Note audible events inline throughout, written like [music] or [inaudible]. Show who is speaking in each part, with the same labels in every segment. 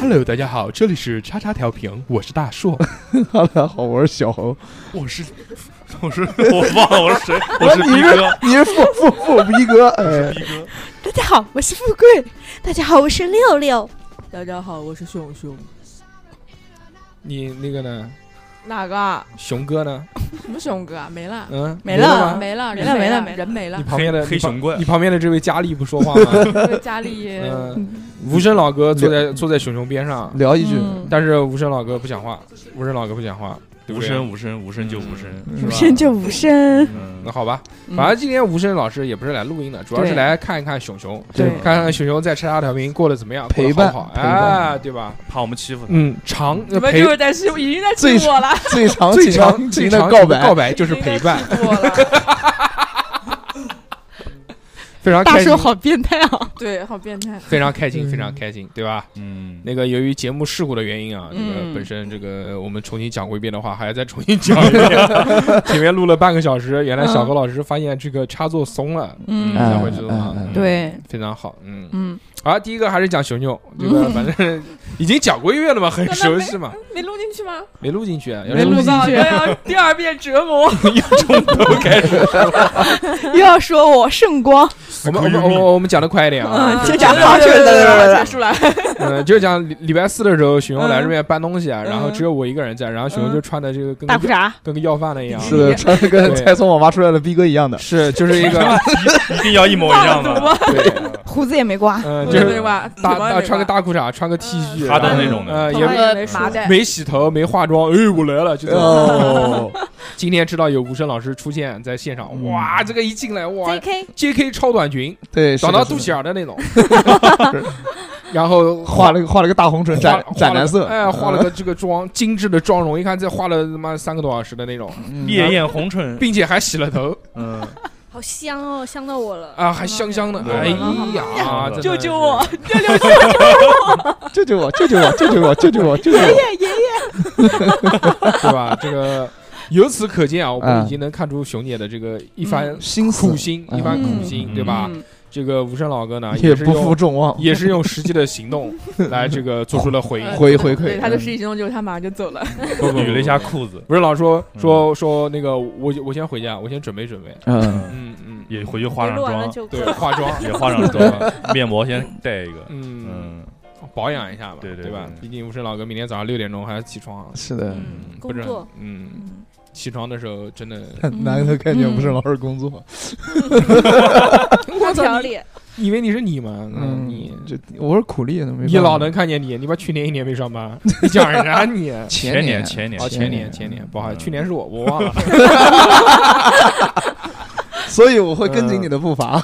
Speaker 1: Hello，大家好，这里是叉叉调频，我是大
Speaker 2: [laughs]
Speaker 1: 硕，
Speaker 3: 哈喽，大家好，我是小猴，
Speaker 4: 我是我是 [laughs] 我忘了我是谁，我是
Speaker 3: 你
Speaker 4: 逼哥，
Speaker 3: [laughs] 你是富富富
Speaker 2: [laughs]
Speaker 3: 逼哥，哎，
Speaker 4: 逼哥，
Speaker 5: 大家好，我是富贵。大家好，我是六六。
Speaker 6: 大家好，我是熊熊。
Speaker 2: 你那个呢？
Speaker 6: 哪个？
Speaker 2: 熊哥呢？
Speaker 6: 什么熊哥啊？没了，
Speaker 2: 嗯，
Speaker 5: 没
Speaker 2: 了吗
Speaker 6: 没了，
Speaker 5: 没
Speaker 6: 人
Speaker 5: 了没
Speaker 6: 没
Speaker 5: 了没了
Speaker 6: 人没了
Speaker 2: 你。旁边的
Speaker 4: 黑黑熊怪
Speaker 2: 你旁边的这位佳丽不说话吗？
Speaker 6: [laughs] 这个家里
Speaker 2: 嗯，无声老哥坐在坐在熊熊边上，
Speaker 3: 聊一句，
Speaker 6: 嗯
Speaker 2: 但是无声老哥不讲话，无声老哥不讲话，对不
Speaker 4: 无
Speaker 2: 对
Speaker 4: 声无声无声就无声，
Speaker 3: 嗯
Speaker 4: 是吧
Speaker 5: 无声就无声，
Speaker 4: 嗯
Speaker 2: 那好吧，反正今天无声老师也不是来录音的，主要是
Speaker 6: 对
Speaker 2: 来看一看熊熊，
Speaker 3: 对
Speaker 2: 看看熊熊在叉叉调频过得怎么样，
Speaker 3: 陪
Speaker 2: 过得
Speaker 3: 伴
Speaker 2: 好不好，
Speaker 3: 陪伴
Speaker 2: 哎，对吧？
Speaker 4: 怕我们欺负他，
Speaker 2: 嗯，长
Speaker 6: 你们
Speaker 2: 陪
Speaker 6: 就是在欺负，已经在欺负我了，
Speaker 3: 最长
Speaker 2: 最
Speaker 3: 长
Speaker 2: 长最
Speaker 3: 的
Speaker 2: 长
Speaker 3: 告白，
Speaker 2: 告白就是陪伴
Speaker 6: [laughs] 已，经在欺负我了。
Speaker 2: 非常
Speaker 5: 大
Speaker 2: 开心
Speaker 5: 硕，好变态啊！
Speaker 6: 对，好变态。
Speaker 2: 非常开心，
Speaker 3: 嗯
Speaker 2: 非常开心，对吧？
Speaker 4: 嗯，
Speaker 2: 那个由于节目事故的原因啊，这个
Speaker 5: 嗯
Speaker 2: 本身这个我们重新讲过一遍的话，还要再重新讲一遍。前面录了半个小时，原来小何老师发现这个插座松了，
Speaker 5: 嗯
Speaker 2: 大家
Speaker 3: 哎
Speaker 2: 会知道啊
Speaker 3: 哎哎。
Speaker 5: 对，
Speaker 2: 非常好，嗯，
Speaker 5: 嗯，
Speaker 2: 好，第一个还是讲熊熊，这个反正已经讲过一遍了嘛，很熟悉嘛，
Speaker 6: 没录进去吗？
Speaker 2: 没录进去啊，
Speaker 3: 没录进去
Speaker 6: 到，又要第二遍折磨。
Speaker 5: 嗯又要说我圣光，
Speaker 2: 我们我们我们我们讲的快一点啊，
Speaker 5: 嗯，
Speaker 6: 对
Speaker 5: 就讲
Speaker 6: 对
Speaker 5: 话
Speaker 6: 对
Speaker 5: 去
Speaker 6: 对对对对
Speaker 5: 了
Speaker 6: 结。束了。
Speaker 2: 嗯，就是讲礼礼拜四的时候，熊熊来
Speaker 6: 嗯
Speaker 2: 这边搬东西啊，然后
Speaker 6: 嗯
Speaker 2: 只有我一个人在，然后熊熊就穿的这个跟
Speaker 5: 大
Speaker 2: 个
Speaker 5: 裤衩，
Speaker 2: 跟个要饭的一样，
Speaker 3: 是的，穿的跟
Speaker 2: 对
Speaker 3: 才从网吧出来的逼哥一样的，
Speaker 2: 是就是一个
Speaker 4: 一定要一模一样
Speaker 6: 啊
Speaker 4: 的，
Speaker 2: 对，
Speaker 5: 胡子也没
Speaker 2: [laughs]
Speaker 5: 刮，
Speaker 2: 嗯，就
Speaker 6: 对
Speaker 2: 是
Speaker 6: 对吧？
Speaker 2: 大
Speaker 6: 怎么也
Speaker 2: 大
Speaker 6: 没
Speaker 2: 穿个
Speaker 6: 挂
Speaker 2: 大裤衩，穿个 T 恤，
Speaker 4: 哈登
Speaker 2: 然后
Speaker 4: 那种的，
Speaker 2: 呃，
Speaker 6: 头
Speaker 2: 也
Speaker 6: 发也没
Speaker 5: 麻
Speaker 6: 梳
Speaker 5: 袋
Speaker 2: 没洗头，没化妆，哎，我来了，就这种。
Speaker 3: 哦，
Speaker 2: 今天知道有吴声老师出现在现场，
Speaker 3: 嗯
Speaker 2: 哇，这个一进来，哇
Speaker 5: J.K.
Speaker 2: ，JK 超短裙，
Speaker 3: 对，是
Speaker 2: 短
Speaker 3: 的
Speaker 2: 到
Speaker 3: 是的
Speaker 2: 肚脐眼儿的那种，
Speaker 3: [laughs]
Speaker 2: 然后
Speaker 3: 画了个画了个大红唇，
Speaker 2: 画
Speaker 3: 斩
Speaker 2: 了
Speaker 3: 斩蓝色，嗯
Speaker 2: 哎，画了个这个妆，精致的妆容，一看这画了他妈三个多小时的那种，
Speaker 3: 嗯
Speaker 4: 烈焰红唇，
Speaker 2: 并且还洗了头
Speaker 4: 嗯，
Speaker 5: 好香哦，香到我了
Speaker 2: 啊，还香香的，
Speaker 4: 对
Speaker 2: 哎呀，
Speaker 4: 嗯
Speaker 2: 真
Speaker 6: 救
Speaker 2: 的
Speaker 6: 救我！
Speaker 2: 是！
Speaker 3: 救救啊我，救救我，救救我，救救
Speaker 2: [laughs]
Speaker 3: 我，救救
Speaker 2: 哎
Speaker 5: 哎
Speaker 3: 我，
Speaker 2: 对吧？这个由此可
Speaker 3: [laughs]
Speaker 2: 见啊，我们
Speaker 3: 嗯
Speaker 2: 已经能看出熊姐的这个一番
Speaker 3: 心思
Speaker 2: 苦心，
Speaker 3: 嗯
Speaker 2: 一番苦心，
Speaker 4: 嗯
Speaker 2: 对吧？
Speaker 5: 嗯
Speaker 2: 这个无声老哥呢，
Speaker 3: 也
Speaker 2: 啊是
Speaker 3: 不负
Speaker 2: 用
Speaker 3: 众望，
Speaker 2: 也是用实际的行
Speaker 3: [laughs]
Speaker 2: 动来这个做出了回应。
Speaker 3: 回回馈
Speaker 6: 对，他就实际行动就是他马上就走了。
Speaker 4: 捋了一下裤子，
Speaker 2: 无声老说
Speaker 4: 嗯
Speaker 2: 说说那个，我我先回家，我先准备准备。
Speaker 3: 嗯，
Speaker 2: 嗯嗯，
Speaker 4: 也回去化上妆，
Speaker 5: 就
Speaker 2: 对，嗯化妆
Speaker 4: [laughs] 也化上
Speaker 2: 对
Speaker 4: 妆，面膜先带一个，
Speaker 2: [laughs] 嗯，
Speaker 4: 嗯，
Speaker 2: 保养一下吧，
Speaker 4: 对对
Speaker 2: 对吧
Speaker 4: 对？
Speaker 2: 毕竟无声老哥明天早上六点钟还要起床啊，
Speaker 3: 是的，
Speaker 4: 嗯
Speaker 2: 不是
Speaker 5: 工
Speaker 2: 很
Speaker 5: 作
Speaker 2: 嗯。起床的时候真
Speaker 3: [laughs]
Speaker 2: 的，
Speaker 3: 难得看见不是老师工作，
Speaker 5: 光条理，
Speaker 2: 以为你是你吗？
Speaker 3: 嗯，
Speaker 2: 你
Speaker 3: 这我是苦力的，没办法
Speaker 2: 你老能看见你，你妈去年一年没上班， [laughs] 你讲啥你？
Speaker 3: 前
Speaker 4: 年
Speaker 3: 前
Speaker 4: 前年
Speaker 2: [laughs] 哦，前年前年，不好意思，去年是我，我 [laughs] 忘了。
Speaker 3: 所以我会跟紧你的步伐。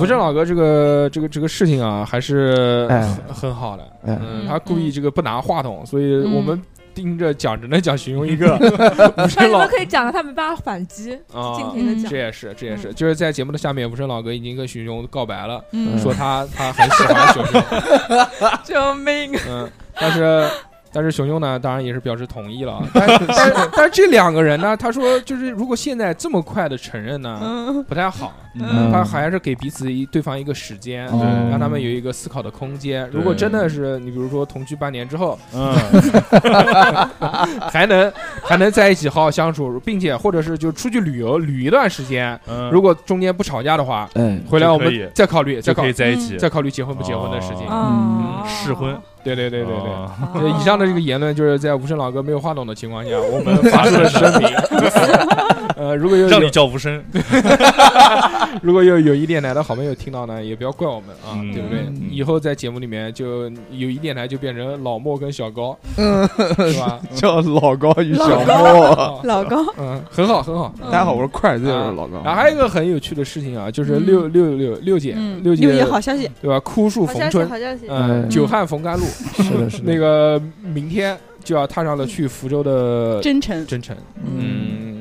Speaker 2: 吴镇老哥这个这个这个事情啊，还是
Speaker 3: 哎
Speaker 2: 很很好的。
Speaker 3: 哎
Speaker 2: 嗯，
Speaker 5: 嗯
Speaker 2: 他故意这个不拿话筒，所以我们盯着讲，只能讲熊熊一 [laughs] 个。吴
Speaker 6: 那
Speaker 2: 镇
Speaker 6: [laughs] 你
Speaker 2: 老
Speaker 6: 们可以讲，他没办法反击，尽
Speaker 2: 啊，
Speaker 6: 情的
Speaker 5: 嗯
Speaker 6: 讲
Speaker 2: 这。也是这也是，就是在节目的下面，吴镇老哥已经跟熊熊告白了，
Speaker 5: 哦
Speaker 3: 嗯
Speaker 2: 说他他很喜欢熊熊。
Speaker 6: [laughs] 救命！啊
Speaker 2: 嗯，但是。但是熊熊呢，当然也是表示同意了啊。但是 [laughs]
Speaker 3: [laughs]
Speaker 2: 但是但是这两个人呢，他说就是如果现在这么快的承认呢，
Speaker 6: 嗯，
Speaker 2: 不太好。
Speaker 4: 嗯
Speaker 2: 他还是给彼此一对方一个时间，
Speaker 3: 哦
Speaker 2: 让他们有一个思考的空间。如果真的是你，比如说同居半年之后，
Speaker 4: 嗯， [laughs]
Speaker 2: 还能还能在一起好好相处，并且或者是就出去旅游旅一段时间，
Speaker 4: 嗯
Speaker 2: 如果中间不吵架的话，
Speaker 3: 哎，
Speaker 2: 回来我
Speaker 4: 就可以
Speaker 2: 们再考虑，再
Speaker 4: 就
Speaker 2: 考
Speaker 4: 可以在一起
Speaker 2: 再考虑结婚不结婚的事情。
Speaker 4: 哦
Speaker 6: 啊，
Speaker 4: 试婚，
Speaker 2: 对对对对对。
Speaker 4: 哦
Speaker 5: [laughs]
Speaker 2: 呃以上的这个言论就是在无声老哥没有话筒的情况下，我
Speaker 4: [laughs]
Speaker 2: 们发出了声明。呃，如果有
Speaker 4: 让你叫无声，
Speaker 2: 如果有友谊电台的好朋友听到呢，也不要怪我们啊，
Speaker 4: 嗯
Speaker 2: 对不对？
Speaker 3: 嗯
Speaker 2: 以后在节目里面就友谊电台就变成老莫跟小高，
Speaker 3: 嗯
Speaker 2: 是
Speaker 3: [laughs]
Speaker 2: 吧？
Speaker 3: 叫老高与小
Speaker 2: [laughs]
Speaker 3: 莫。
Speaker 2: 啊
Speaker 5: 老高，
Speaker 2: 嗯，很好，很好。
Speaker 3: 大家好，我是快，这就
Speaker 2: 啊
Speaker 3: 是老高。
Speaker 2: 然后还有一个很有趣的事情啊，就是
Speaker 5: 嗯
Speaker 2: 六六六六姐，
Speaker 5: 嗯，
Speaker 2: 六
Speaker 5: 六
Speaker 2: 姐
Speaker 5: 爷好消息，
Speaker 2: 对吧？枯树逢春，
Speaker 5: 消息
Speaker 2: 嗯，
Speaker 3: 嗯
Speaker 2: 久旱逢甘露。
Speaker 3: 是的，是
Speaker 2: [laughs] 那个明天就要踏上了去福州的
Speaker 5: 真诚，
Speaker 2: 征程，
Speaker 3: 嗯，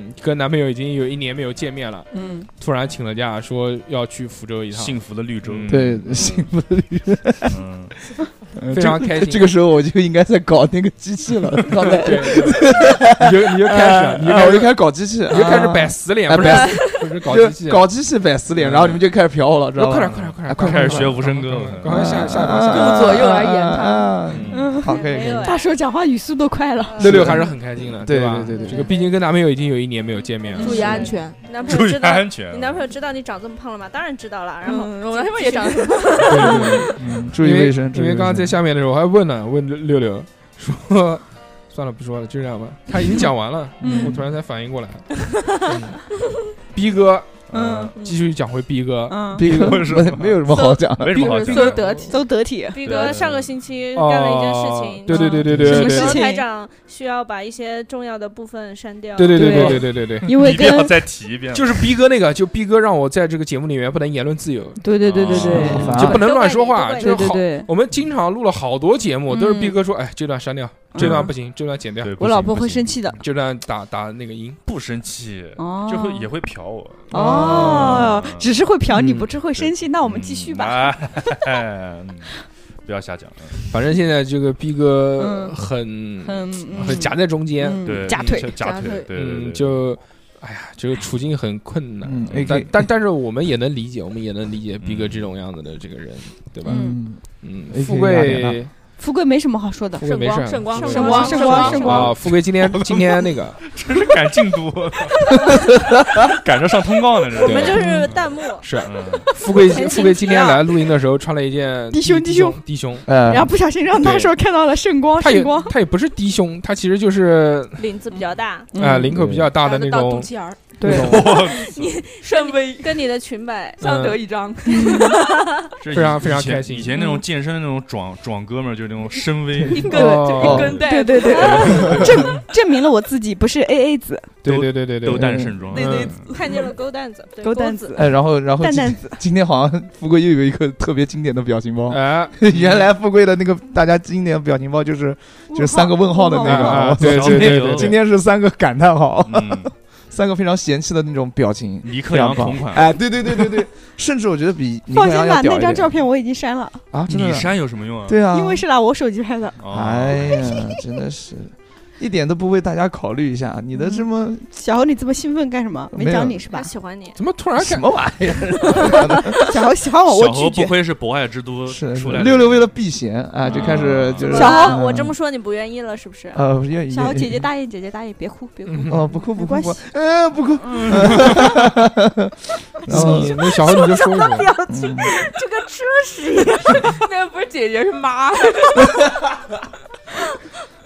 Speaker 2: 嗯，跟男朋友已经有一年没有见面了，
Speaker 5: 嗯，
Speaker 2: 突然请了假，说要去福州一趟，
Speaker 4: 幸福的绿洲，
Speaker 2: 嗯
Speaker 3: 对，幸福的旅
Speaker 4: 嗯，
Speaker 3: 程
Speaker 2: 非常开心。
Speaker 3: [laughs] 这个时候我就应该在搞那个机器
Speaker 2: [laughs]
Speaker 3: 了，刚才
Speaker 2: 对，对你就你就开始，你就
Speaker 3: 哎
Speaker 2: 开
Speaker 3: 我就
Speaker 2: 始，
Speaker 3: 开始搞机器，
Speaker 2: 呃你就开始摆
Speaker 3: 啊
Speaker 2: 死脸，
Speaker 3: 哎
Speaker 2: 不是
Speaker 3: 摆
Speaker 2: 不是搞
Speaker 3: 就
Speaker 2: 机器，哦
Speaker 3: 搞机器摆死脸，
Speaker 2: 嗯
Speaker 3: 然后你们就开始瞟我了，知
Speaker 2: 然
Speaker 3: 道
Speaker 2: 后快
Speaker 3: 吧？
Speaker 2: 点快点快点，
Speaker 3: 哎快啊
Speaker 2: 快
Speaker 4: 开
Speaker 2: 点
Speaker 4: 始学无声歌，
Speaker 2: 赶快下下一趴下一趴
Speaker 6: 顾左右而言他啊
Speaker 3: 他
Speaker 4: 嗯
Speaker 5: 嗯，
Speaker 3: 啊好，可以可
Speaker 5: 没有
Speaker 3: 以。
Speaker 5: 哎
Speaker 7: 大叔讲话语速都快了，
Speaker 2: 六六还是很开心的，
Speaker 3: 对
Speaker 2: 吧？嗯
Speaker 3: 对对对
Speaker 2: 这个毕竟跟男朋友已经有一年没有见面了，
Speaker 6: 嗯注意安全。
Speaker 5: 男朋
Speaker 4: 注
Speaker 5: 友
Speaker 4: 意
Speaker 5: 知道
Speaker 4: 安全。
Speaker 5: 你男朋友知道你长这么胖了吗？当然知道了。然
Speaker 6: 然后
Speaker 2: 嗯
Speaker 5: 后
Speaker 6: 嗯我男朋友也长得很
Speaker 2: 对对对对 [laughs]
Speaker 3: 嗯，注意卫生，注
Speaker 2: 因
Speaker 3: 意
Speaker 2: 为
Speaker 3: 卫
Speaker 2: 刚刚在
Speaker 3: [laughs] 生。
Speaker 2: 下面的时候我还问呢，问六六说，算了不说了，就这样吧。他已经讲完了，
Speaker 3: 嗯
Speaker 2: 我突然才反应过来。逼哥，
Speaker 3: 嗯，
Speaker 2: 继续讲回逼哥，
Speaker 7: 嗯，
Speaker 2: [laughs]
Speaker 3: 逼哥
Speaker 4: 为什么
Speaker 3: 没没有什么好讲的，
Speaker 4: 没什么好讲
Speaker 2: 这
Speaker 6: 都
Speaker 2: 个
Speaker 4: 的，
Speaker 6: 得体。
Speaker 7: 都得体，
Speaker 5: 毕
Speaker 4: 对对
Speaker 5: 哥
Speaker 4: 对
Speaker 5: 上个星期
Speaker 2: 哦
Speaker 5: 干了一件事情，
Speaker 2: 对对对对
Speaker 7: 什
Speaker 2: 对
Speaker 7: 么
Speaker 2: 对
Speaker 5: 然
Speaker 7: 事
Speaker 5: 后
Speaker 7: 情
Speaker 5: 台长需要把一些重要的部分删掉。
Speaker 2: 对对对对对对对对对，
Speaker 7: 因为
Speaker 4: 一定要
Speaker 7: 跟
Speaker 4: 再提一遍。
Speaker 2: [laughs] 就是逼哥那个，就逼哥让我在这个节目里面不能言论自由，
Speaker 7: 对对对对对
Speaker 3: 啊
Speaker 2: 就不能乱说话，
Speaker 5: 都怪你
Speaker 2: 就
Speaker 7: 对
Speaker 2: 是
Speaker 7: 对
Speaker 2: 好。
Speaker 7: 对，
Speaker 2: 我们经常录了好多节目，
Speaker 7: 嗯
Speaker 2: 都是逼哥说，哎，这段删掉，这段不行，这段剪掉
Speaker 4: 对，不
Speaker 7: 我
Speaker 4: 行
Speaker 7: 老婆会
Speaker 4: 不行
Speaker 7: 生气的
Speaker 2: 这段打打那个音。
Speaker 4: 不生气，
Speaker 7: 哦，
Speaker 4: 就会也会瞟我。
Speaker 7: 哦，只是会瞟你，
Speaker 2: 嗯
Speaker 7: 不是会生气。那我们继续吧。
Speaker 4: 吧。哎嗯不要瞎讲。
Speaker 2: 反正现在这个逼哥
Speaker 7: 嗯
Speaker 2: 很
Speaker 7: 很
Speaker 2: 很夹在中间，
Speaker 7: 嗯
Speaker 4: 对，
Speaker 7: 夹腿，
Speaker 4: 夹
Speaker 6: 夹
Speaker 4: 腿
Speaker 6: 腿，
Speaker 4: 对对对，
Speaker 2: 嗯，就哎呀，这个处境很困难。
Speaker 3: 嗯，A
Speaker 2: 但
Speaker 3: K，
Speaker 2: 但但是我们也能理解，我们也能理解逼
Speaker 4: 嗯
Speaker 2: 哥这种样子的这个人，对吧？
Speaker 3: 嗯，
Speaker 2: 嗯，
Speaker 3: AK
Speaker 2: 富
Speaker 3: 雅典
Speaker 2: 贵
Speaker 7: 富贵没什么好说的
Speaker 2: 富，贵没事儿，
Speaker 6: 圣光
Speaker 2: 富贵
Speaker 7: 圣
Speaker 6: 光
Speaker 7: 圣
Speaker 6: 圣光
Speaker 7: 圣光，
Speaker 2: 啊，富贵今天今天那个
Speaker 4: 真是赶进度， [laughs] 赶着上通告呢，这
Speaker 5: 我们
Speaker 4: 是。
Speaker 5: 就是弹幕，
Speaker 2: 是
Speaker 3: [laughs]
Speaker 4: 嗯
Speaker 2: 富贵
Speaker 5: 前
Speaker 2: 富
Speaker 5: 情
Speaker 2: 贵今
Speaker 5: 提
Speaker 2: 天
Speaker 5: 要
Speaker 2: 来录音的时候穿了一件
Speaker 7: 低胸
Speaker 2: 低
Speaker 7: 低
Speaker 2: 胸低胸，
Speaker 3: 呃
Speaker 7: 然后，不小心让大叔看到了圣光
Speaker 2: 他也
Speaker 7: 圣光，
Speaker 2: 他也不是低胸，他其实就是
Speaker 5: 领子比较大，
Speaker 2: 啊
Speaker 7: 嗯
Speaker 2: 领口比较大的
Speaker 6: 长
Speaker 2: 那
Speaker 6: 得到肚
Speaker 2: 种
Speaker 6: 脐眼儿，
Speaker 2: 那
Speaker 7: 对
Speaker 2: 种
Speaker 5: 嗯
Speaker 6: 甚微
Speaker 5: 跟你的裙摆
Speaker 6: 相得益彰。
Speaker 4: 这
Speaker 2: 非常
Speaker 4: 以
Speaker 2: 非常
Speaker 4: 前
Speaker 2: 开心
Speaker 4: 以前那
Speaker 7: 嗯
Speaker 4: 种健身的那种壮壮哥们儿，就是那种
Speaker 7: [laughs]
Speaker 4: 深
Speaker 6: 一
Speaker 4: 威，
Speaker 6: 根
Speaker 2: 哦
Speaker 6: 就一根带，
Speaker 7: 对对对，证 [laughs] 证明了我自己不是 A A 子，
Speaker 2: 对对对对对
Speaker 4: 斗胆盛装，
Speaker 2: 对对
Speaker 4: 嗯
Speaker 5: 看见了勾蛋子，对
Speaker 7: 狗蛋
Speaker 5: 子，
Speaker 7: 子，
Speaker 3: 哎，然后然后
Speaker 7: 蛋
Speaker 3: 今
Speaker 7: 蛋子，
Speaker 3: [laughs] 今天好像富贵又有一个特别经典的表情包，
Speaker 2: 哎
Speaker 3: [laughs] 原来富贵的那个大家经典表情包就是就是三个问号的
Speaker 7: [laughs]
Speaker 3: 那个
Speaker 2: 啊，
Speaker 3: 我操
Speaker 2: 对对
Speaker 4: 今
Speaker 2: 对
Speaker 4: 天
Speaker 2: 对，
Speaker 3: 今天是三个感叹号， [laughs]
Speaker 4: 嗯，
Speaker 3: 三个非常嫌弃的那种表情，
Speaker 4: 尼克
Speaker 3: 非常
Speaker 4: 杨
Speaker 3: 棒
Speaker 4: 同款，
Speaker 3: 哎，对对对对对， [laughs] 甚至我觉得比尼克
Speaker 7: 放心
Speaker 3: 杨
Speaker 7: 吧
Speaker 3: 要，屌
Speaker 7: 那
Speaker 3: 一
Speaker 7: 张
Speaker 3: 点
Speaker 7: 照片我已经删了，
Speaker 3: 啊，真
Speaker 4: 你
Speaker 3: 的啊，
Speaker 4: 删有什么用啊？
Speaker 3: 对啊，
Speaker 7: 因为是拿我手机拍的，
Speaker 4: 哦，
Speaker 3: 哎呀，真的是。一点都不为大家考虑
Speaker 7: [laughs]
Speaker 3: 一下，你的这么
Speaker 7: 小侯，你这么兴奋干什么？没
Speaker 3: 没有
Speaker 7: 讲你是
Speaker 5: 他
Speaker 7: 吧？
Speaker 5: 喜欢你。
Speaker 2: 怎么突
Speaker 7: 嗯
Speaker 2: 然
Speaker 3: 什
Speaker 2: 感
Speaker 3: 么玩意
Speaker 7: 小侯喜欢我，我
Speaker 4: 小何
Speaker 7: 拒
Speaker 4: 不
Speaker 7: 绝。
Speaker 4: 愧是博爱之都
Speaker 3: 儿？ [laughs] 是
Speaker 4: 出来的，
Speaker 3: 六六为了避嫌啊，就开始
Speaker 4: 啊
Speaker 3: 就是
Speaker 7: 小侯
Speaker 5: 啊我这么
Speaker 3: 说
Speaker 5: 说你不愿意了是不是？
Speaker 3: 呃，愿意
Speaker 7: 小侯姐姐，
Speaker 3: 愿
Speaker 7: 大爷姐姐大爷，别哭别哭，
Speaker 3: 意
Speaker 2: 嗯
Speaker 3: 哦，不哭不
Speaker 7: 没
Speaker 3: 哭
Speaker 7: 关
Speaker 3: 不
Speaker 7: 系嗯
Speaker 3: 哭，，哎不哭，
Speaker 7: [laughs]
Speaker 3: 然后
Speaker 2: 你那小何你就说什么？
Speaker 3: 嗯
Speaker 6: 这个吃屎也是，那个不是姐姐是妈。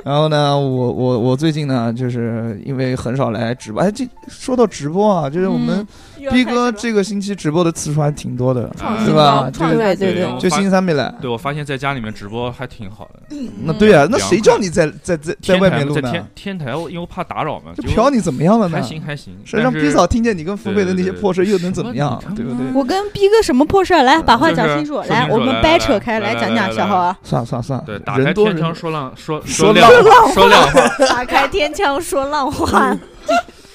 Speaker 3: 然后呢，我我我最近呢，就是因为很少来直播。哎，这说到直播啊，就是我
Speaker 7: 嗯
Speaker 3: 们
Speaker 5: 又要
Speaker 3: 逼
Speaker 5: 开始
Speaker 3: 哥
Speaker 5: 了
Speaker 3: 这个星期直播的次数还挺多的，
Speaker 4: 创
Speaker 3: 是
Speaker 4: 新
Speaker 3: 吧？
Speaker 6: 创
Speaker 3: 就
Speaker 4: 对
Speaker 6: 对对
Speaker 4: 对
Speaker 6: 对
Speaker 3: 就星期三没来。
Speaker 4: 对我发现在家里面直播还挺好的，
Speaker 3: 那对啊，那
Speaker 4: 嗯凉
Speaker 3: 谁
Speaker 4: 快
Speaker 3: 叫你在在在在外面录
Speaker 4: 天台在
Speaker 3: 呢
Speaker 4: 天？天台，我因为我怕打扰嘛，
Speaker 3: 这
Speaker 4: 结果
Speaker 3: 嫖你怎么样了呢
Speaker 4: 还？行还行，
Speaker 3: 谁让
Speaker 4: 但是
Speaker 3: 逼嫂听见你跟富贵的那些破事又能怎么样
Speaker 4: 什么？你
Speaker 3: 对不对？
Speaker 7: 我跟逼哥什么破事儿？
Speaker 3: 嗯
Speaker 7: 来，把话
Speaker 4: 就是
Speaker 7: 讲清楚。
Speaker 4: 说
Speaker 7: 来，
Speaker 4: 清楚
Speaker 7: 我们
Speaker 4: 来
Speaker 7: 掰
Speaker 4: 来
Speaker 7: 扯开
Speaker 4: 来来
Speaker 7: 讲讲，
Speaker 4: 来
Speaker 7: 小侯啊，
Speaker 3: 算了算了算
Speaker 4: 对打
Speaker 3: 了，人
Speaker 4: 开
Speaker 3: 多
Speaker 4: 天
Speaker 3: 人
Speaker 4: 窗说
Speaker 3: [laughs]
Speaker 4: 浪说
Speaker 3: 说
Speaker 4: 亮
Speaker 3: 浪
Speaker 4: 说亮话，
Speaker 5: 打开天窗说浪
Speaker 2: 嗯
Speaker 5: 话，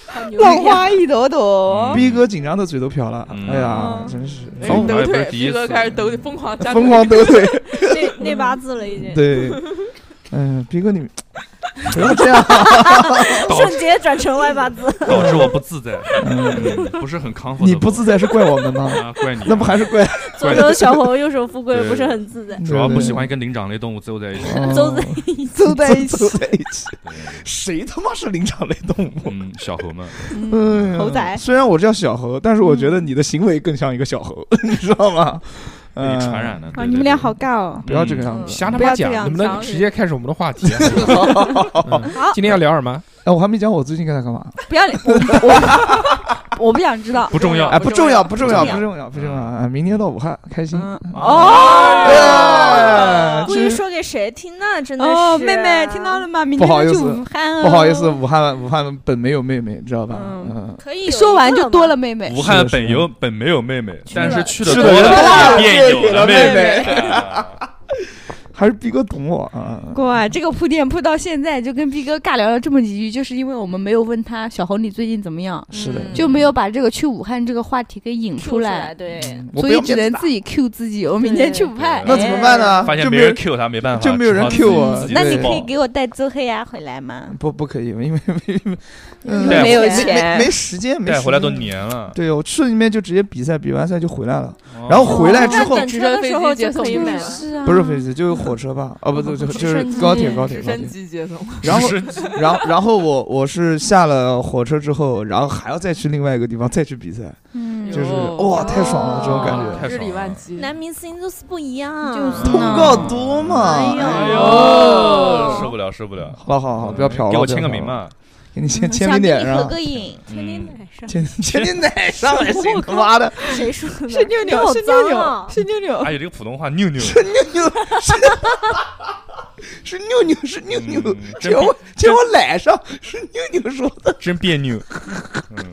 Speaker 5: 好
Speaker 3: 嗯
Speaker 5: 牛逼啊
Speaker 7: 浪花一朵朵。
Speaker 3: [laughs] 逼哥紧张的嘴都瓢了。
Speaker 4: 嗯
Speaker 3: 哎呀，
Speaker 7: 嗯
Speaker 3: 真是
Speaker 4: 哎
Speaker 3: 从
Speaker 4: 我
Speaker 6: 抖
Speaker 4: 也不是
Speaker 6: 腿，
Speaker 4: 第一
Speaker 6: 逼哥
Speaker 4: 次
Speaker 6: 开始抖腿，疯狂加
Speaker 3: 疯狂
Speaker 6: 腿
Speaker 3: 得腿。
Speaker 5: 那那八字了 [laughs] 已经，
Speaker 3: 对，嗯，逼哥你不要这样。
Speaker 4: 导
Speaker 5: 瞬间转成外八
Speaker 2: [laughs]
Speaker 5: 字。
Speaker 4: [laughs] 导致我不自
Speaker 3: [laughs]
Speaker 4: 在，
Speaker 3: 嗯
Speaker 4: 嗯不是很康复。
Speaker 3: 你不自在是怪我们
Speaker 4: [laughs]
Speaker 3: 吗？
Speaker 4: 啊，怪你，
Speaker 3: [laughs] 那不还是怪
Speaker 5: 左手小红，右手富贵，
Speaker 4: 对
Speaker 5: 不是很自在。
Speaker 4: 主要不喜欢跟灵长类动物凑在一起。
Speaker 3: 哦
Speaker 2: 嗯
Speaker 5: [laughs] 走在
Speaker 7: 一走在一
Speaker 5: [laughs]
Speaker 7: 起
Speaker 3: [laughs] 凑，在一起。谁他妈是灵长类动物？
Speaker 4: [laughs] 嗯，小猴们，
Speaker 3: 哎呀
Speaker 7: 猴仔
Speaker 3: 虽然我叫小猴，但是我觉得你的行为更像一个小猴， [laughs] 你知道吗？[laughs]
Speaker 4: 被
Speaker 3: 嗯
Speaker 4: 你传染了。
Speaker 7: 啊，
Speaker 4: 对
Speaker 7: 你们俩好，尬哦。
Speaker 3: 不要这个样子。
Speaker 2: 瞎他
Speaker 7: 不
Speaker 2: 妈
Speaker 7: 要这
Speaker 2: 讲，
Speaker 7: 样
Speaker 2: 能不能
Speaker 6: 讲
Speaker 2: 直接开始我们的话题啊？嗯
Speaker 7: 好
Speaker 2: 今天要聊什么？
Speaker 3: 哎，我还没讲我最近在干嘛。
Speaker 7: 不要脸，我我我不想知道。
Speaker 4: 不重要
Speaker 3: 哎，不重要，不重要，不
Speaker 5: 不重
Speaker 3: 重要，不重要。啊！明天到武汉，开心。
Speaker 7: 嗯，
Speaker 3: 哎
Speaker 5: 故
Speaker 3: 这
Speaker 5: 意说给谁听呢？真的是
Speaker 7: 哦，妹妹听到了吗？明
Speaker 3: 不好
Speaker 7: 天
Speaker 3: 意
Speaker 7: 就
Speaker 3: 思
Speaker 7: 去武汉哦。
Speaker 3: 不好意思，武汉武汉本没有妹妹，知道吧？嗯
Speaker 7: 嗯，
Speaker 5: 可以有一个
Speaker 7: 说完就多了
Speaker 5: 嘛。
Speaker 7: 妹妹。
Speaker 4: 武汉本有本没有妹妹，但是去的
Speaker 3: 去
Speaker 4: 多
Speaker 3: 了人
Speaker 4: 了，
Speaker 3: 大
Speaker 4: 便有
Speaker 3: 了
Speaker 4: 妹
Speaker 3: 妹妹，
Speaker 4: 啊
Speaker 3: 还是逼哥懂我啊。
Speaker 7: 哇，这个铺垫铺到现在，就跟逼哥尬聊了这么几句，就是因为我们没有问他小侯你最近怎么样，
Speaker 3: 是的，
Speaker 5: 嗯
Speaker 7: 就没有把这个去武汉这个话题给引
Speaker 5: Q
Speaker 7: 出
Speaker 5: 来，
Speaker 7: 来，
Speaker 5: 对，
Speaker 3: 我
Speaker 7: 所
Speaker 3: 不要
Speaker 7: 以只
Speaker 3: 面
Speaker 7: 能
Speaker 3: 子
Speaker 7: 自己嗯 Q 自己。我明天去武汉，
Speaker 4: 对
Speaker 3: 那怎么办呢？
Speaker 4: 发现
Speaker 3: 就
Speaker 4: 没
Speaker 3: 没有
Speaker 4: 人 Q 他，没办法，
Speaker 3: 就没有人
Speaker 4: 只好
Speaker 3: Q 我
Speaker 7: 哎
Speaker 4: 自己
Speaker 3: 那
Speaker 4: 自
Speaker 3: 你
Speaker 4: 己
Speaker 3: 可以
Speaker 4: 爆
Speaker 5: 给我带周黑
Speaker 7: 啊
Speaker 5: 鸭回来吗？
Speaker 3: 不不可以，因为没嗯
Speaker 4: 带
Speaker 7: 没有
Speaker 3: 没没
Speaker 7: 钱，
Speaker 3: 没时间，没
Speaker 4: 带回来都
Speaker 3: 时间。
Speaker 4: 黏了。
Speaker 3: 对我去那边就直接比赛，比完赛就回来了，
Speaker 4: 哦
Speaker 3: 然后回来之
Speaker 5: 哦那
Speaker 3: 后
Speaker 5: 等
Speaker 6: 直
Speaker 5: 车
Speaker 6: 升
Speaker 5: 的
Speaker 6: 飞
Speaker 5: 时
Speaker 6: 机
Speaker 5: 候
Speaker 6: 接
Speaker 5: 就
Speaker 6: 送
Speaker 5: 可以
Speaker 6: 不
Speaker 5: 买
Speaker 6: 是
Speaker 5: 了。
Speaker 7: 是啊，
Speaker 3: 不是飞机就是火
Speaker 7: [laughs]
Speaker 3: 车吧？哦不对，就就是高铁高铁
Speaker 6: 直
Speaker 3: 高
Speaker 6: 升
Speaker 3: 铁。
Speaker 6: 机接送，
Speaker 3: 然
Speaker 4: [laughs]
Speaker 3: 后然后然后我我是下了火车之后，然后还要再去另外一个地方再去比赛，
Speaker 7: 嗯
Speaker 3: 就是
Speaker 6: 哟哦
Speaker 3: 哇太爽了这种感觉。
Speaker 2: 太爽了
Speaker 6: 日理万机。
Speaker 5: 男明星就是不一样，
Speaker 7: 就是
Speaker 3: 通告多嘛？
Speaker 5: 哎呦
Speaker 4: 哎
Speaker 5: 哦
Speaker 4: 呦，受不了，受不了！
Speaker 3: 好了好了哦好了，不要瞟了，
Speaker 4: 给我
Speaker 3: 不要
Speaker 4: 哎签个
Speaker 3: 瞟
Speaker 4: 名
Speaker 3: 了，
Speaker 4: 嘛。
Speaker 3: 给你签签
Speaker 5: 想
Speaker 3: 名
Speaker 5: 跟
Speaker 3: 点
Speaker 5: 你合
Speaker 3: 上，
Speaker 5: 个影，
Speaker 4: 嗯
Speaker 5: 签你奶上。
Speaker 3: 签签你奶上还
Speaker 7: [laughs]
Speaker 3: 行，他妈的，
Speaker 7: 嗯
Speaker 5: 谁说的？
Speaker 6: [laughs] 是妞
Speaker 5: 你好
Speaker 6: 妞，是
Speaker 5: 脏
Speaker 6: 妞妞
Speaker 5: 啊，
Speaker 6: 是妞妞。
Speaker 4: 哎呦，这个普通话妞 [laughs] 妞，
Speaker 3: 是妞妞是妞妞
Speaker 4: 嗯，
Speaker 3: 签我签我奶上是妞妞说的。
Speaker 4: 真别扭。嗯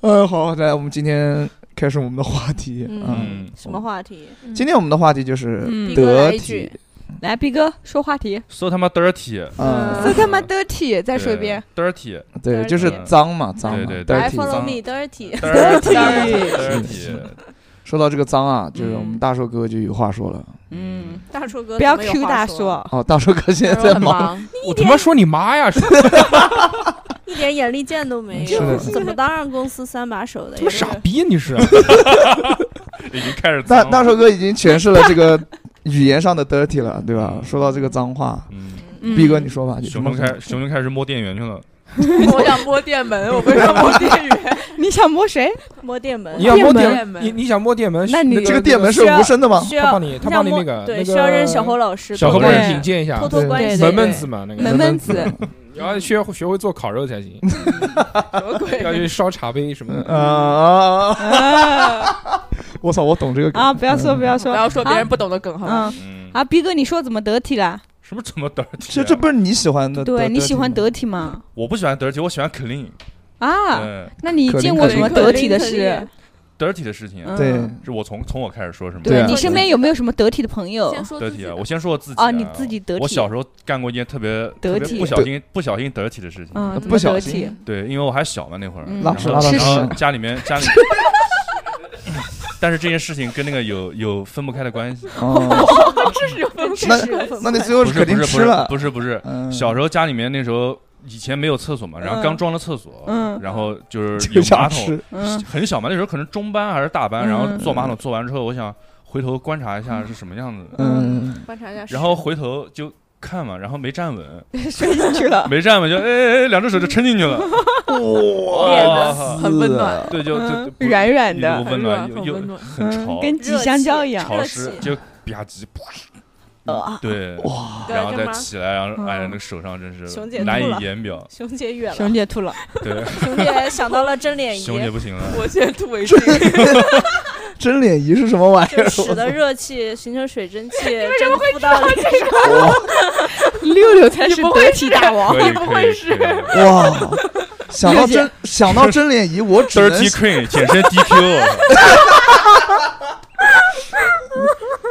Speaker 3: 哎，好，来，我们今天开始我们的话题，嗯，
Speaker 4: 嗯，
Speaker 5: 什么话题？
Speaker 3: 今天我们的话题就是
Speaker 6: 嗯
Speaker 5: 逼哥
Speaker 3: 得
Speaker 5: 来一
Speaker 3: 体
Speaker 5: 句，
Speaker 7: 来，逼哥说话题，
Speaker 4: so 他妈 dirty，
Speaker 3: 嗯，
Speaker 7: 说他妈 dirty，再说一遍。
Speaker 4: 对，dirty
Speaker 3: 对，就是脏嘛，脏嘛
Speaker 4: 对对对
Speaker 5: 来
Speaker 3: dirty
Speaker 5: follow
Speaker 4: 脏
Speaker 5: me
Speaker 7: [laughs]
Speaker 5: dirty。
Speaker 4: dirty dirty，
Speaker 3: [laughs] 说到这个脏啊，就是
Speaker 6: 嗯
Speaker 3: 我们大硕哥就有话说了。
Speaker 6: 嗯，
Speaker 5: 大硕哥
Speaker 7: 不要
Speaker 5: 怎么
Speaker 7: Q
Speaker 5: 有话
Speaker 7: 大
Speaker 5: 说，
Speaker 3: [laughs]
Speaker 7: 叔，
Speaker 3: 哦，大硕哥现在在
Speaker 6: 很
Speaker 3: 忙，
Speaker 6: 忙，
Speaker 2: 我他妈说你妈呀！说
Speaker 5: 一点眼力见都没
Speaker 3: 是的
Speaker 5: 有，怎么当上公司三把手的？
Speaker 2: 他 [laughs] 妈傻逼啊你是？
Speaker 4: 已经开始
Speaker 3: 大
Speaker 4: 脏了。
Speaker 3: 大硕哥已经诠释了这个语言上的 dirty 了，对吧？说到这个脏话，
Speaker 4: 嗯，
Speaker 6: 嗯
Speaker 3: 逼哥你说吧，你
Speaker 4: 熊
Speaker 3: 怎么
Speaker 4: 熊开
Speaker 3: 说
Speaker 4: 熊熊开始摸电源去了。
Speaker 5: [laughs]
Speaker 6: 我想摸电门，我不想摸电源。
Speaker 7: 你想摸谁？
Speaker 5: 摸电门
Speaker 2: 你，想摸
Speaker 6: 电
Speaker 2: 电，
Speaker 6: 门
Speaker 2: 你你想摸电门？
Speaker 7: 那你
Speaker 3: 这个电门是无声的吗？
Speaker 5: 需
Speaker 2: 他
Speaker 5: 要
Speaker 2: 帮你，他帮你那
Speaker 5: 像摸
Speaker 2: 个那
Speaker 5: 对，
Speaker 2: 个
Speaker 5: 需要认识小侯老师，
Speaker 2: 小何
Speaker 5: 偷偷
Speaker 2: 帮
Speaker 3: 对
Speaker 2: 你引荐一下
Speaker 5: 偷，偷关
Speaker 7: 对
Speaker 5: 心
Speaker 2: 门门子嘛
Speaker 3: 嗯
Speaker 2: 那个，
Speaker 7: 门门子，
Speaker 2: 然后学学会做烤肉才行，
Speaker 6: 什么
Speaker 2: 要
Speaker 6: 鬼？
Speaker 2: 去烧茶杯什么的。
Speaker 3: 嗯啊！我操，我懂这个梗
Speaker 7: 嗯啊！不要
Speaker 3: 嗯
Speaker 7: 说，不要说，
Speaker 6: 不要说别人不懂的梗，好吧？
Speaker 7: 嗯
Speaker 4: 嗯，
Speaker 7: 啊，逼哥，你说怎么得体了？
Speaker 4: 什么怎么 dirty？啊
Speaker 3: 这这不是你喜欢的，
Speaker 7: 对你喜欢
Speaker 3: 德
Speaker 7: 得体吗？
Speaker 4: 我不喜欢 dirty，我喜欢 clean。
Speaker 7: 啊，
Speaker 4: 嗯
Speaker 7: 那你
Speaker 3: 可怜
Speaker 7: 见
Speaker 3: 可
Speaker 7: 过什
Speaker 3: 怜
Speaker 7: 么
Speaker 3: 可
Speaker 7: 得
Speaker 5: 怜
Speaker 7: 体的
Speaker 5: 可
Speaker 7: 事
Speaker 5: 怜？
Speaker 4: dirty 的事情，啊
Speaker 6: 嗯
Speaker 3: 对，
Speaker 4: 是我从从我开始说是吗？
Speaker 3: 对啊
Speaker 7: 你身边有没有什么得体的朋友？
Speaker 5: 先说自己
Speaker 4: dirty 啊！
Speaker 5: 的
Speaker 4: 我先说我自己
Speaker 7: 啊，你自己得体。
Speaker 4: 我小时候干过一件特别特别
Speaker 7: dirty
Speaker 4: 不小心不小心 dirty 的事情。
Speaker 7: 嗯，怎
Speaker 3: 不
Speaker 7: 么
Speaker 3: 小
Speaker 7: 得
Speaker 3: 心
Speaker 7: 体？
Speaker 4: 对，因为我还小嘛那会儿，
Speaker 7: 嗯
Speaker 3: 拉
Speaker 4: 然
Speaker 3: 屎
Speaker 4: 后
Speaker 3: 拉到
Speaker 7: 是
Speaker 4: 然后
Speaker 3: 屎，
Speaker 4: 家里面 [laughs] 家里。但是这件事情跟那个有有分不开的关系，
Speaker 7: 嗯 [laughs]
Speaker 3: 哦，那那你最后
Speaker 4: 不是
Speaker 3: 肯定
Speaker 4: 不是
Speaker 3: 吃了。
Speaker 4: 不是不是，
Speaker 3: 嗯，
Speaker 4: 小时候家里面那时候以前没有厕所嘛，然后
Speaker 7: 嗯
Speaker 4: 刚装了厕所，
Speaker 7: 嗯
Speaker 4: 然后就是
Speaker 3: 就
Speaker 4: 有
Speaker 3: 想 [laughs]
Speaker 4: 马桶，
Speaker 3: 吃，
Speaker 7: 嗯，
Speaker 4: 很小嘛，那时候可能中班还是大班，然后
Speaker 7: 嗯
Speaker 4: 坐马桶坐完之后，我想回头观察一下是什么样子的，
Speaker 3: 嗯，
Speaker 5: 观察一下
Speaker 4: 然后回头就看嘛，然后没站稳，
Speaker 7: 摔进去
Speaker 3: [laughs]
Speaker 7: 了。
Speaker 4: 没站稳就哎哎哎，两只手就撑进去了，哦
Speaker 6: 脸呢
Speaker 4: 哇，
Speaker 6: 很温暖，
Speaker 4: 对，就就就
Speaker 8: [laughs]
Speaker 7: 嗯，软软
Speaker 4: 一
Speaker 3: 呃
Speaker 4: 股
Speaker 7: 的，
Speaker 4: 温暖
Speaker 6: 很
Speaker 4: 又
Speaker 6: 软
Speaker 4: 又
Speaker 6: 很温暖
Speaker 4: 很潮
Speaker 7: 嗯，，跟挤香蕉一样。
Speaker 4: 潮湿
Speaker 5: 热气
Speaker 4: 就吧唧，
Speaker 7: 呃
Speaker 4: 啪嗯对，
Speaker 3: 哇，
Speaker 4: 然后
Speaker 5: 对
Speaker 4: 再
Speaker 5: 干嘛
Speaker 4: 起来，然后
Speaker 7: 嗯
Speaker 4: 哎呀，那个手上真是
Speaker 5: 熊姐吐
Speaker 4: 难以
Speaker 5: 了
Speaker 4: 言表，
Speaker 5: 熊姐远了
Speaker 7: 熊，姐吐了，
Speaker 5: [laughs]
Speaker 4: 对，
Speaker 5: 熊姐想到了真脸仪，
Speaker 4: 熊姐不行了，
Speaker 6: 我先吐为敬。
Speaker 3: 真脸仪是什么玩意
Speaker 5: 就
Speaker 3: 儿？
Speaker 4: [laughs]
Speaker 5: 使得热气形成水 [laughs] 蒸气，蒸发到脸上。
Speaker 7: 六 [laughs] 六才是
Speaker 6: 你不
Speaker 7: 得体大王。
Speaker 4: 可以
Speaker 6: 你不
Speaker 4: 可
Speaker 6: 会
Speaker 4: 以
Speaker 6: 是
Speaker 4: 可以
Speaker 3: 哇，想到真想到真脸仪，
Speaker 4: [laughs]
Speaker 3: 我只能
Speaker 4: ，dirty queen 简称
Speaker 7: [laughs]
Speaker 4: DQ，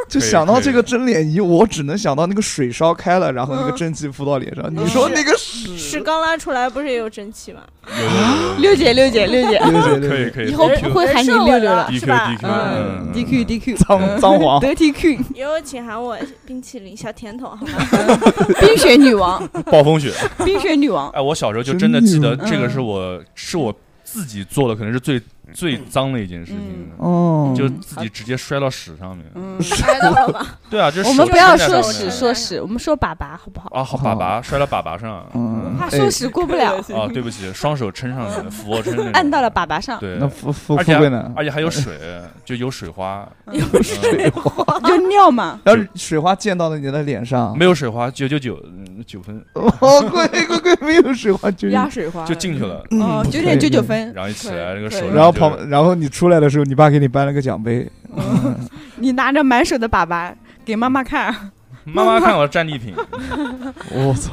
Speaker 3: 就想到这个真脸仪，我只能想到那个水烧开了，然后那个
Speaker 7: 嗯
Speaker 3: 蒸汽敷到脸上。你说那个屎，
Speaker 5: 屎刚拉出来不是也有蒸汽吗？
Speaker 7: 啊六姐，六姐，六姐，
Speaker 3: 对对
Speaker 4: 可以
Speaker 3: 对，
Speaker 4: 可以，
Speaker 7: 以后不会喊你六六了。
Speaker 4: DQ
Speaker 5: 是吧
Speaker 4: DQ，
Speaker 5: [laughs]
Speaker 7: 嗯哦
Speaker 4: 嗯
Speaker 7: ，DQ DQ，
Speaker 3: 脏脏皇，
Speaker 7: 得体 Q，
Speaker 5: 以后请喊我冰淇淋小甜 [laughs] 筒，好吗？
Speaker 7: [laughs] 冰雪女王，
Speaker 4: 暴风雪。
Speaker 7: 冰雪女王。
Speaker 4: 哎，我小时候就真的记得
Speaker 7: 真的嗯
Speaker 4: 这个是我是我自己做的，可能是
Speaker 3: 嗯
Speaker 4: 最最脏的一件事情，
Speaker 3: 哦，
Speaker 4: 就自己直接摔到屎上面。 [laughs]
Speaker 7: 嗯，
Speaker 5: 猜到了吧？
Speaker 4: 对啊，就是
Speaker 7: 我们不要说
Speaker 5: 手
Speaker 4: 哎
Speaker 7: 屎
Speaker 5: 机
Speaker 7: 说哦屎，我们说粑粑好不好？
Speaker 4: 啊，好粑粑摔到粑粑上，
Speaker 3: 嗯
Speaker 7: 怕
Speaker 3: 哎
Speaker 7: 说屎过不了，
Speaker 4: [laughs] 啊，对不起，双手撑上去，俯卧撑那种，
Speaker 7: 嗯按到了粑粑上，
Speaker 4: 对
Speaker 3: 那，富富富
Speaker 4: 而且
Speaker 3: 贵呢？
Speaker 4: 而且还有水，就有水花，
Speaker 7: 嗯
Speaker 4: 嗯
Speaker 7: 有
Speaker 4: 水
Speaker 7: [laughs] 就尿嘛。
Speaker 3: 然后水花溅到了你的脸上，
Speaker 4: 没有水花九九九嗯九分
Speaker 3: [laughs] 哦，贵贵贵，没有水花就是。
Speaker 6: 压水
Speaker 7: 啊
Speaker 6: 花
Speaker 4: 就进去了，
Speaker 3: 嗯
Speaker 7: 哦，九点九九分，
Speaker 4: 然后一起来那
Speaker 6: 对
Speaker 4: 个
Speaker 6: 对
Speaker 4: 手，
Speaker 3: 然后旁，然后你出来的时候，你爸给你颁了个奖杯，
Speaker 7: 你拿着满手的粑粑给妈妈看，
Speaker 4: 妈妈看我战利品，
Speaker 3: 我操，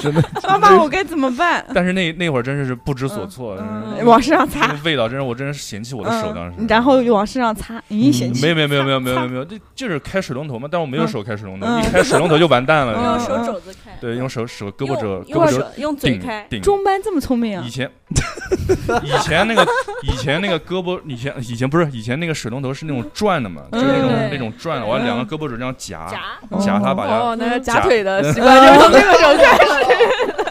Speaker 3: 真的，
Speaker 7: 妈妈我该怎么办？
Speaker 4: 但是那那会儿真是不知所措，真是
Speaker 7: 嗯往身上
Speaker 4: 那
Speaker 7: 擦
Speaker 4: 个，味道真是我真是嫌嗯弃我的手当时嗯
Speaker 7: 嗯，。然后往身上擦，咦，嫌弃
Speaker 4: 没有没有没有没有没有没
Speaker 7: 擦
Speaker 4: 有没有，这就是开水龙头嘛，但我没有
Speaker 7: 嗯
Speaker 4: 手开水龙头，
Speaker 7: 嗯
Speaker 4: 一开水龙头就完蛋了。
Speaker 5: 用
Speaker 4: 你知道吗
Speaker 5: 手肘子开，
Speaker 4: 对，用手手胳膊肘胳膊
Speaker 5: 用用
Speaker 4: 肘
Speaker 5: 手用嘴
Speaker 4: 顶
Speaker 5: 开，
Speaker 4: 顶。
Speaker 7: 中班这么聪明啊
Speaker 4: 以？前以前那个以前那个胳膊以前以前不是以前那个水龙头是那种转的嘛，就是那种
Speaker 7: 对
Speaker 4: 那种转的，我要两个胳膊肘这样夹
Speaker 5: 夹
Speaker 4: 夹它把它。
Speaker 6: 哦，那个夹
Speaker 4: 夹
Speaker 6: 腿的
Speaker 3: [laughs]
Speaker 7: [laughs]
Speaker 6: 习惯就是从那个时候开 始。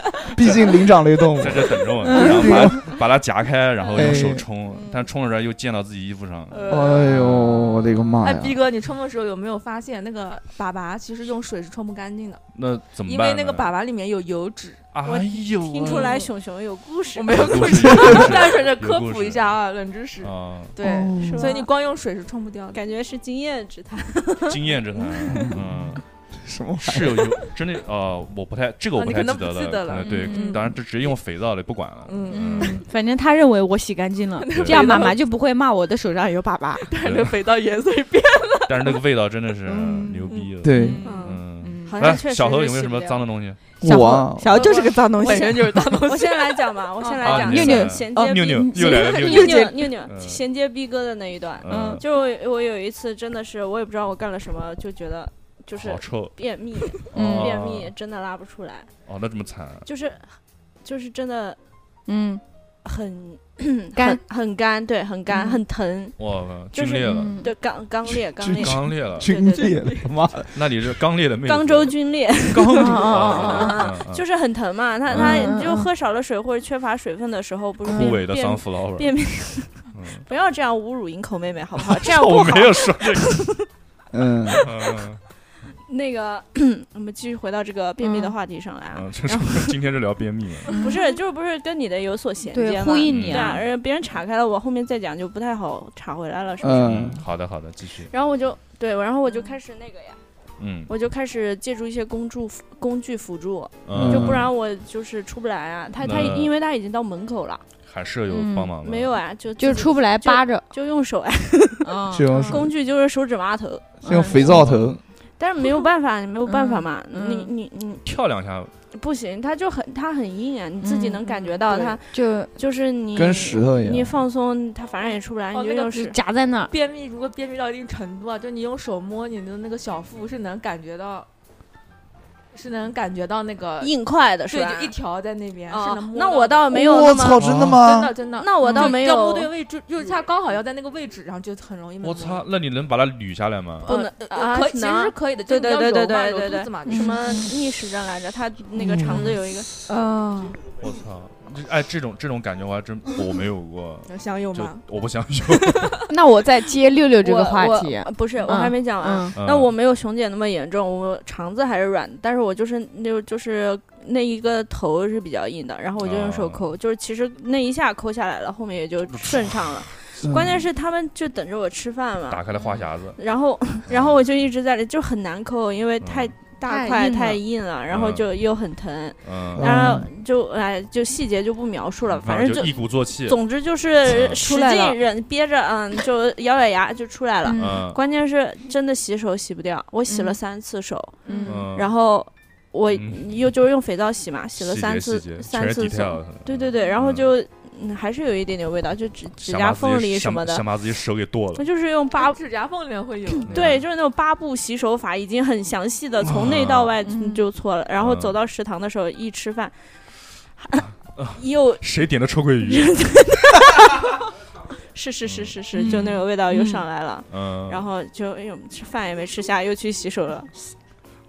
Speaker 3: [laughs] 毕竟灵长类动物 [laughs]
Speaker 4: 在这等着我，然后把它把它夹开，然后用手
Speaker 3: 哎
Speaker 4: 冲，但冲着又溅到自己衣服上。
Speaker 6: 嗯
Speaker 3: 哎呦，我的个妈
Speaker 6: 哎，
Speaker 3: 呀！
Speaker 6: 逼哥，你冲的时候有没有发现那个粑粑其实用水是冲不干净的，
Speaker 4: 那怎么
Speaker 6: 因
Speaker 4: 办呢？
Speaker 6: 为那个粑粑里面有油脂。我
Speaker 4: 哎呦，
Speaker 5: 听出来熊熊有故事，
Speaker 6: 我 [laughs] 没有
Speaker 4: 故
Speaker 6: 故
Speaker 4: 事
Speaker 6: 事，但是这
Speaker 4: 有
Speaker 6: 科
Speaker 4: 故
Speaker 6: 普一
Speaker 4: 事
Speaker 6: 下啊，冷知识。
Speaker 4: 啊，
Speaker 6: 对，
Speaker 3: 哦
Speaker 5: 是吧
Speaker 6: 所以你光用水是冲不掉的。
Speaker 5: 感觉是经验之谈。
Speaker 4: 经验之谈，嗯，
Speaker 3: 什么玩意
Speaker 4: 是有有真的哦，我不太这个我
Speaker 6: 啊
Speaker 4: 不
Speaker 6: 你
Speaker 4: 太
Speaker 6: 可
Speaker 4: 记
Speaker 6: 能不
Speaker 4: 得
Speaker 6: 记得了
Speaker 4: 哎对，
Speaker 8: 嗯
Speaker 4: 当然这直接用肥皂了，不管了。
Speaker 6: 嗯，
Speaker 8: 嗯，反正他认为我洗干净了，
Speaker 4: 对
Speaker 8: 这样妈妈就不会骂我的手上有粑粑。
Speaker 6: 但是这肥皂颜色一变。
Speaker 4: [laughs] 但是那个味道真的是
Speaker 8: 嗯
Speaker 4: 牛逼的。，
Speaker 3: 对，
Speaker 6: 嗯，
Speaker 4: 嗯，
Speaker 8: 嗯，
Speaker 5: 好
Speaker 4: 来，
Speaker 5: 像确实
Speaker 4: 小何
Speaker 5: 是
Speaker 4: 有没有什
Speaker 5: 洗不
Speaker 4: 么
Speaker 5: 了
Speaker 4: 脏的东西？
Speaker 8: 小
Speaker 3: 我
Speaker 8: 何
Speaker 3: 啊
Speaker 8: 小何就是个脏东
Speaker 6: 本身
Speaker 8: 西，
Speaker 6: 就是大东西。
Speaker 5: 我先来讲吧，我先来
Speaker 4: 啊
Speaker 5: 讲
Speaker 4: 你
Speaker 5: 一
Speaker 8: 先
Speaker 5: 下
Speaker 8: 来
Speaker 5: 衔
Speaker 4: 哦
Speaker 5: 接，
Speaker 4: 妞妞又来了，
Speaker 5: [laughs]
Speaker 4: 妞
Speaker 5: 妞
Speaker 4: 妞，
Speaker 5: 妞妞妞
Speaker 4: 嗯
Speaker 5: 衔接逼哥的那一段，
Speaker 4: 嗯，
Speaker 5: 就我我有一次真的是我也不知道我干了什么，就觉得就是
Speaker 4: 好哦臭，啊
Speaker 5: 便秘，
Speaker 8: 嗯
Speaker 5: 便秘真的拉不出来，
Speaker 4: 哦，那这么惨啊，
Speaker 5: 就是就是真的
Speaker 8: 嗯，
Speaker 5: [clears throat] 很
Speaker 8: 干
Speaker 5: 很很干，对，很干，
Speaker 8: 嗯
Speaker 5: 很疼，
Speaker 4: 哇，
Speaker 5: 就
Speaker 4: 皲
Speaker 5: 是
Speaker 4: 裂了，
Speaker 8: 嗯
Speaker 5: 对，刚刚裂，刚
Speaker 3: 就
Speaker 5: 裂，
Speaker 4: 刚裂了，
Speaker 3: 军裂了，妈的！
Speaker 4: 那你是刚裂的妹子，
Speaker 5: 肛周皲裂，
Speaker 4: 刚周，
Speaker 8: 啊啊啊
Speaker 5: 啊
Speaker 4: 啊啊
Speaker 5: 就是很疼嘛。他
Speaker 8: 嗯
Speaker 5: 他
Speaker 8: 嗯
Speaker 5: 就喝少了水或者缺乏水分的时候，不是
Speaker 4: 枯
Speaker 5: 便
Speaker 4: 萎的
Speaker 5: 便
Speaker 4: sunflower，
Speaker 5: 便秘，
Speaker 4: 嗯
Speaker 5: [laughs] 不要这样侮辱营口妹妹好不好？
Speaker 4: [laughs]
Speaker 5: 这样不
Speaker 4: 哦我
Speaker 5: 好
Speaker 4: 没。有说这个，
Speaker 3: [laughs] 嗯，
Speaker 4: 嗯
Speaker 5: 那个，我们继续回到这个便秘的话题上来啊
Speaker 4: 嗯，，这是今天是聊便秘啊，
Speaker 5: 不是，就是不是跟你的有所衔接
Speaker 8: 对，
Speaker 5: 吗？
Speaker 8: 呼
Speaker 6: 嗯
Speaker 8: 应
Speaker 5: 对
Speaker 8: 你
Speaker 5: 啊，
Speaker 8: 啊，
Speaker 5: 而别人岔开了，我后面再讲就不太好岔回来了，是不是？
Speaker 3: 嗯
Speaker 4: 嗯，好的好的，继续，
Speaker 5: 然后我就对，然后我就开始那个呀，
Speaker 4: 嗯
Speaker 5: 我就开始借助一些工助工具辅助，
Speaker 4: 嗯，
Speaker 5: 就不然我就是出不来啊。他他
Speaker 4: 嗯
Speaker 5: 因为他已经到门口了，
Speaker 4: 喊舍友
Speaker 8: 嗯
Speaker 4: 帮忙吗
Speaker 5: 没有啊，就
Speaker 8: 就是
Speaker 5: 自己
Speaker 8: 出不来，扒着，
Speaker 5: 就用手啊，
Speaker 6: 嗯
Speaker 8: 啊
Speaker 3: 就用
Speaker 5: 工具就是手指挖头，
Speaker 3: 就用肥皂头，
Speaker 5: 但是没有办法，你没有办法嘛，
Speaker 8: 嗯
Speaker 5: 你你你
Speaker 4: 跳两下，
Speaker 5: 不行，它就很它很硬啊，你自己能
Speaker 6: 嗯
Speaker 5: 感觉到它，
Speaker 8: 就
Speaker 5: 就是你
Speaker 3: 跟石头一样
Speaker 5: 你放松，它反正也出不来，
Speaker 6: 哦
Speaker 5: 你就
Speaker 6: 那个
Speaker 5: 用
Speaker 8: 就
Speaker 5: 手。
Speaker 8: 夹在
Speaker 6: [laughs]
Speaker 8: 那儿，
Speaker 6: 便秘如果便秘到一定程度啊，就你用手摸你的那个小腹是能感觉到，是能感觉到那个，
Speaker 5: 硬块的是
Speaker 6: 对，
Speaker 5: 吧
Speaker 6: 就一？条在那边，是能
Speaker 5: 哦，
Speaker 6: 摸
Speaker 5: 那
Speaker 6: 到
Speaker 5: 我
Speaker 6: 的
Speaker 5: 倒没有那
Speaker 3: 我操，
Speaker 5: 么，
Speaker 3: 真的
Speaker 6: 真
Speaker 3: 吗
Speaker 6: 的？真的，
Speaker 5: 那我
Speaker 8: 嗯
Speaker 5: 倒
Speaker 6: 就
Speaker 5: 没
Speaker 6: 要摸对
Speaker 5: 有，
Speaker 6: 位置，就是它刚好要在那个位置，然后就很容易被
Speaker 4: 我
Speaker 6: 摸
Speaker 4: 操，，那你能把它捋下来吗？
Speaker 5: 不能
Speaker 6: 呃
Speaker 5: 啊
Speaker 6: 可以，其
Speaker 5: 能
Speaker 6: 实
Speaker 5: 啊
Speaker 6: 是可以的，就
Speaker 5: 对
Speaker 6: 是
Speaker 5: 对
Speaker 6: 比较
Speaker 5: 对对
Speaker 6: 柔嘛
Speaker 5: 对
Speaker 6: 揉
Speaker 5: 对
Speaker 6: 肚
Speaker 5: 对
Speaker 6: 子嘛，，嗯
Speaker 5: 什么逆时针来着？它那个肠子有一个，
Speaker 6: 哦
Speaker 8: 嗯，
Speaker 4: 我操，这哎这种这种感觉我还真我没有过，
Speaker 6: 能想有
Speaker 4: 就
Speaker 6: 吗？
Speaker 4: 我不想有，
Speaker 5: [laughs]
Speaker 8: 那我再接六六这个话
Speaker 5: 我
Speaker 8: 题，
Speaker 5: 我不是，我
Speaker 8: 嗯
Speaker 5: 还没讲完。
Speaker 8: 嗯，
Speaker 5: 那
Speaker 4: 嗯
Speaker 5: 我没有熊姐那么严重，我肠子还是软的，但是我就是那就是那一个头是比较硬的，然后我就
Speaker 3: 哦
Speaker 5: 用手
Speaker 4: 啊
Speaker 5: 抠，就是其实那一下抠下来了，后面也就顺畅了。
Speaker 3: 嗯
Speaker 5: 关键是他们就等着我吃饭
Speaker 4: 嗯打
Speaker 5: 嘛，
Speaker 4: 开了话匣子，
Speaker 5: 然
Speaker 4: [laughs]
Speaker 5: 后然后我就一直在那就很难抠，因为太
Speaker 4: 嗯
Speaker 5: 大
Speaker 8: 太
Speaker 5: 块
Speaker 8: 硬
Speaker 5: 太
Speaker 8: 了
Speaker 5: 硬了，然后
Speaker 4: 嗯
Speaker 5: 就又很疼，
Speaker 4: 嗯，
Speaker 5: 然后就哎就细节就不描述了，反正
Speaker 4: 就
Speaker 5: 就
Speaker 4: 一鼓作气，
Speaker 5: 总之就是
Speaker 4: 嗯
Speaker 5: 使
Speaker 8: 出来了
Speaker 5: 劲忍憋着，嗯，就咬咬牙就出来了。
Speaker 4: 嗯
Speaker 5: [laughs] 关键是真的洗手洗不掉，我洗了
Speaker 8: 嗯
Speaker 5: 三次手，
Speaker 8: 嗯，
Speaker 4: 嗯，
Speaker 5: 然后我
Speaker 4: 嗯
Speaker 5: 又就是用肥皂洗嘛，
Speaker 4: 细
Speaker 5: 洗了
Speaker 4: 节
Speaker 5: 三
Speaker 4: 细
Speaker 5: 次
Speaker 4: 节
Speaker 5: 三
Speaker 4: 全是
Speaker 5: 次
Speaker 4: detail
Speaker 5: 手，
Speaker 4: 嗯
Speaker 5: 对对对，然后
Speaker 4: 嗯
Speaker 5: 就嗯还是有一点点味道，就指指
Speaker 4: 想
Speaker 5: 甲
Speaker 4: 把自己
Speaker 5: 缝里
Speaker 4: 想
Speaker 5: 什么的
Speaker 4: 想，把自己手给剁了嗯
Speaker 5: 那，就是用
Speaker 6: 把
Speaker 5: 八
Speaker 6: 指甲缝里面会有，
Speaker 5: 对，就是那种八步洗手法，已经很详细的从内到外
Speaker 8: 嗯
Speaker 5: 就搓了，然后
Speaker 4: 啊嗯啊
Speaker 5: 走到食堂的时候一吃饭， [laughs]
Speaker 4: [laughs]
Speaker 5: 又
Speaker 4: 谁点的臭鳜
Speaker 5: [laughs]
Speaker 4: 鱼？
Speaker 5: 是是是
Speaker 4: 嗯
Speaker 5: 是是，就那个味道又上来了。
Speaker 4: 嗯，
Speaker 5: 然后就哎呦，吃饭也没吃下，又去洗手了。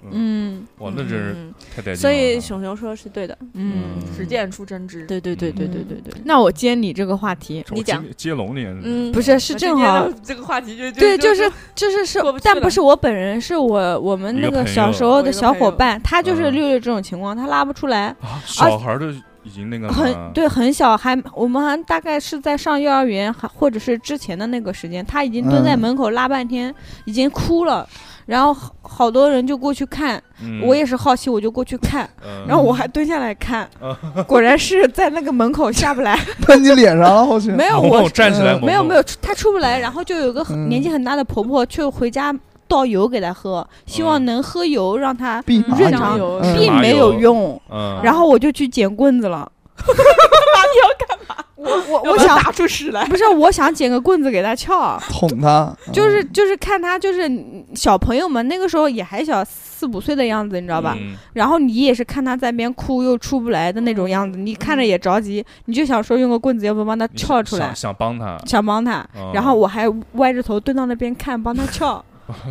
Speaker 8: 嗯
Speaker 4: 哇，那真是啊
Speaker 5: 嗯
Speaker 4: 太带劲了，
Speaker 5: 所以熊熊说是对的，
Speaker 8: 嗯，
Speaker 6: 实践出真知。
Speaker 5: 对对对对对对对。
Speaker 8: 那我接你这个话题，
Speaker 4: 我
Speaker 5: 你
Speaker 4: 接
Speaker 5: 讲
Speaker 4: 接龙你也是，啊
Speaker 5: 嗯，
Speaker 8: 不是是
Speaker 6: 那
Speaker 8: 正
Speaker 6: 今天
Speaker 8: 好
Speaker 6: 的这个话题就
Speaker 8: 对，就是就是是
Speaker 6: 过不，去
Speaker 8: 但
Speaker 6: 了
Speaker 8: 不是我本人，是我我们
Speaker 4: 一
Speaker 8: 那
Speaker 4: 个
Speaker 8: 个
Speaker 4: 朋
Speaker 8: 小
Speaker 4: 友
Speaker 8: 时候
Speaker 6: 我
Speaker 8: 的
Speaker 6: 一个
Speaker 8: 小
Speaker 6: 朋
Speaker 8: 伙
Speaker 6: 友
Speaker 8: 伴，他就是
Speaker 4: 嗯
Speaker 8: 六六这种情况，他拉不出来，
Speaker 5: 啊
Speaker 4: 小孩儿都已经那个了
Speaker 8: 很，对，很小，还我们还大概是在上幼儿园，还或者是之前的那个时间，他已经蹲在
Speaker 3: 嗯
Speaker 8: 门口拉半天，已经哭了，然后好好多人就过去看，
Speaker 4: 嗯
Speaker 8: 我也是好奇，我就过去看，
Speaker 4: 嗯
Speaker 8: [laughs] 然后我还蹲下来看
Speaker 4: 嗯，
Speaker 8: [laughs] 果然是在那个门口下
Speaker 4: [laughs]
Speaker 8: 不来，
Speaker 3: [laughs] 喷你脸上了，我去。
Speaker 8: 没有
Speaker 4: 萌萌
Speaker 8: 我
Speaker 4: 啊站起来，
Speaker 3: 呃
Speaker 4: 萌
Speaker 8: 没有
Speaker 4: 萌
Speaker 8: 没有，他出不来，然后就有个很
Speaker 3: 嗯
Speaker 8: 年纪很大的婆婆去回家倒油给他喝，希望
Speaker 4: 嗯
Speaker 8: 能喝油让他
Speaker 3: 必
Speaker 6: 嗯
Speaker 3: 麻
Speaker 8: 正
Speaker 3: 油
Speaker 8: 常
Speaker 6: 有
Speaker 3: 嗯
Speaker 8: 并
Speaker 4: 麻
Speaker 8: 没
Speaker 4: 油
Speaker 8: 有用，
Speaker 4: 嗯，
Speaker 8: 然后我就去捡棍
Speaker 4: [laughs]
Speaker 8: 子了。 [laughs] 你要干嘛？我我我想打出屎来，不是我想捡个棍子给他撬，
Speaker 3: 捅他，嗯
Speaker 8: 就是就是看他就是小朋友们那个时候也还小四五岁的样子，你知道吧？
Speaker 4: 嗯
Speaker 8: 然后你也是看他在那边哭又出不来的那种样子，你看着也着急，你就想说用个棍子要不要帮他
Speaker 4: 你想
Speaker 8: 撬出来
Speaker 4: 想，想帮他，
Speaker 8: 想帮他。
Speaker 4: 嗯
Speaker 8: 然后我还歪着头蹲到那边看，帮他撬，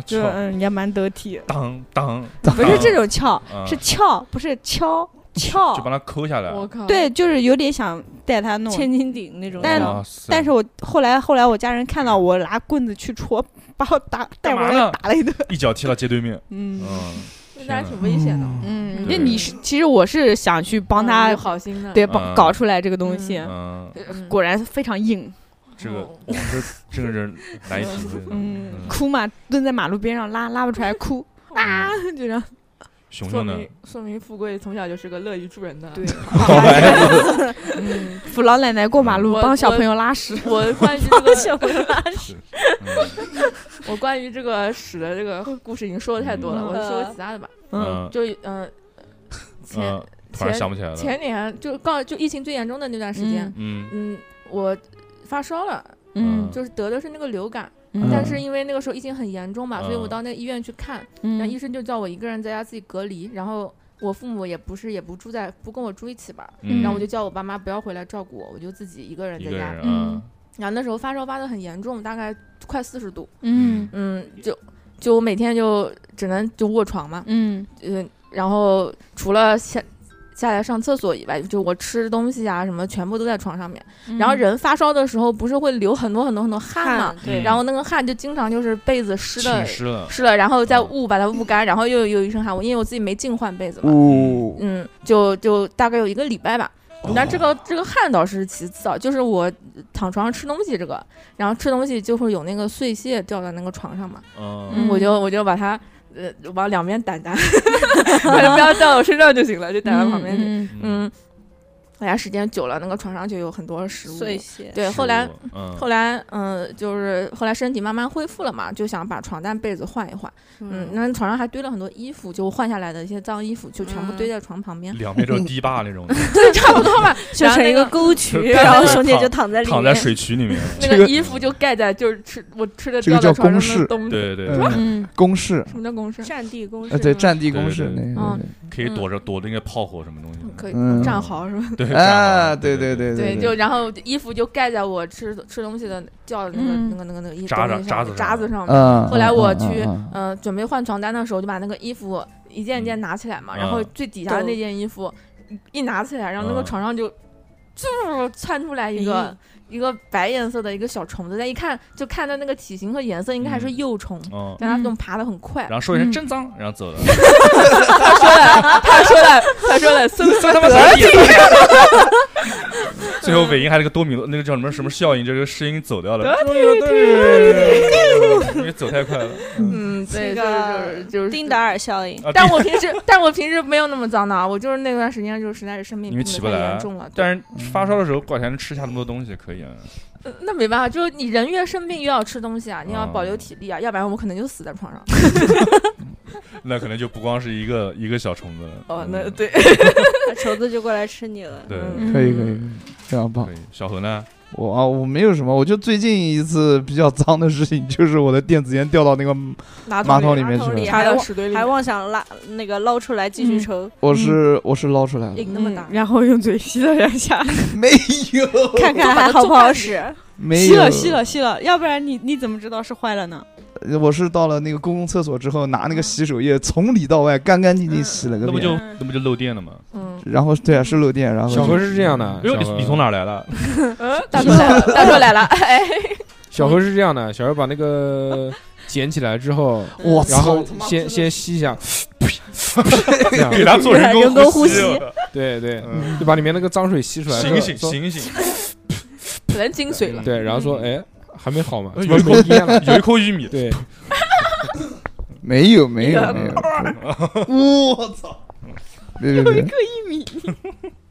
Speaker 8: 就
Speaker 4: 撬
Speaker 8: 嗯也蛮得体。
Speaker 4: 当当，嗯
Speaker 8: 不是这
Speaker 4: 种
Speaker 8: 种撬，是撬，不是敲
Speaker 7: 翘
Speaker 4: 就，把它抠下来。
Speaker 6: 我靠，
Speaker 8: 对，，就是有点想带他弄。
Speaker 5: [laughs] 千斤顶那种。
Speaker 8: 但
Speaker 5: [laughs]
Speaker 4: 哇塞
Speaker 8: 但是我后来后来我家人看到我拿棍子去戳，把我打带
Speaker 4: 干
Speaker 8: 我
Speaker 4: 嘛
Speaker 8: 来
Speaker 4: 呢
Speaker 8: 打了一顿。
Speaker 4: 一脚踢到街对面，
Speaker 8: 嗯
Speaker 4: 嗯，
Speaker 6: 那还挺危险的。
Speaker 8: 嗯，
Speaker 4: 对
Speaker 8: 就你是其实我是想去帮
Speaker 6: 嗯
Speaker 8: 他
Speaker 6: 有，好心的，
Speaker 8: 对，
Speaker 4: 嗯
Speaker 8: 帮搞出来这个东西，
Speaker 4: 嗯，
Speaker 6: 嗯，
Speaker 8: 果然非常硬。
Speaker 4: 这个哇，这
Speaker 8: [laughs]
Speaker 4: 这个人难以体会。
Speaker 8: 哦嗯
Speaker 4: 嗯，
Speaker 8: 哭嘛，蹲在马路边上拉拉不出来， [laughs] 哭啊，就这样。
Speaker 4: 熊
Speaker 6: 说
Speaker 4: 熊呢
Speaker 6: 明？说明富贵从小就是个乐于助人的。 [laughs]
Speaker 5: 对，
Speaker 4: [laughs]
Speaker 8: 嗯，扶老奶奶过马路，
Speaker 6: 我
Speaker 8: 帮小朋友拉屎。
Speaker 6: 我关于这个，
Speaker 4: 嗯
Speaker 6: [laughs] 我关于这个屎的这个故事已经说的太多了，
Speaker 8: 嗯
Speaker 6: 我说其他的吧。
Speaker 8: 嗯，
Speaker 4: 嗯
Speaker 6: 就嗯，前
Speaker 4: 嗯，突然想不起来了。
Speaker 6: 前年就刚就疫情最严重的那段时间，
Speaker 4: 嗯
Speaker 6: 嗯，我发烧了，
Speaker 8: 嗯
Speaker 6: 就是得的是那个流感，
Speaker 8: 嗯
Speaker 6: 但是因为那个时候疫情很严重嘛，
Speaker 4: 嗯
Speaker 6: 所以我到那个医院去看，然后医
Speaker 8: 嗯
Speaker 6: 生就叫我一个人在家自己隔离，然后我父母也不是也不住在不跟我住一起吧，
Speaker 4: 嗯，
Speaker 6: 然后我就叫我爸妈不要回来照顾我，我就自己一个人
Speaker 4: 一
Speaker 6: 在
Speaker 4: 个人
Speaker 6: 家。
Speaker 4: 啊，
Speaker 6: 然后那时候发烧发的很严重，大概快四十度，
Speaker 8: 嗯
Speaker 6: 嗯，就就我每天就只能就卧床嘛，
Speaker 8: 嗯
Speaker 6: 嗯，然后除了下下来上厕所以外，就我吃东西啊什么全部都在床上面。
Speaker 8: 嗯，
Speaker 6: 然后人发烧的时候不是会流很多很多很多汗嘛，
Speaker 4: 对
Speaker 6: 然后那个汗就经常就是被子湿的
Speaker 4: 浸湿了，
Speaker 6: 湿了，然后再
Speaker 4: 嗯
Speaker 6: 捂把它捂干，然后又又有一身汗。我因为我自己没净换被子嘛，
Speaker 3: 呜、
Speaker 6: 嗯，就就大概有一个礼拜吧。那这个这个汗倒是其次啊，就是我躺床上吃东西这个，然后吃东西就会有那个碎屑掉到那个床上嘛，
Speaker 4: 嗯
Speaker 8: 嗯
Speaker 6: 我就我就把它呃往两边掸 [laughs] 掸，反正不要掉我身上就行了，就掸到旁边去。
Speaker 8: 嗯
Speaker 6: 嗯，后来时间久了，那个床上就有很多食物。
Speaker 5: 碎屑。
Speaker 6: 对，后来
Speaker 4: 嗯
Speaker 6: 后来嗯、就是后来身体慢慢恢复了嘛，就想把床单被子换一换。嗯，那床上还堆了很多衣服，就换下来的一些脏衣服，就全部堆在床旁边，
Speaker 4: 两边都是堤坝
Speaker 8: [laughs]
Speaker 4: 那种，
Speaker 3: [laughs]
Speaker 6: 对，差不多吧。
Speaker 5: [laughs] 就
Speaker 6: 然后
Speaker 5: 成一
Speaker 6: 那
Speaker 5: 个
Speaker 6: 个
Speaker 5: 沟渠，
Speaker 4: 然
Speaker 5: 然
Speaker 4: 后
Speaker 5: 后熊姐
Speaker 4: 躺
Speaker 5: 就躺在里面，
Speaker 4: 躺在
Speaker 5: [laughs]
Speaker 4: 水渠里面。
Speaker 8: [laughs]
Speaker 6: 那
Speaker 3: 这个
Speaker 6: 个衣服就盖在就是吃我吃的
Speaker 3: 这个
Speaker 6: 掉
Speaker 3: 叫
Speaker 6: 在床
Speaker 3: 公
Speaker 6: 上
Speaker 3: 式
Speaker 6: 的东西。
Speaker 4: 对对，对
Speaker 3: 嗯，
Speaker 8: 嗯
Speaker 3: 公式，
Speaker 6: 什么叫公式？
Speaker 5: 占地公
Speaker 3: 呃，
Speaker 5: 式。
Speaker 3: 对，战地公式，
Speaker 4: 对对
Speaker 3: 那
Speaker 6: 嗯
Speaker 3: 个，
Speaker 4: 可以躲着躲那个炮火什么东西的。
Speaker 6: 可以
Speaker 3: 嗯
Speaker 6: 战壕是吧？
Speaker 4: 对
Speaker 3: 对 [laughs] 啊，对
Speaker 4: 对
Speaker 3: 对对
Speaker 6: 对，就
Speaker 3: 对，
Speaker 6: 然后衣服就盖在我吃吃东西的掉的那个、
Speaker 8: 嗯
Speaker 6: 那个那个那个衣
Speaker 4: 渣
Speaker 6: 东西
Speaker 4: 渣
Speaker 6: 上
Speaker 4: 子
Speaker 6: 面
Speaker 4: 上
Speaker 6: 渣子上面。
Speaker 3: 嗯，
Speaker 6: 后来我去
Speaker 3: 嗯
Speaker 6: 嗯、准备换床单的时候，就把那个衣服一件一件拿起来嘛，
Speaker 4: 嗯
Speaker 6: 然后最底下的那件衣服一拿起来，然后那个
Speaker 4: 嗯
Speaker 6: 床上就就窜出来一个、一个白颜色的一个小虫子，但一看就看它那个体型和颜色，应该还是
Speaker 4: 嗯
Speaker 6: 幼虫，
Speaker 4: 嗯，
Speaker 6: 但它
Speaker 8: 嗯
Speaker 6: 这种爬得很快
Speaker 4: 然。后说一声
Speaker 8: 嗯
Speaker 4: 真脏，然后
Speaker 8: [laughs]
Speaker 4: 走了。
Speaker 6: 他说了，他说了，他说了，森
Speaker 4: 这他妈啥意思？ [laughs] 最后尾音还是个多米诺，那个叫什么什么效应，这个声音走掉了。因为走太快了。
Speaker 6: [laughs] 嗯，对，
Speaker 5: 这个
Speaker 6: 就是就是就是
Speaker 5: 丁达尔效应。
Speaker 6: [laughs]
Speaker 4: 啊
Speaker 6: 但我平时，但我平时没有那么脏的啊，我就是那段时间就是实在是生病
Speaker 4: 因为
Speaker 6: 病得
Speaker 4: 起
Speaker 6: 太
Speaker 4: 不来
Speaker 6: 严重了，
Speaker 4: 但是发烧的时候，过两天吃下那么多东西可以啊。
Speaker 6: 呃那没办法，就是你人越生病越要吃东西啊，你要
Speaker 4: 哦
Speaker 6: 保留体力啊，要不然我可能就死在床上。
Speaker 4: 那可能就不光是一个一个小虫子了。
Speaker 6: 哦，
Speaker 4: 嗯
Speaker 6: 那对，
Speaker 5: 虫子就过来吃你了。
Speaker 4: 对
Speaker 6: [laughs] 嗯
Speaker 3: 可以可以，可以非常棒
Speaker 4: 可。以。小何呢？
Speaker 3: 我啊，我没有什么，我就最近一次比较脏的事情，就是我的电子烟掉到那个，
Speaker 6: 马
Speaker 3: 马桶里
Speaker 6: 里
Speaker 3: 面
Speaker 5: 马桶
Speaker 3: 去
Speaker 5: 里
Speaker 3: 了
Speaker 6: 插
Speaker 5: 还
Speaker 6: 到
Speaker 5: 往
Speaker 6: 屎堆里
Speaker 5: 还
Speaker 6: 面，
Speaker 5: 妄想拉那个捞出来继续抽，
Speaker 3: 我是我是捞出来了，
Speaker 6: 瘾那么大
Speaker 8: 嗯，然后用嘴吸了两下，
Speaker 3: 没有，
Speaker 5: 看看还好不好使。
Speaker 3: 没
Speaker 8: 吸
Speaker 3: 有，
Speaker 8: 了吸了吸了，要不然你你怎么知道是坏了呢？
Speaker 3: 我是到了那个公共厕所之后，拿那个洗手液从里到外干干净净洗了个
Speaker 4: 那不
Speaker 3: 遍，
Speaker 4: 就那不就漏电了吗？
Speaker 6: 嗯，
Speaker 3: 然后对啊是漏电，然后
Speaker 2: 小
Speaker 3: 就
Speaker 2: 何是这样的啊
Speaker 4: 哎，呦，
Speaker 2: 小
Speaker 4: 你
Speaker 2: 何
Speaker 4: 你从？哪儿来 [laughs] 的？
Speaker 6: 大哥来了，大 [laughs] 哥来了，哎，
Speaker 2: 小何是这样的，小何把那个 [laughs] 捡起来之后，
Speaker 3: 我
Speaker 2: 然
Speaker 3: 操
Speaker 2: 后，先先吸一下， [laughs] 这
Speaker 4: [laughs]
Speaker 2: 样
Speaker 4: 给他做人
Speaker 5: 人
Speaker 4: 工
Speaker 5: 工呼吸
Speaker 2: 对对，
Speaker 3: 嗯
Speaker 2: 就把里面那个脏水吸出来，
Speaker 4: [laughs] 醒
Speaker 2: 说
Speaker 4: 醒，
Speaker 2: 说
Speaker 4: 醒醒！
Speaker 6: 可能进水了。
Speaker 2: 对，然后说哎还没好吗？
Speaker 4: 哎
Speaker 2: 怎么
Speaker 4: 有
Speaker 2: 没烟了？
Speaker 4: 有一颗玉米，
Speaker 2: 对，
Speaker 3: 没有没有没有，
Speaker 2: [laughs]
Speaker 3: 我操，别别别， [laughs] 有一颗玉米，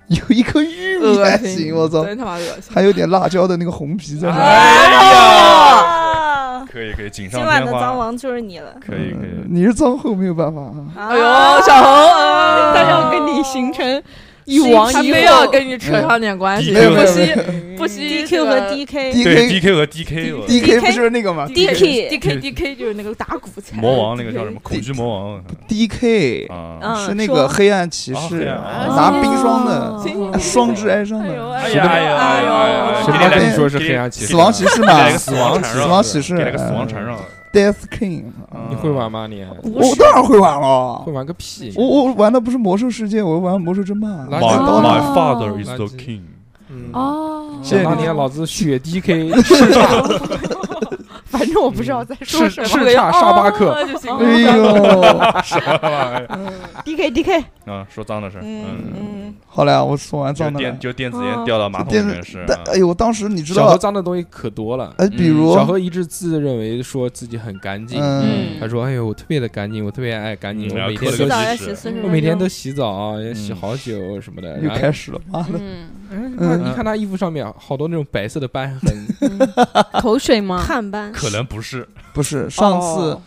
Speaker 3: 有一颗玉米还行，我操，
Speaker 6: 真他妈恶心！
Speaker 3: 还有点辣椒的那个红皮在上面。
Speaker 4: 哎呀，
Speaker 5: 啊！
Speaker 4: 可以可以，锦上
Speaker 5: 今晚
Speaker 4: 添
Speaker 5: 的脏
Speaker 4: 花，
Speaker 5: 王就是你了。
Speaker 4: 可以可以
Speaker 3: 嗯。你是脏后没有办法啊。
Speaker 5: 哎
Speaker 6: 哎呦，小红，啊
Speaker 8: 他要跟你形成一王
Speaker 6: 他
Speaker 8: 一
Speaker 6: 非要
Speaker 8: 后，
Speaker 6: 跟你扯上点关系，
Speaker 4: 没有
Speaker 6: 不
Speaker 3: 嗯没有
Speaker 6: 惜不惜
Speaker 5: DQ 和 DK，
Speaker 3: D
Speaker 4: 对
Speaker 3: K
Speaker 4: DK 和 DK，我
Speaker 3: 啊 D K 不是那个吗
Speaker 5: DK
Speaker 6: DK DK 就是那个打鼓才
Speaker 4: 魔王那个叫什么恐惧魔王
Speaker 3: D K
Speaker 4: 啊？
Speaker 5: 嗯，
Speaker 3: 是那个
Speaker 5: 说
Speaker 3: 黑暗骑
Speaker 4: 哦黑
Speaker 3: 士，
Speaker 4: 暗
Speaker 3: 拿冰霜
Speaker 5: 哦
Speaker 3: 的，双指哀伤
Speaker 6: 哎呦
Speaker 3: 的，
Speaker 6: 哎
Speaker 4: 哎
Speaker 6: 呦
Speaker 4: 呀哎呀哎
Speaker 6: 哎
Speaker 4: 呀！
Speaker 6: 呦！
Speaker 3: 是
Speaker 4: 给
Speaker 3: 吧
Speaker 4: 你来
Speaker 2: 跟你说是黑暗骑士，
Speaker 3: 死亡骑士
Speaker 4: 给你
Speaker 3: 嘛
Speaker 4: 来个，死亡缠
Speaker 3: 死
Speaker 4: 绕，
Speaker 3: 亡骑士，
Speaker 4: 给你来个死亡缠嗯
Speaker 3: 呃
Speaker 4: 绕。
Speaker 3: Death King，
Speaker 4: 嗯
Speaker 2: 你会玩吗？你
Speaker 3: 我当然会玩
Speaker 7: 哦
Speaker 3: 了
Speaker 2: 会。玩个屁！
Speaker 3: 我我玩的不是魔兽世界，我玩魔兽争霸。
Speaker 2: 来
Speaker 4: My
Speaker 2: 哦
Speaker 4: my father is
Speaker 2: 垃
Speaker 4: the
Speaker 2: 圾
Speaker 4: king。
Speaker 2: 嗯，
Speaker 7: 哦，
Speaker 3: 谢
Speaker 2: 想
Speaker 3: 谢
Speaker 2: 当
Speaker 3: 你
Speaker 2: 年老子血
Speaker 3: [laughs]
Speaker 2: DK
Speaker 7: 反正我不知道在说
Speaker 2: 叱
Speaker 7: 什
Speaker 2: 叱
Speaker 7: 么。
Speaker 2: 咤沙巴克，
Speaker 6: 哦就行
Speaker 3: 哎呦，
Speaker 8: D K D K，
Speaker 4: 啊，说脏的事儿，嗯，
Speaker 8: 嗯
Speaker 3: 好嘞，我送完
Speaker 4: 就
Speaker 3: 脏的
Speaker 4: 电
Speaker 3: 了。
Speaker 4: 就电子烟掉到马桶里面是，
Speaker 3: 但哎
Speaker 4: 啊
Speaker 3: 呦，我当时你知
Speaker 2: 小何
Speaker 3: 道，
Speaker 2: 脏的东西可多了。
Speaker 3: 哎，比如
Speaker 2: 小何一直自认为说自己很干净，
Speaker 3: 嗯，
Speaker 2: 他说：“哎呦，我特别的干净，我特别爱干净，
Speaker 4: 嗯
Speaker 2: 我每
Speaker 4: 然后
Speaker 2: 天
Speaker 4: 扣
Speaker 2: 都
Speaker 5: 洗
Speaker 4: 了
Speaker 5: 澡
Speaker 7: 哎
Speaker 4: 个
Speaker 5: 要
Speaker 4: 几
Speaker 5: 洗
Speaker 4: 十
Speaker 5: 四十
Speaker 2: 我每
Speaker 5: 分
Speaker 2: 天
Speaker 5: 钟
Speaker 2: 都。洗澡，也洗好久什么的。”
Speaker 3: 又
Speaker 2: 然后
Speaker 3: 开始了，妈的，
Speaker 7: 嗯，
Speaker 2: 嗯你看他衣服上面好多那种白色的斑痕，
Speaker 3: 嗯
Speaker 7: 口水吗？
Speaker 5: 汗斑，
Speaker 4: 可能不是，
Speaker 3: 不是上次
Speaker 7: 哦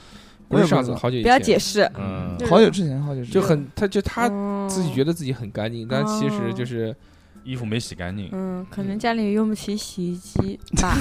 Speaker 2: 不
Speaker 3: 我也
Speaker 2: 是
Speaker 3: 不知道
Speaker 2: 上次，好久以
Speaker 8: 不要
Speaker 2: 前，
Speaker 8: 解释，
Speaker 4: 嗯，
Speaker 3: 好久之前，好久之前
Speaker 2: 就很他就他
Speaker 7: 嗯哦
Speaker 2: 自己觉得自己很干净，但其实就是
Speaker 4: 衣服没洗干净，
Speaker 7: 嗯，可能家里用不起洗衣机吧。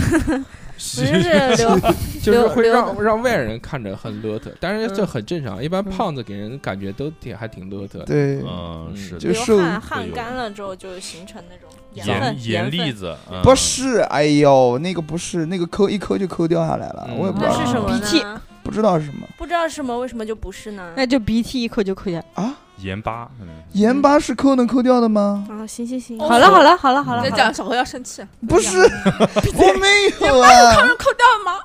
Speaker 5: 只是留
Speaker 2: [laughs] 就是
Speaker 5: 留
Speaker 2: 会
Speaker 5: 留
Speaker 2: 让让外人看着很邋遢，但是这很正常，一般
Speaker 7: 嗯
Speaker 2: 胖子给人感觉都挺还挺邋遢。
Speaker 3: 对，
Speaker 4: 嗯，是
Speaker 3: 就
Speaker 4: 的，
Speaker 5: 流
Speaker 3: 瘦
Speaker 5: 汗
Speaker 4: 会
Speaker 5: 汗
Speaker 4: 有
Speaker 5: 干了之后就形成那种盐
Speaker 4: 盐
Speaker 5: 分
Speaker 4: 盐
Speaker 5: 分
Speaker 4: 粒子，嗯
Speaker 3: 不，是，哎呦，那个不是，那个抠一抠就抠掉下来了，
Speaker 2: 嗯
Speaker 3: 我也不知
Speaker 5: 那
Speaker 3: 道
Speaker 5: 是什么
Speaker 7: 鼻涕
Speaker 5: 呢？
Speaker 3: 不知道是什么
Speaker 5: 不知道是什么，为什么就不是呢？
Speaker 7: 那就鼻涕一口就口下。
Speaker 3: 啊？
Speaker 4: 盐巴，嗯
Speaker 3: 盐巴是抠能抠掉的吗？
Speaker 5: 啊，行行行，
Speaker 7: 好了好了好了
Speaker 4: 嗯
Speaker 7: 好了，
Speaker 6: 再
Speaker 7: 好了
Speaker 6: 讲小何要生气，
Speaker 3: 不是， [laughs] 我没有啊，
Speaker 6: 扣掉吗？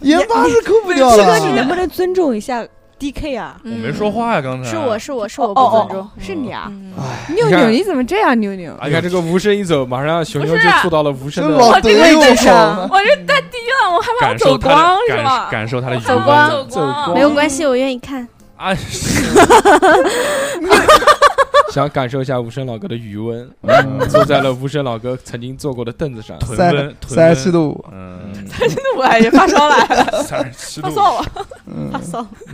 Speaker 3: 盐巴是抠不掉
Speaker 7: 七哥，你能
Speaker 3: 的。
Speaker 7: 不能尊重一下 D K 啊？
Speaker 4: 我
Speaker 5: 嗯，
Speaker 4: 没说话呀，刚才
Speaker 5: 是我是我是我
Speaker 7: 哦
Speaker 5: 不尊
Speaker 7: 哦
Speaker 5: 重。
Speaker 7: 哦，是你啊！
Speaker 5: 嗯，
Speaker 3: 哎，
Speaker 7: 妞
Speaker 2: 你
Speaker 7: 妞，
Speaker 2: 看
Speaker 7: 你怎么这样，妞妞？
Speaker 4: 哎
Speaker 2: 你看这
Speaker 4: 呦，
Speaker 2: 个无声一走，马上熊
Speaker 6: 不
Speaker 2: 熊
Speaker 6: 是
Speaker 2: 就触到了无
Speaker 3: 这
Speaker 2: 声的
Speaker 6: 哦
Speaker 3: 老德又好了，
Speaker 6: 啊我这太低了，我害怕
Speaker 4: 感受
Speaker 6: 走
Speaker 4: 他的
Speaker 6: 光是
Speaker 4: 感
Speaker 6: 吧？
Speaker 4: 感受他的余
Speaker 5: 走光
Speaker 4: 温，
Speaker 2: 走光
Speaker 5: 没有关系，我愿意看。
Speaker 4: 哎，
Speaker 2: 想感受一下无声老哥的余温，
Speaker 3: 嗯
Speaker 2: 坐在了无声老哥曾经坐过的凳子上。
Speaker 4: 臀
Speaker 3: 三
Speaker 4: 温，臀
Speaker 3: 三十七
Speaker 4: 温，
Speaker 3: 度五，
Speaker 4: 嗯，
Speaker 6: 那我也发
Speaker 5: [laughs]
Speaker 6: 烧了，
Speaker 4: 三十七
Speaker 6: 发
Speaker 4: 度，
Speaker 6: 烧了，
Speaker 3: 嗯，
Speaker 2: [laughs]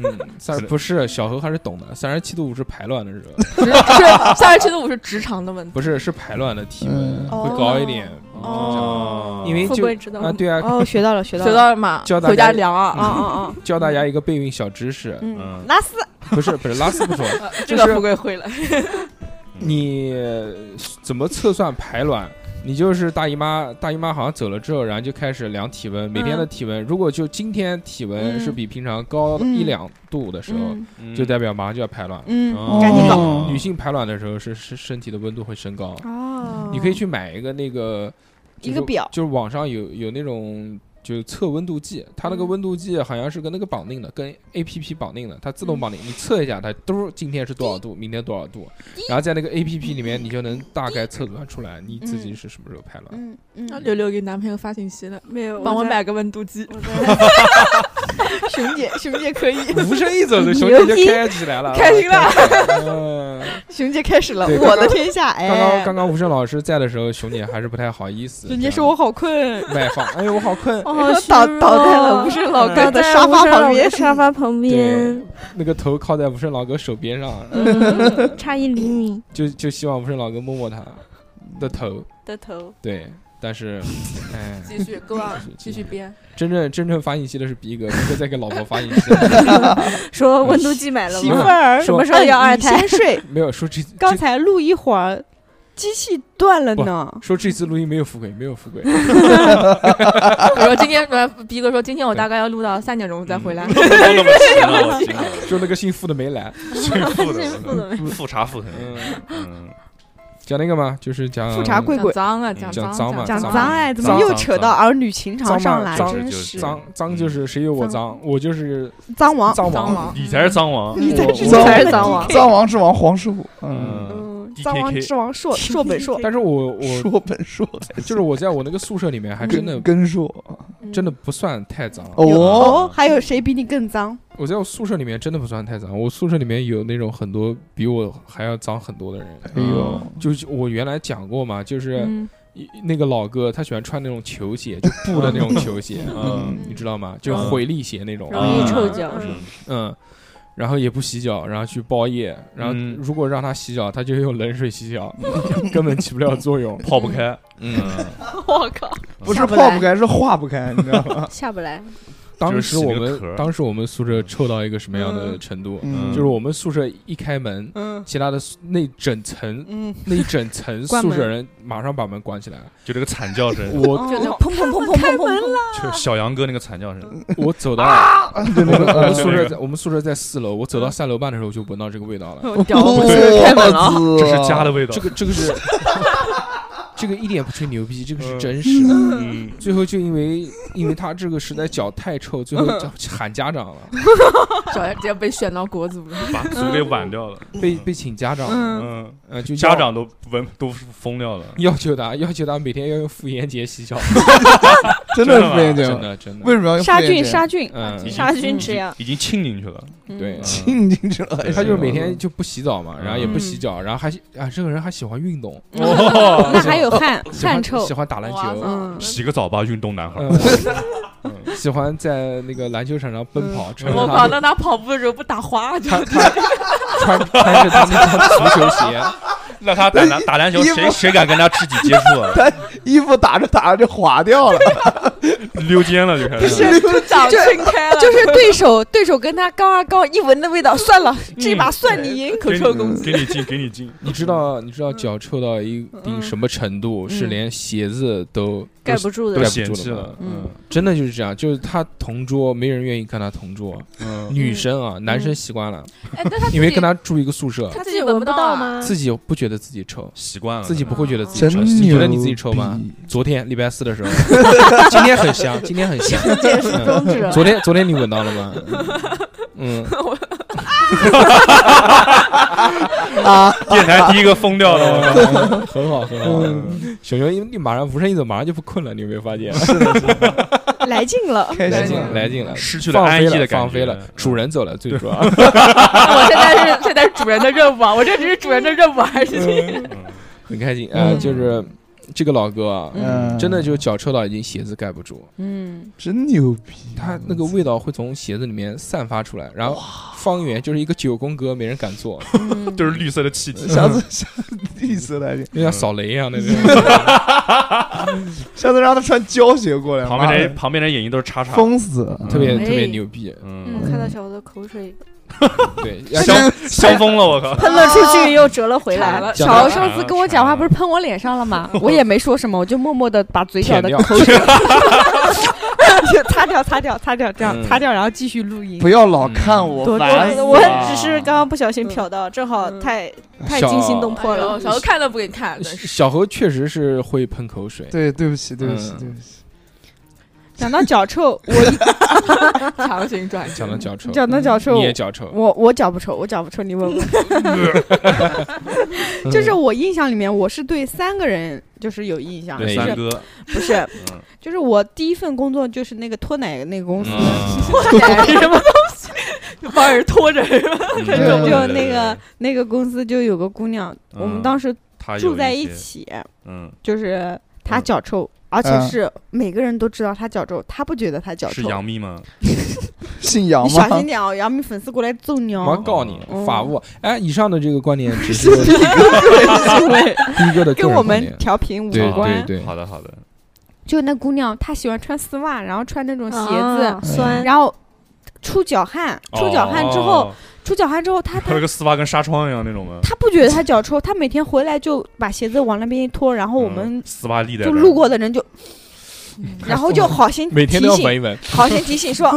Speaker 2: 嗯，三十不是小何还是懂的，三十七度五是排卵的热，
Speaker 6: 是三十七度五是职场的问题。
Speaker 2: 不是是排卵的体温
Speaker 3: 嗯
Speaker 2: 会高一点，
Speaker 4: 哦，
Speaker 2: 因为
Speaker 5: 富
Speaker 2: 就
Speaker 5: 贵知道
Speaker 2: 啊对啊，
Speaker 7: 哦，学到了，学到
Speaker 6: 学
Speaker 7: 了。
Speaker 6: 到了吗？
Speaker 2: 教大家
Speaker 6: 回家量啊！
Speaker 7: 啊啊啊！
Speaker 2: 教大家一个备孕小知识，
Speaker 4: 嗯
Speaker 7: 嗯，拉丝
Speaker 2: 不是不是拉丝不说，
Speaker 6: 这
Speaker 2: 就
Speaker 6: 个
Speaker 2: 是
Speaker 6: 富贵会了，
Speaker 2: 你怎么测算排卵？你就是大姨妈，大姨妈好像走了之后，然后就开始量体温，每天的体温，如果就今天体温是比平常高
Speaker 7: 嗯
Speaker 2: 一两度的时候，
Speaker 7: 嗯
Speaker 2: 就代表马上就要排卵。
Speaker 7: 嗯
Speaker 4: 哦
Speaker 3: 赶紧
Speaker 2: 女性排卵的时候是是身体的温度会升高，
Speaker 7: 哦
Speaker 2: 你可以去买一个那个
Speaker 7: 一个，表，
Speaker 2: 就是就是网上有有那种就测温度计，它那
Speaker 7: 嗯
Speaker 2: 个温度计好像是跟那个绑定的，跟 A P P 绑定的，它自
Speaker 7: 嗯
Speaker 2: 动绑定，你测一下它，嘟，今天是多少度，明天多少度，然后在那个 A P P 里面你就能大概测算出来你自己是什么时候排卵。
Speaker 7: 嗯嗯
Speaker 6: 刘刘给男朋友发信息了，
Speaker 5: 没有，
Speaker 6: 帮我
Speaker 5: 在
Speaker 6: 买。个温度计。
Speaker 5: 我在
Speaker 7: 熊姐，熊姐可以，
Speaker 2: 无声一
Speaker 7: [laughs]
Speaker 2: 走的熊姐就开起来了，啊
Speaker 7: 开心了
Speaker 2: 开
Speaker 7: [laughs]
Speaker 2: 心了。嗯，
Speaker 7: 熊姐开始了，
Speaker 2: 对
Speaker 7: 我的天下，哎，
Speaker 2: 刚刚
Speaker 7: [laughs]
Speaker 2: 刚刚吴声老师在的时候，熊姐还是不太好意思。
Speaker 7: 熊姐说我好困，
Speaker 2: 外放，哎呦我好困。
Speaker 5: 哦
Speaker 7: 倒
Speaker 5: 是
Speaker 7: 倒在了
Speaker 5: 哦
Speaker 7: 吴胜老哥
Speaker 5: 倒
Speaker 7: 的
Speaker 5: 在
Speaker 7: 沙
Speaker 5: 无
Speaker 7: 发
Speaker 5: 声
Speaker 7: 旁
Speaker 5: 老
Speaker 7: 边
Speaker 5: 哥，沙发旁
Speaker 2: 对
Speaker 5: 边，
Speaker 2: 那个头靠在无声老哥手边上，
Speaker 5: 差一厘米
Speaker 2: 就就希望无声老哥摸摸他的头。
Speaker 5: 的头。
Speaker 2: 对，但是，哎，
Speaker 6: 继续go on，继
Speaker 2: 继
Speaker 6: 续
Speaker 2: 续
Speaker 6: 编。
Speaker 2: 真正真正发信息的是逼哥，逼哥在给老婆发
Speaker 7: [laughs]
Speaker 2: 信息，
Speaker 5: 说温度计买了
Speaker 7: 媳
Speaker 2: 媳
Speaker 7: 妇
Speaker 2: 妇
Speaker 5: 吗？
Speaker 7: 儿
Speaker 5: 什么时候要二胎？
Speaker 7: 先
Speaker 5: [laughs]
Speaker 7: 睡，
Speaker 2: 没有说这这
Speaker 7: 刚才录一会儿，机器断了呢。
Speaker 2: 说这次录音没有富贵，没有
Speaker 7: [laughs]
Speaker 2: 富贵，
Speaker 6: 我说今天，逼哥说今天我大概要录到三点钟再回来。
Speaker 4: 那么勤劳，勤劳
Speaker 2: 说那个姓付的
Speaker 7: [laughs]
Speaker 2: 没来。
Speaker 4: 幸福的，
Speaker 6: 幸福的
Speaker 4: 复查复查，
Speaker 2: 嗯，
Speaker 4: 嗯，
Speaker 2: 讲那个嘛，就是讲
Speaker 7: 富察贵
Speaker 6: 讲
Speaker 7: 贵，
Speaker 6: 脏啊，
Speaker 4: 讲
Speaker 6: 脏，
Speaker 2: 嗯脏嘛
Speaker 7: 讲
Speaker 2: 脏
Speaker 7: 脏哎，怎么
Speaker 2: 脏
Speaker 7: 又
Speaker 4: 脏
Speaker 7: 扯
Speaker 4: 脏
Speaker 7: 到儿女情长
Speaker 2: 脏
Speaker 7: 上
Speaker 2: 嘛
Speaker 7: 来？
Speaker 2: 脏
Speaker 7: 真
Speaker 4: 就是
Speaker 2: 脏脏就是谁有我脏，我就是
Speaker 7: 脏王，
Speaker 2: 脏
Speaker 6: 脏
Speaker 2: 王，
Speaker 6: 王。
Speaker 4: 你才是脏王，
Speaker 7: 你才是
Speaker 3: 脏
Speaker 7: 才是
Speaker 5: 脏
Speaker 7: 王，
Speaker 3: 藏王之王黄师傅，嗯，
Speaker 4: 嗯，
Speaker 7: 嗯，
Speaker 4: DKK
Speaker 7: 脏王之王硕硕本 [laughs] 硕，
Speaker 2: 但是我我
Speaker 3: 说本硕
Speaker 2: 嗯就是我在我那个宿舍里面还真的
Speaker 3: 跟跟硕，
Speaker 6: 嗯
Speaker 2: 真的不算太脏，
Speaker 3: 哦，
Speaker 7: 哦，还有谁比你更脏？
Speaker 2: 我在我宿舍里面真的不算太脏，我宿舍里面有那种很多比我还要脏很多的人，嗯
Speaker 3: 哎呦，
Speaker 2: 就是我原来讲过嘛，就是。
Speaker 6: 嗯，
Speaker 2: 一那个老哥他喜欢穿那种球鞋，就布的那种球鞋，
Speaker 4: 嗯
Speaker 2: 你知道吗？就回力鞋那种，
Speaker 5: 容易
Speaker 4: 嗯
Speaker 5: 臭脚
Speaker 4: 嗯
Speaker 2: 嗯，然后也不洗脚，然后去包夜，然后
Speaker 4: 嗯
Speaker 2: 如果让他洗脚，他就用冷水洗脚， [laughs] 根本起不了作
Speaker 4: [laughs]
Speaker 2: 用。
Speaker 4: 泡不开，嗯，
Speaker 7: 我靠，
Speaker 2: [laughs]
Speaker 3: 不是泡不开，是化不开，你知道吗？
Speaker 5: 下不来，
Speaker 2: 当
Speaker 4: 就是
Speaker 2: 时
Speaker 4: 洗
Speaker 2: 我
Speaker 4: 那个
Speaker 2: 们
Speaker 4: 壳儿
Speaker 2: 当时我们宿舍臭到一个什么样的
Speaker 8: 嗯
Speaker 2: 程度？
Speaker 3: 嗯
Speaker 2: 就是我们宿舍一开门，
Speaker 8: 嗯
Speaker 2: 其他的宿那整层
Speaker 8: 嗯，
Speaker 2: [laughs] 那一整层
Speaker 8: 关
Speaker 2: 宿
Speaker 8: 门
Speaker 2: 舍人马上把门关起来。
Speaker 4: 就这个惨叫
Speaker 3: 嗯
Speaker 4: 声，
Speaker 2: 我
Speaker 5: 就那
Speaker 8: 哦
Speaker 5: 砰砰砰砰砰砰砰，
Speaker 4: 就小杨哥那个惨叫声，
Speaker 2: 我走到
Speaker 8: 啊
Speaker 3: 对那
Speaker 2: 我
Speaker 3: 个
Speaker 2: 们宿
Speaker 4: 那
Speaker 2: 舍
Speaker 4: 个
Speaker 2: 在我们宿舍在四楼，我走
Speaker 8: 嗯
Speaker 2: 到三楼半的时候就闻到这个味道了。
Speaker 8: 我屌我们
Speaker 3: 开门
Speaker 4: 这是家的味道
Speaker 2: 这。个这个是这个一点不吹牛逼，这个是
Speaker 4: 嗯
Speaker 2: 真实的。
Speaker 4: 嗯，
Speaker 2: 最后就因为因为他这个实在脚太臭，最后
Speaker 8: 嗯
Speaker 2: 叫喊家长了，
Speaker 6: [laughs] 小孩直接被选到国足了。
Speaker 4: 把足给挽掉了。
Speaker 2: 被被请家长了，
Speaker 8: 嗯，
Speaker 4: 嗯，
Speaker 2: 呃，就要
Speaker 4: 家长都闻都疯掉了。
Speaker 2: 要求他要求他每天要用妇炎洁洗脚，
Speaker 3: 真的是被
Speaker 2: 真
Speaker 3: 这
Speaker 2: 的啊真的，
Speaker 3: 啊为什么要
Speaker 8: 杀菌杀菌
Speaker 2: 嗯，
Speaker 5: 杀菌吃呀，
Speaker 4: 已经浸进去了，
Speaker 6: 嗯
Speaker 8: 嗯
Speaker 2: 对，
Speaker 3: 进进去了？
Speaker 2: 他就是每天就不洗澡嘛，
Speaker 4: 嗯
Speaker 2: 然后也不洗脚，然后还啊这个人还喜欢运动，
Speaker 4: 哦，
Speaker 8: [laughs] 那还有汗
Speaker 2: [laughs] 喜欢
Speaker 8: 汗臭
Speaker 2: 喜，欢打篮
Speaker 6: 哇
Speaker 2: 球，
Speaker 6: 塞
Speaker 8: 嗯，
Speaker 4: [laughs] 洗个澡吧，运动男孩。
Speaker 2: 嗯，
Speaker 4: [laughs]
Speaker 2: 嗯喜欢在那个篮球场上奔跑，穿着
Speaker 6: 我
Speaker 2: 他
Speaker 6: 靠，那他跑步的时候不打滑，
Speaker 5: [laughs]
Speaker 6: 就
Speaker 2: 他他穿穿着他那双足球鞋，
Speaker 4: 那他打篮打篮球，谁谁敢跟他肢体接触啊？
Speaker 3: 衣服打着打着就滑掉了，
Speaker 4: 溜肩了就开始。
Speaker 6: 掌撑开
Speaker 7: [laughs]
Speaker 6: 了，
Speaker 7: 就是对手 [laughs] 对手跟他刚啊刚一闻的
Speaker 8: [laughs]
Speaker 7: 味道，算了，
Speaker 8: 嗯
Speaker 7: 这把算你赢。
Speaker 4: 口臭攻击，给你进，给你进。
Speaker 2: [laughs] 你知道你知道脚臭到一定什么程度，是连鞋子都
Speaker 5: 盖
Speaker 2: 都
Speaker 5: 不住
Speaker 2: 都
Speaker 5: 的
Speaker 4: 对。
Speaker 2: 盖不
Speaker 4: 嫌
Speaker 2: 住
Speaker 4: 弃
Speaker 2: 了
Speaker 4: 了
Speaker 2: 吗。嗯，真的就是这样，就是他同桌没人愿意跟他同桌，
Speaker 4: 嗯，
Speaker 2: 女生啊，男生习惯了，
Speaker 6: 哎，但他
Speaker 2: 因为跟他住一个宿舍，
Speaker 6: 他
Speaker 5: 自己闻不到
Speaker 6: 到？
Speaker 5: 吗？
Speaker 2: 自己不觉得自己臭，
Speaker 4: 习惯了，
Speaker 2: 自己不会觉得自己
Speaker 3: 真
Speaker 2: 臭。你觉得你自己臭吗？昨天礼拜四的时候，今天很香，今天很香。嗯
Speaker 5: 终止了
Speaker 2: 昨天昨天你闻到了吗？嗯，
Speaker 3: 啊！
Speaker 4: 电台第一个疯掉了。
Speaker 2: 嗯很好很好。熊熊，你马上无声一走，马上就不困了，你有没有发现？
Speaker 8: 来劲了，
Speaker 3: 开
Speaker 2: 来
Speaker 3: 心
Speaker 2: 劲
Speaker 3: 了
Speaker 2: 了，来劲了，
Speaker 4: 失去了
Speaker 2: 放
Speaker 4: 安
Speaker 2: 飞
Speaker 4: 逸的
Speaker 2: 了，
Speaker 4: 感觉嗯
Speaker 2: 放飞了，主人走了，最主
Speaker 4: [laughs]
Speaker 2: 要。
Speaker 6: [laughs] 我现在是现在是主人的任务啊，我这只是主人的任务，啊还是
Speaker 2: 很开心。呃，
Speaker 8: 嗯
Speaker 2: 就是这个老哥啊，
Speaker 3: 嗯
Speaker 2: 真的就脚臭到已经鞋子盖不住，
Speaker 8: 嗯，
Speaker 3: 真牛逼，
Speaker 2: 他那个味道会从鞋子里面散发出来，然后方圆就是一个九宫格，没人敢做，
Speaker 6: 嗯 [laughs]
Speaker 4: 都嗯是绿色的气体。
Speaker 3: 下次下次意思来着，
Speaker 2: 就
Speaker 8: 嗯
Speaker 2: 像扫雷一样的那种。
Speaker 3: 下次让他穿胶鞋
Speaker 2: [laughs]
Speaker 3: 过来，
Speaker 4: 嗯旁边
Speaker 3: 妈
Speaker 4: 的
Speaker 3: 的
Speaker 4: 人，旁边的人眼睛都是叉叉。
Speaker 3: 疯死。
Speaker 2: 特别
Speaker 5: 哎
Speaker 2: 特别牛逼，
Speaker 5: 我
Speaker 4: 嗯，
Speaker 5: 看到小猴的口水
Speaker 2: 对，要
Speaker 4: 香香疯了，我靠！
Speaker 5: 喷了出
Speaker 3: 啊
Speaker 5: 去又折了回来
Speaker 7: 来
Speaker 5: 了
Speaker 7: 了，，
Speaker 2: 讲
Speaker 7: 小
Speaker 2: 到
Speaker 7: 欧上次跟我讲话不是喷我脸上了吗？我也没说什么，我就默默的把嘴角
Speaker 2: 舔
Speaker 7: 的
Speaker 2: 掉，
Speaker 7: 口
Speaker 2: [laughs]
Speaker 8: 就擦掉擦掉擦掉，这样
Speaker 2: 嗯
Speaker 8: 擦掉，然后继续录音
Speaker 3: 不。要老看我，
Speaker 8: 多
Speaker 3: 烦死
Speaker 8: 多
Speaker 3: 了
Speaker 8: 我
Speaker 5: 只是刚刚不小心瞟到，正好太太
Speaker 2: 小
Speaker 5: 惊心动魄
Speaker 6: 破
Speaker 5: 了
Speaker 6: 了，。哎小时候看都不给你看，真是
Speaker 2: 小猴确实是会喷口水，
Speaker 3: 对，对不起，对不起，
Speaker 2: 嗯
Speaker 3: 对不起，
Speaker 8: 讲到脚臭，
Speaker 6: 强行转移。
Speaker 2: 讲到脚臭，
Speaker 8: 讲到脚臭
Speaker 2: 你，也脚臭，
Speaker 8: 我我脚不臭，我脚不臭，
Speaker 2: [laughs]
Speaker 8: 你问问。
Speaker 2: 嗯
Speaker 8: 就是我印象里面，我是对三个人就是有印
Speaker 4: [laughs]
Speaker 8: 象，
Speaker 4: 对，
Speaker 2: 哪
Speaker 4: 三
Speaker 8: 是
Speaker 4: 哥，
Speaker 8: 不是？
Speaker 4: 嗯
Speaker 8: [laughs] 就是我第一份工作就是那个拖奶那个公司，
Speaker 6: 什么东西？就帮人拖着是吧？
Speaker 4: 嗯
Speaker 8: 就
Speaker 3: 对对
Speaker 8: 就那个那个公司就有个姑娘，
Speaker 4: 嗯
Speaker 8: 我们当时
Speaker 4: 他
Speaker 8: 住在
Speaker 4: 一
Speaker 8: 一
Speaker 4: 些，
Speaker 8: 起，
Speaker 4: 嗯，
Speaker 8: 就是她
Speaker 4: 嗯
Speaker 8: 脚臭，而且
Speaker 3: 嗯
Speaker 8: 是每个人都知道她脚臭，她不觉得她脚
Speaker 4: 是
Speaker 8: 臭。
Speaker 4: 杨幂吗？
Speaker 3: 姓杨
Speaker 8: 你
Speaker 3: 吗
Speaker 8: 小？心点哦，杨幂粉丝过来揍你
Speaker 2: 我要
Speaker 8: [laughs] 哦。
Speaker 2: 告你
Speaker 8: 哦
Speaker 2: 法务。哎，以上的这个观
Speaker 8: [laughs]
Speaker 2: 点只是逼哥的个
Speaker 8: 跟
Speaker 2: 人
Speaker 8: 我
Speaker 2: 观
Speaker 8: 们
Speaker 2: 点， [laughs]
Speaker 8: 调频无
Speaker 2: 对
Speaker 8: 关
Speaker 2: 对，对，
Speaker 4: 啊好的，好的，
Speaker 8: 就那姑娘，她喜欢穿丝袜，然后穿那种鞋子，
Speaker 5: 酸，
Speaker 8: 然后出脚汗，出脚汗之后，
Speaker 4: 哦，
Speaker 8: 出脚汗之后，
Speaker 4: [laughs]
Speaker 8: 她
Speaker 4: 他那
Speaker 8: 她
Speaker 4: 个丝袜跟纱窗一样那种吗？
Speaker 8: 她不觉得她脚臭，她每天回来就把鞋子往那边一拖，然后我们
Speaker 4: 嗯丝袜立在
Speaker 8: 就
Speaker 4: 这儿
Speaker 8: 路，过的人就，然后就好心
Speaker 2: 每天都要
Speaker 8: 提醒
Speaker 2: 闻一闻
Speaker 8: 好心提醒说，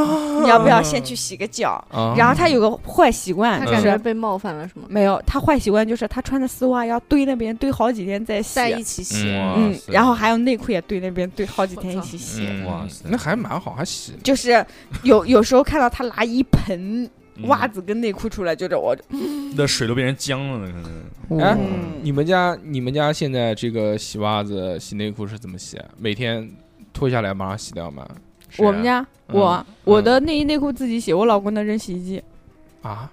Speaker 8: 你要不要先去洗个脚？
Speaker 2: 啊。
Speaker 8: 然后他有个坏习惯，
Speaker 5: 他
Speaker 8: 就
Speaker 5: 感觉
Speaker 8: 是
Speaker 5: 被冒犯了是吗？
Speaker 8: 没有他坏习惯就是他穿的丝袜要堆那边堆好几天再洗
Speaker 5: 在，一起洗，
Speaker 8: 嗯
Speaker 2: 哦
Speaker 4: 嗯，，
Speaker 8: 然后还有内裤也堆那边堆好几天一起洗。
Speaker 4: 嗯哇塞
Speaker 2: 那还蛮好，还洗
Speaker 8: 就是有有时候看到他拿一盆
Speaker 4: 嗯
Speaker 8: 袜子跟内裤出来，就是我
Speaker 4: 那水都变成浆了呢，可能。
Speaker 2: 哎
Speaker 8: 嗯
Speaker 2: 你们家你们家现在这个洗袜子、洗内裤是怎么洗啊？每天脱下来马上洗掉吗？
Speaker 4: 谁啊
Speaker 7: 我们家
Speaker 2: 嗯
Speaker 7: 我我的内衣内裤自己洗，我老公的扔洗衣机
Speaker 2: 啊，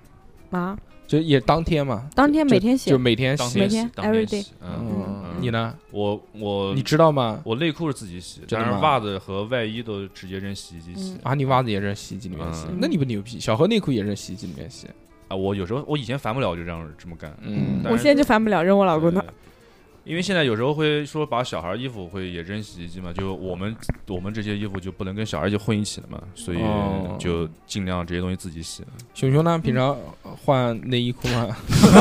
Speaker 7: 啊，
Speaker 2: 就也当天嘛，
Speaker 7: 当天
Speaker 2: 就
Speaker 7: 每天洗
Speaker 2: 就每天
Speaker 4: 当
Speaker 2: 洗。
Speaker 7: 每
Speaker 4: 天洗
Speaker 7: 天
Speaker 4: 当天
Speaker 7: every
Speaker 4: 洗嗯，
Speaker 2: 嗯
Speaker 4: 嗯，
Speaker 2: 你呢？
Speaker 4: 我我
Speaker 2: 你知道吗？
Speaker 4: 我内裤是自己洗，
Speaker 2: 真
Speaker 4: 但
Speaker 2: 的
Speaker 4: 是
Speaker 2: 吗
Speaker 4: 袜子和外衣都直接扔洗衣机
Speaker 8: 嗯
Speaker 7: 嗯
Speaker 4: 洗。
Speaker 2: 啊，你袜子也扔洗衣机里面洗
Speaker 4: 嗯，
Speaker 2: 那你不牛逼？小何内裤也扔洗衣机里面洗。
Speaker 4: 啊，我有时候我以前烦不了，就这样这么干。
Speaker 2: 嗯
Speaker 4: 但
Speaker 8: 我
Speaker 4: 是
Speaker 8: 现在就烦不了扔我老公的，
Speaker 4: 对因为现在有时候会说把小孩衣服会也扔洗衣机嘛，就我们我们这些衣服就不能跟小孩就混一起了嘛，所以
Speaker 2: 哦
Speaker 4: 就尽量这些东西自己洗。
Speaker 2: 熊熊呢，平常换内衣裤吗？ [laughs]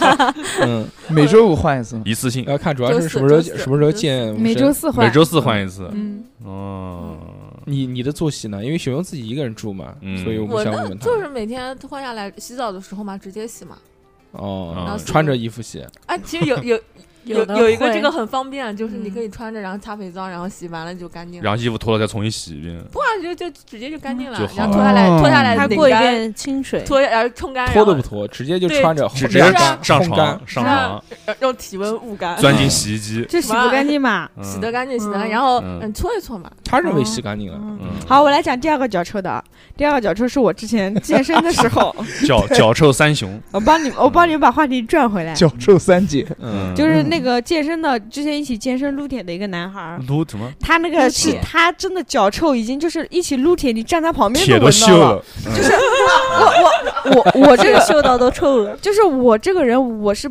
Speaker 4: [laughs]
Speaker 2: 嗯，
Speaker 3: 每周五换一次吗？
Speaker 4: 一次性，
Speaker 2: 要看主要是什么时
Speaker 6: 周
Speaker 2: 候
Speaker 6: 四周四
Speaker 2: 什么时候见。
Speaker 7: 每周四呃换，
Speaker 4: 每周四换一次。
Speaker 7: 嗯，
Speaker 4: 哦，
Speaker 2: 你你的作息呢？因为熊熊自己一个人住嘛，
Speaker 4: 嗯
Speaker 2: 所以我们
Speaker 6: 我
Speaker 2: 想
Speaker 6: 那
Speaker 2: 问问他。
Speaker 6: 就是每天换下来洗澡的时候嘛，直接洗嘛。
Speaker 2: 哦
Speaker 4: 啊，
Speaker 2: 穿着衣服洗，
Speaker 6: 哎，
Speaker 2: [laughs]
Speaker 6: 其实有有有
Speaker 5: 的
Speaker 6: 有一个
Speaker 5: 会
Speaker 6: 这个很方便，啊就是你
Speaker 7: 嗯
Speaker 6: 可以穿着，然后擦肥皂，然后洗完了就干净了。
Speaker 4: 然后衣服脱了再重新洗一遍。
Speaker 6: 不啊，就就直接就干净了，
Speaker 4: 就好
Speaker 6: 然后脱下来
Speaker 3: 了
Speaker 6: 脱下来
Speaker 5: 它
Speaker 6: 拧
Speaker 5: 过一
Speaker 6: 干
Speaker 5: 遍清水， [laughs]
Speaker 6: 脱然后冲干，
Speaker 2: 嗯脱都不
Speaker 6: 然后
Speaker 2: 脱，直接就
Speaker 6: 哎对
Speaker 2: 穿着烘
Speaker 4: 直接
Speaker 6: 是
Speaker 2: 晾
Speaker 6: 啊
Speaker 2: 干
Speaker 4: 上
Speaker 2: 烘
Speaker 4: 啊
Speaker 2: 干
Speaker 4: 床，上床，
Speaker 6: 呃用体温捂干，
Speaker 4: 钻
Speaker 8: 嗯
Speaker 4: 进洗衣机，
Speaker 8: 这洗不干净嘛？
Speaker 4: 嗯
Speaker 6: 洗得干净，洗得干净，然后
Speaker 4: 嗯
Speaker 6: 嗯搓一搓嘛。
Speaker 2: 他认为洗干净了。
Speaker 8: 嗯，
Speaker 4: 嗯，
Speaker 8: 好，我来讲第二个脚臭的啊。第二个脚臭是我之前健身的时
Speaker 4: [laughs]
Speaker 8: 候，
Speaker 4: 脚脚臭三雄，
Speaker 8: 我帮你，我帮你把话题转回来，
Speaker 3: 脚臭三姐，
Speaker 2: 嗯，
Speaker 8: 就是那个健身的，之前一起健身撸铁的一个男孩儿，
Speaker 4: 嗯撸什么？
Speaker 8: 他那个是
Speaker 4: 铁
Speaker 8: 他真的脚臭，已经就是一起撸铁，你站在旁边
Speaker 4: 铁都
Speaker 8: 都闻到
Speaker 4: 锈
Speaker 8: 了。
Speaker 4: 了，
Speaker 8: 我我这
Speaker 5: 这
Speaker 8: 个
Speaker 5: 个 [laughs] 嗅到都臭了。
Speaker 8: 就是我这个人，我是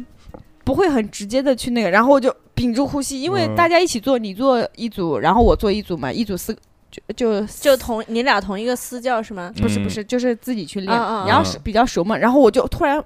Speaker 8: 不会很直接的去那个，然后我就屏住呼吸，因为
Speaker 4: 嗯
Speaker 8: 大家一起做，你做一组，然后我做一组嘛，一组四个就就
Speaker 5: [laughs] 就同你俩同一个私教是吗？
Speaker 8: 不是
Speaker 4: 嗯
Speaker 8: 不是，就是自己去练，
Speaker 5: 嗯嗯
Speaker 8: 然后是比较熟嘛，然后我就突然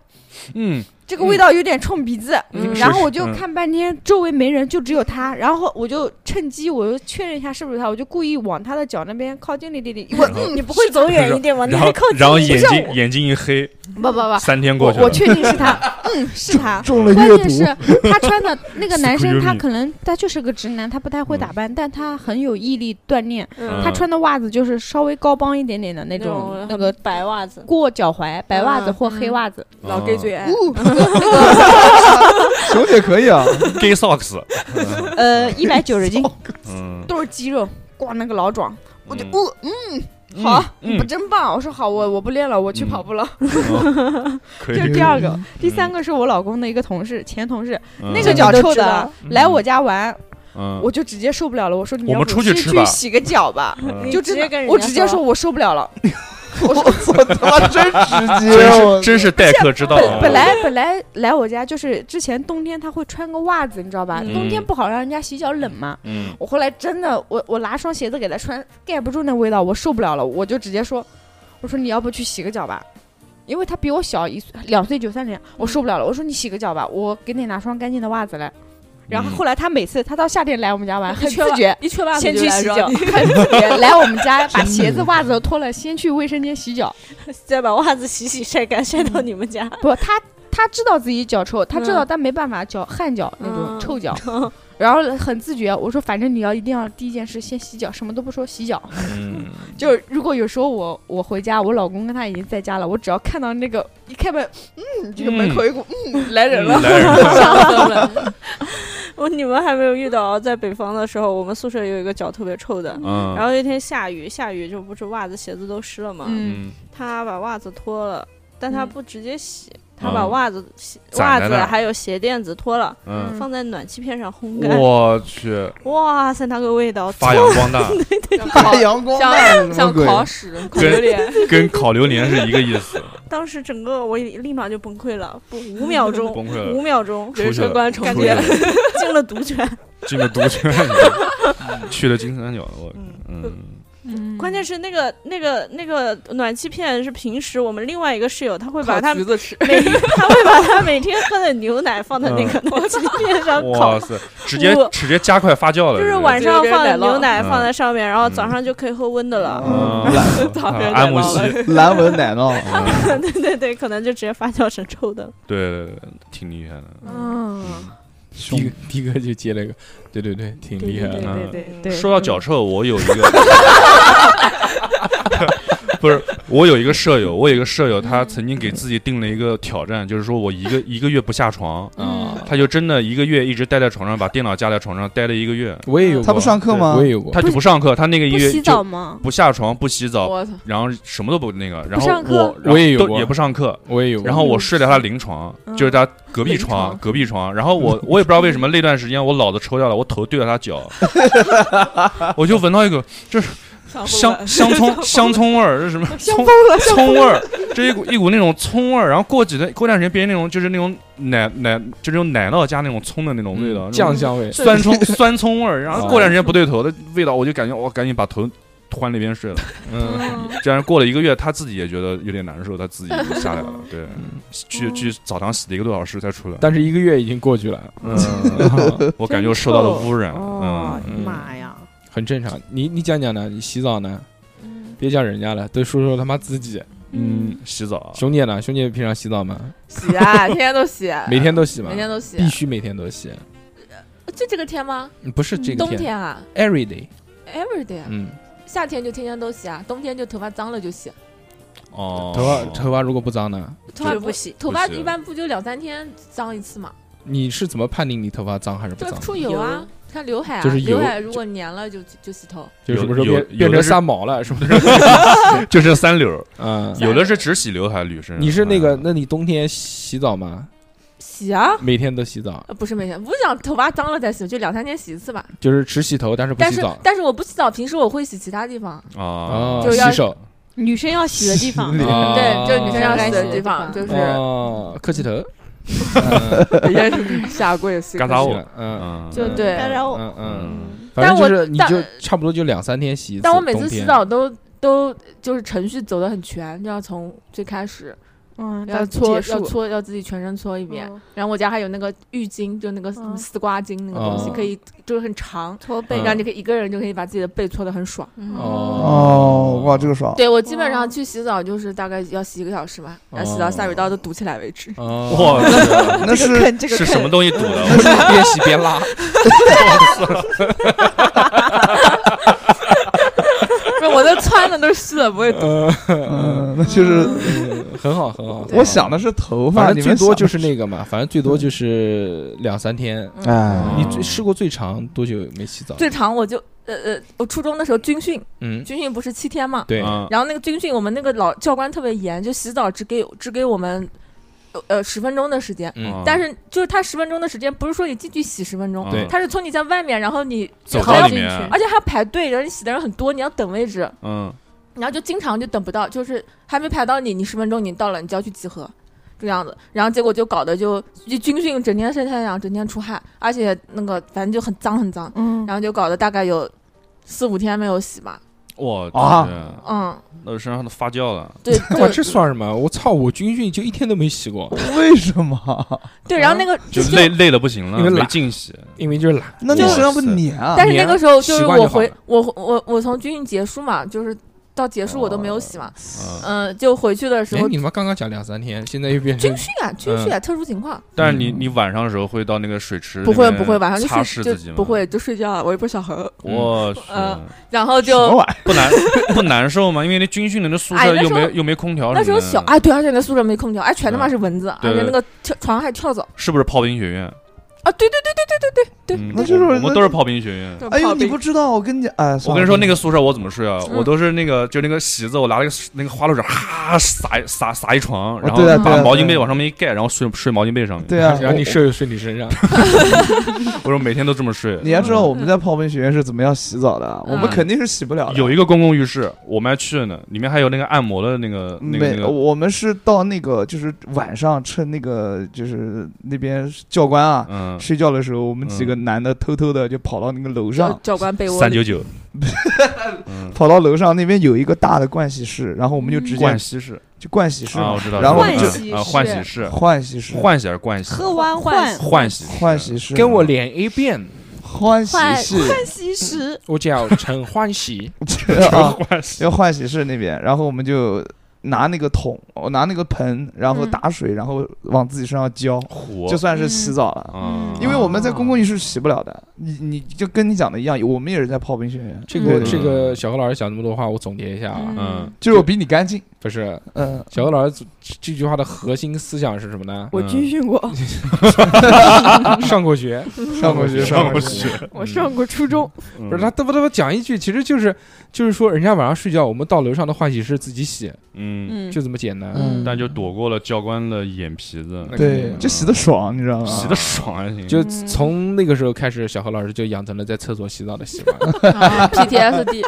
Speaker 2: 嗯，
Speaker 8: 这个味道有点冲鼻子，
Speaker 6: 嗯
Speaker 8: 然后
Speaker 4: 是
Speaker 8: 我就
Speaker 4: 嗯
Speaker 8: 看半天，周围没人，就只有他，然后我就趁机我就确认一下是不是他，我就故意往他的脚那边靠近了一点点，我
Speaker 4: 然后
Speaker 8: 嗯，你不
Speaker 5: 不会走远一点吗？你
Speaker 4: 然后
Speaker 5: 还靠近
Speaker 4: 然后
Speaker 5: 一点
Speaker 4: 眼睛眼睛一黑，
Speaker 8: 不不不，
Speaker 4: 三天过去
Speaker 8: 我我
Speaker 4: 了，
Speaker 8: 确定是他，嗯，
Speaker 4: [laughs]
Speaker 8: 是他。
Speaker 3: 中了
Speaker 8: 关
Speaker 3: 阅
Speaker 8: 键
Speaker 3: 读。
Speaker 8: 是他穿的那个男
Speaker 4: Screw
Speaker 8: 生，
Speaker 4: me
Speaker 8: 他可能他就是个直男，他不太会打扮，但他很有毅力锻炼。
Speaker 4: 嗯
Speaker 8: 他穿的袜子就是稍微高帮一点点的那种，啊那
Speaker 5: 很
Speaker 8: 个
Speaker 5: 白袜子，
Speaker 8: 过脚踝白袜子
Speaker 6: 嗯
Speaker 8: 或黑
Speaker 6: 嗯
Speaker 8: 袜子。
Speaker 6: 老 gay 最
Speaker 5: 嗯
Speaker 6: 爱，
Speaker 3: 熊姐可以啊，
Speaker 4: 嗯 gay socks，
Speaker 8: [laughs] 呃，一百九十斤，
Speaker 4: 嗯，
Speaker 8: [laughs] 都是肌肉，光那个老壮。我就
Speaker 4: 嗯
Speaker 8: 哦，嗯，好， [laughs]
Speaker 4: 嗯
Speaker 8: 不真棒！我说好，我我不练了，我去跑步了。
Speaker 4: 哦可
Speaker 8: 这
Speaker 4: 以
Speaker 8: 是第二个，
Speaker 3: 嗯
Speaker 8: 第三个是我老公的一个同事，前同事，那个
Speaker 4: 嗯
Speaker 8: 脚臭
Speaker 5: 知
Speaker 8: 的
Speaker 5: 道
Speaker 8: 来我家玩，
Speaker 4: 嗯
Speaker 8: 我就直接受不了了。我说你
Speaker 4: 我
Speaker 8: 要
Speaker 4: 们
Speaker 8: 不
Speaker 4: 出去
Speaker 8: 去
Speaker 4: 吃吧
Speaker 8: 洗个脚吧。
Speaker 4: 嗯
Speaker 8: 就
Speaker 5: 你直
Speaker 8: 真
Speaker 5: 接跟
Speaker 8: 的，
Speaker 5: 人
Speaker 8: 我
Speaker 5: 家
Speaker 8: 直接说
Speaker 5: 说
Speaker 8: 我受不了了。我说
Speaker 3: 我他妈真直接
Speaker 4: 真
Speaker 3: 我 [laughs]
Speaker 4: 是真是待客之道嗯
Speaker 8: 本本来本来来我家就是之前冬天他会穿个袜子，你知道吧？
Speaker 4: 嗯
Speaker 8: 冬天不好让人家洗脚冷嘛。
Speaker 4: 嗯，
Speaker 8: 我后来真的，我我拿双鞋子给他穿，盖不住那味道，我受不了了，我就直接说，我说你要不去洗个脚吧，因为他比我小一岁两岁九三年，我受不了了，我说你洗个脚吧，我给你拿双干净的袜子来。
Speaker 4: 嗯
Speaker 8: 然后后来他每次他到夏天来我们家
Speaker 5: 啊
Speaker 4: [laughs]
Speaker 8: 玩，很
Speaker 6: 一缺
Speaker 8: 自觉
Speaker 6: 袜，一缺袜子
Speaker 8: 先
Speaker 6: 就
Speaker 8: 去
Speaker 6: 来
Speaker 8: 洗
Speaker 6: 让
Speaker 8: 脚，
Speaker 6: 你
Speaker 5: [laughs]
Speaker 8: 很自觉来我们家把鞋子袜子都脱了，先去卫生间洗脚。
Speaker 5: 再把袜子洗洗晒干，晒到你
Speaker 7: [laughs]
Speaker 5: 们家。
Speaker 8: 不，他他知道自己脚臭，他知
Speaker 7: 嗯
Speaker 8: 道，但没办法，脚汗脚那种
Speaker 7: [laughs]
Speaker 8: 臭脚，然后很自觉。我说，反正你要一定要第一件事先洗脚，什么都不说，洗脚。
Speaker 4: 嗯，
Speaker 8: 就是如果有时候我我回家，我老公跟他已经在家了，我只要看到那个一开门，嗯，这个门口有一股嗯来人了，
Speaker 4: 来人，
Speaker 5: 我你们还没有遇到，在北方的时候，我们宿舍有一个脚特别臭的。
Speaker 4: 嗯，
Speaker 5: 然后有一天下雨，下雨就不是袜子鞋子都湿了嘛，
Speaker 8: [laughs] 嗯，
Speaker 4: 嗯，
Speaker 5: 他把袜子脱了，但他
Speaker 8: 嗯
Speaker 5: 不直接洗，他把
Speaker 4: 嗯
Speaker 5: 袜子洗
Speaker 4: 攒
Speaker 5: 袜
Speaker 4: 在
Speaker 5: 子
Speaker 4: 那儿
Speaker 5: 还有鞋垫子脱了，
Speaker 4: 嗯，
Speaker 5: 放在暖气片上烘干。
Speaker 4: 我去，
Speaker 5: 哇塞，那个味道，
Speaker 4: 发扬光大，
Speaker 3: 大阳光大什
Speaker 6: 像
Speaker 3: 么
Speaker 6: 像
Speaker 3: 鬼？
Speaker 6: 烤屎、烤
Speaker 4: 跟
Speaker 6: 榴莲，
Speaker 4: 跟烤榴莲是一个意
Speaker 5: [laughs]
Speaker 4: 思，
Speaker 5: 当时整个我立马就崩溃了，不五秒
Speaker 4: [laughs]
Speaker 5: 钟，
Speaker 4: 崩溃了
Speaker 5: 五。秒钟
Speaker 4: 出去了
Speaker 6: 观
Speaker 4: 出去
Speaker 6: 觉
Speaker 4: 了，
Speaker 5: 进了毒圈。
Speaker 4: 进了毒圈，去了金三角，我嗯，
Speaker 5: 关键
Speaker 7: 是
Speaker 5: 是那个那个那个暖气片是平时我们另外一个室友他会把他
Speaker 6: 烤橘子吃， [laughs]
Speaker 5: 每他会把他每天喝的牛奶放在那个暖气片上烤
Speaker 4: 嗯哇，塞，直接
Speaker 5: 我
Speaker 4: 直接加快发酵了，
Speaker 5: 就是
Speaker 4: 这
Speaker 5: 晚上放的牛奶
Speaker 4: 嗯
Speaker 5: 放在上面，然后早上就可以喝温的了。 [laughs]
Speaker 4: 嗯
Speaker 6: 早上
Speaker 4: 安慕希
Speaker 6: 了，，
Speaker 3: 蓝纹奶酪，
Speaker 5: 对对对，可能就直接发酵成臭的。
Speaker 4: 嗯对对对，挺厉害的。
Speaker 8: 嗯，
Speaker 2: 第一个第一个就接了一个，对对对，挺厉害的。啊
Speaker 4: 对
Speaker 8: 对嗯
Speaker 5: 对
Speaker 4: 说到脚臭，我有一个，不是，我有一个舍友，我有一个舍友，
Speaker 8: 嗯
Speaker 4: 他曾经给自己定了一个挑战，就是说我一个一个月不下床，
Speaker 8: 嗯
Speaker 2: 啊，
Speaker 4: 他就真的一个月一直待在床上，把电脑架在床上待了一个月，
Speaker 2: 我也有过，
Speaker 3: 他不上课吗
Speaker 2: 我？也有过，
Speaker 4: 他就不上课，他那个一
Speaker 8: 不
Speaker 4: 个
Speaker 8: 洗
Speaker 4: 月
Speaker 8: 澡
Speaker 4: 就
Speaker 8: 吗？
Speaker 4: 不下床，不洗
Speaker 2: 哦
Speaker 4: 澡，
Speaker 6: 我操，
Speaker 4: 然后什么都不那个，然
Speaker 8: 不
Speaker 4: 后
Speaker 8: 上课
Speaker 4: 我然后
Speaker 2: 我也有
Speaker 4: 都
Speaker 2: 过
Speaker 4: 也不上课，
Speaker 2: 我也有过。
Speaker 4: 然后我睡在他邻床，就是他隔壁
Speaker 8: 邻
Speaker 4: 床，
Speaker 8: 嗯床
Speaker 4: 隔壁床。然后
Speaker 8: [laughs]
Speaker 4: 我我也不知道为什么那段时间我脑子抽掉了，我头对着他脚，我就闻到一股 [laughs] 香香葱啊
Speaker 5: [laughs]
Speaker 4: 香葱味儿，这是什 [laughs] 么葱葱味儿？这一股一股那种葱味儿。然后过几天过段时间变成那种就是那种奶奶，就那种奶酪加那种葱的那种味道，
Speaker 2: 嗯
Speaker 4: 那种
Speaker 2: 酱香味，
Speaker 4: 酸葱酸葱味儿，然后
Speaker 2: 哦
Speaker 4: 过段时间不对头的 [laughs] 味道，我就感觉我赶紧把头换那边睡了。
Speaker 2: 嗯，
Speaker 4: 这样过了一个月，他自己也觉得有点难受，他自己就下来了。对，去去澡堂洗了一个多小时才出来。
Speaker 2: 但是一个月已经过去了，
Speaker 4: [laughs] 嗯，
Speaker 2: 嗯
Speaker 4: 我感觉我受到了污染。
Speaker 8: 哦
Speaker 4: 嗯，，
Speaker 8: 妈呀！
Speaker 2: [laughs] 很正常。你你讲讲呢？你洗澡呢？
Speaker 6: 嗯
Speaker 2: 别讲人家了，都说说他妈自己。
Speaker 4: 嗯，洗澡，
Speaker 2: 兄弟呢？兄弟平常洗澡吗？
Speaker 6: 洗啊，天天都洗，
Speaker 2: 每天都洗吗？
Speaker 6: 每天都洗，啊
Speaker 2: 必须每天都洗，啊
Speaker 6: 就这个天吗？
Speaker 2: 不是这个
Speaker 6: 冬天啊
Speaker 2: e v e r y day。
Speaker 6: ，every day，啊
Speaker 2: 嗯，
Speaker 6: 夏天就天天都洗啊，冬天就头发脏了就洗，啊
Speaker 4: 哦，
Speaker 2: 头发头发如果不脏呢？
Speaker 6: 头发
Speaker 5: 就不洗
Speaker 6: 头发
Speaker 4: 不洗
Speaker 6: 一般不就两三天脏一次嘛？
Speaker 2: 你是怎么判定你头发脏还是不
Speaker 6: 这
Speaker 2: 脏？
Speaker 6: 出油啊，看刘海啊，
Speaker 2: 就是油
Speaker 6: 刘海如果粘了就就就洗头，
Speaker 2: 就是什么时
Speaker 4: 有
Speaker 2: 候变
Speaker 4: 有
Speaker 2: 变
Speaker 4: 有的
Speaker 2: 成
Speaker 4: [laughs] 是
Speaker 2: 三毛了？什么时
Speaker 4: 就剩三绺，
Speaker 2: 候？嗯，
Speaker 4: 有的是只洗刘海，女生。
Speaker 2: [laughs] 你是那个？
Speaker 4: 嗯
Speaker 2: 那你冬天洗澡吗？
Speaker 6: 洗啊。
Speaker 2: 每天都洗澡，
Speaker 6: 呃不是每天，不是讲头发脏了再洗，就两三天洗一次吧。
Speaker 2: 就是只洗头，但是不
Speaker 6: 但
Speaker 2: 洗
Speaker 6: 是
Speaker 2: 澡。
Speaker 6: 但是我不洗澡，平时我会洗其他地方。
Speaker 4: 啊
Speaker 2: 哦，
Speaker 6: 就要
Speaker 2: 洗手。
Speaker 7: 女生要洗的地
Speaker 3: [laughs]
Speaker 7: 方，
Speaker 2: 对
Speaker 6: 对，就是女生要
Speaker 7: 该洗
Speaker 6: 洗的
Speaker 7: 的
Speaker 6: 地
Speaker 7: 地
Speaker 6: 方，
Speaker 7: 方
Speaker 6: 就是
Speaker 2: 啊
Speaker 6: [laughs]
Speaker 2: 哦，磕起头，嗯
Speaker 6: 人家下跪洗
Speaker 4: 嘎达我，
Speaker 2: 嗯
Speaker 4: 嗯，
Speaker 6: 就对。
Speaker 7: 然后
Speaker 2: 嗯嗯，
Speaker 4: 嗯，
Speaker 2: 反正
Speaker 6: 哦但我
Speaker 2: 就是你
Speaker 6: 但
Speaker 2: 就差不多就两三天洗一次。
Speaker 6: 但我每次
Speaker 2: 冬天
Speaker 6: 洗澡都都就是程序走的很全，就要从最开始
Speaker 8: 嗯，
Speaker 6: 要
Speaker 8: 到
Speaker 6: 搓
Speaker 8: 结
Speaker 6: 要
Speaker 8: 束。
Speaker 6: 搓要自己全身搓一遍，
Speaker 8: 嗯
Speaker 6: 然后我家还有那个浴巾，就那个
Speaker 8: 嗯
Speaker 6: 丝瓜巾那个东西，
Speaker 2: 哦
Speaker 6: 可以就是很长，
Speaker 5: 搓
Speaker 2: 嗯
Speaker 5: 背
Speaker 6: 然后你可以一个人就可以把自己的背搓的很爽。
Speaker 3: 哦，哇，这个爽！
Speaker 6: 对我基本上
Speaker 8: 哇
Speaker 6: 去洗澡就是大概要洗一个小时嘛，然后洗到下水道都堵起来为止。
Speaker 2: 哦，
Speaker 6: [laughs]
Speaker 4: 哇，
Speaker 2: [laughs]
Speaker 4: 这
Speaker 3: 那是
Speaker 8: 这
Speaker 4: 是什么东西堵
Speaker 6: 嗯
Speaker 4: 的？
Speaker 2: 边洗边
Speaker 4: [laughs]
Speaker 2: 拉，
Speaker 6: 不是，我的穿的都是湿的，不会堵。
Speaker 3: 嗯，那就是
Speaker 2: 嗯很好很好。
Speaker 3: 我想的是头发，
Speaker 2: 反
Speaker 3: 你
Speaker 2: 正
Speaker 3: 们
Speaker 2: 最多
Speaker 3: 想
Speaker 2: 就是那个嘛，反正最
Speaker 4: 嗯
Speaker 2: 多就是两三天。
Speaker 3: 哎，
Speaker 2: 你最试过最长多久没洗澡？
Speaker 6: 最长我就呃呃，我初中的时候军训，
Speaker 2: 嗯，
Speaker 6: 军训不是七天嘛，
Speaker 2: 对，
Speaker 4: 嗯
Speaker 6: 然后那个军训我们那个老教官特别严，就洗澡只给只给我们呃呃十分钟的时间。
Speaker 4: 啊
Speaker 2: 嗯，
Speaker 6: 但是就是他十分钟的时间，不是说你进去洗十分钟，
Speaker 2: 对
Speaker 6: 他是从你在外面，然后你
Speaker 4: 嗯走
Speaker 6: 还要
Speaker 4: 到里面，
Speaker 6: 而且还要排队，然后你洗的人很多，你要等位置，
Speaker 4: 嗯，
Speaker 6: 然后就经常就等不到，就是还没排到你，你十分钟你到了，你就要去集合，这样子。然后结果就搞得就就军训整天晒太阳，整天出汗，而且那个反正就很脏很脏，
Speaker 8: 嗯，
Speaker 6: 然后就搞得大概有四五天没有洗吧，
Speaker 4: 哇
Speaker 3: 啊，
Speaker 4: 对
Speaker 6: 嗯，
Speaker 4: 那身上都发酵了。
Speaker 6: 对
Speaker 2: 哇，
Speaker 6: 对
Speaker 2: 这算什么？我操，我军训就一天都没洗过，
Speaker 3: 为什么？
Speaker 6: 对，然后那个
Speaker 4: 就
Speaker 6: 就
Speaker 4: 累累的不行了，
Speaker 2: 因为
Speaker 4: 没
Speaker 2: 懒
Speaker 4: 劲洗。
Speaker 2: 因为就是懒。
Speaker 3: [laughs] 那你身上不粘啊？
Speaker 6: 但是那个时候就
Speaker 2: 习
Speaker 6: 是
Speaker 2: 惯就
Speaker 6: 我
Speaker 2: 好
Speaker 6: 回
Speaker 2: 了
Speaker 6: 我我我从军训结束嘛，就是到结束我都没有洗嘛，
Speaker 4: 嗯，
Speaker 6: 嗯，就回去的时
Speaker 2: 哎
Speaker 6: 候，
Speaker 2: 你他妈刚刚讲两三天，现在又变成
Speaker 6: 军训啊，军训啊，特殊情况。
Speaker 4: 但是你你晚上的时候会到那个水池
Speaker 6: 不
Speaker 4: 那
Speaker 6: 会
Speaker 4: 边
Speaker 6: 不会，晚上就
Speaker 4: 擦
Speaker 6: 睡
Speaker 4: 拭自己
Speaker 6: 就
Speaker 4: 吗？
Speaker 6: 不会就睡觉啊，我也不是小猴，
Speaker 4: 我去，
Speaker 6: 嗯然后
Speaker 3: 什么
Speaker 6: 就
Speaker 3: 玩意
Speaker 4: 不难不难受吗？因为那军训的那宿
Speaker 6: 哎
Speaker 4: 舍
Speaker 6: 那
Speaker 4: 又
Speaker 6: 时候
Speaker 4: 没又没空调什么的，
Speaker 6: 那时候小，哎，对，而且那宿舍没空调，哎，全他妈是蚊子，
Speaker 4: 嗯对
Speaker 6: 而且那个跳床还跳蚤
Speaker 4: 是不是炮兵学院？
Speaker 6: 啊，对对对对
Speaker 4: 嗯
Speaker 3: 那就是
Speaker 4: 我们都是炮兵学院。
Speaker 6: 对，
Speaker 3: 儿？哎呦，
Speaker 6: 炮
Speaker 3: 你
Speaker 6: 兵
Speaker 3: 不知道，我跟你讲，哎，
Speaker 4: 我
Speaker 3: 算了
Speaker 4: 跟你说，那个宿舍我怎么睡啊？
Speaker 6: 嗯
Speaker 4: 我都是那个，就那个席子，我拿那个那个花露水，哈撒一撒撒一床，然后
Speaker 3: 对啊对
Speaker 4: 把
Speaker 3: 啊
Speaker 4: 毛巾
Speaker 3: 对啊
Speaker 4: 被往上面一盖，然后睡睡毛巾被上面。
Speaker 3: 对
Speaker 2: [laughs]
Speaker 3: 啊，
Speaker 2: 然后你
Speaker 3: 我
Speaker 2: 睡又睡你身上，
Speaker 4: 我说每天都这么睡。
Speaker 3: 你要知道我们在炮兵学院是怎么样洗澡的啊，我们
Speaker 6: 嗯
Speaker 3: 肯定是洗不了的。
Speaker 4: 有一个公共浴室，我们还去了呢，里面还有那个按摩的那个那个
Speaker 3: 没
Speaker 4: 那，个。
Speaker 3: 我们是到那个就是晚上趁那个就是那边教官啊
Speaker 4: 嗯，
Speaker 3: 睡觉的时候，我们几个男的偷偷的就跑到那个楼
Speaker 4: 嗯
Speaker 3: 上，
Speaker 6: 教官被窝
Speaker 4: 三
Speaker 6: 里，
Speaker 4: 九九，嗯，
Speaker 3: 跑到楼上那边有一个大的盥洗室，然后我们就直接
Speaker 4: 盥洗室
Speaker 3: 就盥洗室，
Speaker 4: 嗯啊，我知道，
Speaker 3: 然后
Speaker 4: 嗯
Speaker 3: 就
Speaker 4: 啊，换洗室，
Speaker 3: 换洗室，
Speaker 4: 换洗还是盥洗？
Speaker 7: 喝完换
Speaker 4: 换洗室，
Speaker 3: 换洗室，
Speaker 2: 跟我脸 A 变，
Speaker 3: 换洗 [laughs] 室，
Speaker 7: 吸食，
Speaker 2: 我叫陈欢喜。
Speaker 3: 啊，
Speaker 4: 换洗
Speaker 3: 要换洗室那边，然后我们就拿那个桶，我拿那个盆，然后
Speaker 6: 嗯
Speaker 3: 打水，然后往自己身上浇，
Speaker 4: 壶
Speaker 3: 就算是洗澡了。
Speaker 4: 啊，
Speaker 3: 因为我们在公共浴室洗不了的，你你就跟你讲的一样，我们也是在炮兵学院，
Speaker 2: [laughs] 这个
Speaker 3: 对
Speaker 2: 这个小何老师讲这么多话，我总结一下啊，
Speaker 4: 嗯，
Speaker 3: 就是我比你干净，
Speaker 2: 不是
Speaker 3: 嗯，
Speaker 2: 小何老师这这句话的核心思想是什么呢？
Speaker 8: 我
Speaker 4: 嗯
Speaker 8: 军
Speaker 4: [laughs]
Speaker 8: 训过，
Speaker 2: 啊上过学，
Speaker 3: 上过去，
Speaker 4: 上
Speaker 3: 过
Speaker 4: 过去，，
Speaker 8: 我上过初中。
Speaker 4: 不
Speaker 2: 不是他嘚啵嘚啵讲一句，其实就是就是说人家晚上睡觉，我们到楼上的换洗室自己洗，
Speaker 4: 嗯，
Speaker 2: 就这么简单。
Speaker 3: 嗯，
Speaker 4: 但就躲过了教官的眼皮子，
Speaker 3: 对，就洗的爽，你知道吗？
Speaker 4: 洗的爽还行，
Speaker 2: 就从那个时候开始，小何老师就养成了在厕所洗澡的习惯。
Speaker 6: [laughs] 啊 PTSD，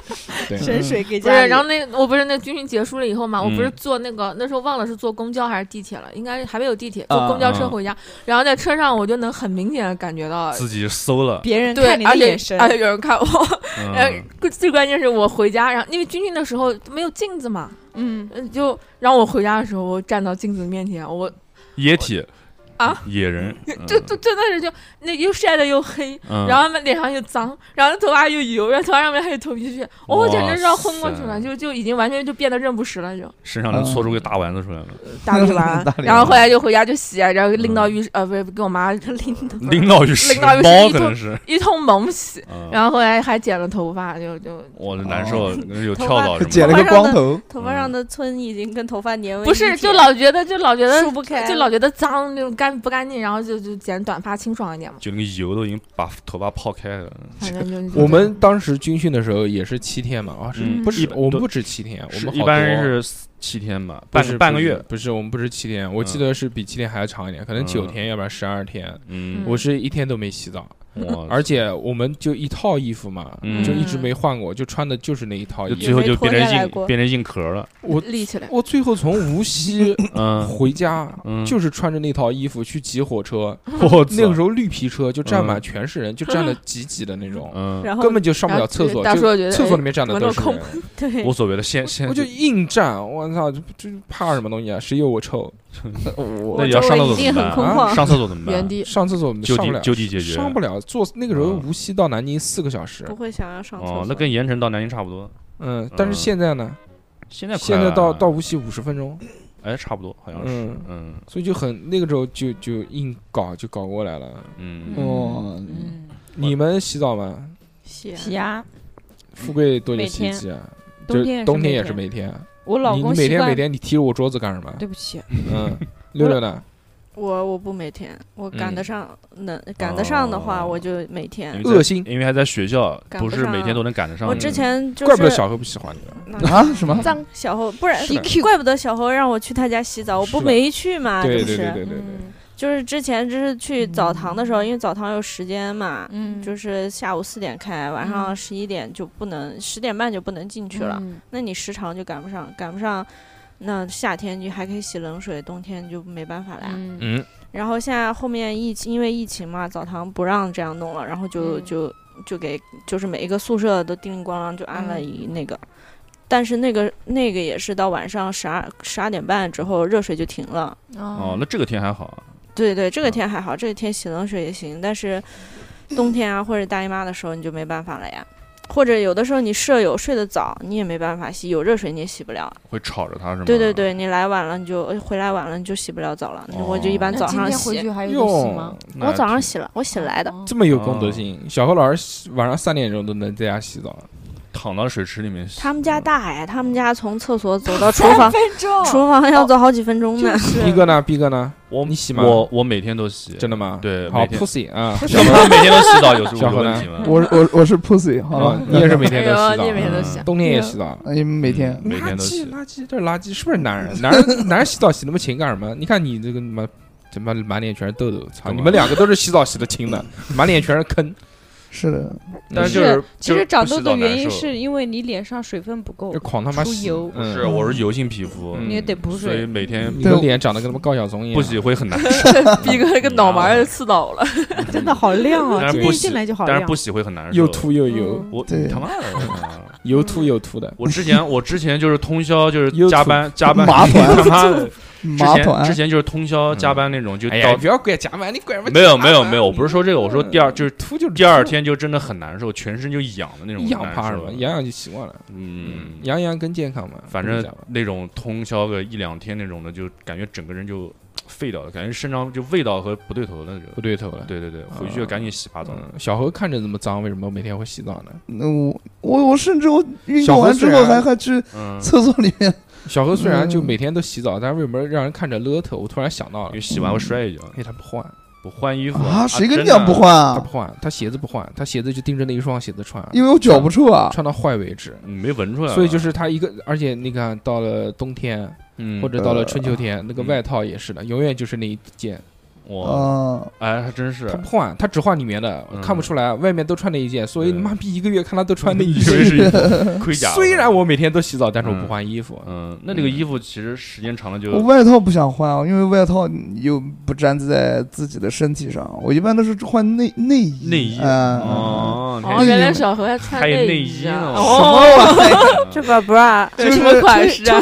Speaker 2: 对，
Speaker 7: 神水给
Speaker 3: 嗯
Speaker 6: 不是，然后那我不是那军训结束了以后嘛，我不是
Speaker 4: 嗯
Speaker 6: 坐那个那时候忘了是坐公交还是地铁了，应该还没有地铁，坐
Speaker 3: 啊
Speaker 6: 公交车
Speaker 4: 啊
Speaker 6: 回家，然后在车上我就能很明显的感觉到。
Speaker 4: 自己搜了，
Speaker 7: 别人
Speaker 6: 对
Speaker 7: 看你，
Speaker 6: 而
Speaker 7: 的
Speaker 6: 且
Speaker 7: 眼神，
Speaker 6: 而且有人看我， [laughs] 呃
Speaker 4: 嗯，，
Speaker 6: 最关键是我回家，然后因为军训的时候没有镜子嘛，
Speaker 8: 嗯，
Speaker 6: 嗯，就然后我回家的时候，我站到镜子面前，我
Speaker 4: 野体
Speaker 6: 啊，
Speaker 4: 野人，
Speaker 6: 就
Speaker 2: 嗯
Speaker 6: 就真的是就那又晒的又黑，
Speaker 4: 嗯，
Speaker 6: 然后嘛脸上又脏，然后头发又油，然后头发上面还有头皮屑，哦
Speaker 4: 哇
Speaker 6: 我、简直是要昏过去
Speaker 4: 塞
Speaker 6: 了，就就已经完全就变得认不
Speaker 2: [laughs]
Speaker 6: 识了，就
Speaker 4: 身上能搓出个大丸子出来吗？
Speaker 6: 大力丸
Speaker 3: 大，力丸
Speaker 6: 啊然后后来就回家就洗，啊然后拎
Speaker 2: 嗯
Speaker 6: 到浴室，呃，不是给我妈拎到
Speaker 4: 淋到浴室，
Speaker 6: 淋到浴室
Speaker 4: 猫
Speaker 6: 一
Speaker 4: 可
Speaker 6: 通
Speaker 4: 能是，
Speaker 6: 一通猛洗，
Speaker 4: 嗯
Speaker 6: 然后后来还剪了头发，就就
Speaker 4: 我这
Speaker 3: 哦
Speaker 4: 难受，有
Speaker 5: 头
Speaker 4: 跳
Speaker 5: 发
Speaker 4: 蚤什么的，
Speaker 3: 剪了个光头，
Speaker 5: 头发上的皴已经跟头发粘为
Speaker 6: 不
Speaker 5: 一
Speaker 6: 是
Speaker 5: 体
Speaker 6: 就老觉得就老觉得
Speaker 5: 梳不开，
Speaker 6: 就老觉得脏，就干不干净，然后就就剪短发清爽一点嘛，
Speaker 4: 就那个油都已经把头发泡开了，
Speaker 6: 反正就就
Speaker 2: 我们当时军训的时候也是七天嘛，啊，是
Speaker 4: 嗯
Speaker 2: 不
Speaker 4: 一
Speaker 2: 止
Speaker 4: 般
Speaker 2: 我们
Speaker 4: 都
Speaker 2: 不止七天，我
Speaker 4: 是
Speaker 2: 们
Speaker 4: 一
Speaker 2: 好
Speaker 4: 般
Speaker 2: 多
Speaker 4: 人是四七天吧，
Speaker 2: 不
Speaker 4: 半
Speaker 2: 是
Speaker 4: 半个
Speaker 2: 不是
Speaker 4: 月，
Speaker 2: 不是我们不是七天，我记
Speaker 4: 嗯
Speaker 2: 得是比七天还要长一点，可能九天，要不然十二天。
Speaker 4: 嗯，
Speaker 2: 我是一天都没洗澡，
Speaker 4: 我
Speaker 2: 而且我们就一套衣服嘛，
Speaker 4: 嗯
Speaker 2: 就一直没换过，就穿的就是那一套
Speaker 4: 就
Speaker 2: 衣
Speaker 4: 最
Speaker 2: 服。
Speaker 4: 后
Speaker 5: 没
Speaker 4: 就
Speaker 5: 脱
Speaker 4: 变
Speaker 5: 下
Speaker 4: 成
Speaker 5: 来
Speaker 4: 硬
Speaker 5: 过
Speaker 4: 变成硬壳了，
Speaker 2: 我
Speaker 6: 立起来。
Speaker 2: 我最后从无锡
Speaker 4: 嗯
Speaker 2: 回家，
Speaker 4: 嗯，
Speaker 2: 就是穿着那套衣服去挤火车，
Speaker 4: 我
Speaker 2: 那个时
Speaker 4: 候，
Speaker 2: 候绿皮车就站满全是人，就站的挤挤的那种，
Speaker 4: 嗯，
Speaker 5: 然后
Speaker 2: 根本就上不了厕所，
Speaker 6: 然后
Speaker 2: 就
Speaker 6: 到时候觉得
Speaker 2: 厕所里面站的
Speaker 6: 哎
Speaker 2: 都是
Speaker 6: 闻到
Speaker 2: 人。
Speaker 5: 对
Speaker 4: 无所谓了，先先 [laughs]
Speaker 2: 我就硬站，我操，这这怕什么东西啊？谁有我
Speaker 4: [laughs]
Speaker 2: 臭？
Speaker 4: 那
Speaker 2: 我
Speaker 4: 你要上厕所
Speaker 5: 一定
Speaker 4: 怎么
Speaker 5: 很
Speaker 4: 办？
Speaker 5: 空
Speaker 2: 啊
Speaker 5: 旷，
Speaker 4: 上厕所怎么
Speaker 6: 哎原
Speaker 4: 办？
Speaker 6: 地
Speaker 2: 上厕所
Speaker 4: 就
Speaker 2: 上不
Speaker 4: 地
Speaker 2: 了，
Speaker 4: 就地解决，
Speaker 2: 上不了。坐那个时候
Speaker 4: 嗯
Speaker 2: 无锡到南京四个小时
Speaker 5: 不，会想要上厕所。
Speaker 4: 哦，那跟盐城到南京差不多，
Speaker 2: 嗯，但是
Speaker 4: 嗯
Speaker 2: 现在呢，
Speaker 4: 现在快
Speaker 2: 现在到
Speaker 4: 了
Speaker 2: 到无锡五十分钟，
Speaker 4: 哎差不多好像是，
Speaker 2: 嗯，
Speaker 4: 嗯
Speaker 2: 所以就很那个时候就就硬搞就搞过来了。
Speaker 4: 嗯，
Speaker 3: 哦，
Speaker 7: 嗯，
Speaker 2: 你们洗澡吗？
Speaker 5: 洗
Speaker 7: 洗啊，
Speaker 2: 富贵多久
Speaker 8: 每
Speaker 2: 洗一
Speaker 8: 天
Speaker 2: 次啊？就
Speaker 8: 冬天也是
Speaker 2: 冬天
Speaker 8: 每
Speaker 2: 也是
Speaker 8: 天
Speaker 2: 每天啊。
Speaker 8: 我老
Speaker 2: 你你
Speaker 8: 公
Speaker 2: 每
Speaker 8: 习
Speaker 2: 天每
Speaker 8: 惯，
Speaker 2: 天你踢着我桌子干什么？
Speaker 8: 对不起，
Speaker 2: 嗯，六六呢？
Speaker 5: 我我不每天，我赶
Speaker 2: 嗯
Speaker 5: 得上，能赶得上的话，
Speaker 4: 哦
Speaker 5: 我就每天
Speaker 4: 因为。在
Speaker 2: 恶心
Speaker 4: 因为还在学校，
Speaker 5: 赶
Speaker 4: 不
Speaker 5: 不
Speaker 4: 是每天
Speaker 5: 上
Speaker 4: 都能赶得上的。
Speaker 5: 我之前就
Speaker 2: 怪不得
Speaker 5: 是
Speaker 2: 小何不喜欢你了。 [laughs]
Speaker 5: 那
Speaker 3: 啊什么？
Speaker 5: 脏小侯，不然
Speaker 2: 是的
Speaker 5: 怪不得小侯让我去他家洗澡，我
Speaker 2: 是
Speaker 5: 不
Speaker 2: 的
Speaker 5: 没去嘛，这
Speaker 2: 对
Speaker 5: 不
Speaker 2: 对对嗯
Speaker 5: 啊是？
Speaker 2: 对对对。
Speaker 6: 嗯
Speaker 5: 就是之前就是去澡堂的时候，因为澡堂有时间嘛，
Speaker 7: 嗯，
Speaker 5: 就是是下午四点开，晚
Speaker 2: 嗯
Speaker 5: 上十一点就不能，十点半就不能进去了。那你时长就赶不上，赶不上，那夏天你还可以洗冷水，冬天就没办法啦。
Speaker 7: 嗯，
Speaker 4: 嗯，
Speaker 5: 然后现在后面疫情，因为疫情嘛，澡堂不让这样弄了，然后就、
Speaker 7: 嗯
Speaker 5: 就就给就是每一个宿舍都叮铃咣啷就安了一那个，但是那个那个也是到晚上十二十二点半之后热水就停了。
Speaker 4: 哦，
Speaker 7: 哦，
Speaker 4: 那这个天还好，啊
Speaker 5: 对对，这个天还好，这个天洗冷水也行，但是冬天啊或者大姨妈的时候你就没办法了呀。或者有的时候你舍友睡得早，你也没办法洗，有热水你也洗不了。
Speaker 4: 会吵着他是吗？
Speaker 5: 对对，对，你来晚了你就呃回来晚了你就洗不了澡了，
Speaker 4: 哦
Speaker 5: 我就一般
Speaker 7: 那
Speaker 5: 早上
Speaker 7: 今天回
Speaker 5: 洗。嗯
Speaker 7: 去
Speaker 6: 啊
Speaker 7: 还有得洗
Speaker 2: 哟
Speaker 7: 吗？，
Speaker 4: 那
Speaker 5: 我早上洗了，我洗来的。
Speaker 7: 哦，
Speaker 2: 这么有公德心，小何老师洗晚上三点钟都能在家洗澡，
Speaker 4: 躺到水池里面洗。
Speaker 5: 他们家大哎，他们家从厕所
Speaker 4: [laughs]
Speaker 5: 走到厨房，
Speaker 7: 分钟
Speaker 5: 厨房要走好几分钟呢。
Speaker 2: 逼哥呢？逼哥呢？
Speaker 4: 我
Speaker 2: 你洗吗？
Speaker 4: 我我每天都洗，
Speaker 2: 真的吗？
Speaker 4: 对
Speaker 2: 好
Speaker 4: 每天
Speaker 2: pussy 啊，
Speaker 4: 小何每天都洗澡，有什
Speaker 2: 小
Speaker 4: 么
Speaker 2: 何
Speaker 4: 问
Speaker 2: 呢
Speaker 4: 题吗？
Speaker 3: 我我我是 pussy，好
Speaker 2: 啊
Speaker 3: 吧，，
Speaker 2: 你也是每天都
Speaker 6: 哎
Speaker 2: 洗
Speaker 6: 呦你每
Speaker 2: 澡
Speaker 6: 天
Speaker 2: 啊，
Speaker 6: 都
Speaker 4: 嗯
Speaker 6: 洗，
Speaker 2: 冬天也洗澡。
Speaker 3: 哎，每天
Speaker 4: 每天
Speaker 2: 垃
Speaker 4: 都
Speaker 2: 圾
Speaker 4: 洗，
Speaker 2: 垃圾，这是垃圾，是不是男人？男 [laughs] 人男人洗澡洗那么勤干什么？你看你这个妈，他妈满脸全是痘痘，操！
Speaker 4: 干嘛
Speaker 2: 你们两个都是洗澡洗的
Speaker 4: [laughs]
Speaker 2: 勤的，满脸全是坑。
Speaker 3: 是的，
Speaker 4: 但
Speaker 8: 是
Speaker 4: 就是
Speaker 8: 其
Speaker 4: 就
Speaker 8: 实
Speaker 4: 是
Speaker 8: 长
Speaker 4: 不洗
Speaker 8: 痘痘
Speaker 4: 澡
Speaker 8: 原
Speaker 4: 难
Speaker 8: 因
Speaker 4: 受
Speaker 8: 是因为你脸上水分不够
Speaker 2: 就，狂他妈
Speaker 8: 出
Speaker 2: 洗，
Speaker 8: 油
Speaker 2: 嗯
Speaker 4: 是我是油性皮肤，
Speaker 2: 嗯
Speaker 8: 你也得补
Speaker 4: 所以
Speaker 8: 水。
Speaker 4: 每天
Speaker 2: 你
Speaker 3: 对
Speaker 2: 的脸长得跟他妈高晓松一样。
Speaker 4: 不洗会
Speaker 5: [laughs]
Speaker 4: 很难受，
Speaker 6: 逼哥那个脑门
Speaker 4: [laughs]
Speaker 6: 儿刺到我了，
Speaker 8: 真的好亮
Speaker 4: 但
Speaker 8: 啊！
Speaker 4: 是
Speaker 8: 今
Speaker 4: 不
Speaker 8: 天
Speaker 4: 洗
Speaker 8: 进来就好
Speaker 4: 但
Speaker 8: 亮
Speaker 4: 是不。洗会很难受。
Speaker 2: 又秃又油，
Speaker 4: 我
Speaker 3: 对
Speaker 4: 你他妈的！啊
Speaker 2: 油秃油秃的。
Speaker 4: 我之前我之前就是通宵就是
Speaker 2: 又
Speaker 4: 加
Speaker 2: 吐
Speaker 4: 班加班， [laughs]
Speaker 3: 麻烦
Speaker 4: 他妈的！之
Speaker 3: 马
Speaker 4: 前
Speaker 3: 团
Speaker 4: 之前就是通宵加班那种，就
Speaker 2: 哎呀，
Speaker 4: 到
Speaker 2: 你不要拐夹板，你拐什么夹板？嗯
Speaker 4: 没有没有没有，我不是说这个，我说第二就是
Speaker 2: 秃就是
Speaker 4: 第二
Speaker 2: 秃
Speaker 4: 天就真的很难受，全身就痒的那种
Speaker 2: 痒
Speaker 4: 难
Speaker 2: 怕什
Speaker 4: 受
Speaker 2: 么？痒痒就习惯了。
Speaker 4: 嗯，
Speaker 2: 痒痒更健康嘛。
Speaker 4: 反
Speaker 2: 不是
Speaker 4: 正
Speaker 2: 夹板
Speaker 4: 那种通宵个一两天那种的，就感觉整个人就废掉了，感觉身上就味道和不对头的那
Speaker 2: 不
Speaker 4: 种。
Speaker 2: 对头了。
Speaker 4: 对对对，回去就赶紧洗把澡。
Speaker 2: 嗯，小何看着这么脏，为什么每天会洗澡呢？
Speaker 3: 那嗯我我我甚至我运
Speaker 2: 小
Speaker 3: 动
Speaker 2: 何
Speaker 3: 完之
Speaker 2: 虽
Speaker 3: 后
Speaker 2: 然
Speaker 3: 还还去
Speaker 4: 嗯，
Speaker 3: 厕所里面，
Speaker 2: 小何虽然就
Speaker 3: 嗯
Speaker 2: 每天都洗澡，但是为什么让人看着邋遢？我突然想到
Speaker 4: 因
Speaker 2: 了
Speaker 4: 为，洗完会摔一跤，
Speaker 2: 因为他不换，
Speaker 4: 我换衣服
Speaker 3: [laughs] 啊，谁跟你
Speaker 4: 嗯真
Speaker 3: 讲不
Speaker 4: 的
Speaker 3: 换
Speaker 2: 他
Speaker 3: 啊
Speaker 2: 不？换，他鞋子不换，他鞋子就盯着那一双鞋子穿，
Speaker 3: 因为我脚不臭啊，
Speaker 2: 穿到坏为止。
Speaker 4: 你嗯没闻出来吧？
Speaker 2: 所以就是他一个，而且你看到了冬天
Speaker 4: 嗯，
Speaker 2: 或者到了春秋天，那个外套也是的，永远就是那一件，
Speaker 4: 我
Speaker 3: 啊，
Speaker 4: 哎，还真是
Speaker 2: 他，不换，他只换里面的，
Speaker 4: 嗯
Speaker 2: 看不出来，外面都穿那一件，所以
Speaker 4: 对
Speaker 2: 妈逼一个月看他都穿那一
Speaker 4: [laughs] 以
Speaker 2: 件
Speaker 4: 为是一
Speaker 3: [laughs]
Speaker 4: 副
Speaker 2: [laughs]
Speaker 4: 盔甲。
Speaker 2: 虽然我每天都洗澡，但是我不换衣服。
Speaker 4: 嗯，那这个衣服其实时间长了就
Speaker 3: 我外套不想换啊，因为外套又不粘在自己的身体上，我一般都是换内内衣。
Speaker 4: 内衣
Speaker 3: 啊，
Speaker 4: 哦，你
Speaker 6: 哦，原来小何还穿
Speaker 4: 还有内
Speaker 6: 衣
Speaker 4: 衣呢
Speaker 6: 啊！
Speaker 3: 什么玩意儿？
Speaker 5: [laughs] 就把 bra
Speaker 3: 就
Speaker 6: 什么
Speaker 3: 是
Speaker 6: 款式啊？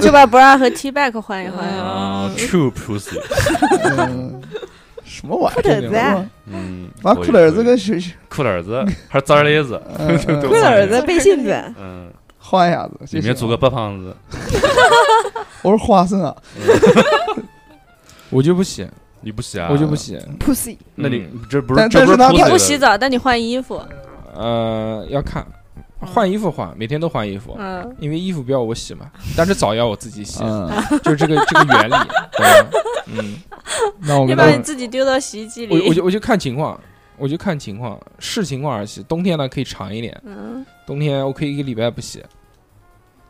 Speaker 5: 就把 bra 和 T back 换一换。
Speaker 4: 嗯啊，true
Speaker 5: 嗯
Speaker 4: pussy，
Speaker 3: 嗯 [laughs] 什么玩意
Speaker 5: 裤
Speaker 3: 儿？
Speaker 5: 腿子啊，
Speaker 4: 嗯，
Speaker 3: 把
Speaker 4: 可以
Speaker 3: 裤腿儿
Speaker 4: 可
Speaker 3: 子
Speaker 4: 以
Speaker 3: 跟学学，
Speaker 4: 裤腿子还是脏勒子，
Speaker 3: [laughs] 嗯嗯
Speaker 4: 对
Speaker 5: 裤腿子、背心子，
Speaker 4: 嗯，
Speaker 3: 换一下子。谢
Speaker 4: 里
Speaker 3: 谢
Speaker 4: 面组个
Speaker 3: 啊，
Speaker 4: 八胖子，
Speaker 3: 我是花生啊，
Speaker 2: 我就不洗，
Speaker 4: 你不洗啊？
Speaker 2: 我就不，洗。
Speaker 8: pussy，
Speaker 4: 那你这不是
Speaker 3: 但
Speaker 4: 这不是哦
Speaker 3: 但是他对
Speaker 4: 裤子
Speaker 5: 你不
Speaker 4: 的
Speaker 5: 洗澡，但你换衣服，
Speaker 2: 呃，要看，换衣服换，每天都换衣服，
Speaker 5: 嗯，
Speaker 2: 因为衣服不要我洗嘛，但是澡要我自己洗，
Speaker 3: 嗯， [laughs]
Speaker 2: 就是
Speaker 4: [laughs]
Speaker 2: 这个这个原理。懂吗嗯，
Speaker 3: 那我
Speaker 5: 你
Speaker 3: 们
Speaker 5: 把你
Speaker 3: 都
Speaker 5: 自己丢到洗衣机
Speaker 2: 我我
Speaker 5: 里。
Speaker 2: 就我就看情况，我就看情况，视情况而洗。冬天呢可以长一点，
Speaker 5: 嗯，
Speaker 2: 冬天我可以一个礼拜不洗。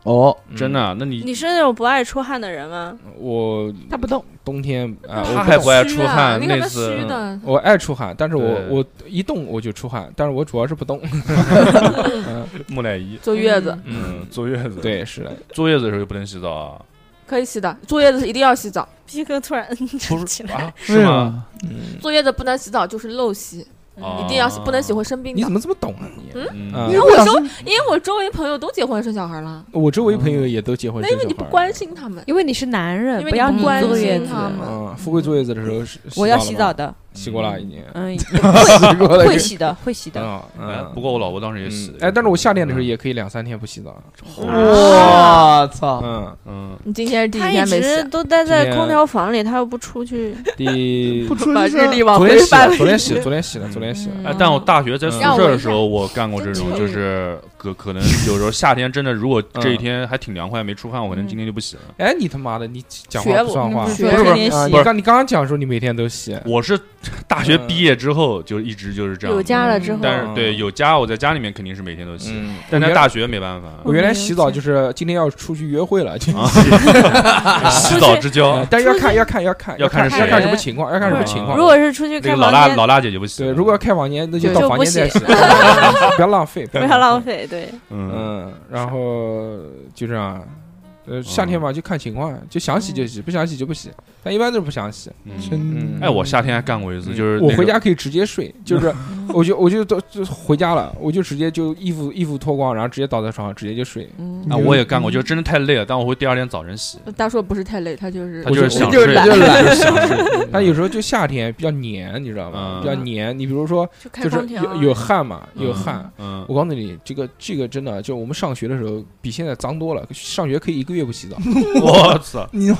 Speaker 3: 哦，
Speaker 2: 嗯
Speaker 4: 真的啊？那你
Speaker 5: 你是那种不爱出汗的人吗？
Speaker 2: 我
Speaker 8: 他不动，
Speaker 2: 冬天啊，
Speaker 4: 他
Speaker 2: 我
Speaker 4: 还不爱
Speaker 6: 虚
Speaker 4: 出
Speaker 6: 啊
Speaker 4: 汗
Speaker 6: 你看
Speaker 4: 那
Speaker 6: 他
Speaker 4: 次
Speaker 6: 虚的，
Speaker 2: 我爱出汗，但是我
Speaker 4: 对
Speaker 2: 我一动我就出汗，但是我主要是不
Speaker 4: [laughs]
Speaker 2: 动。
Speaker 4: 木乃伊，
Speaker 6: 坐月子
Speaker 4: 嗯，坐月子，，
Speaker 2: 对，是的，
Speaker 4: 坐月子的时候就不能洗澡啊？
Speaker 6: 可以洗的，坐月子一定要洗澡，
Speaker 5: 皮哥突然 [laughs]
Speaker 4: 不是
Speaker 5: 起来，
Speaker 4: 啊？
Speaker 3: 为
Speaker 4: 是
Speaker 3: 什
Speaker 4: 吗？
Speaker 3: 么？
Speaker 2: 嗯，
Speaker 6: 坐月子不能洗澡就是漏洗，
Speaker 4: 哦
Speaker 6: 一定要洗，不能洗会生病
Speaker 2: 你
Speaker 6: 的
Speaker 2: 怎。么这么懂啊你？
Speaker 4: 嗯
Speaker 2: 啊
Speaker 3: 因为我想 [laughs] 说
Speaker 6: 因为我周围朋友都结婚生小孩了，
Speaker 2: 我周围朋友也都结婚
Speaker 4: 嗯
Speaker 6: 那
Speaker 2: 生小孩
Speaker 6: 因为
Speaker 2: 了，
Speaker 6: 你不关心他们，
Speaker 8: 因为你是男人，
Speaker 6: 因为
Speaker 8: 不要
Speaker 6: 你
Speaker 8: 你
Speaker 6: 不关
Speaker 8: 坐月
Speaker 6: 心
Speaker 8: 子。
Speaker 6: 他
Speaker 4: 啊
Speaker 6: 们。
Speaker 2: 嗯，富贵坐月子的时候是
Speaker 8: 我要洗澡，的，
Speaker 2: 洗过了已经。
Speaker 8: 嗯，
Speaker 3: 洗过了
Speaker 8: 会
Speaker 3: 一个
Speaker 8: 洗的，会洗的。
Speaker 2: 啊，
Speaker 4: 哎
Speaker 2: 嗯，
Speaker 4: 不过我老婆当时也洗
Speaker 2: 嗯，哎，但是我夏天的时候也可以两三天不洗澡。
Speaker 3: 哇
Speaker 6: 哦
Speaker 3: 操！
Speaker 2: 嗯，
Speaker 4: 嗯，
Speaker 6: 你今天是第一
Speaker 5: 他一
Speaker 6: 天没
Speaker 5: 直
Speaker 6: 洗，
Speaker 5: 都待在
Speaker 2: 今天
Speaker 5: 空调房里，他又不出去。
Speaker 2: 第
Speaker 6: [laughs]
Speaker 3: 不出
Speaker 6: 把
Speaker 3: 去
Speaker 6: 日
Speaker 3: 是
Speaker 6: 历往
Speaker 2: 昨
Speaker 6: 回嗯
Speaker 2: 天洗
Speaker 6: 翻
Speaker 2: 了，
Speaker 6: 了一
Speaker 2: 昨天
Speaker 6: 遍。
Speaker 2: 洗了，昨天洗了，昨天洗了。
Speaker 4: 哎，但我大学在宿舍的时候，
Speaker 6: 让
Speaker 4: 我干过这种，
Speaker 6: 真
Speaker 4: 就是可可能有时候夏天真的，如果
Speaker 2: 嗯
Speaker 4: 这一天还挺凉快，没出汗，我可能今天就不洗了。
Speaker 2: 哎，你他妈的，你讲
Speaker 6: 学
Speaker 2: 话不
Speaker 6: 我
Speaker 2: 算话，
Speaker 6: 不是
Speaker 2: 不
Speaker 6: 学
Speaker 2: 是不
Speaker 6: 天
Speaker 2: 是
Speaker 6: 天
Speaker 2: 啊
Speaker 6: 洗
Speaker 2: 你刚你刚刚讲说你每天都洗，
Speaker 4: 我是大
Speaker 2: 嗯
Speaker 4: 学毕业之后就一直就是这样
Speaker 5: 有
Speaker 4: 的，
Speaker 5: 家了之后，
Speaker 4: 但是对有家，我在家里面肯定是每天都洗，
Speaker 2: 嗯，
Speaker 4: 但在
Speaker 2: 我
Speaker 4: 大学没办法，
Speaker 2: 我原来洗澡就是今天要出去约会了，就
Speaker 4: 啊 [laughs] 洗澡之交
Speaker 2: 嗯， [laughs] 但是要看要看要看
Speaker 4: 啊要看
Speaker 2: 看
Speaker 4: 是
Speaker 2: 要
Speaker 4: 谁
Speaker 2: 看什么情况，要看什么情
Speaker 4: 啊
Speaker 2: 况。
Speaker 5: 如果是出去
Speaker 4: 那个
Speaker 5: 开
Speaker 4: 老
Speaker 5: 房
Speaker 4: 大
Speaker 5: 间，
Speaker 4: 老大姐就不洗了。
Speaker 2: 对，如果要开房间，那就
Speaker 5: 就
Speaker 2: 到
Speaker 5: 就
Speaker 2: 房
Speaker 5: 不
Speaker 2: 间再
Speaker 5: 洗
Speaker 2: 洗，
Speaker 5: [laughs]
Speaker 2: 不要浪费，不
Speaker 5: 不
Speaker 2: 要
Speaker 5: 要浪
Speaker 2: 费。
Speaker 5: 费。对，
Speaker 4: 嗯，
Speaker 2: 嗯，然后就这样。呃，夏天嘛，就看情况，就想洗就
Speaker 5: 嗯
Speaker 2: 洗，不想洗就不洗。但一般都是不想洗。
Speaker 4: 嗯
Speaker 3: 真
Speaker 2: 嗯
Speaker 4: 哎，我夏天还干过一次，就是
Speaker 2: 我
Speaker 4: 那
Speaker 2: 回
Speaker 4: 个
Speaker 2: 家可以直接
Speaker 5: [laughs]
Speaker 2: 睡，就是我就我就都就回家了，我就直接就衣服衣服脱光，然后直接倒在床上直接就睡。
Speaker 3: 你
Speaker 4: 啊，我也
Speaker 2: 嗯
Speaker 4: 干过，就是真的太累了，但我会第二天早晨洗，
Speaker 6: 嗯大硕不是太累，他就是
Speaker 4: 嗯他就是
Speaker 2: 我
Speaker 4: 想
Speaker 2: 就
Speaker 4: 睡，
Speaker 2: 我就懒 [laughs]
Speaker 4: 就是想睡。
Speaker 2: 但有时候就夏天比较黏，你知道吗？
Speaker 4: 嗯
Speaker 2: 比较黏。你比如说，
Speaker 5: 就开
Speaker 2: 就是
Speaker 5: 空调啊。
Speaker 2: 有有汗嘛，有汗。
Speaker 4: 嗯，
Speaker 2: 我告诉你，这个这个真的，就我们上学的时候比现在脏多了。上学可以一个月不洗澡，
Speaker 4: [laughs] 我操，
Speaker 3: 你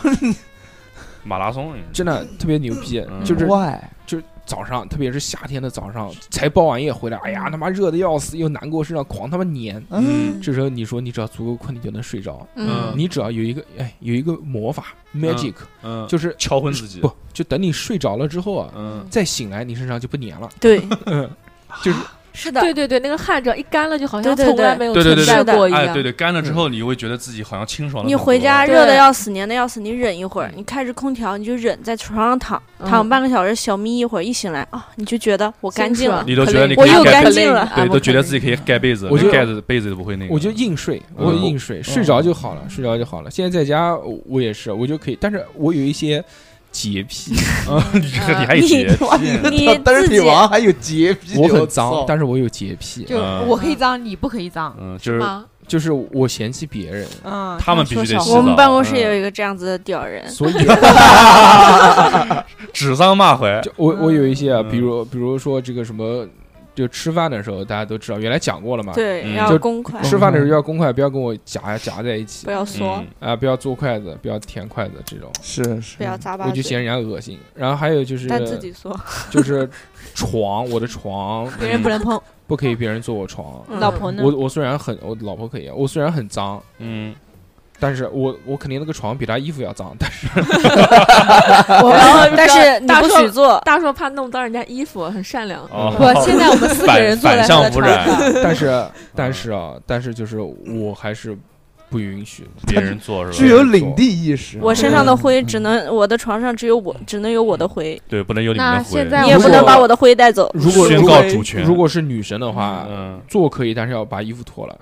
Speaker 4: 马拉松，
Speaker 2: 真的特别牛逼。
Speaker 4: 嗯
Speaker 2: 就是
Speaker 3: why？
Speaker 2: 早上，特别是夏天的早上，才包完夜回来，哎呀，他妈热的要死，又难过，身上狂他妈黏。
Speaker 3: 嗯，
Speaker 2: 这时候你说你只要足够困，你就能睡着。
Speaker 4: 嗯
Speaker 2: 你只要有一个哎有一个魔法 magic，、
Speaker 4: 嗯，
Speaker 2: 就
Speaker 4: 就
Speaker 2: 是
Speaker 4: 敲昏自己，
Speaker 2: 不就等你睡着了之后啊，
Speaker 4: 嗯，
Speaker 2: 再醒来你身上就不黏了。
Speaker 5: 对，
Speaker 2: 就是
Speaker 5: [laughs] 是的，
Speaker 6: 对对对，那个汗只要一干了，就好像
Speaker 5: 对对
Speaker 6: 从
Speaker 5: 对
Speaker 6: 来没有
Speaker 4: 对对对
Speaker 6: 存在
Speaker 5: 是的
Speaker 6: 过一
Speaker 4: 哎，
Speaker 6: 样
Speaker 4: 对。对，干了之后你会觉得自己好像清爽了。嗯
Speaker 5: 你回家
Speaker 6: 对
Speaker 5: 热的要死，黏的要死，你忍一会儿，你开着空调，你就忍，在床上躺
Speaker 6: 嗯
Speaker 5: 躺半个小时，小眯一会儿，一醒来啊，你就觉得我干净了
Speaker 6: 清
Speaker 4: 你
Speaker 6: 爽，
Speaker 4: 都觉得你
Speaker 5: 我
Speaker 4: 可以
Speaker 5: 又
Speaker 4: 盖
Speaker 5: 干
Speaker 4: 被
Speaker 5: 净了。
Speaker 6: 啊
Speaker 4: 对，都觉得自己可以盖被子，
Speaker 2: 我就
Speaker 4: 盖子被子都不会那个。
Speaker 2: 我就硬睡，
Speaker 4: 嗯
Speaker 2: 我就硬睡，睡着就好了，睡着就好了。现在在家我我也是，我就可以，但是我有一些洁
Speaker 4: [laughs]
Speaker 2: 癖，
Speaker 4: [laughs] 你这
Speaker 5: 啊
Speaker 4: 个你还有洁癖，
Speaker 3: [laughs]
Speaker 5: 嗯 [laughs] 你
Speaker 3: 单
Speaker 5: 自
Speaker 3: 身
Speaker 5: 己
Speaker 3: 女王还有洁癖，
Speaker 2: 我很
Speaker 3: 操
Speaker 2: 脏，但是我有洁癖，
Speaker 8: 就
Speaker 4: 嗯
Speaker 8: 我可以脏，你不可以脏。
Speaker 4: 嗯，就是
Speaker 6: 啊， [laughs]
Speaker 2: 就是我嫌弃别
Speaker 4: [laughs]
Speaker 2: 人，
Speaker 8: 嗯，
Speaker 4: 他们必须得
Speaker 8: 说小
Speaker 4: 洗
Speaker 8: 红
Speaker 5: 我
Speaker 4: 澡
Speaker 5: 们办公室也有一个这样子的屌人，
Speaker 2: 所以
Speaker 4: 指桑骂槐，
Speaker 2: 就我我有一些啊，
Speaker 4: 嗯
Speaker 2: 比如比如说这个什么，就吃饭的时候大家都知道，原来讲过了嘛，
Speaker 4: 嗯
Speaker 5: 对，要
Speaker 2: 就
Speaker 5: 公筷，
Speaker 2: 吃饭的时候要公筷，不要跟我夹夹在一起
Speaker 5: 不。要缩，
Speaker 4: 嗯
Speaker 2: 啊，不要做筷子，不要舔筷子，这种
Speaker 3: 是是
Speaker 5: 不要
Speaker 4: 嗯
Speaker 5: 咂巴
Speaker 2: 我就
Speaker 5: 嘴，
Speaker 2: 嫌人家恶心。然后还有就是
Speaker 5: 但自
Speaker 4: [laughs]
Speaker 5: 己缩。
Speaker 2: 就是床，我的床
Speaker 8: 别人不能碰，
Speaker 2: 不可以别人坐我床。
Speaker 5: 嗯
Speaker 8: 老婆呢？
Speaker 2: 我我虽然很，我老婆可以，啊我虽然很脏，
Speaker 4: 嗯，
Speaker 2: 但是我我肯定那个床比她衣服要脏，但是
Speaker 5: 然后 [laughs] 但是你
Speaker 6: 大
Speaker 5: 不
Speaker 6: 硕
Speaker 5: 许
Speaker 4: 嗯
Speaker 5: 做，
Speaker 6: 大硕怕弄脏人家衣服，很善良。
Speaker 4: 哦
Speaker 8: 不，现在我们四个人
Speaker 4: 反
Speaker 8: 坐
Speaker 4: 反
Speaker 8: 在他
Speaker 4: 向
Speaker 8: 的
Speaker 4: 污
Speaker 2: [laughs]
Speaker 8: 床
Speaker 4: 染
Speaker 8: 上，
Speaker 2: 但是但是啊，但是就是我还是不允许。
Speaker 4: 别人做是吧？
Speaker 3: 具有领地意识。
Speaker 5: 我身上的
Speaker 4: 嗯
Speaker 5: 灰只能，我的床上只有我，只能有我的灰，
Speaker 4: 对，不能有你们
Speaker 8: 那
Speaker 4: 的回
Speaker 8: 现在
Speaker 5: 你也
Speaker 2: 如
Speaker 5: 不
Speaker 2: 果
Speaker 5: 能把我的灰带
Speaker 4: [laughs]
Speaker 5: 走。
Speaker 2: 如果
Speaker 4: 宣
Speaker 2: 如
Speaker 4: 告
Speaker 2: 果
Speaker 4: 主权。
Speaker 2: 如果是女神的话，
Speaker 4: 嗯
Speaker 2: 做可以，但是要把衣服脱了。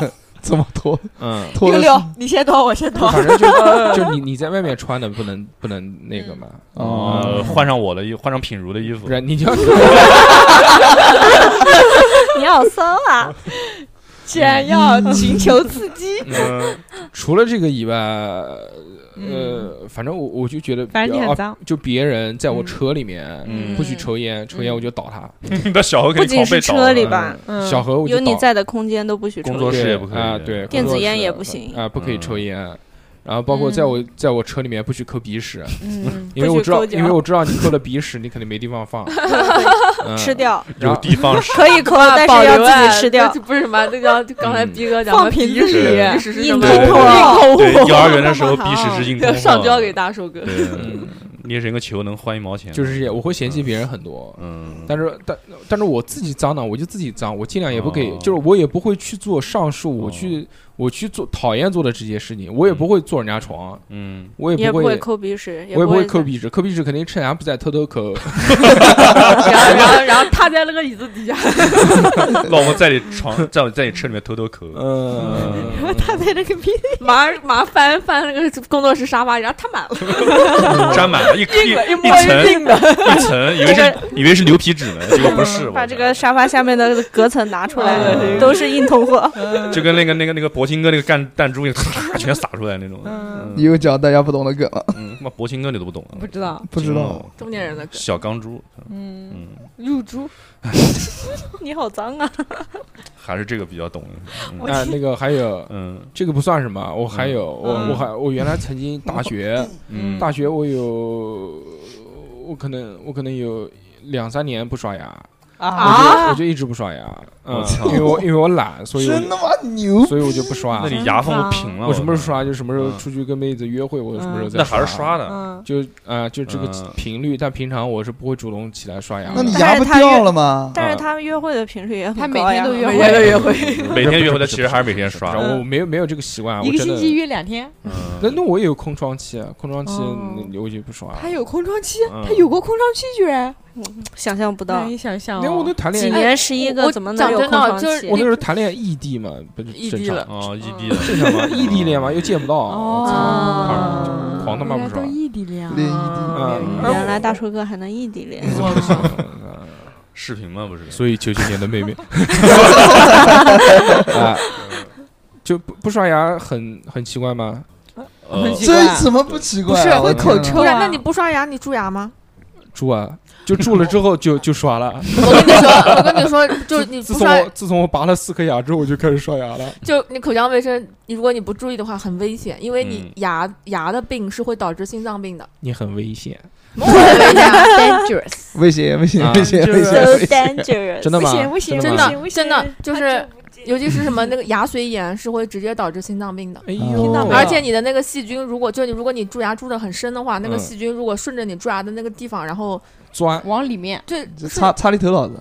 Speaker 3: [laughs] 怎么脱
Speaker 4: 嗯，
Speaker 3: 脱了
Speaker 6: 六，你先躲，我先
Speaker 2: 就
Speaker 6: 躲。
Speaker 2: [laughs] 反正就就你你在外面穿的不能不能那个嘛，嗯
Speaker 4: 呃，
Speaker 3: 哦，
Speaker 4: 换上我的衣，换上品如的衣服
Speaker 2: 不。
Speaker 4: [laughs]
Speaker 2: 然你就要
Speaker 5: 你好骚啊！
Speaker 6: 既然要寻求刺激，
Speaker 4: 嗯，
Speaker 2: 除了这个以外，呃，反正我我就觉得，
Speaker 7: 反正你很
Speaker 2: 啊
Speaker 7: 脏，
Speaker 2: 就别人在我车里面，
Speaker 4: 嗯
Speaker 2: 不许抽烟，抽烟我就倒他。
Speaker 4: 你的小何
Speaker 5: 不
Speaker 4: 肯定
Speaker 5: 仅
Speaker 4: 狂
Speaker 5: 是
Speaker 4: 被倒
Speaker 5: 车
Speaker 4: 了嗯
Speaker 5: 里吧，
Speaker 2: 小何我就
Speaker 5: 嗯有
Speaker 2: 倒
Speaker 5: 你，在的空间都不许抽
Speaker 4: 工作
Speaker 5: 烟。
Speaker 4: 室
Speaker 2: 对
Speaker 4: 也不可以
Speaker 2: 啊，对，
Speaker 5: 电
Speaker 2: 工
Speaker 5: 子
Speaker 2: 作
Speaker 5: 烟
Speaker 2: 室
Speaker 5: 也不行嗯
Speaker 2: 啊，不可以
Speaker 4: 嗯
Speaker 2: 抽烟。然后包括在我在我车里面不许抠鼻屎，
Speaker 6: 嗯，
Speaker 2: 因为我知道，
Speaker 5: 不许抠脚
Speaker 2: 因为我知道你抠了鼻屎，你肯定没地方
Speaker 5: [laughs]
Speaker 2: 放，嗯
Speaker 5: 吃。掉
Speaker 2: 然
Speaker 4: 有
Speaker 2: 后
Speaker 4: 地方是
Speaker 5: 可以抠， [laughs] 但是要自己吃掉。
Speaker 6: 啊不是什么？那叫刚才
Speaker 2: 嗯
Speaker 6: 逼哥讲的鼻屎，
Speaker 4: 对
Speaker 6: 鼻屎是什么？
Speaker 4: 硬通货
Speaker 6: 硬
Speaker 4: 对
Speaker 6: 通货
Speaker 4: 幼儿园的时候鼻屎是硬通货
Speaker 6: 要上交给大手哥。
Speaker 4: 对，
Speaker 2: 嗯
Speaker 4: 捏成一个球能换一毛钱，
Speaker 2: 就是这些，我会嫌弃别人很多，
Speaker 4: 嗯，
Speaker 2: 但是但但是我自己脏呢，我就自己脏，我尽量也不给，
Speaker 4: 哦
Speaker 2: 就是我也不会去做上述我
Speaker 4: 哦
Speaker 2: 去、我去做讨厌做的这些事情，我也不会坐人家床，
Speaker 4: 嗯，
Speaker 2: 我
Speaker 5: 也
Speaker 2: 也
Speaker 5: 不
Speaker 2: 不
Speaker 5: 会
Speaker 2: 会。
Speaker 5: 抠鼻屎，
Speaker 2: 我也
Speaker 5: 不
Speaker 2: 不会抠
Speaker 5: 在
Speaker 2: 鼻屎，抠鼻屎肯定趁人家不在偷偷
Speaker 4: [laughs]
Speaker 2: 抠。
Speaker 6: 然后，然后，然后他在那个椅子底下，
Speaker 4: 老婆在你
Speaker 2: [laughs]
Speaker 4: 床，在我在你车里面偷偷抠，
Speaker 2: 嗯，
Speaker 7: 他在那个屁
Speaker 6: 马上马上翻翻那个工作室沙发，然后他满了，
Speaker 4: 沾满了一一
Speaker 6: 硬的，一摸
Speaker 4: 一
Speaker 6: 是
Speaker 4: 层
Speaker 6: 硬的。
Speaker 4: 一层，以为是以为是牛皮纸呢，结果不是。我
Speaker 5: 把这
Speaker 4: 操
Speaker 5: 个沙发下面的隔层拿出来，
Speaker 4: 嗯
Speaker 5: 都是硬通货。
Speaker 4: 就跟那个那个那个博清哥那个干弹珠一样， [laughs] 咔全撒出来那种。
Speaker 3: 你
Speaker 4: 嗯，
Speaker 3: 又讲大家不懂的梗了，
Speaker 4: 嗯他妈博清哥你都不懂啊，
Speaker 7: 不知道，
Speaker 3: 不知道。
Speaker 6: 中年人的梗，
Speaker 4: 小钢珠，
Speaker 7: 嗯，
Speaker 4: 嗯，
Speaker 7: 入珠
Speaker 5: 你好脏啊！
Speaker 4: 还是这个比较懂。嗯
Speaker 2: 啊，那个还有
Speaker 4: 嗯
Speaker 2: 这个不算什么，我还有我
Speaker 4: 嗯
Speaker 2: 我还我原来曾经大学
Speaker 4: 嗯，
Speaker 2: 大学我有我可能我可能有两三年不刷牙，
Speaker 7: 啊，
Speaker 2: 我就我就一直不刷牙，嗯
Speaker 4: 我操，
Speaker 2: 因为我因为我懒，所以我
Speaker 3: 真他妈牛！
Speaker 2: 所以我就不刷
Speaker 4: 那。你牙缝都平了。
Speaker 2: 我什么时候
Speaker 4: 我操？
Speaker 2: 刷就什么时候
Speaker 4: 嗯
Speaker 2: 出去跟妹子约会，我就什么时候再
Speaker 4: 那还是刷的。
Speaker 7: 嗯，
Speaker 2: 就啊、就这个
Speaker 4: 嗯
Speaker 2: 频率，但平常我是不会主动起来刷牙
Speaker 3: 那
Speaker 2: 的。
Speaker 3: 你牙不掉了吗？
Speaker 5: 但是他们约会的频率也
Speaker 8: 他
Speaker 5: 很
Speaker 8: 每
Speaker 5: 高
Speaker 8: 天
Speaker 5: 呀
Speaker 8: 都。约
Speaker 6: 每天都
Speaker 8: 会，
Speaker 6: 约会，
Speaker 4: 每天约会的其实还是每天刷
Speaker 2: 然。后我没有没有这个习惯，
Speaker 7: 一
Speaker 2: 啊我
Speaker 7: 个
Speaker 2: 真
Speaker 7: 星期
Speaker 2: 的。
Speaker 7: 约两天，
Speaker 2: 那
Speaker 4: 嗯，
Speaker 2: 那我也有空窗期，啊，空窗期
Speaker 7: 哦
Speaker 2: 那我就不刷。
Speaker 7: 他有空窗期，啊
Speaker 2: 嗯
Speaker 7: 他有过空窗期居然，
Speaker 5: 想象不到
Speaker 7: 难，以想象
Speaker 2: 那我都
Speaker 7: 哦。
Speaker 2: 谈恋
Speaker 5: 几
Speaker 2: 爱，哎
Speaker 5: 年十一
Speaker 6: 我
Speaker 5: 个
Speaker 6: 我
Speaker 5: 怎么能有空
Speaker 6: 讲真的
Speaker 5: 窗
Speaker 6: 就是
Speaker 5: 期
Speaker 2: 我？那时候谈恋爱异地嘛，不是
Speaker 6: 异
Speaker 2: 正
Speaker 6: 地
Speaker 2: 常
Speaker 6: 了
Speaker 4: 哦，异
Speaker 3: 嗯
Speaker 4: 地的
Speaker 2: 正常
Speaker 4: [laughs]
Speaker 2: 嘛，异地恋嘛，又见不到，啊
Speaker 8: 哦
Speaker 2: 我
Speaker 7: 哦
Speaker 2: 操狂狂他妈
Speaker 7: 原
Speaker 2: 不
Speaker 7: 来都
Speaker 2: 刷。
Speaker 7: 异地恋啊，
Speaker 3: 另一
Speaker 2: 嗯
Speaker 5: 原来大叔哥还能异地恋，
Speaker 2: [laughs]
Speaker 4: 视频嘛不是？
Speaker 2: 所以九九年的妹妹，啊，就不不刷牙很很奇怪吗？
Speaker 4: 呃
Speaker 7: 很奇
Speaker 3: 这
Speaker 7: 怪
Speaker 3: 怎么不奇
Speaker 7: 不
Speaker 3: 怪
Speaker 7: 是
Speaker 3: 啊？
Speaker 7: 会
Speaker 3: 我
Speaker 7: 口
Speaker 3: 天哪
Speaker 7: 臭
Speaker 6: 不然
Speaker 7: 啊？
Speaker 6: 那你不刷牙，你蛀
Speaker 5: [laughs]
Speaker 6: 牙吗？
Speaker 2: 住啊，就住了之后就就刷了。
Speaker 6: 我跟你说，我跟你说，就你
Speaker 2: 自
Speaker 6: 不
Speaker 2: 从
Speaker 6: 刷
Speaker 2: 我自从我拔了四颗牙之后，我就开始刷牙了。
Speaker 6: 就你口腔卫生，你如果你不注意的话，很危险，因为你
Speaker 4: 嗯
Speaker 6: 牙、牙的病是会导致心脏病
Speaker 5: [laughs]
Speaker 6: 的。 [laughs]
Speaker 2: 你很危险，
Speaker 8: dangerous，
Speaker 3: 危险危险
Speaker 2: 啊
Speaker 3: 危险
Speaker 2: 就
Speaker 3: 危
Speaker 2: 是
Speaker 3: 险！危
Speaker 5: d a
Speaker 3: 险！
Speaker 5: n g e
Speaker 2: [laughs]
Speaker 5: r
Speaker 2: 真的吗？
Speaker 7: 不行不
Speaker 2: 真
Speaker 6: 真
Speaker 2: 的
Speaker 7: 行
Speaker 2: 吗？
Speaker 7: 不行，
Speaker 6: 的，真的就是，尤其是什么那个牙髓炎是会直接导致心脏病的。
Speaker 2: 哎
Speaker 3: 听到
Speaker 2: 呦，
Speaker 3: 没有
Speaker 6: 而且你的那个细菌，如果就你如果你蛀牙蛀得很深的话，那个
Speaker 2: 嗯
Speaker 6: 细菌如果顺着你蛀牙的那个地方，然后
Speaker 2: 钻
Speaker 8: 往里面
Speaker 6: 对，
Speaker 3: 这
Speaker 6: 是
Speaker 3: 擦擦你头脑子。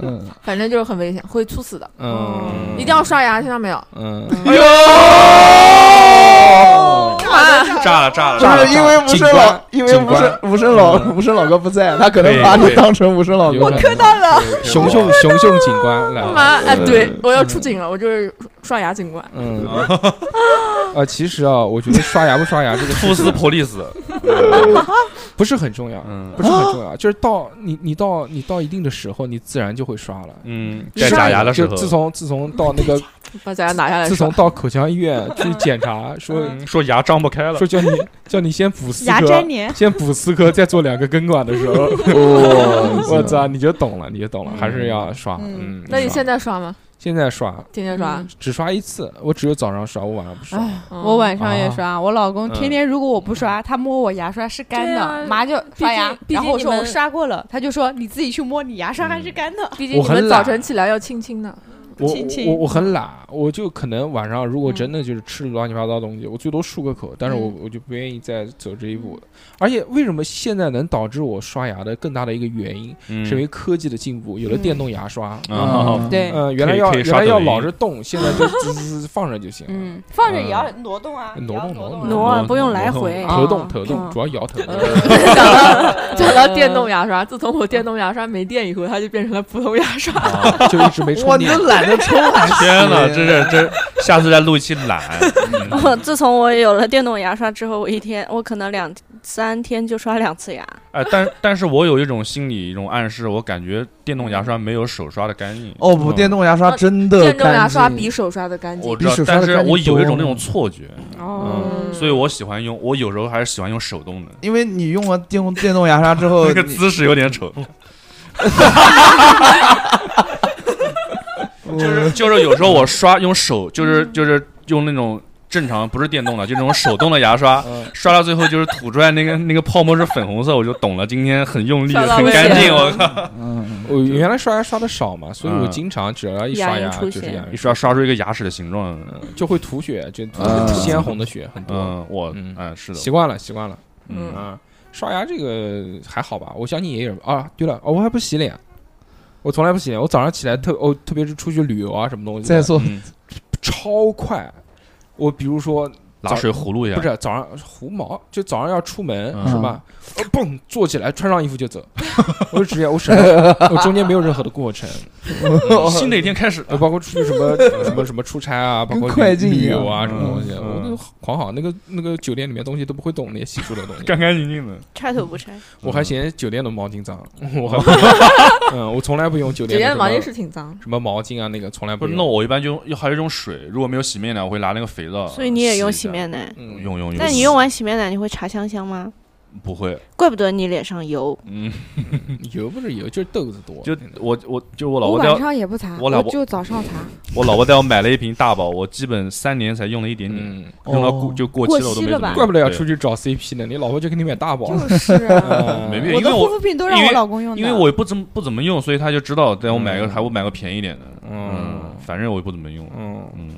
Speaker 3: 嗯，
Speaker 6: 反正就是很危险，会猝死的。
Speaker 2: 嗯，
Speaker 6: 一定要刷牙，听到没有？
Speaker 2: 嗯，
Speaker 4: 哎
Speaker 6: [laughs]
Speaker 4: 呦，
Speaker 2: 哎
Speaker 4: 炸了炸了
Speaker 3: 就
Speaker 4: 炸了！
Speaker 3: 是因为无
Speaker 2: 警
Speaker 3: 声
Speaker 2: 官
Speaker 3: 老，因为
Speaker 2: 警
Speaker 3: 无声无声老无声老哥不在，他可能
Speaker 4: 对
Speaker 3: 把你
Speaker 4: 对
Speaker 3: 当成无声老
Speaker 2: 有
Speaker 3: 哥
Speaker 2: 可能
Speaker 3: 了。
Speaker 6: 到了，
Speaker 4: [laughs]
Speaker 2: 熊熊熊熊警官来
Speaker 6: 干
Speaker 2: 了。
Speaker 6: 嘛？哎，对我要出警了，我就是刷牙警官。
Speaker 4: [laughs]
Speaker 2: 嗯，啊，其实啊，我觉得刷牙不刷牙这个
Speaker 4: 福斯普利斯，
Speaker 2: 不是很重要，
Speaker 4: 嗯
Speaker 2: 不是很重要，就是到你你到你到一定的时候，你自然就会刷了。
Speaker 4: 嗯，
Speaker 2: 就
Speaker 4: 摘
Speaker 2: 是
Speaker 4: 假牙的时候
Speaker 2: 就，自从自从到那个，
Speaker 6: 把假牙拿下来
Speaker 2: 自
Speaker 6: 哎刷
Speaker 2: 从。到口腔医院去检查，说
Speaker 4: 嗯说牙张不开了
Speaker 2: 说，叫你叫你先补四
Speaker 7: 牙
Speaker 2: 颗
Speaker 7: 粘，连，
Speaker 2: 先补四颗，再做两个根管的时候， [laughs] 我操，你就懂了，你就懂了，
Speaker 4: 嗯
Speaker 2: 还是要刷。
Speaker 7: 嗯
Speaker 2: 嗯，
Speaker 6: 那你
Speaker 2: 刷
Speaker 6: 现在刷吗？
Speaker 2: 现在刷，
Speaker 6: 天天刷？
Speaker 2: 只刷一次，我只有早上嗯刷，我晚上不刷。
Speaker 7: 哎，
Speaker 6: 嗯
Speaker 7: 我晚上也刷，我老公
Speaker 2: 嗯
Speaker 7: 天天如果我不刷，他摸我牙刷是干
Speaker 6: 对
Speaker 7: 的，
Speaker 6: 啊
Speaker 7: 麻就刷牙
Speaker 6: 毕，竟
Speaker 7: 然后我
Speaker 6: 毕
Speaker 7: 说
Speaker 6: 竟你们
Speaker 7: 我刷过了，他就说你自己去摸，你牙刷还是干的。
Speaker 6: 毕竟你
Speaker 2: 我很
Speaker 6: 们
Speaker 2: 懒
Speaker 6: 早晨起来要亲亲的。
Speaker 2: 我
Speaker 7: 亲亲
Speaker 2: 我我很懒，我就可能晚上如果
Speaker 8: 嗯
Speaker 2: 真的就是吃乱七八糟的东西，我最多漱个口，但是我我就不愿意再走这一步了。而且为什么现在能导致我刷牙的更大的一个原因，
Speaker 4: 嗯
Speaker 2: 是因为科技的进步，有了电动牙刷。
Speaker 4: 啊，
Speaker 7: 对，
Speaker 8: 嗯
Speaker 2: 呃，原来要
Speaker 4: 可以
Speaker 2: 原
Speaker 4: 刷
Speaker 2: 来要
Speaker 4: 抖音
Speaker 2: 老是动，现在就滋滋滋放着就行了。
Speaker 6: 嗯，
Speaker 8: 放着也要挪动啊，
Speaker 2: 挪
Speaker 8: 也要
Speaker 2: 动
Speaker 8: 挪
Speaker 2: 挪
Speaker 8: 动
Speaker 2: 动
Speaker 8: 啊。
Speaker 5: 挪不用来回啊
Speaker 2: 头动头
Speaker 6: 嗯
Speaker 2: 动，主要摇
Speaker 8: [laughs]
Speaker 2: 头。
Speaker 6: 讲到 [laughs] 讲
Speaker 2: 嗯
Speaker 6: 到电动牙刷，自从我电动牙刷没电以后，它就变成了普通牙 [laughs] 刷。
Speaker 2: 啊就一直没
Speaker 3: 哇，
Speaker 2: 充
Speaker 3: 你
Speaker 2: 电
Speaker 3: 都。懒得冲啊！
Speaker 4: 天哪，这是这，下次再录一期
Speaker 3: [laughs]
Speaker 4: 懒。
Speaker 5: [laughs]
Speaker 4: 嗯
Speaker 5: 我哦自从我有了电动牙刷之后，我一天我可能两三天就刷两次牙。
Speaker 4: 哎，但但是我有一种心理一种暗示，我感觉电动牙刷没有手刷的干净。嗯
Speaker 3: 哦不，电动牙刷真的
Speaker 6: 哦电动牙刷
Speaker 3: 干净
Speaker 6: 比手刷的干净
Speaker 4: 我。知道
Speaker 3: 比手，刷
Speaker 4: 但
Speaker 3: 的
Speaker 4: 是
Speaker 3: 干净
Speaker 4: 我有一种那
Speaker 3: 多
Speaker 4: 种错觉，
Speaker 3: 嗯
Speaker 2: 嗯
Speaker 6: 哦，
Speaker 4: 所以我喜欢用，我有时候还是喜欢用手动的。
Speaker 3: 因为你用完电电动牙刷之后
Speaker 4: [laughs] 那，个姿势有点丑，
Speaker 3: 就
Speaker 4: 就是就是有时候我刷用手，就是就是用那种正常不是电动的，就那种手动的牙刷，刷到最后就是吐出来那个那个泡沫是粉红色，我就懂了，今天很用力，
Speaker 6: 刷到
Speaker 4: 很
Speaker 6: 危
Speaker 4: 干
Speaker 6: 险
Speaker 4: 净，我靠，
Speaker 3: 嗯，
Speaker 2: 我原来刷牙刷的少嘛，所以我
Speaker 4: 嗯
Speaker 2: 经常只要一刷
Speaker 5: 牙龈
Speaker 2: 牙
Speaker 5: 出
Speaker 2: 就是
Speaker 5: 血
Speaker 2: 牙
Speaker 4: 一
Speaker 2: 龈
Speaker 4: 刷刷出一个牙齿的形状，
Speaker 2: 就会吐血，就吐
Speaker 3: 啊
Speaker 2: 鲜红的血很多。
Speaker 4: 嗯，我
Speaker 2: 嗯
Speaker 4: 嗯是的，
Speaker 2: 习惯了，习惯了。
Speaker 4: 嗯
Speaker 2: 啊，刷牙这个还好吧？我相信也有啊。对了，哦，我还不洗脸，我从来不洗脸。我早上起来特哦，特别是出去旅游啊，什么东西
Speaker 3: 在
Speaker 2: 的，
Speaker 3: 座
Speaker 4: 嗯
Speaker 2: 超快。我比如说
Speaker 4: 拿水葫芦一下
Speaker 2: 不，是早上胡毛，就早上要出门、
Speaker 4: 啊嗯
Speaker 2: 是吧？呃蹦、坐起来，穿上衣服就走，我就直接我省了，我中间没有任何的过程，
Speaker 4: [laughs] 嗯新的一天开始
Speaker 2: 呃，包括出去什
Speaker 3: [laughs]
Speaker 2: 么什么什么出差啊，包
Speaker 3: 跟
Speaker 2: 括
Speaker 3: 快
Speaker 2: 旅
Speaker 3: 进一
Speaker 2: 旅
Speaker 3: 样
Speaker 2: 游啊什么
Speaker 3: 嗯
Speaker 2: 东西，
Speaker 4: 嗯
Speaker 2: 我都狂好。那个那个酒店里面东西都不会动，那些洗漱的
Speaker 3: [laughs]
Speaker 2: 东西，
Speaker 4: 干干净净的，
Speaker 5: 拆都不拆，
Speaker 2: 我还嫌酒店的毛巾
Speaker 3: [laughs]
Speaker 2: 脏，我还不 [laughs] 嗯，我从来不用酒
Speaker 6: 酒
Speaker 2: 店
Speaker 6: 店
Speaker 2: 的
Speaker 6: 的毛巾
Speaker 2: 什
Speaker 6: 是
Speaker 2: 么
Speaker 6: 挺脏，
Speaker 2: 什么毛巾啊，那个从来
Speaker 4: 不是，
Speaker 2: 用。
Speaker 4: 那我一般就用还有一种水，如果没有洗面奶，我会拿那个肥皂，
Speaker 5: 所以你也用洗
Speaker 4: 一下，
Speaker 5: 面奶。
Speaker 2: 嗯，
Speaker 4: 用用用，
Speaker 5: 但你用完洗面奶，你会茶香香吗？
Speaker 4: 不会，
Speaker 5: 怪不得你脸上油。
Speaker 4: 嗯，
Speaker 2: 油不是油，就是豆子多。
Speaker 4: 就
Speaker 2: 真的
Speaker 4: 我我就我老
Speaker 8: 我
Speaker 4: 婆带
Speaker 8: 晚
Speaker 4: 我
Speaker 8: 上也不擦，
Speaker 4: 我老婆
Speaker 8: 就早上擦。
Speaker 4: 我老婆带我买了一瓶大宝，我基本三年才用了一点点，
Speaker 2: 嗯，
Speaker 4: 用到
Speaker 3: 哦
Speaker 4: 过就过期了，我
Speaker 7: 过
Speaker 4: 都
Speaker 7: 期
Speaker 4: 没
Speaker 7: 了
Speaker 4: 怎
Speaker 7: 吧
Speaker 4: 么用。
Speaker 2: 怪不得要
Speaker 4: 对
Speaker 2: 出去找 CP 呢，你老婆就给你买大包。
Speaker 7: 就是啊，
Speaker 2: 嗯
Speaker 4: 没必要
Speaker 7: 我
Speaker 4: 因为
Speaker 7: 的护
Speaker 4: 我
Speaker 7: 肤品都让
Speaker 4: 因为
Speaker 7: 我老公用的，
Speaker 4: 因为我也不怎么不怎么用，所以他就知道带我买个
Speaker 2: 嗯
Speaker 4: 还我买个便宜一点的，嗯
Speaker 2: 嗯，
Speaker 4: 反正我也不怎么用，
Speaker 2: 嗯，
Speaker 4: 嗯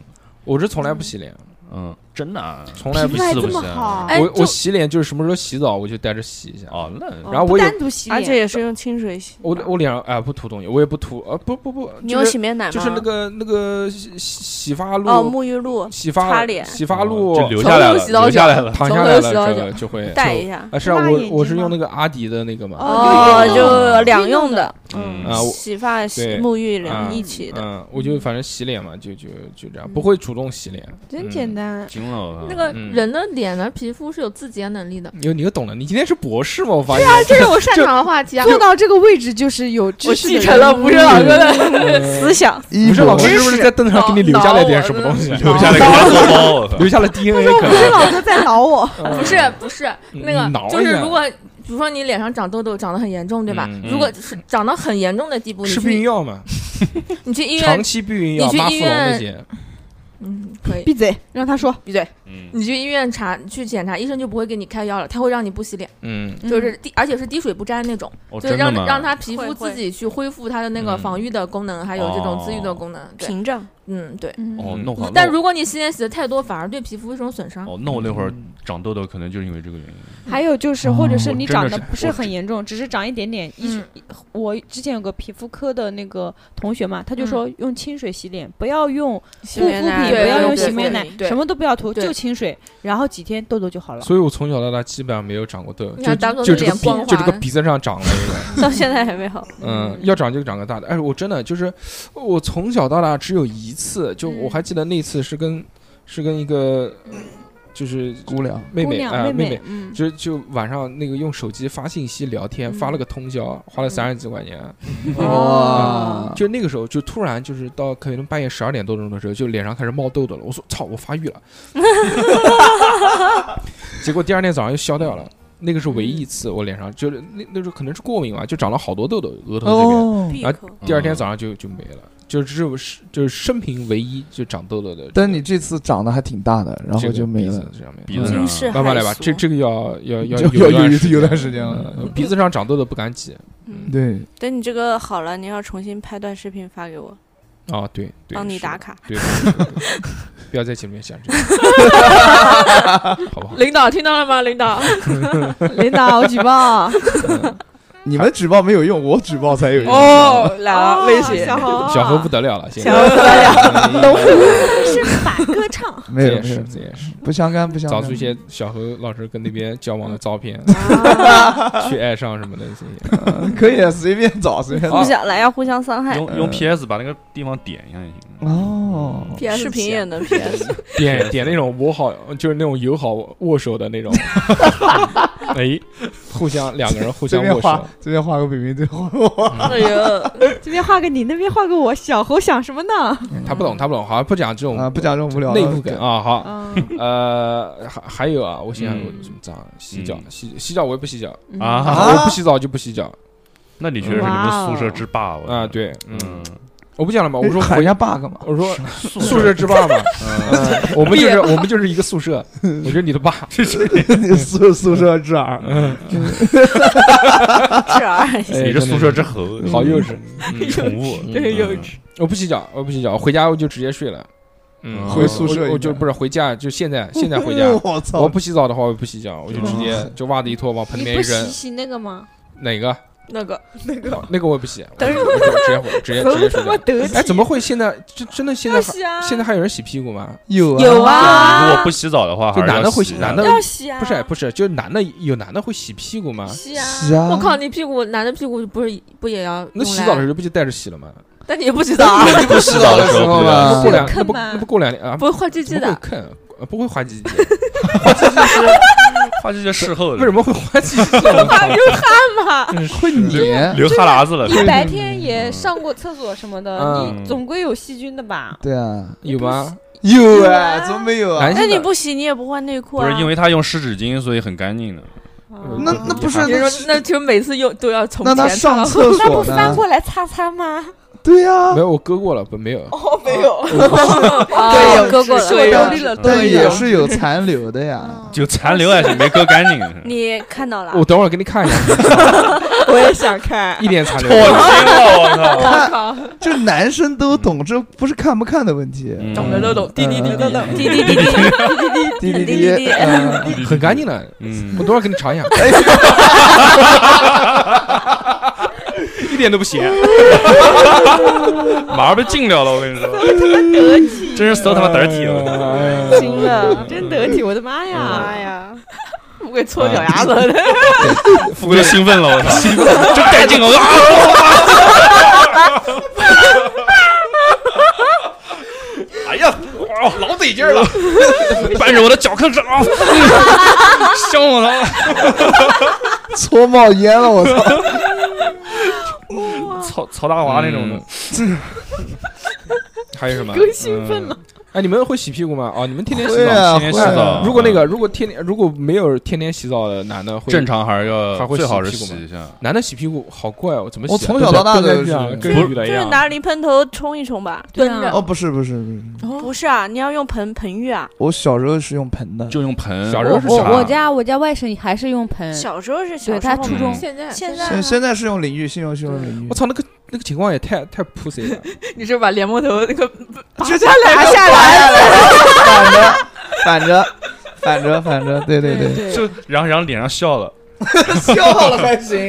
Speaker 2: 我是从来不洗脸，
Speaker 4: 嗯，真的啊，
Speaker 2: 从来不
Speaker 4: 一
Speaker 7: 皮
Speaker 2: 洗
Speaker 7: 肤。还
Speaker 4: 次
Speaker 7: 这
Speaker 4: 不
Speaker 7: 么
Speaker 4: 洗啊
Speaker 7: 好，
Speaker 6: 哎
Speaker 2: 我
Speaker 6: 就
Speaker 2: 我洗脸就是什么时候洗澡我就带着洗一下。
Speaker 4: 哦，那
Speaker 2: 然后我也
Speaker 7: 单独洗
Speaker 5: 而
Speaker 7: 脸，
Speaker 5: 且也是用清水洗。
Speaker 2: 我我脸上哎不涂东西，我也不涂啊不不不，
Speaker 5: 你
Speaker 2: 就
Speaker 5: 用
Speaker 2: 是
Speaker 5: 洗面奶吗？
Speaker 2: 就是那个那个洗洗洗发
Speaker 5: 哦，
Speaker 2: 露，
Speaker 5: 沐浴露
Speaker 2: 洗发
Speaker 5: 擦脸
Speaker 2: 洗发
Speaker 4: 哦
Speaker 2: 露
Speaker 4: 就留下来
Speaker 6: 从头
Speaker 4: 了，
Speaker 6: 洗到
Speaker 4: 留下
Speaker 6: 脚
Speaker 4: 来了，
Speaker 2: 躺
Speaker 6: 从
Speaker 2: 下
Speaker 6: 头
Speaker 2: 来
Speaker 6: 洗
Speaker 2: 了
Speaker 6: 到
Speaker 2: 这
Speaker 6: 脚
Speaker 2: 个就会
Speaker 5: 带一下。
Speaker 2: 啊是啊，
Speaker 7: 拉
Speaker 2: 我
Speaker 7: 眼
Speaker 2: 我
Speaker 7: 睛
Speaker 2: 是用
Speaker 7: 吗
Speaker 2: 那个阿迪的那个嘛，
Speaker 7: 哦
Speaker 5: 哦，
Speaker 7: 有
Speaker 5: 就两用的，
Speaker 4: 嗯
Speaker 2: 啊我
Speaker 5: 洗发、洗
Speaker 2: 对
Speaker 5: 沐浴
Speaker 2: 啊
Speaker 5: 两一起的。
Speaker 2: 嗯，我就反正洗脸嘛，就就就这样，不会主动洗脸。
Speaker 8: 真简单，
Speaker 4: 惊了我操，
Speaker 6: 那个
Speaker 2: 嗯
Speaker 6: 人的脸呢，皮肤是有自洁能力的。
Speaker 2: 哟，你又懂了，你今天是博士吗？我发现
Speaker 8: 这是我擅长的话题啊。
Speaker 7: 坐到这个位置就是有知识的人。
Speaker 6: 不是老
Speaker 2: 嗯
Speaker 6: 哥的
Speaker 5: 思想，
Speaker 3: 一
Speaker 2: 不是老师
Speaker 3: 博
Speaker 2: 是不是在凳子上给你留下了点什么东西？
Speaker 4: 留下来给他做包，我操
Speaker 6: [laughs]
Speaker 2: 留下了 DNA 可
Speaker 7: 不是
Speaker 2: 能。
Speaker 7: 老哥在挠
Speaker 8: [laughs]
Speaker 7: 我，
Speaker 6: 不是不是
Speaker 2: 嗯
Speaker 6: 那个
Speaker 2: 挠，一
Speaker 6: 就是
Speaker 2: 下
Speaker 6: 如果比如说你脸上长痘痘长得很严重，对吧
Speaker 2: 嗯？
Speaker 6: 如果是长到很严重的地步，你
Speaker 2: 吃避孕
Speaker 6: 去
Speaker 2: 药嘛，
Speaker 6: 你去医
Speaker 2: 长
Speaker 6: 院，
Speaker 2: 期避孕药、
Speaker 6: 你去
Speaker 2: 妈
Speaker 6: 医
Speaker 2: 芙蓉
Speaker 6: 院
Speaker 2: 那些，
Speaker 6: 嗯，可以。
Speaker 7: 闭嘴，让他说闭嘴。
Speaker 4: 嗯
Speaker 6: 你去医院查去检查，医生就不会给你开药了，他会让你不洗脸，
Speaker 2: 嗯，
Speaker 6: 就是滴，而且是滴水不沾那种，
Speaker 4: 哦，
Speaker 6: 就是
Speaker 4: 真
Speaker 6: 让
Speaker 4: 的吗？
Speaker 6: 让他皮
Speaker 5: 会
Speaker 6: 肤
Speaker 5: 会
Speaker 6: 自己去恢复它的那个
Speaker 2: 嗯
Speaker 6: 防御的功能，还有这种自愈的功能。对，
Speaker 5: 屏障。
Speaker 6: 嗯，对。
Speaker 4: 哦，那我
Speaker 6: 但
Speaker 4: 那我
Speaker 6: 如果你洗脸洗的太多，反而对皮肤会是种损伤。
Speaker 4: 哦，那我那会儿
Speaker 3: 嗯
Speaker 4: 长痘痘可能就是因为这个原因。
Speaker 8: 还有
Speaker 2: 哦
Speaker 8: 就是，或者是你
Speaker 4: 真的
Speaker 8: 长
Speaker 4: 是
Speaker 8: 得不是很严重，只是长一点点。医
Speaker 6: 嗯，
Speaker 8: 我之前有个皮肤科的那个同学嘛，他
Speaker 7: 嗯
Speaker 8: 就说用清水洗脸，不要用护
Speaker 5: 洗
Speaker 8: 肤
Speaker 5: 面
Speaker 8: 品，
Speaker 5: 奶
Speaker 8: 不要
Speaker 6: 对
Speaker 8: 用
Speaker 6: 对
Speaker 8: 洗
Speaker 6: 对
Speaker 8: 面奶
Speaker 6: 对，
Speaker 8: 什么都不要涂，
Speaker 6: 对
Speaker 8: 就清水，然后几天痘痘就好了。
Speaker 2: 所以我从小到大基本上没有长过痘，
Speaker 6: 你
Speaker 2: 就
Speaker 6: 看大哥
Speaker 2: 就
Speaker 6: 的
Speaker 2: 这个
Speaker 6: 脸
Speaker 2: 鼻
Speaker 6: 光
Speaker 2: 就这个
Speaker 6: 滑
Speaker 2: 鼻子上长了一个。
Speaker 5: 到现在还没好。
Speaker 2: 嗯，要长就长个大的。哎，我真的就是，我从小到大只有一次，就
Speaker 6: 嗯
Speaker 2: 我还记得那次是跟是跟一个呃就是
Speaker 3: 姑娘，
Speaker 2: 妹
Speaker 8: 姑
Speaker 2: 妹
Speaker 8: 娘
Speaker 2: 啊、妹
Speaker 8: 妹，
Speaker 2: [laughs]
Speaker 8: 嗯，
Speaker 2: 就就晚上那个用手机发信息聊天，发了个通宵，花了三十几块钱。
Speaker 4: 啊
Speaker 3: 哇，
Speaker 2: 就那个时候，就突然就是到可能半夜十二点多钟的时候，就脸上开始冒痘痘了。我说操，我发育
Speaker 4: [laughs]
Speaker 2: 了。结果第二天早上又消掉
Speaker 4: 嗯
Speaker 2: 了。那个是唯一一次我脸上就是那那时候可能是过敏吧，就长了好多痘痘，额头这边。
Speaker 3: 哦，
Speaker 5: 闭
Speaker 2: 啊
Speaker 5: 口。
Speaker 2: 第二天早上就就没了，就只有是就是生平唯一就长痘痘的。
Speaker 3: 但你这次长得还挺大的，然后就没了。，
Speaker 2: 上面
Speaker 4: 鼻子
Speaker 5: 惊
Speaker 4: 上哎
Speaker 5: 世
Speaker 2: 嗯啊慢慢
Speaker 5: 骇
Speaker 2: 来吧，
Speaker 5: 俗
Speaker 2: 这这个要要要
Speaker 4: [laughs]
Speaker 3: 就
Speaker 2: 有
Speaker 3: 要有
Speaker 2: 段
Speaker 3: 一
Speaker 2: 时
Speaker 3: 有
Speaker 2: 间
Speaker 3: 段时间了
Speaker 2: 嗯鼻子上长痘痘不敢挤，
Speaker 5: 嗯
Speaker 3: 对，
Speaker 5: 等你这个好了，你要重新拍段视频发给我。
Speaker 2: 啊，对对，
Speaker 5: 帮你
Speaker 2: 是的
Speaker 5: 打卡。
Speaker 2: 对， [laughs] 对对对对不要在心里面想这个，好不好？
Speaker 6: [laughs] 领导听到了吗？
Speaker 5: [laughs]
Speaker 6: 领导，
Speaker 8: 领导，我举
Speaker 7: [laughs]
Speaker 8: 报。
Speaker 3: 你们举报没有用，我举报才有用。
Speaker 9: 哦，来了，威胁。
Speaker 2: [laughs]
Speaker 8: 小猴，
Speaker 2: 小何不得了了，现在
Speaker 9: 小何不得
Speaker 2: 了，
Speaker 8: 是法歌唱。
Speaker 3: 没
Speaker 2: 这
Speaker 3: 有
Speaker 2: 也
Speaker 3: 没
Speaker 2: 是
Speaker 3: 有，
Speaker 2: 这也是，
Speaker 3: 不相干不相干。
Speaker 2: 找出一些小何老师跟那边交往的照片，嗯去爱上什么的这些。
Speaker 3: 嗯可以啊随便找随
Speaker 2: 哦
Speaker 3: 便
Speaker 5: 互
Speaker 3: 找。
Speaker 2: 嗯
Speaker 5: 相来要互相伤害，
Speaker 4: 嗯用用 PS 把那个地方点一下就行。
Speaker 3: 哦，
Speaker 5: 视频也能 [laughs] PS，
Speaker 2: 点点那种我好，就是那种友好握手的那种， [laughs] 哎，互相两个人互
Speaker 3: 这
Speaker 2: 相
Speaker 3: 边
Speaker 2: 握手
Speaker 3: 画，这边画个饼饼，这边画个我。
Speaker 9: 哎呦，
Speaker 5: [laughs]
Speaker 8: 这边画个你，那边画个我。小猴想什么呢？
Speaker 2: [laughs] 他不懂，他不懂，好像不讲这种
Speaker 3: 啊，不讲这种无聊的
Speaker 2: 内部梗啊，好，
Speaker 8: 嗯，
Speaker 2: 呃，还还有啊，我想想
Speaker 4: 嗯
Speaker 2: 我怎么脏，洗脚
Speaker 4: 嗯
Speaker 2: 洗洗脚我也不洗脚，
Speaker 6: 嗯
Speaker 4: 啊
Speaker 3: 啊
Speaker 2: 我不洗澡就不洗脚
Speaker 4: 那你确实是你们宿舍之霸，我
Speaker 2: 啊，，对，嗯，啊
Speaker 4: 嗯，
Speaker 2: 我不讲了嘛，我 [laughs] 说回
Speaker 3: 喊人家
Speaker 2: 家，
Speaker 3: bug 嘛， [laughs]
Speaker 2: 我说 [laughs]
Speaker 4: [laughs]
Speaker 2: 宿舍之霸嘛，嗯我们就是我们就是一个宿 [laughs] 舍，我觉得你的霸，
Speaker 3: 宿宿舍之耳，
Speaker 5: 是啊， [laughs]
Speaker 2: 哎
Speaker 4: [laughs] 你是宿舍之猴，
Speaker 2: 好幼稚，
Speaker 4: 嗯宠物，
Speaker 2: [laughs]
Speaker 9: 这个幼稚。
Speaker 2: 我哦不洗脚，我不洗脚，回家我就直接睡了，嗯，
Speaker 3: 回宿舍
Speaker 2: 我就我就
Speaker 3: 应该
Speaker 2: 不是回家，就现 [laughs] 在现在回家。
Speaker 3: [laughs] 我
Speaker 2: 我
Speaker 3: 操！
Speaker 2: 不洗澡嗯的话，我也不洗脚，我就直接就袜子一脱往盆里面一扔。
Speaker 8: 洗那个吗？
Speaker 2: 哪个？
Speaker 6: 那个
Speaker 2: 哦那个我也不洗，我就我就直接回
Speaker 8: [laughs]
Speaker 2: 直接直接睡觉。
Speaker 8: 得
Speaker 2: 哎，怎么会现在真真的现在还
Speaker 8: 洗啊
Speaker 2: 现在还有人洗屁股吗？
Speaker 3: 有啊
Speaker 6: 有啊，
Speaker 4: 嗯如果不洗澡的话，
Speaker 2: 就
Speaker 4: 还是
Speaker 2: 男的
Speaker 4: 要
Speaker 2: 会
Speaker 4: 洗一下
Speaker 2: 男的
Speaker 4: [laughs]
Speaker 6: 洗啊
Speaker 2: 不是不是，就是男的有男的会洗屁股吗？
Speaker 6: 洗啊！
Speaker 3: 是啊，
Speaker 6: [laughs] 我靠，你屁股男的屁股不是不也要？
Speaker 2: 那洗澡的时，候不就带着洗了吗？
Speaker 6: 但你也不洗澡啊，
Speaker 3: 你不洗澡的时
Speaker 2: 那
Speaker 3: 候
Speaker 4: 呃
Speaker 3: 嘛
Speaker 2: 不过，两
Speaker 8: 坑
Speaker 2: 那不
Speaker 8: 吗
Speaker 2: 那不过两年啊，
Speaker 6: 不会换鸡鸡
Speaker 2: 怎么
Speaker 6: 的
Speaker 2: 会。坑，呃不会滑稽稽，
Speaker 4: 话剧就事后的
Speaker 2: [laughs] 为什么会滑稽稽？
Speaker 3: 会粘。
Speaker 4: 流哈喇子了？
Speaker 8: 你白天也上过厕所什么的，
Speaker 2: 嗯
Speaker 8: 你总归有细菌的吧？
Speaker 3: 对啊，
Speaker 2: 有吗？
Speaker 3: 有啊，怎么没有啊
Speaker 2: 男？
Speaker 5: 那
Speaker 2: 性
Speaker 5: 哎你
Speaker 2: 的
Speaker 5: 不洗你也不换内裤
Speaker 4: 不
Speaker 5: 啊？
Speaker 4: 是因为他用湿纸巾，所以很干净的。
Speaker 2: 呃
Speaker 3: 那那不是
Speaker 6: 别说，那就每次用都要从
Speaker 3: 那
Speaker 6: 前
Speaker 3: 他上厕
Speaker 8: 那
Speaker 3: 所
Speaker 8: 不翻
Speaker 3: 呢？
Speaker 8: 过来擦擦 [laughs] 吗？
Speaker 3: 对啊呀
Speaker 2: 没，有，我割过了，不没有。
Speaker 6: 啊
Speaker 5: 对有哎割过了
Speaker 6: 对
Speaker 3: 有
Speaker 6: 有
Speaker 3: 但也是有残留的呀。
Speaker 4: 就残留还是没割干净。
Speaker 5: [laughs] 你看到了
Speaker 2: 我等会儿给你看一下，
Speaker 8: 我也想看。
Speaker 2: 一脸残
Speaker 4: [laughs] [laughs] 我
Speaker 2: 留
Speaker 4: 惊。了，我
Speaker 3: 看，这男生都懂，这不是看不看的问题。
Speaker 4: 操！
Speaker 6: 懂得都懂，滴滴滴滴，
Speaker 5: 滴滴滴滴
Speaker 3: 嗯
Speaker 6: [laughs]
Speaker 3: 滴滴
Speaker 5: 滴滴
Speaker 3: 滴，
Speaker 5: 滴
Speaker 3: 嗯
Speaker 2: 很干净的。
Speaker 4: 嗯
Speaker 2: 我，等会儿给你尝一下，
Speaker 3: 哎
Speaker 2: [laughs]
Speaker 4: 一点都不咸，马上被禁掉了。我跟你说，真是 so 他妈得体了。
Speaker 2: 了。
Speaker 8: 行了， [laughs] 真得体，我的妈呀！妈呀，
Speaker 6: 不会
Speaker 2: 呃
Speaker 6: 搓脚丫子的。
Speaker 4: 富贵兴奋了，我操，兴奋，真带劲！我啊，哎呀，哇，老得劲儿了，扳着我的脚看着啊，香我了。
Speaker 3: 搓冒烟了，我操！
Speaker 4: 曹曹达华那种的，
Speaker 2: 还有什么？
Speaker 8: 更兴奋了。
Speaker 2: 哎，你们会洗屁股吗？哦，你们天天洗
Speaker 3: 会
Speaker 2: 澡。
Speaker 3: 啊
Speaker 4: 天天
Speaker 3: 会
Speaker 4: 洗澡
Speaker 3: 啊，
Speaker 2: 如果那个，如果天天如果没有天天洗澡的男的会
Speaker 4: 正，常还是要
Speaker 2: 还会
Speaker 4: 最好是
Speaker 2: 洗屁股吗
Speaker 4: 一下，
Speaker 2: 男的洗屁股好怪哦，怎么洗啊？
Speaker 3: 我从小到大
Speaker 2: 都在
Speaker 3: 都
Speaker 2: 这样，
Speaker 3: 是嗯
Speaker 2: 跟
Speaker 4: 不是
Speaker 2: 女的
Speaker 5: 就
Speaker 2: 一
Speaker 5: 是
Speaker 2: 样。
Speaker 5: 拿淋喷头冲一冲吧。
Speaker 6: 蹲
Speaker 8: 对啊
Speaker 6: 着
Speaker 3: [laughs] 哦，不是不是不是，
Speaker 6: 哦
Speaker 5: 不是啊，你要用盆盆浴啊。
Speaker 3: 我小时候是用盆的，
Speaker 4: 就用盆。
Speaker 2: 小时
Speaker 7: 我
Speaker 2: 候是
Speaker 7: 我
Speaker 2: 啥
Speaker 7: 我家我家外甥还是用盆，
Speaker 5: 小时候是小
Speaker 7: 对他
Speaker 5: 时候
Speaker 7: 初
Speaker 5: 嘛
Speaker 7: 中
Speaker 6: 现在
Speaker 5: 现
Speaker 3: 现
Speaker 5: 在
Speaker 3: 现在是用淋浴，先用先用淋浴
Speaker 2: 我。操，那个那个情况也太太 pussy 了。
Speaker 6: 你是把莲蓬头
Speaker 2: [laughs]
Speaker 6: 那个
Speaker 3: 直接拿下来，反着，反着，反着，反着，对对 [laughs] 对，
Speaker 4: 就然后然后脸上笑了，
Speaker 3: 笑了还行，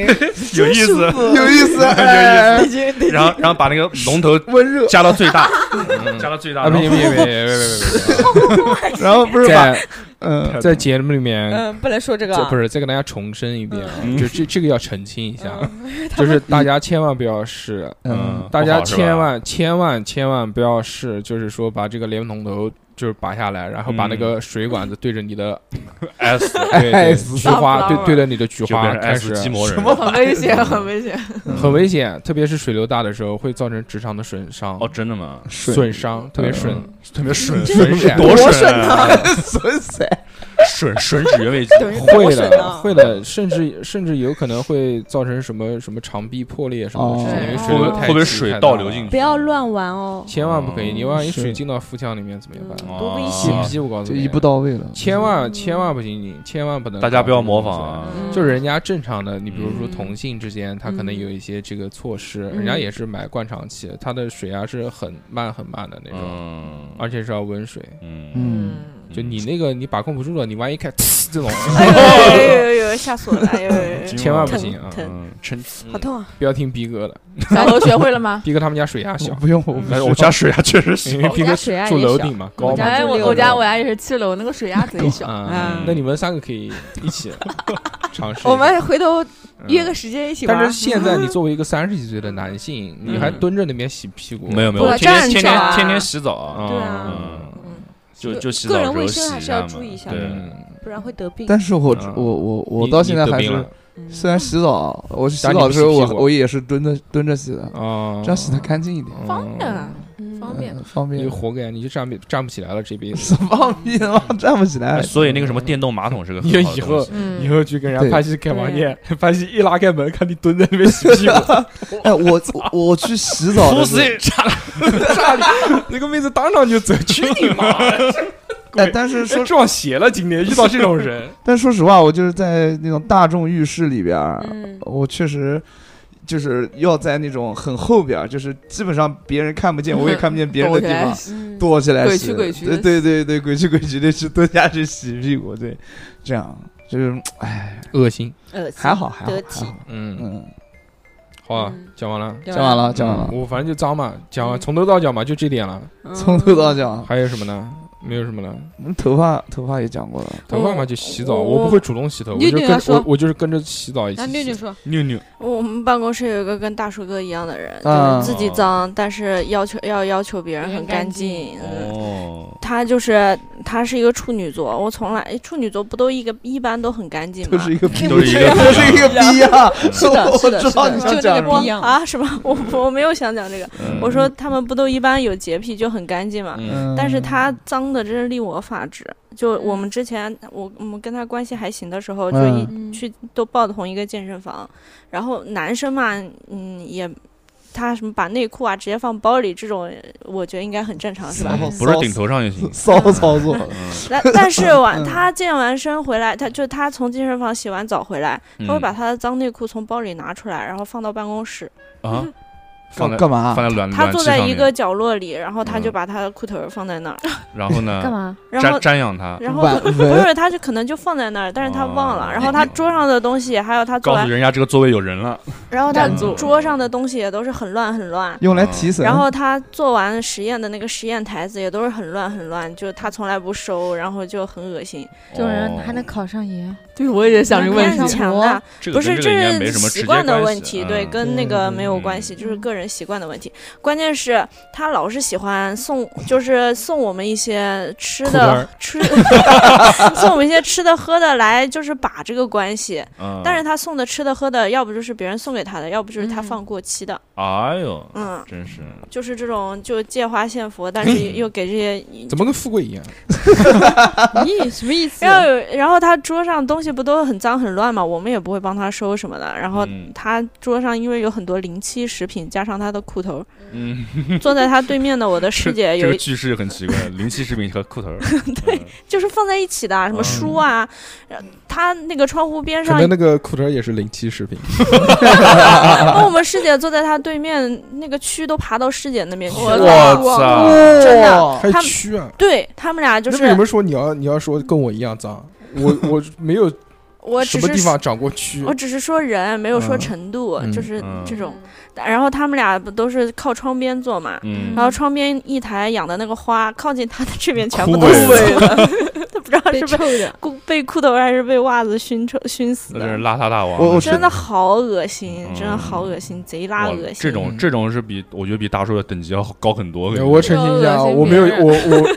Speaker 4: 有意思，
Speaker 3: [laughs] 有意思，
Speaker 4: 有
Speaker 3: 哎
Speaker 4: 意思。然后然后把那个龙头
Speaker 3: 温热。
Speaker 4: 加到最大，加到最大，
Speaker 2: 啊，
Speaker 4: 然
Speaker 2: 别
Speaker 4: 后
Speaker 2: 别别别别别
Speaker 3: 然 [laughs] 后不
Speaker 2: 别！
Speaker 3: 是把，
Speaker 2: 在
Speaker 3: 嗯，
Speaker 2: 在节目里面，
Speaker 8: 嗯，不能说这个
Speaker 2: 这
Speaker 8: 啊，
Speaker 2: 不是再跟大家重申一遍啊，
Speaker 4: 嗯
Speaker 2: 就这这个要澄清一下，
Speaker 8: 嗯
Speaker 2: [laughs] 就是大家千万不要试。
Speaker 3: 嗯，
Speaker 2: 大家
Speaker 4: 不好是吧
Speaker 2: 千万千万千万不要试，就是说把这个莲蓬头就是拔下来，然后把那个水管子对着你的
Speaker 4: S
Speaker 2: 对对
Speaker 3: S
Speaker 2: 菊花，
Speaker 6: flower
Speaker 2: 对对着你的菊
Speaker 4: 就变
Speaker 2: 花
Speaker 4: 成
Speaker 2: 开始
Speaker 4: S 鸡魔人。
Speaker 6: 很危险，很危险。
Speaker 3: 嗯
Speaker 2: 很危险，特别是水流大的时候会造成直肠的损伤
Speaker 4: 哦，真的吗？
Speaker 2: 损伤特别
Speaker 3: 嗯
Speaker 2: 损
Speaker 4: 特别吮
Speaker 3: 真的
Speaker 4: 吮，
Speaker 3: 多
Speaker 4: 吮啊，
Speaker 3: [laughs] 损塞，
Speaker 4: 吮吮指原位肌，
Speaker 8: 啊等于多
Speaker 2: 会
Speaker 8: 损
Speaker 2: 的，
Speaker 8: 啊
Speaker 2: 会的，甚至甚至有可能会造成什么什么肠壁破裂什么的事情，
Speaker 3: 哦
Speaker 2: 因为水
Speaker 4: 会不
Speaker 2: 流
Speaker 4: 会
Speaker 2: 太
Speaker 4: 会不会
Speaker 2: 急
Speaker 4: 水
Speaker 2: 太
Speaker 4: 倒
Speaker 2: 大
Speaker 4: 流进
Speaker 2: 了
Speaker 7: 不
Speaker 4: 去？
Speaker 7: 要乱玩哦。
Speaker 2: 千万不可以！你万一水
Speaker 3: 是
Speaker 2: 进到腹腔里面怎么办？
Speaker 4: 嗯
Speaker 8: 多危
Speaker 2: 急
Speaker 8: 险
Speaker 2: 不
Speaker 4: 啊
Speaker 2: 急？我告诉
Speaker 3: 就
Speaker 2: 你，
Speaker 3: 一步到位了。
Speaker 2: 千万千万不行，你千万不能，
Speaker 4: 大家不要模仿啊！
Speaker 2: 就是人家正常的，你比如说
Speaker 6: 嗯
Speaker 2: 同性之间，他可能有一些这个措施，
Speaker 6: 嗯
Speaker 2: 人家也是买灌肠器，他的水压是很慢很慢的那种，
Speaker 4: 嗯
Speaker 2: 而且是要温水。
Speaker 4: 嗯，
Speaker 3: 嗯，
Speaker 2: 就你那个你把控不住了，你万一开 [laughs] 这种，
Speaker 5: 哎呦呦呦呦，吓死我了！哎呦呦呦，
Speaker 2: 千万不
Speaker 5: 疼
Speaker 2: 行啊！
Speaker 5: 疼，
Speaker 4: 嗯，趁
Speaker 8: 好痛啊！
Speaker 2: 不要听逼哥的，
Speaker 6: 小头学会了吗？
Speaker 2: 逼哥他们家水压
Speaker 3: 我
Speaker 2: 小，
Speaker 3: 不用，我不
Speaker 4: 哎，
Speaker 3: 需
Speaker 4: 我
Speaker 3: 要
Speaker 4: 家水压确实小
Speaker 2: 因为，逼哥
Speaker 8: 家水压
Speaker 2: 住
Speaker 8: 也
Speaker 2: 楼
Speaker 8: 小
Speaker 2: 顶嘛，
Speaker 6: 我
Speaker 2: 高嘛
Speaker 6: 家，
Speaker 8: 就
Speaker 6: 哎我
Speaker 8: 六
Speaker 6: 我家
Speaker 8: 楼
Speaker 6: 我家也是七楼，那个水压
Speaker 2: [laughs]
Speaker 6: 贼小。
Speaker 2: 啊
Speaker 4: 嗯，
Speaker 2: 那你们三个可以一
Speaker 8: [laughs]
Speaker 2: 起尝试一下。
Speaker 8: 我们回头
Speaker 2: 嗯
Speaker 8: 约个时间一起玩。
Speaker 2: 但是现在你作为一个三十几岁的男性，你
Speaker 8: 嗯
Speaker 2: 还蹲着那边洗屁股，
Speaker 4: [laughs] 没有没
Speaker 5: 不
Speaker 4: 有，我天天天
Speaker 5: 站着
Speaker 4: 天
Speaker 5: 啊
Speaker 4: 天天洗澡啊，
Speaker 2: 啊？
Speaker 8: 对啊
Speaker 4: 嗯
Speaker 6: 嗯
Speaker 4: 就
Speaker 8: 个
Speaker 4: 就洗澡
Speaker 8: 个
Speaker 4: 的时
Speaker 8: 人
Speaker 4: 候
Speaker 8: 卫生
Speaker 4: 洗
Speaker 8: 还
Speaker 4: 一
Speaker 8: 是要
Speaker 4: 下嘛
Speaker 8: 注意一下
Speaker 4: 对，
Speaker 2: 嗯，
Speaker 8: [laughs] 不然会得病。
Speaker 3: 但是我
Speaker 2: 嗯
Speaker 3: 我我我
Speaker 2: 你
Speaker 3: 到现在还
Speaker 2: 你得病
Speaker 3: 是
Speaker 2: 了，
Speaker 3: 虽然洗澡，我洗
Speaker 2: 但你
Speaker 3: 澡的时候
Speaker 2: 不洗
Speaker 3: 我
Speaker 2: 屁股
Speaker 3: 我也是蹲着蹲着洗的，
Speaker 2: 啊，
Speaker 3: 这样洗的干净一点，
Speaker 2: 嗯
Speaker 6: 方便啊，方便
Speaker 3: 嗯方
Speaker 2: 你
Speaker 3: [laughs] 便。
Speaker 2: 活该，你就站不站不起来了这辈子。
Speaker 3: 什么放屁他妈站不起来
Speaker 2: [laughs]
Speaker 4: 哎，所以那个什么电动马桶是个很
Speaker 2: 你
Speaker 4: 好的
Speaker 2: 以
Speaker 4: 东
Speaker 2: 后
Speaker 4: 西。
Speaker 6: 嗯
Speaker 2: 以后去跟人
Speaker 3: 对
Speaker 2: 家拍戏开房间，拍戏一拉开门，看你蹲在那边洗屁 [laughs] 股，
Speaker 3: 哎，我我我去洗澡
Speaker 2: [laughs]
Speaker 3: 的时候，哎
Speaker 4: 差
Speaker 2: 炸你！那个妹子当场就走，去你 [laughs] 妈！
Speaker 3: 哎，但是说
Speaker 2: 撞邪了，今天遇到这种人，
Speaker 3: 但说实话，我就是在那种大众浴室里边儿，
Speaker 8: 嗯
Speaker 3: 我确实就是要在那种很后边儿，就是基本上别人看不见，我也看不见别人的地方，
Speaker 8: 嗯，
Speaker 3: 躲起来
Speaker 6: 鬼
Speaker 3: 洗。
Speaker 6: 区鬼区
Speaker 3: 对
Speaker 6: 的
Speaker 3: 对对对，鬼区鬼区的去蹲下去洗屁股，对，这样就是哎，
Speaker 2: 恶心。
Speaker 5: 恶心
Speaker 3: 还好还好
Speaker 5: 得
Speaker 3: 还
Speaker 5: 体
Speaker 3: 好，
Speaker 2: 嗯，
Speaker 3: 嗯，
Speaker 2: 好啊
Speaker 8: 嗯，
Speaker 2: 讲完了。嗯
Speaker 3: 讲完了讲完了，
Speaker 2: 我反正就脏嘛，讲
Speaker 5: 嗯
Speaker 2: 完从头到脚嘛，就这点了。
Speaker 8: 嗯
Speaker 4: 嗯
Speaker 3: 从头到脚，
Speaker 2: 还有什么呢？没有什么了。
Speaker 3: 头发头发也讲过了，
Speaker 2: 头发嘛就洗
Speaker 5: 哦
Speaker 2: 澡，
Speaker 8: 我
Speaker 2: 我不会主动洗头，我
Speaker 8: 妞
Speaker 2: 就
Speaker 8: 妞
Speaker 2: 跟
Speaker 8: 要说
Speaker 2: 我我就是跟着洗澡一起
Speaker 8: [laughs] 那妞妞
Speaker 2: 洗。
Speaker 8: 说，
Speaker 4: 妞妞，
Speaker 5: 我们办公室有一个跟大叔哥一样的人，
Speaker 3: 啊
Speaker 5: 就是自己脏，但是要求要要求别人很干净。嗯，
Speaker 4: 哦，
Speaker 5: 他就是他是一个处女座，我从来哎处女座不都一个一般都很干净
Speaker 3: 都
Speaker 5: 吗
Speaker 3: 是？一个逼，
Speaker 4: 都是一个
Speaker 3: 都是一个逼啊！
Speaker 4: 是
Speaker 8: 的
Speaker 3: 我
Speaker 8: 是的
Speaker 3: 知道
Speaker 8: 是的
Speaker 3: 你
Speaker 8: 就
Speaker 3: 想
Speaker 8: 那
Speaker 3: 讲
Speaker 8: 个
Speaker 3: 什
Speaker 8: 逼
Speaker 3: 么
Speaker 8: 一
Speaker 5: [laughs]
Speaker 8: 样
Speaker 5: 啊什么？我我没有想讲这个，
Speaker 4: 嗯
Speaker 5: 我说他们不都一般有洁癖就很干净嘛。
Speaker 4: 嗯
Speaker 3: 嗯
Speaker 5: 但是他脏的真是令我发指。就我们之前，我我们跟他关系还行的时候，就一、
Speaker 6: 嗯
Speaker 5: 去都报同一个健身房，然后男生嘛，嗯，也他什么把内裤啊直接放包里这种，我觉得应该很正常，
Speaker 4: [laughs]
Speaker 5: 是吧？
Speaker 3: 嗯
Speaker 4: 不是顶头上就行。
Speaker 3: 骚操作，
Speaker 4: 嗯
Speaker 5: 但但是完他健完身回来，他就他从健身房洗完澡回来，
Speaker 4: 嗯
Speaker 5: 他会把他的脏内裤从包里拿出来，然后放到办公室。
Speaker 4: 啊，放
Speaker 3: 干
Speaker 4: 在
Speaker 3: 干嘛
Speaker 4: 放？在暖嗯
Speaker 5: 他
Speaker 4: 暖
Speaker 5: 坐
Speaker 4: 气
Speaker 5: 在
Speaker 4: 上
Speaker 5: 一个
Speaker 4: 面，
Speaker 5: 角落里，然后他就
Speaker 4: 嗯
Speaker 5: 把他的裤腿儿放在那儿，
Speaker 4: 然后
Speaker 7: 干
Speaker 4: 呢，
Speaker 7: 嘛？
Speaker 5: 然后
Speaker 4: 瞻瞻仰他，
Speaker 5: 然后
Speaker 3: 晚
Speaker 5: 不
Speaker 3: 文
Speaker 5: 是，他就可能就放在那儿，但是他忘了。
Speaker 4: 哦
Speaker 5: 然后他桌上的东西，还有他做
Speaker 4: 告诉
Speaker 5: 完，
Speaker 4: 人家这个座位有人了。
Speaker 5: 然后他
Speaker 6: 占座
Speaker 5: 桌上的东西也都是很乱很乱。
Speaker 3: 用
Speaker 4: 嗯
Speaker 3: 来提神。
Speaker 5: 然后他做完实验的那个实验台子也都是很乱很乱，就是他从来不收，然后 [laughs] 就很恶心。
Speaker 4: 哦
Speaker 7: 这种人还能考上研？啊
Speaker 6: 对，我也想这个
Speaker 5: 人
Speaker 6: 问
Speaker 5: 很
Speaker 6: 题。
Speaker 5: 强
Speaker 7: 我
Speaker 5: 的，
Speaker 4: 这个
Speaker 5: 不
Speaker 4: 跟
Speaker 5: 是
Speaker 4: 这个应该没
Speaker 5: 是
Speaker 4: 什么直
Speaker 5: 习
Speaker 4: 接
Speaker 5: 惯的
Speaker 4: 关
Speaker 5: 问
Speaker 4: 系
Speaker 5: 题，
Speaker 4: 嗯
Speaker 5: 对，跟那个没有关系，就是
Speaker 6: 嗯
Speaker 5: 个人习惯的问题。关键是他老是喜欢送，就是送我们一些吃
Speaker 2: 裤衩
Speaker 5: 的
Speaker 2: 儿
Speaker 5: 吃，送我们一些吃 [laughs] 的喝的来，就是把这个关系。
Speaker 4: 嗯
Speaker 5: 但是他送的吃的喝的，要不就是别人送给他的，要不就是
Speaker 6: 嗯
Speaker 5: 他放过期的。
Speaker 4: 哎呦，
Speaker 5: 嗯，
Speaker 4: 真是
Speaker 5: 就是这种就借花献佛，但是又给这些。
Speaker 2: 嗯怎么跟富贵一样？
Speaker 8: 咦，什么意 [laughs] 思？
Speaker 5: 然后有，然后他桌上东西不都很脏很乱嘛，我们也不会帮他收什么的。然后
Speaker 4: 嗯
Speaker 5: 他桌上因为有很多临期食品，加上他的裤头，
Speaker 4: 嗯，
Speaker 5: 坐在他对面的我的
Speaker 4: 这
Speaker 5: 师姐
Speaker 4: 这
Speaker 5: 有
Speaker 4: 个
Speaker 5: 一
Speaker 4: 句式很奇怪，零七食品和裤
Speaker 5: [laughs]
Speaker 4: 头儿，嗯对，
Speaker 5: 就是放在一起的，什么
Speaker 4: 嗯
Speaker 5: 书啊，然后他那个窗户边
Speaker 2: 可
Speaker 5: 上
Speaker 2: 能那个裤头也是零七食品。啊 [laughs]
Speaker 5: 哦那我们师姐坐在他对面，那个蛆都爬到师姐那边去
Speaker 6: 我
Speaker 5: 了。
Speaker 4: 我操，
Speaker 3: 哦
Speaker 5: 真的
Speaker 2: 还有
Speaker 5: 他们
Speaker 2: 蛆啊！
Speaker 5: 对他们俩就
Speaker 2: 那
Speaker 5: 是
Speaker 2: 为什么说你要你要说跟我一样脏？我我没有
Speaker 5: [laughs] 我
Speaker 2: 什
Speaker 5: 只
Speaker 2: 么地
Speaker 5: 是
Speaker 2: 方长过蛆啊
Speaker 5: 我，只是说人，没有说
Speaker 2: 嗯
Speaker 5: 程度，
Speaker 2: 嗯
Speaker 5: 就是
Speaker 4: 嗯
Speaker 5: 这种。然后他们俩不都是靠窗边坐嘛？
Speaker 4: 嗯，
Speaker 5: 然后窗边一台养的那个花，靠近他的这边全部
Speaker 4: 枯
Speaker 5: 都是
Speaker 4: 萎
Speaker 5: 死了， [laughs] 他不知道
Speaker 8: 被
Speaker 5: 是
Speaker 8: 臭
Speaker 5: 被
Speaker 8: [laughs] 的，
Speaker 5: 裤被裤头还是被袜子熏臭熏死
Speaker 4: 那真
Speaker 5: 的
Speaker 4: 是，邋遢大
Speaker 3: 我
Speaker 4: 王，
Speaker 3: 我
Speaker 5: 真的好恶心，真的
Speaker 4: 嗯
Speaker 5: 好恶心，贼
Speaker 4: 哇
Speaker 5: 拉恶心。
Speaker 4: 这种这种是比我觉得比大叔的等级要高很多。
Speaker 2: 我澄清一下，啊，
Speaker 6: 恶心
Speaker 2: 我没有
Speaker 6: 别人
Speaker 2: 我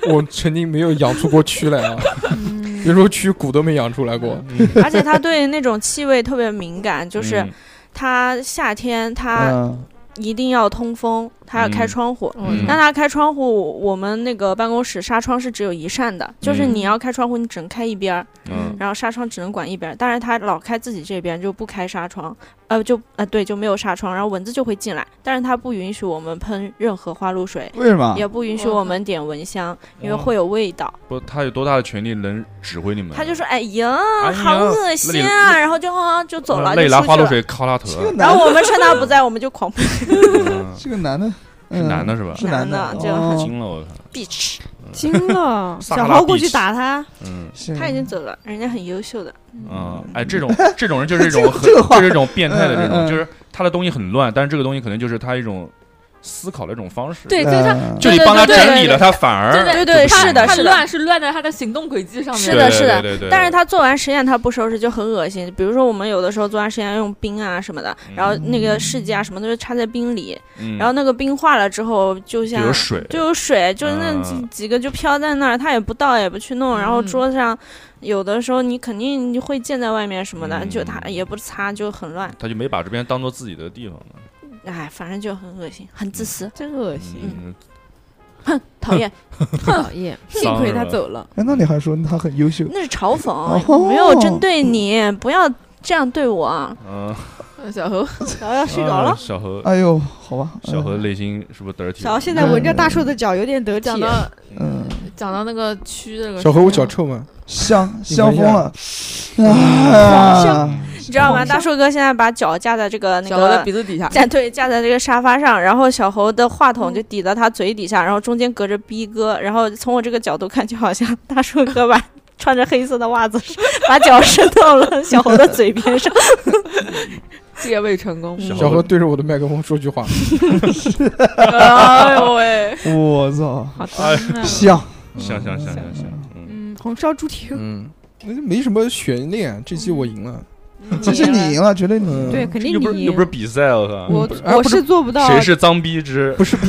Speaker 2: 我我曾经没有养出过蛆来啊， [laughs]
Speaker 6: 嗯
Speaker 2: 别说蛆骨都没养出
Speaker 4: 嗯
Speaker 2: 来
Speaker 5: [laughs]
Speaker 2: 过。
Speaker 5: 而且他对那种气味特别敏感，就是
Speaker 4: 嗯
Speaker 5: 他夏天他
Speaker 3: 嗯，
Speaker 5: 一定要通风，它要开
Speaker 4: 嗯
Speaker 5: 窗户。
Speaker 4: 嗯
Speaker 5: 那它开窗户，我们那个办公室纱窗是只有一扇的，就是
Speaker 4: 嗯
Speaker 5: 你要开窗户，你只能开一边儿，
Speaker 4: 嗯
Speaker 5: 然后纱窗只能管一边儿。但是它老开自己这边，就不开纱窗，呃，就呃对，就没有纱窗，然后蚊子就会进来。但是它不允许我们喷任何花露水，
Speaker 3: 为什么？
Speaker 5: 也不允许
Speaker 6: 我
Speaker 5: 我
Speaker 6: 靠
Speaker 5: 们点蚊香，因为
Speaker 4: 啊哇
Speaker 5: 会有味道。
Speaker 4: 不，他有多大的权利能指挥你们？啊
Speaker 5: 他就说：“哎呀，
Speaker 4: 嗯哎呀
Speaker 5: 好恶心啊！”然后就啊就走了，
Speaker 4: 嗯累
Speaker 5: 就出
Speaker 4: 拿
Speaker 5: 去
Speaker 4: 花露
Speaker 5: 了。
Speaker 4: 水敲他头啊
Speaker 3: 这个
Speaker 5: [laughs] 然
Speaker 3: 男
Speaker 5: 后我们趁他不在，我们就狂喷 [laughs]
Speaker 4: 嗯
Speaker 3: 这个男的
Speaker 4: 是
Speaker 3: 嗯
Speaker 4: 男的是吧？
Speaker 3: 是男
Speaker 5: 男的就
Speaker 3: 哦，
Speaker 4: 惊了我靠！，
Speaker 5: bitch。
Speaker 8: 惊了
Speaker 4: 撒
Speaker 3: 小
Speaker 4: 哈拉
Speaker 3: 豪
Speaker 4: 过去
Speaker 8: 打他，
Speaker 4: 嗯
Speaker 3: 是
Speaker 5: 他已经走了，人家很优秀的。
Speaker 4: 嗯，哎，这
Speaker 3: [laughs]
Speaker 4: 种这种人就是一种
Speaker 3: 这
Speaker 4: 很
Speaker 3: 这个话
Speaker 4: 就是一种变态的
Speaker 3: 嗯
Speaker 4: 这
Speaker 3: 嗯嗯
Speaker 4: 种，就是他的东西很乱，但是这个东西可能就是他一种思考的一种方式。
Speaker 6: 对，就是他，
Speaker 3: 嗯
Speaker 4: 就你
Speaker 6: 对对
Speaker 4: 帮他
Speaker 6: 对
Speaker 4: 整
Speaker 6: 对
Speaker 4: 理了，他反而
Speaker 6: 对对
Speaker 4: 就
Speaker 5: 对
Speaker 4: 不行
Speaker 5: 是的
Speaker 4: 了
Speaker 6: 他
Speaker 5: 是的
Speaker 6: 乱是乱在他的行动轨迹上面。
Speaker 5: 是的
Speaker 4: 对
Speaker 5: 是的
Speaker 4: 对对对
Speaker 5: 但是他做完实验，他不收拾就很恶心。比如说，我们有的时候做完实验用冰啊什么的，
Speaker 4: 嗯
Speaker 5: 然后那个试剂啊什么的就插在冰里，
Speaker 4: 嗯
Speaker 5: 然后那个冰化了之后，就
Speaker 4: 就
Speaker 5: 像
Speaker 4: 有水，
Speaker 5: 就有水，就那
Speaker 4: 嗯
Speaker 5: 几几个就飘在那儿，他也不倒也不去弄，然后
Speaker 6: 嗯
Speaker 5: 桌子上有的时候你肯定你会溅在外面什么的，
Speaker 4: 嗯
Speaker 5: 就他也不擦，就很乱。
Speaker 4: 他就没把这边当做自己的地方了。
Speaker 5: 哎，反正就很恶心，很自私，
Speaker 8: 真恶心，
Speaker 4: 嗯，
Speaker 5: 讨厌。 [laughs]
Speaker 8: 讨
Speaker 10: [laughs]
Speaker 8: 厌。
Speaker 4: 幸亏他走
Speaker 8: 了，
Speaker 3: 哎，那你还说他很优
Speaker 4: 嗯
Speaker 3: 秀？
Speaker 5: 那是嘲讽，
Speaker 3: 哦
Speaker 5: 没有针对你，不要这样对我。
Speaker 4: 嗯，
Speaker 6: 嗯小猴，
Speaker 8: 然后要哎睡着
Speaker 4: 啊
Speaker 8: 了。
Speaker 4: 小何，
Speaker 3: 哎呦，好吧，
Speaker 4: 小何
Speaker 3: 嗯
Speaker 4: 内心是不是 dirty？
Speaker 8: 小豪现在闻着大树的脚有点得体
Speaker 6: 讲，到
Speaker 3: 嗯，
Speaker 6: 讲到那个蛆这
Speaker 2: [laughs]
Speaker 6: 个，
Speaker 2: 小何，我脚，臭吗？
Speaker 3: 香
Speaker 2: 你
Speaker 3: 香
Speaker 2: 闻一下
Speaker 3: 疯了，啊，
Speaker 5: 你知道吗？大树哥现在把脚架在这个那
Speaker 6: 小猴的
Speaker 5: 个
Speaker 6: 鼻子底下，
Speaker 5: 架对架在这个沙发上，然后小猴的话筒就抵到他嘴底下，然后中间隔着逼哥，然后从我这个角度看，就好像大树哥把穿着黑色的袜子把脚伸到了小猴的嘴边上。
Speaker 6: 借位成功。
Speaker 4: 小
Speaker 2: 小
Speaker 4: 何
Speaker 2: 何对着我的麦克风说句话，
Speaker 6: 哎呦喂，
Speaker 3: 我操，
Speaker 8: 好的，
Speaker 4: 哎
Speaker 6: 嗯
Speaker 3: 香，
Speaker 4: 想想想想想，嗯，
Speaker 8: 嗯，红烧猪蹄，
Speaker 2: 嗯，那就没什么悬念，这期我赢了。
Speaker 5: 嗯
Speaker 3: 这 [laughs] 是你赢了，绝对你赢了
Speaker 8: 对，，嗯肯定
Speaker 4: 嗯又不是
Speaker 8: 你
Speaker 4: 又不是比赛，我靠，
Speaker 8: 我
Speaker 2: 不是哎
Speaker 10: 啊
Speaker 8: 我
Speaker 2: 不是
Speaker 8: 是做不到，
Speaker 4: 谁是脏逼之？
Speaker 2: 不是比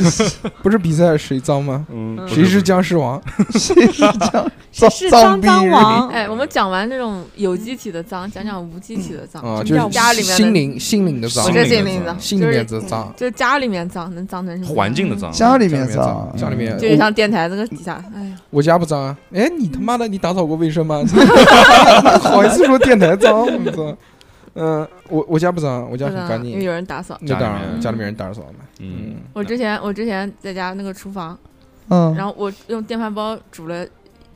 Speaker 2: 不是比赛谁脏吗？
Speaker 4: 嗯，不
Speaker 2: 谁
Speaker 4: 是
Speaker 2: 是僵尸王？
Speaker 3: 谁是脏
Speaker 8: 谁是
Speaker 3: 脏
Speaker 8: 脏
Speaker 3: 逼
Speaker 8: 脏
Speaker 3: 人？
Speaker 8: 王？
Speaker 6: 哎，我们讲完这种有机体的脏，讲讲无机体的脏。
Speaker 2: 啊，
Speaker 6: 什么
Speaker 2: 就
Speaker 6: 叫家
Speaker 2: 是
Speaker 6: 里面的
Speaker 2: 心灵心灵的脏
Speaker 6: 不，
Speaker 4: 心
Speaker 6: 是
Speaker 4: 灵的
Speaker 6: 心
Speaker 4: 脏
Speaker 6: 灵脏，
Speaker 2: 心里
Speaker 6: 就
Speaker 2: 面
Speaker 6: 是
Speaker 2: 的脏，
Speaker 6: 就是家里面脏，能脏成什么样？
Speaker 4: 环境的脏，
Speaker 3: 家里
Speaker 2: 家
Speaker 3: 面
Speaker 2: 里面脏，家里面
Speaker 6: 就像电台那个底下，哎呀，
Speaker 2: 我家不脏啊！哎，你他妈的，你打扫过卫生
Speaker 6: [laughs]
Speaker 2: 吗？ [laughs] 好意思说电台脏？我操！嗯，我我家不脏，我家
Speaker 6: 不
Speaker 2: 很
Speaker 6: 脏啊
Speaker 2: 干
Speaker 6: 因为
Speaker 2: 净。
Speaker 6: 有人打扫。
Speaker 2: 那当
Speaker 4: 家里
Speaker 2: 然，
Speaker 4: 面
Speaker 2: 家里面人打扫嘛。
Speaker 4: 嗯，
Speaker 6: 我之前我之前在家那个厨房，
Speaker 3: 嗯
Speaker 6: 然后我用电饭煲煮了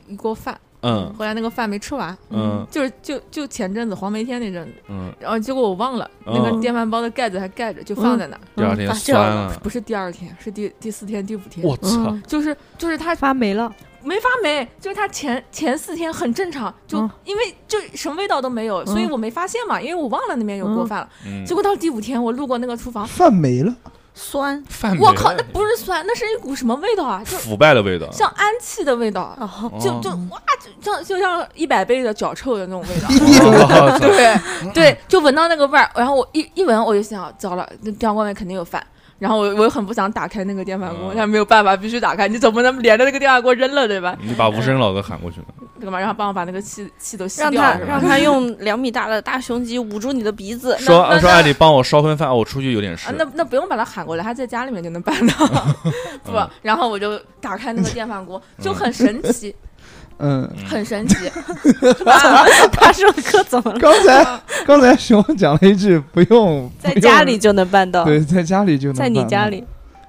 Speaker 6: 一锅饭，
Speaker 4: 嗯
Speaker 6: 后来那个饭没吃完，
Speaker 4: 嗯
Speaker 6: 就是就就前阵子黄梅天那阵子，
Speaker 4: 嗯，
Speaker 6: 然后结果我忘了
Speaker 4: 嗯
Speaker 6: 那个电饭煲的盖子还盖着，就放在那儿。
Speaker 4: 第二天
Speaker 6: 发酵
Speaker 4: 酸了，
Speaker 6: 不是第二天，是第第四天、第五天。
Speaker 4: 我操，
Speaker 8: 嗯，
Speaker 6: 就是就是它
Speaker 8: 发霉了，
Speaker 6: 没发霉，就是它前前四天很正常，就、
Speaker 8: 嗯
Speaker 6: 因为就什么味道都没有，所以
Speaker 8: 嗯
Speaker 6: 我没发现嘛，因为我忘了那边有
Speaker 8: 嗯
Speaker 6: 锅饭了。
Speaker 4: 嗯
Speaker 6: 结果到第五天，我路过那个厨房，
Speaker 3: 饭没了，
Speaker 5: 酸，
Speaker 4: 饭
Speaker 6: 我
Speaker 4: 没
Speaker 6: 靠，
Speaker 4: 了
Speaker 6: 那不是酸，那是一股什么味道啊？就
Speaker 4: [laughs] 腐败的味道，
Speaker 6: 像氨气的味道，
Speaker 4: 嗯
Speaker 6: 啊
Speaker 4: 哦
Speaker 6: 就就哇，就像就像一百倍的脚臭的那种味道。
Speaker 4: [laughs] 我操
Speaker 6: 对 [laughs] 对，就闻到那个味儿，然后我一一闻我就想，糟了，那电锅里面肯定有饭。然后我我又很不想打开那个电饭锅，
Speaker 4: 嗯
Speaker 6: 但没有办法，必须打开。你总不能连着那个电饭锅扔了，对吧？
Speaker 4: 你把无声老哥喊过去了，
Speaker 6: 对吧？然后帮我把那个气气都吸
Speaker 5: 让
Speaker 6: 掉
Speaker 5: 他
Speaker 6: 了，是
Speaker 5: 让
Speaker 6: 吧？
Speaker 5: 他用两米大的大胸肌捂住你的
Speaker 4: [laughs]
Speaker 5: 鼻子。
Speaker 4: 说啊
Speaker 6: 那
Speaker 4: 说
Speaker 6: 那
Speaker 4: 艾丽帮我烧份饭，我出去有点事
Speaker 6: 啊，，那那不用把他喊过来，他在家里面就能办到，
Speaker 4: 嗯
Speaker 6: 不？然后我就打开那个电饭锅，就很神奇，
Speaker 3: 嗯。
Speaker 4: 嗯
Speaker 6: 很神奇。
Speaker 5: 大树哥怎 [laughs] 么了？
Speaker 3: 刚才刚才熊讲了一句不用，不
Speaker 5: 在
Speaker 3: 用
Speaker 5: 家里，就能办到，
Speaker 3: 对，在家里就能
Speaker 5: 在你
Speaker 3: 办
Speaker 5: 家
Speaker 3: 了，
Speaker 5: 里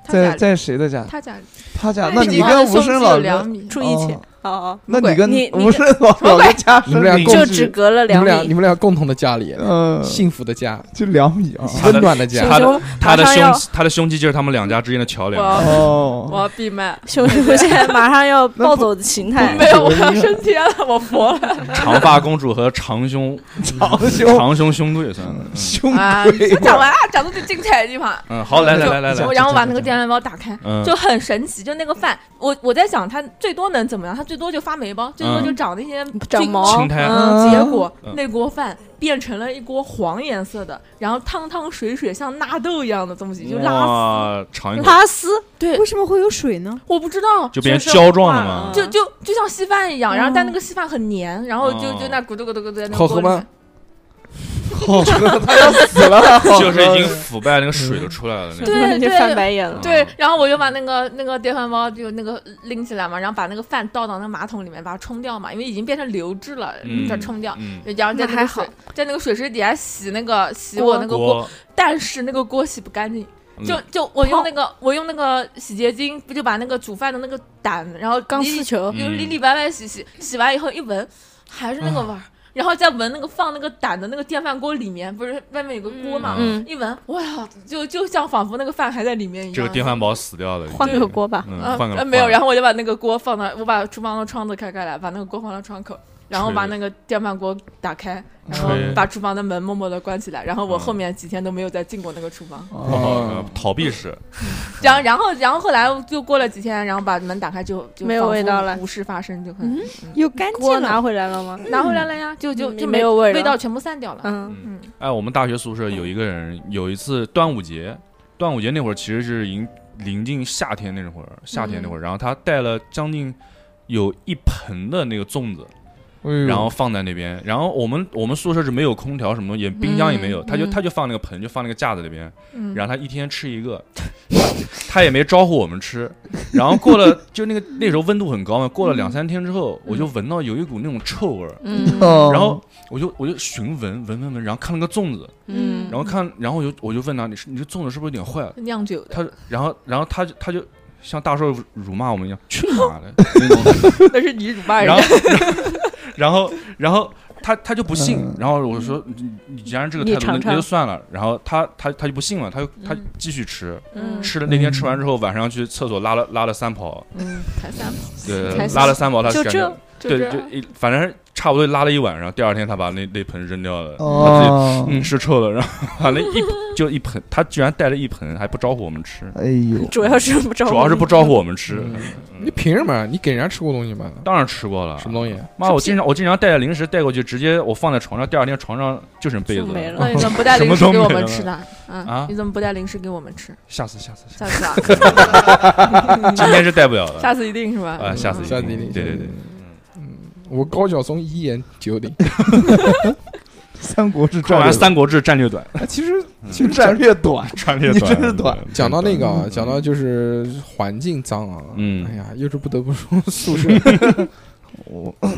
Speaker 6: 他家
Speaker 3: 在
Speaker 6: 里，
Speaker 3: 在谁的家？
Speaker 6: 他家里，
Speaker 3: 他家？
Speaker 6: 他
Speaker 3: 那
Speaker 6: 家
Speaker 3: 你
Speaker 6: 里
Speaker 3: 跟
Speaker 6: 胸
Speaker 3: 无
Speaker 6: 肌
Speaker 3: 声
Speaker 6: 有
Speaker 3: 老
Speaker 6: 两
Speaker 3: 哥，
Speaker 6: 米，
Speaker 5: 住一起
Speaker 3: 哦。
Speaker 5: 哦哦，
Speaker 3: 那你跟
Speaker 5: 你你
Speaker 3: 无声老
Speaker 6: 么
Speaker 3: 哥
Speaker 6: 鬼
Speaker 3: 家
Speaker 2: 你们俩
Speaker 3: 是
Speaker 2: 共
Speaker 5: 就
Speaker 2: 事
Speaker 5: 只隔了
Speaker 2: 你
Speaker 5: 两
Speaker 2: 们俩
Speaker 5: 米
Speaker 2: 你。们俩共同的家里，
Speaker 3: 嗯，
Speaker 2: 幸福的家，
Speaker 3: 就两米啊。
Speaker 4: 他
Speaker 2: 温
Speaker 4: 的
Speaker 2: 暖的家。
Speaker 4: 他的
Speaker 5: 熊
Speaker 4: 他的
Speaker 5: 马上
Speaker 4: 胸
Speaker 5: 要
Speaker 4: 肌他的胸肌就是他们两家之间的桥梁，
Speaker 6: 我我
Speaker 3: 哦，
Speaker 6: 要闭麦，
Speaker 5: 熊熊现在马上要暴走的形态，
Speaker 6: 没有，我要升天了，我佛了。
Speaker 3: [laughs]
Speaker 4: 长发公主和长胸
Speaker 3: 长哦
Speaker 6: 哦
Speaker 3: 胸
Speaker 4: 长胸胸队算了。嗯
Speaker 3: 胸
Speaker 6: 啊，
Speaker 3: 盔
Speaker 6: 我，讲完了，讲到最精彩的地方。
Speaker 4: 嗯，好，来来来来
Speaker 6: 我
Speaker 4: 来，
Speaker 6: 然后我把那个电饭煲打开，
Speaker 4: 嗯，
Speaker 6: 就很神奇，就那个饭，我我在想它最多能怎么样？它最多就发霉包，最多就长那些
Speaker 5: 长
Speaker 6: 菌
Speaker 5: 毛
Speaker 4: 青苔
Speaker 6: 嗯，结果
Speaker 4: 嗯
Speaker 6: 那锅饭变成了一锅黄颜色的，然后汤汤水水像纳豆一样的东西，就拉丝。
Speaker 4: 哇，尝一口，
Speaker 5: 拉丝
Speaker 6: 对
Speaker 8: 为，什么会有水呢？
Speaker 6: 我不知道，
Speaker 4: 就变
Speaker 5: 就是
Speaker 4: 成胶状的
Speaker 5: 化
Speaker 4: 嘛
Speaker 5: 了。
Speaker 6: 就就就像稀饭一样，然后
Speaker 8: 嗯
Speaker 6: 但那个稀饭很黏，然后就
Speaker 4: 哦
Speaker 6: 就那咕嘟咕嘟咕嘟在那
Speaker 2: 好
Speaker 6: 锅
Speaker 2: 喝
Speaker 6: 里面
Speaker 2: 吗？
Speaker 3: 他要死了，
Speaker 4: [laughs] 就是已经腐败，那个水都出来了。那个
Speaker 6: 对
Speaker 5: 就
Speaker 6: 对
Speaker 5: 翻白眼了。
Speaker 4: 哦
Speaker 6: 对，然后我就把那个那个电饭煲就那个拎起来嘛，然后把那个饭倒到那个马桶里面，把它冲掉嘛，因为已经变成流质了，
Speaker 4: 嗯
Speaker 6: 这冲掉。
Speaker 4: 嗯，
Speaker 6: 然后在那
Speaker 5: 那还
Speaker 6: 个
Speaker 5: 好
Speaker 6: 水，在那个水池底下洗那个洗我那个锅，
Speaker 4: 锅
Speaker 6: 但是那个锅洗不干净，
Speaker 4: 嗯
Speaker 6: 就就我用那个我用那个洗洁精，不就把那个煮饭的那个胆，然后
Speaker 5: 钢
Speaker 6: 里
Speaker 5: 丝球，
Speaker 4: 嗯
Speaker 6: 就是里里外外洗洗，洗完以后一闻，还是那个
Speaker 4: 啊
Speaker 6: 味儿。然后再闻那个放那个胆的那个电饭锅里面，不是外面有个锅嘛？
Speaker 5: 嗯嗯
Speaker 6: 一闻，哇，就就像仿佛那个饭还在里面一样。
Speaker 4: 这个电饭煲死掉了，
Speaker 5: 换个锅吧。
Speaker 4: 嗯，
Speaker 6: 啊
Speaker 4: 换个
Speaker 6: 呃没有，然
Speaker 4: 后
Speaker 6: 后我就把那个锅放到，我把厨房的窗子开开来，把那个锅放到窗口，然后
Speaker 4: 吹
Speaker 6: 把那个电饭锅打开，然后
Speaker 4: 吹
Speaker 6: [laughs] 把厨房的门默默的关起来。然后我
Speaker 4: 嗯
Speaker 6: 后面几天都没有再进过那个厨房。
Speaker 3: 哦，
Speaker 4: 呃逃避式，
Speaker 6: 然后然后然后后来就过了几天，然后把门打开就就
Speaker 5: 没有
Speaker 6: 仿佛
Speaker 5: 味道了嗯
Speaker 6: 无事发生就很
Speaker 7: 又干
Speaker 5: 锅
Speaker 7: 净了。
Speaker 5: 拿回来了吗？
Speaker 6: 拿回来了呀，就就
Speaker 5: 嗯
Speaker 6: 就
Speaker 5: 没有味儿了
Speaker 6: 味道全部散掉了。
Speaker 5: 嗯，
Speaker 6: 嗯，
Speaker 4: 哎，我们大学宿舍有一个人，有一次端午节，端午节那会儿其实是已经临近夏天那会儿，夏天那会儿，然后他带了将近有一盆的那个粽子，
Speaker 2: 哎
Speaker 4: 然后放在那边，然后我们我们宿舍是没有空调什么东西，也冰箱也没有，他就他就放那个盆，就放那个架子里边，
Speaker 6: 嗯
Speaker 4: 然后他一天吃一个，他也没招呼我们吃，然后过了就那个那时候温度很高嘛，过了两三天之后，我就闻到有一股那种臭味儿，
Speaker 5: 嗯
Speaker 3: 哦
Speaker 4: 然后我就我就寻闻闻闻闻，然后看了个粽子。
Speaker 5: 嗯，
Speaker 4: 然后看，然后我就我就问他，你是你这粽子是不是有点坏了？
Speaker 6: 酿
Speaker 4: [laughs]
Speaker 6: 酒的，
Speaker 4: 他，然后然后他就他就像大叔辱骂我们一样，去你妈的 [laughs] 那种。
Speaker 6: 那是你辱骂人
Speaker 4: 然
Speaker 6: 家
Speaker 4: 后。然后然后他他就不信，然后我说你你既然这个
Speaker 5: 你
Speaker 4: 态度，那
Speaker 5: 尝
Speaker 4: 那
Speaker 5: 尝
Speaker 4: 就算了。然后他他他就不信了，他就他
Speaker 6: 嗯
Speaker 4: 继续吃，
Speaker 6: 嗯
Speaker 4: [laughs] 吃了那天吃完之后，晚上去厕所拉了拉了三泡，
Speaker 6: 嗯，才三
Speaker 4: [laughs]
Speaker 6: 跑，
Speaker 4: 对
Speaker 5: 才，
Speaker 4: 拉了三泡，他
Speaker 5: 就
Speaker 4: 感
Speaker 5: 这
Speaker 4: 觉对
Speaker 6: 这
Speaker 4: 就一反正差不多拉了一晚上，第二天他把那那盆扔掉了。
Speaker 3: 哦，
Speaker 4: 嗯，是臭的，然后反正一就一盆，他居然带了一盆，还不招呼我们吃，
Speaker 3: 哎呦，
Speaker 5: 主要是不招，
Speaker 4: 主要是不招呼我们吃。
Speaker 2: 嗯
Speaker 4: 嗯
Speaker 2: 你凭什么？你给人家吃过东西吗？
Speaker 4: 当然吃过了，
Speaker 2: 什么东西？
Speaker 4: 妈，我经常我经常带着零食带过去，直接我放在床上，第二天床上就剩被子
Speaker 5: 就没了
Speaker 6: 那你怎么不带零食给我们吃呢？
Speaker 4: 啊
Speaker 6: 啊，你怎么不带零食给我们吃？
Speaker 4: 下次，下次，下
Speaker 6: 下
Speaker 4: [laughs]
Speaker 6: 次啊，
Speaker 4: 次今天是带不了了。
Speaker 6: 下次一定是吧？嗯
Speaker 4: 啊，下次
Speaker 2: 下次一
Speaker 4: 定
Speaker 2: 定嗯
Speaker 4: 对对对，
Speaker 2: 我高晓松一言九
Speaker 4: [laughs]
Speaker 2: 鼎。
Speaker 3: 三国志
Speaker 4: 看
Speaker 3: 战
Speaker 4: 完《
Speaker 3: 略
Speaker 4: 三国志》战略
Speaker 2: [laughs]
Speaker 4: 短，
Speaker 2: 哎其实
Speaker 3: 其实战略短，
Speaker 4: 战略
Speaker 3: 你
Speaker 4: 短，
Speaker 3: 真是短
Speaker 4: 对
Speaker 2: 讲到那个，啊，
Speaker 4: 嗯
Speaker 2: 讲到就是环境脏啊，
Speaker 4: 嗯
Speaker 2: 哎呀，又是不得不
Speaker 4: [laughs]
Speaker 2: 说宿舍，
Speaker 3: 我
Speaker 2: [laughs]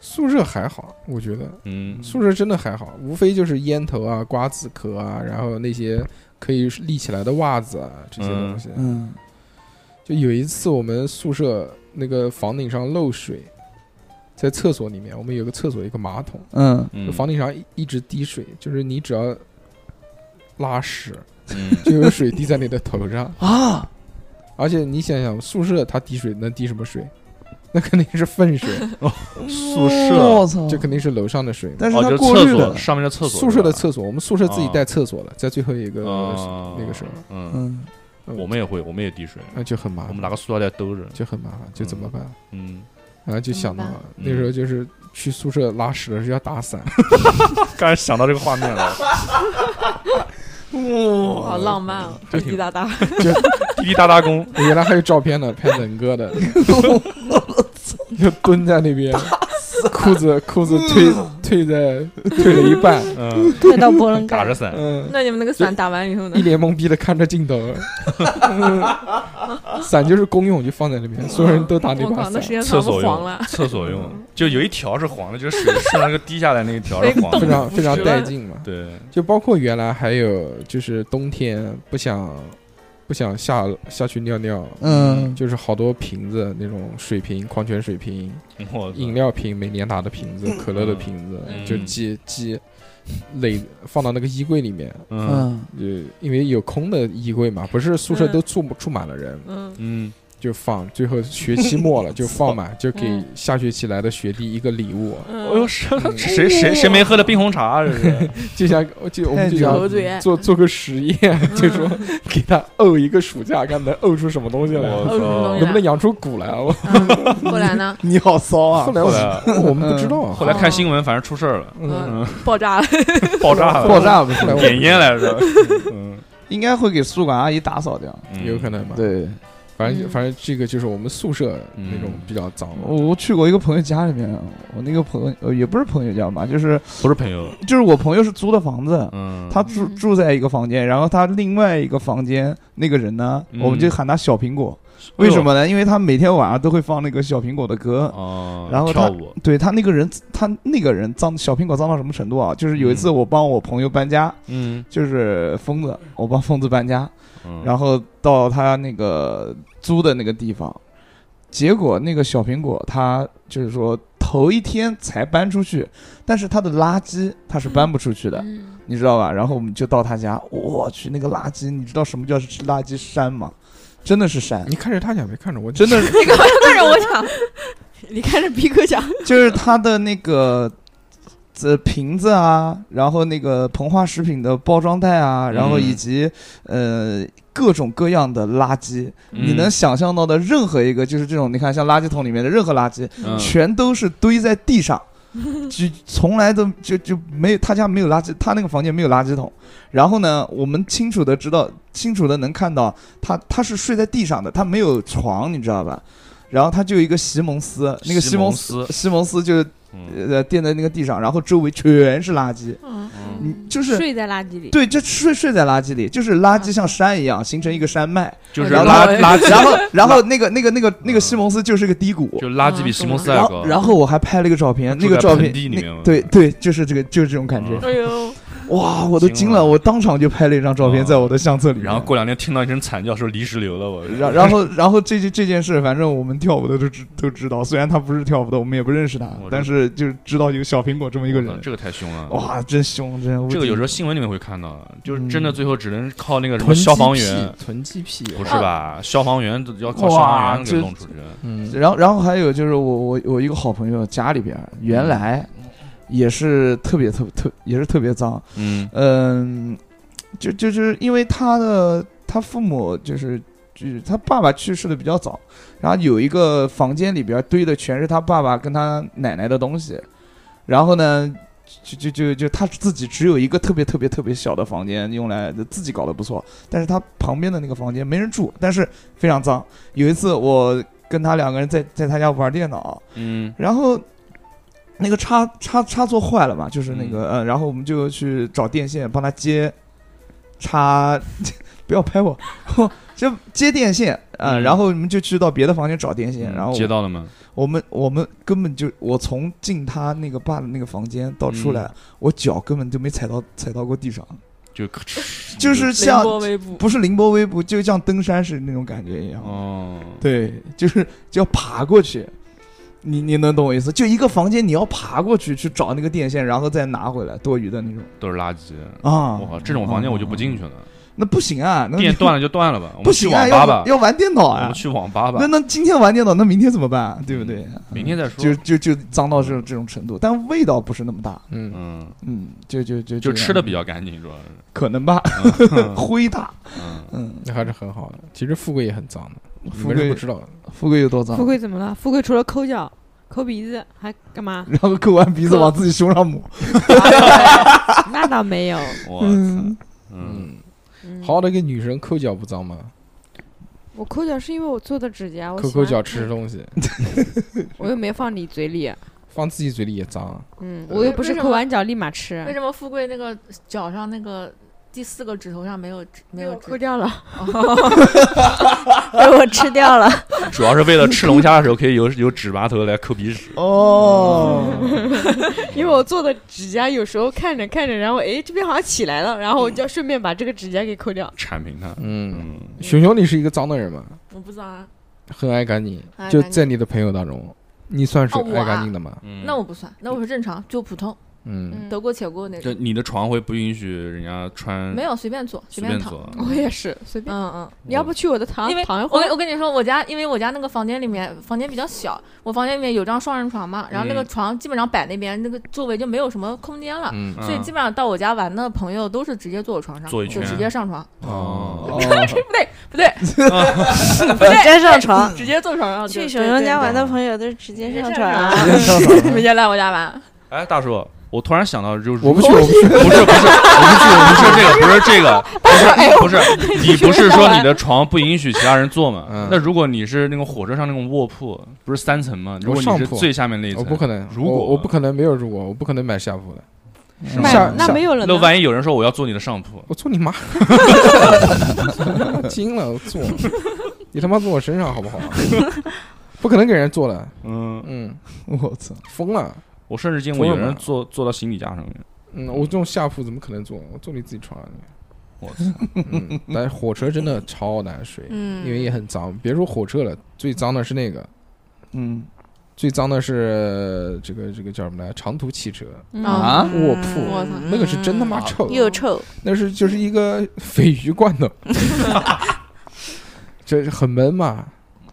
Speaker 2: 宿舍还好，我觉得
Speaker 4: 嗯，
Speaker 2: 宿舍真的还好，无非就是烟头啊、瓜子壳啊，然后那些可以立起来的袜子啊这些东西。
Speaker 3: 嗯，
Speaker 2: 就有一次我们宿舍那个房顶上漏水，在厕所里面，我们有个厕所有一个马桶，
Speaker 3: 嗯
Speaker 4: 嗯
Speaker 2: 就房顶上一一直滴水，就是你只要拉屎 [laughs]
Speaker 4: 嗯
Speaker 2: 就有水滴在你的头上。
Speaker 4: 哦
Speaker 3: 啊，
Speaker 2: 而且你想想，宿舍它滴水能滴什么水？那肯定是粪水，
Speaker 4: 宿
Speaker 3: 我
Speaker 4: 舍
Speaker 3: 操，
Speaker 2: 这肯定是楼上的水嘛。
Speaker 3: 但是
Speaker 4: 哦，
Speaker 3: 他
Speaker 4: 就
Speaker 3: 过
Speaker 4: 厕
Speaker 3: 滤
Speaker 4: 所
Speaker 3: 了，
Speaker 4: 上面的厕所，
Speaker 2: 宿舍的
Speaker 4: 是吧
Speaker 2: 厕所，我们宿舍自己
Speaker 4: 啊
Speaker 2: 带厕所了，在最后一个
Speaker 4: 啊
Speaker 2: 那个时候，哎
Speaker 4: 嗯，
Speaker 3: 嗯，
Speaker 4: 我们也会，我们也滴水，
Speaker 2: 那就很麻
Speaker 4: 我们
Speaker 2: 烦，
Speaker 4: 拿个塑料袋兜着，
Speaker 2: 就很麻烦，就怎么办？
Speaker 4: 嗯，
Speaker 2: 然后就想到
Speaker 6: 怎么
Speaker 2: 那时候就是去宿舍拉屎的时候要打伞，
Speaker 4: 刚才想到这个画面了，
Speaker 6: 好浪漫哦，滴滴答答。
Speaker 4: 滴滴答答
Speaker 2: [laughs]
Speaker 4: 功，
Speaker 2: 我原来还有照片呢，拍冷哥的，就蹲在那边，裤子裤子退退在退了一半，
Speaker 4: 嗯，
Speaker 7: 退到波棱
Speaker 4: 打
Speaker 7: 盖
Speaker 4: 着，伞，
Speaker 2: 嗯，
Speaker 6: 那你们那个伞打完以后呢
Speaker 2: 一？脸懵逼的看着镜头。嗯伞就是公用，就放在那边，所有人都打那
Speaker 6: 我
Speaker 2: 把
Speaker 6: 靠，那
Speaker 2: 伞
Speaker 6: 时。间
Speaker 4: 厕
Speaker 6: 长都
Speaker 4: 所
Speaker 6: 黄了嗯
Speaker 4: 用，，厕所用，就有一条是黄的，就是水顺那个滴下来那一条是黄
Speaker 2: 非
Speaker 4: 的，
Speaker 2: 常非常带劲嘛。
Speaker 4: 对，
Speaker 2: 就包括原来还有就是冬天不想不想下下去尿尿，
Speaker 3: 嗯
Speaker 2: 就是好多瓶子那种水瓶、矿泉水瓶、
Speaker 4: 我操
Speaker 2: 饮料瓶、美年达的瓶子、可乐的瓶子，
Speaker 6: 嗯
Speaker 2: 就积积垒放到那个衣柜里面，
Speaker 4: 嗯
Speaker 3: 嗯，
Speaker 2: 就因为有空的衣柜嘛，不是宿舍
Speaker 6: 嗯
Speaker 2: 都住住满了人，
Speaker 6: 嗯，
Speaker 4: 嗯，
Speaker 2: 就放最后学期末
Speaker 3: [laughs]
Speaker 2: 了就放满，就给
Speaker 6: 嗯
Speaker 2: 下学期来的学弟一个礼物，
Speaker 6: 嗯
Speaker 4: 哎呦，是谁谁谁没喝的冰红茶啊这是？
Speaker 3: [laughs]
Speaker 2: 就像就我们就
Speaker 3: 太
Speaker 2: 像
Speaker 3: 牛
Speaker 6: 狗
Speaker 4: 嗯
Speaker 6: 嘴，
Speaker 2: 做做个实验， [laughs] 就说
Speaker 3: 嗯
Speaker 2: 给他沤一个暑假，看能沤出什么东西来，
Speaker 4: 我
Speaker 6: 哦什么东
Speaker 4: 操
Speaker 6: 西
Speaker 2: 能不能养出蛊来啊？
Speaker 3: [laughs]
Speaker 2: 我
Speaker 6: [laughs] 嗯后来呢？
Speaker 3: 你好骚啊
Speaker 2: 后，来我
Speaker 4: 后来
Speaker 2: 我们不知道啊，
Speaker 4: 后来看新闻，反正出事儿了，
Speaker 2: 嗯
Speaker 6: 嗯，爆炸了，
Speaker 4: 爆炸
Speaker 3: [laughs]
Speaker 4: 了，
Speaker 3: 爆，炸不
Speaker 2: 后
Speaker 3: 是
Speaker 2: 来，我
Speaker 3: [laughs]
Speaker 4: 点烟来着，嗯
Speaker 3: 应该会给宿管阿姨打扫掉，
Speaker 4: 嗯
Speaker 2: 有可能吧？，
Speaker 3: 对，
Speaker 2: 反正
Speaker 7: 嗯
Speaker 2: 反正这个就是我们宿舍那种
Speaker 4: 嗯
Speaker 2: 比较脏。
Speaker 3: 我我去过一个朋友家里面，我那个朋友呃也不是朋友家嘛，就是
Speaker 4: 不是朋友，
Speaker 3: 就是我朋友是租的房子，
Speaker 4: 嗯，
Speaker 3: 他住
Speaker 7: 嗯
Speaker 3: 住在一个房间，然后他另外一个房间那个人呢，我们就
Speaker 4: 嗯
Speaker 3: 喊他小苹果，为什么呢？因为他每天晚上都会放那个小苹果的歌。
Speaker 4: 哦，
Speaker 3: 然后他
Speaker 4: 跳舞，
Speaker 3: 对他那个人，他那个人脏，小苹果脏到什么程度啊？就是有一次我帮我朋友搬家，
Speaker 2: 嗯，
Speaker 3: 就是疯子，我帮疯子搬家，
Speaker 4: 嗯
Speaker 3: 然后到他那个租的那个地方，结果那个小苹果他就是说头一天才搬出去，但是他的垃圾他是搬不出去的，
Speaker 7: 嗯
Speaker 3: 你知道吧？然后我们就到他家，我去那个垃圾，你知道什么叫垃圾山吗？真的是山，
Speaker 2: 你看着他讲，没看着我
Speaker 4: [laughs]
Speaker 2: 讲，
Speaker 3: 真的是
Speaker 9: 你干嘛要对着我讲？你看着逼哥讲，
Speaker 10: [laughs]
Speaker 3: 就是他的那个。 [laughs] 这瓶子啊，然后那个膨化食品的包装袋啊，然后以及、呃各种各样的垃圾，
Speaker 4: 嗯
Speaker 3: 你能想象到的任何一个，就是这种你看像垃圾桶里面的任何垃圾，
Speaker 4: 嗯
Speaker 3: 全都是堆在地
Speaker 4: [laughs]
Speaker 3: 上，就从来都就就没有他家没有垃圾，他那个房间没有垃圾桶。然后呢，我们清楚的知道，清楚的能看到他他是睡在地上的，他没有床，你知道吧？然后他就有一个席蒙斯，那个
Speaker 4: 席
Speaker 3: 席
Speaker 4: 蒙
Speaker 3: 蒙
Speaker 4: 斯
Speaker 3: 西蒙斯就是
Speaker 4: 嗯
Speaker 3: 呃垫在那个地上，然后周围全是垃圾，
Speaker 4: 嗯
Speaker 3: 你就是
Speaker 7: 睡在垃圾里，
Speaker 3: 对，这睡睡在垃圾里，就是垃圾像山一样形成一个山脉，
Speaker 4: 就是
Speaker 3: 然后
Speaker 4: 垃垃
Speaker 3: [laughs]
Speaker 4: 圾，
Speaker 3: 然后然后那个那个那个那个西蒙斯就是个低谷，
Speaker 4: 就垃圾比西蒙斯还
Speaker 3: 然
Speaker 4: 要
Speaker 3: 后
Speaker 4: 高，
Speaker 3: 然后我还拍了一个照片，
Speaker 4: 住
Speaker 3: 那个
Speaker 4: 在
Speaker 3: 照
Speaker 4: 盆
Speaker 3: 片
Speaker 4: 地里
Speaker 3: 那
Speaker 4: 面吗
Speaker 3: 对对，就是这个就是这种感觉
Speaker 4: 嗯，
Speaker 9: 哎呦，
Speaker 3: 哇，我都
Speaker 4: 惊
Speaker 3: 惊
Speaker 4: 了
Speaker 3: 了，我当场就拍了一张照片
Speaker 4: 嗯
Speaker 3: 在我的相册里面，
Speaker 4: 然后过两天听到一声惨叫，说泥石流了，我
Speaker 3: [laughs] 然
Speaker 4: [laughs]
Speaker 3: 然后然后这件这件事，反正我们跳舞的都知都知道，虽然他不是跳舞的，我们也不认识他
Speaker 4: 我，
Speaker 3: 但是就知道有小苹果这么一个
Speaker 4: 我操
Speaker 3: 人，
Speaker 4: 嗯这个太凶了，
Speaker 3: 哇，真凶，真
Speaker 4: 这个有时
Speaker 3: 候
Speaker 4: 候新闻里面会看到，就是
Speaker 3: 嗯
Speaker 4: 真的最后只能靠那个什么
Speaker 2: 囤积
Speaker 4: 消防
Speaker 2: 癖
Speaker 4: 员，
Speaker 2: 囤积癖
Speaker 4: 不是吧？消防员都要靠消防员给
Speaker 3: 哦哇
Speaker 4: 弄出去，
Speaker 2: 嗯，
Speaker 3: 然后然后还有就是我我我一个好朋友家里边原来也是特别特别特也是特别脏，
Speaker 4: 嗯
Speaker 3: 嗯，就就是因为他的他父母就是就是他爸爸去世的比较早，然后有一个房间里边堆的全是他爸爸跟他奶奶的东西，然后呢。就就就就他自己只有一个特别特别特别小的房间，用来自己搞得不错。但是他旁边的那个房间没人住，但是非常脏。有一次我跟他两个人在在他家玩电脑，
Speaker 4: 嗯
Speaker 3: 然后那个插插插座坏了嘛，就是
Speaker 4: 嗯
Speaker 3: 那个、呃，然后我们就去找电线帮他接插， [laughs] 不要拍我， [laughs] 就接电线啊、呃
Speaker 4: 嗯
Speaker 3: 然后我们就去到别的房间找电线，然后
Speaker 4: 接到了吗？
Speaker 3: 我们我们根本就我从进他那个爸的那个房间到出来，
Speaker 4: 嗯
Speaker 3: 我脚根本就没踩到踩到过地上，
Speaker 4: 就
Speaker 3: [laughs]
Speaker 4: 嗯
Speaker 3: 就是
Speaker 9: 凌
Speaker 3: 像
Speaker 9: 波微步，
Speaker 3: 不是凌波微步，就像登山是那种感觉一样。
Speaker 4: 哦，
Speaker 3: 对，就是就要爬过去。你你能懂我意思？就一个房间，你要爬过去去找那个电线，然后再拿回来，多余的那种
Speaker 4: 都是垃圾。
Speaker 3: 啊！
Speaker 4: 我靠，这种房间我就不进去了，
Speaker 3: 那不行啊，那
Speaker 4: 电断了就断
Speaker 3: [laughs]
Speaker 4: 了吧，我
Speaker 3: 不
Speaker 4: 们去
Speaker 3: 行啊，
Speaker 4: 网吧吧
Speaker 3: 要，要玩电脑
Speaker 4: 我
Speaker 3: 啊
Speaker 4: 们。去网吧吧
Speaker 3: 那，那今天玩电脑，那明天怎么办啊？对不对？
Speaker 4: 明天再说
Speaker 3: 就。就就脏到这种这种程度，但味道不是那么大，
Speaker 2: 嗯，
Speaker 4: 嗯，
Speaker 3: 嗯，就就就
Speaker 4: 就
Speaker 3: 这样
Speaker 4: 吃的比较干净，主要是。
Speaker 3: 可能吧， [laughs]
Speaker 4: 嗯
Speaker 3: 灰大，
Speaker 4: 嗯
Speaker 3: 嗯，
Speaker 2: 那还是很好的。其实富贵也很脏的，你
Speaker 3: 富
Speaker 2: 们是不
Speaker 3: 贵
Speaker 2: 知道的。
Speaker 3: 富贵有多脏？
Speaker 10: 富？贵怎么了？富贵除了抠脚、抠鼻子，还干嘛 [laughs]
Speaker 3: 然后抠完鼻子往自己胸上抹，
Speaker 10: 那倒没有。
Speaker 3: 嗯
Speaker 4: 我操，嗯，
Speaker 2: 嗯，
Speaker 10: 嗯
Speaker 2: 好，好的一个女生抠脚不脏吗？
Speaker 10: 我抠脚是因为我做的指甲，我
Speaker 2: 抠
Speaker 10: 喜
Speaker 2: 抠
Speaker 10: 欢
Speaker 2: 脚吃吃，东西，
Speaker 10: 我又没放你嘴里。
Speaker 2: 放自己嘴里也脏啊。
Speaker 10: 嗯，我又不是
Speaker 6: 为什么
Speaker 10: 抠完脚立马
Speaker 6: 为
Speaker 10: 吃，
Speaker 6: 什么富贵那个脚上那个第四个指头上没有指没有
Speaker 10: 抠
Speaker 6: 指？哦
Speaker 10: 掉了。
Speaker 6: [laughs]
Speaker 5: 被我吃掉了。
Speaker 4: 主要是为了吃龙虾的时候可以有 [laughs] 有纸麻头来抠鼻屎。
Speaker 3: 哦，
Speaker 10: [laughs] 因为我做的指甲有时候看着看着，然后哎这边好像起来了，然后我就要顺便把这个指甲给抠掉。
Speaker 4: 铲平它。
Speaker 2: 嗯，
Speaker 4: 嗯，
Speaker 2: 熊熊，你是一个脏的人吗？
Speaker 6: 我不知道啊，
Speaker 2: 很爱干净
Speaker 6: 很，爱
Speaker 2: 就
Speaker 6: 干净
Speaker 2: 在你的朋友当中，你算是
Speaker 6: 哦我
Speaker 2: 爱
Speaker 6: 啊
Speaker 2: 干净的吗？
Speaker 4: 嗯
Speaker 6: 那我不算，那我是正常，就普通，
Speaker 2: 嗯，
Speaker 6: 得过且过那
Speaker 4: 就
Speaker 6: 种。
Speaker 4: 你的床会不允许人家穿，
Speaker 6: 没有随便坐，
Speaker 4: 随
Speaker 6: 便躺。
Speaker 4: 坐。
Speaker 10: 我也是随便。
Speaker 6: 嗯嗯，
Speaker 10: 你要不去我的堂
Speaker 6: 因为
Speaker 10: 躺一
Speaker 6: 我
Speaker 10: 会
Speaker 6: 跟
Speaker 10: 儿
Speaker 6: 我？跟你说，我家因为我家那个房间里面房间比较小，我房间里面有张双人床嘛，然后那个
Speaker 4: 嗯
Speaker 6: 床基本上摆那边，那个座位就没有什么空间了，
Speaker 4: 啊
Speaker 2: 嗯，
Speaker 6: 所以基本上到我家玩的朋友都是直接坐我床上，
Speaker 4: 坐一
Speaker 6: 就
Speaker 4: 圈
Speaker 6: 直接上床，
Speaker 4: 哦，
Speaker 6: 不对不对，
Speaker 5: 我真上床，
Speaker 6: 直接坐床上
Speaker 5: 去
Speaker 6: 就
Speaker 5: 熊熊
Speaker 6: 对
Speaker 5: 家
Speaker 6: 对
Speaker 5: 玩的朋友都是直接上
Speaker 6: 上
Speaker 5: 床。
Speaker 6: 没人来我家玩，
Speaker 4: 哎，大叔，我突然想到，就是
Speaker 2: 我不去我不去
Speaker 4: 不是不是，我不去，我不是这
Speaker 6: [laughs]
Speaker 4: 个，不是
Speaker 6: 哎
Speaker 4: 这个，不是不是，你不是说你的床不允许其他人坐嘛？
Speaker 2: 嗯
Speaker 4: 那如果你是那种火车上那种卧铺，不是三层吗？如果
Speaker 2: 哦上
Speaker 4: 你是
Speaker 2: 铺
Speaker 4: 最下面那一
Speaker 2: 我
Speaker 4: 层，
Speaker 2: 不可能，啊
Speaker 4: 如果
Speaker 2: 我我不可能没有如果，我不可能买下铺的。
Speaker 4: [laughs] 是
Speaker 2: [laughs]
Speaker 3: 哦
Speaker 4: 吗
Speaker 2: 下
Speaker 9: 那
Speaker 2: 下
Speaker 9: 没有了呢
Speaker 4: 那万一有人说我要坐你的上铺，
Speaker 2: 我做你妈！ [laughs] 惊了，我做你他妈坐我身上好不好啊？不可能给人做的，
Speaker 4: 嗯，
Speaker 2: 嗯，
Speaker 3: 我操，
Speaker 2: 疯了，
Speaker 4: 我甚至见过有
Speaker 2: 疯了
Speaker 4: 人
Speaker 2: 吧
Speaker 4: 坐坐到行李架上面，
Speaker 2: 嗯，我这种下铺怎么可能做？我坐你自己床上去。
Speaker 4: 我操，
Speaker 2: [laughs] 嗯，但是火车真的超难睡，
Speaker 5: 嗯
Speaker 2: 因为也很脏。别说火车了，最脏的是那个，
Speaker 3: 嗯
Speaker 2: 最脏的是这个这个叫什么来？长途汽车
Speaker 5: 嗯
Speaker 6: 嗯
Speaker 3: 啊
Speaker 2: 卧铺，
Speaker 6: 我操
Speaker 2: 那个是真他妈臭，
Speaker 5: 又臭，
Speaker 2: 那是就是一
Speaker 3: [laughs]
Speaker 2: 个鲱鱼罐头，这很闷嘛，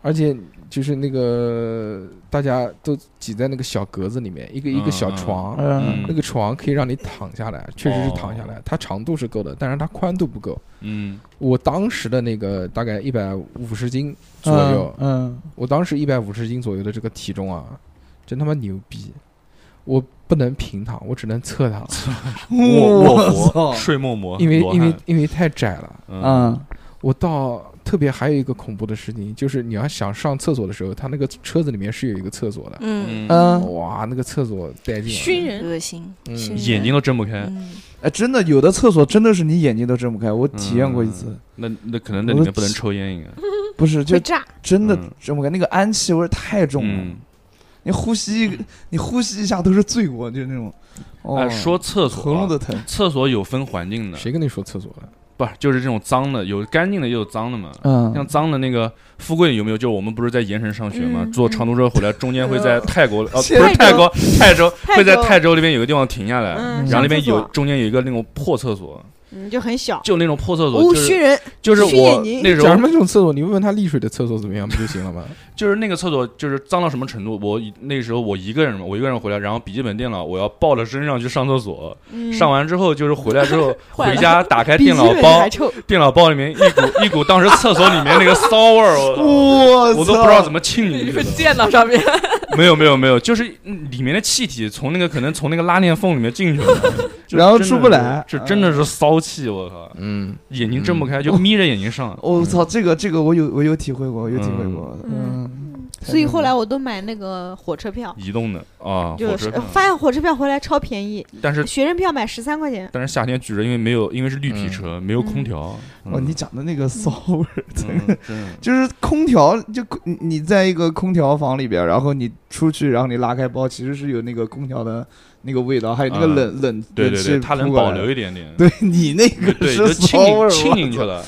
Speaker 2: 而且就是那个大家都挤在那个小格子里面，一个一个小
Speaker 4: 嗯嗯
Speaker 2: 床，
Speaker 3: 嗯哦
Speaker 2: 那个床可以让你躺下来，确实是躺下来，它长度是够的，但是它宽度不够。
Speaker 4: 嗯，
Speaker 2: 我当时的那个大概一百五十斤左右，
Speaker 3: 嗯
Speaker 2: 我当时一百五十斤左右的这个体重啊，真他妈牛逼！我不能平躺，我只能侧躺，
Speaker 3: 嗯，
Speaker 4: 卧卧
Speaker 3: 操
Speaker 4: 佛，睡梦魔，
Speaker 2: 因为
Speaker 4: 罗汉
Speaker 2: 因为因为太窄了。
Speaker 4: 嗯
Speaker 3: 嗯
Speaker 2: 我到特别还有一个恐怖的事情，就是你要想上厕所的时候，它那个车子里面是有一个厕所的，
Speaker 5: 嗯，
Speaker 2: 呃
Speaker 4: 嗯，
Speaker 3: 嗯，
Speaker 2: 哇，那个厕所带劲啊，
Speaker 9: 熏人，
Speaker 5: 恶心，
Speaker 2: 嗯
Speaker 5: 熏人
Speaker 4: 眼睛都睁不开，
Speaker 5: 嗯
Speaker 3: 哎，真的有的厕所真的是你眼睛都睁不开，
Speaker 4: 嗯
Speaker 3: 我体验过一次，
Speaker 4: 那那可能那里面不能抽烟，应该
Speaker 3: 不是就
Speaker 8: 会炸。
Speaker 3: 真的
Speaker 4: 嗯
Speaker 3: 睁不开，那个氨气味儿太重了
Speaker 4: 嗯。，
Speaker 3: 你呼吸一个，你呼吸一下都是罪过，就是那种。哦，
Speaker 4: 哎，说厕所
Speaker 3: 喉
Speaker 4: 啊，
Speaker 3: 咙都疼。
Speaker 4: 厕所有分环境的，
Speaker 2: 谁跟你说厕所了？
Speaker 4: 不是就是这种脏的，有干净的也有脏的嘛。像
Speaker 3: 嗯，
Speaker 4: 脏的那个富贵有没有？就是我们不是在盐城上学嘛，
Speaker 6: 嗯
Speaker 4: 坐长途车回来，中间会在泰国，呃，不
Speaker 3: 现在
Speaker 4: 是泰国，泰州
Speaker 9: 泰州
Speaker 4: 会在泰州那边有个地方停下来，
Speaker 9: 嗯，
Speaker 4: 然后那边
Speaker 9: 上
Speaker 4: 有
Speaker 9: 厕所
Speaker 4: 中间有一个那种破厕所，
Speaker 9: 嗯就很小，
Speaker 4: 就那种破厕所，
Speaker 9: 哦，
Speaker 4: 就
Speaker 9: 熏
Speaker 4: 是
Speaker 9: 人，
Speaker 4: 就是
Speaker 9: 熏
Speaker 4: 我
Speaker 9: 眼睛
Speaker 4: 那时
Speaker 2: 讲什
Speaker 4: 候
Speaker 2: 么这种厕所？你问问他丽水的厕所怎么样不就行了吗？
Speaker 4: 就是那个厕所就是脏到什么程度，我一那时候我一个人嘛，我一个人回来，然后笔记本电脑我要抱着身上去上厕所，
Speaker 9: 嗯
Speaker 4: 上完之后就是回来之
Speaker 3: [laughs]
Speaker 4: 后
Speaker 9: 坏了
Speaker 4: 回家打开
Speaker 9: 比
Speaker 4: 电
Speaker 9: 基
Speaker 4: 脑
Speaker 9: 本
Speaker 4: 包
Speaker 9: 还，臭，
Speaker 4: 电脑包里面一股一股当时厕所里面那个骚味儿，
Speaker 3: [laughs]
Speaker 4: 我
Speaker 3: 我
Speaker 4: 我都不知道怎
Speaker 3: 么。
Speaker 4: 么清理
Speaker 6: 你
Speaker 4: 这
Speaker 6: 说
Speaker 4: 个。
Speaker 6: 电脑上面
Speaker 4: 没有没有没有，就是嗯里面的气体从那个可能从那个拉链缝里面进
Speaker 3: [laughs]
Speaker 4: 去了，就
Speaker 3: 然后
Speaker 4: 真的
Speaker 3: 出不来嗯
Speaker 4: 是这真的是骚气，我靠，
Speaker 2: 嗯，
Speaker 4: 眼睛睁不开，就眯着眼睛上。
Speaker 3: 我操，这个这个我有我有体会过，我有体会过。嗯，
Speaker 9: 所以后来我都买那个火车票，
Speaker 4: 移动的啊，火
Speaker 9: 就
Speaker 4: 车
Speaker 9: 是
Speaker 4: 票，
Speaker 9: 发现火车票回来超便宜，
Speaker 4: 但是
Speaker 9: 学生票买十三块钱，
Speaker 4: 但是夏天举着，因为没有，因为是绿皮车，没有空调。
Speaker 3: 哦，你讲的那个骚味儿，
Speaker 4: 嗯嗯真的
Speaker 3: 就是空调，就你你在一个空调房里边，然后你出去，然后你拉开包，其实是有那个空调的那个味道，还有那个啊
Speaker 4: 嗯
Speaker 3: 冷冷
Speaker 4: [laughs] 对
Speaker 3: 冷
Speaker 4: 对
Speaker 3: 气
Speaker 4: 对，它能
Speaker 3: 扑过来
Speaker 4: 保留一点点，
Speaker 3: 对你那 [laughs] 个
Speaker 4: 对，就是浸
Speaker 3: 骚味
Speaker 4: 进
Speaker 3: 儿，
Speaker 4: 浸进去
Speaker 3: 我
Speaker 4: 了。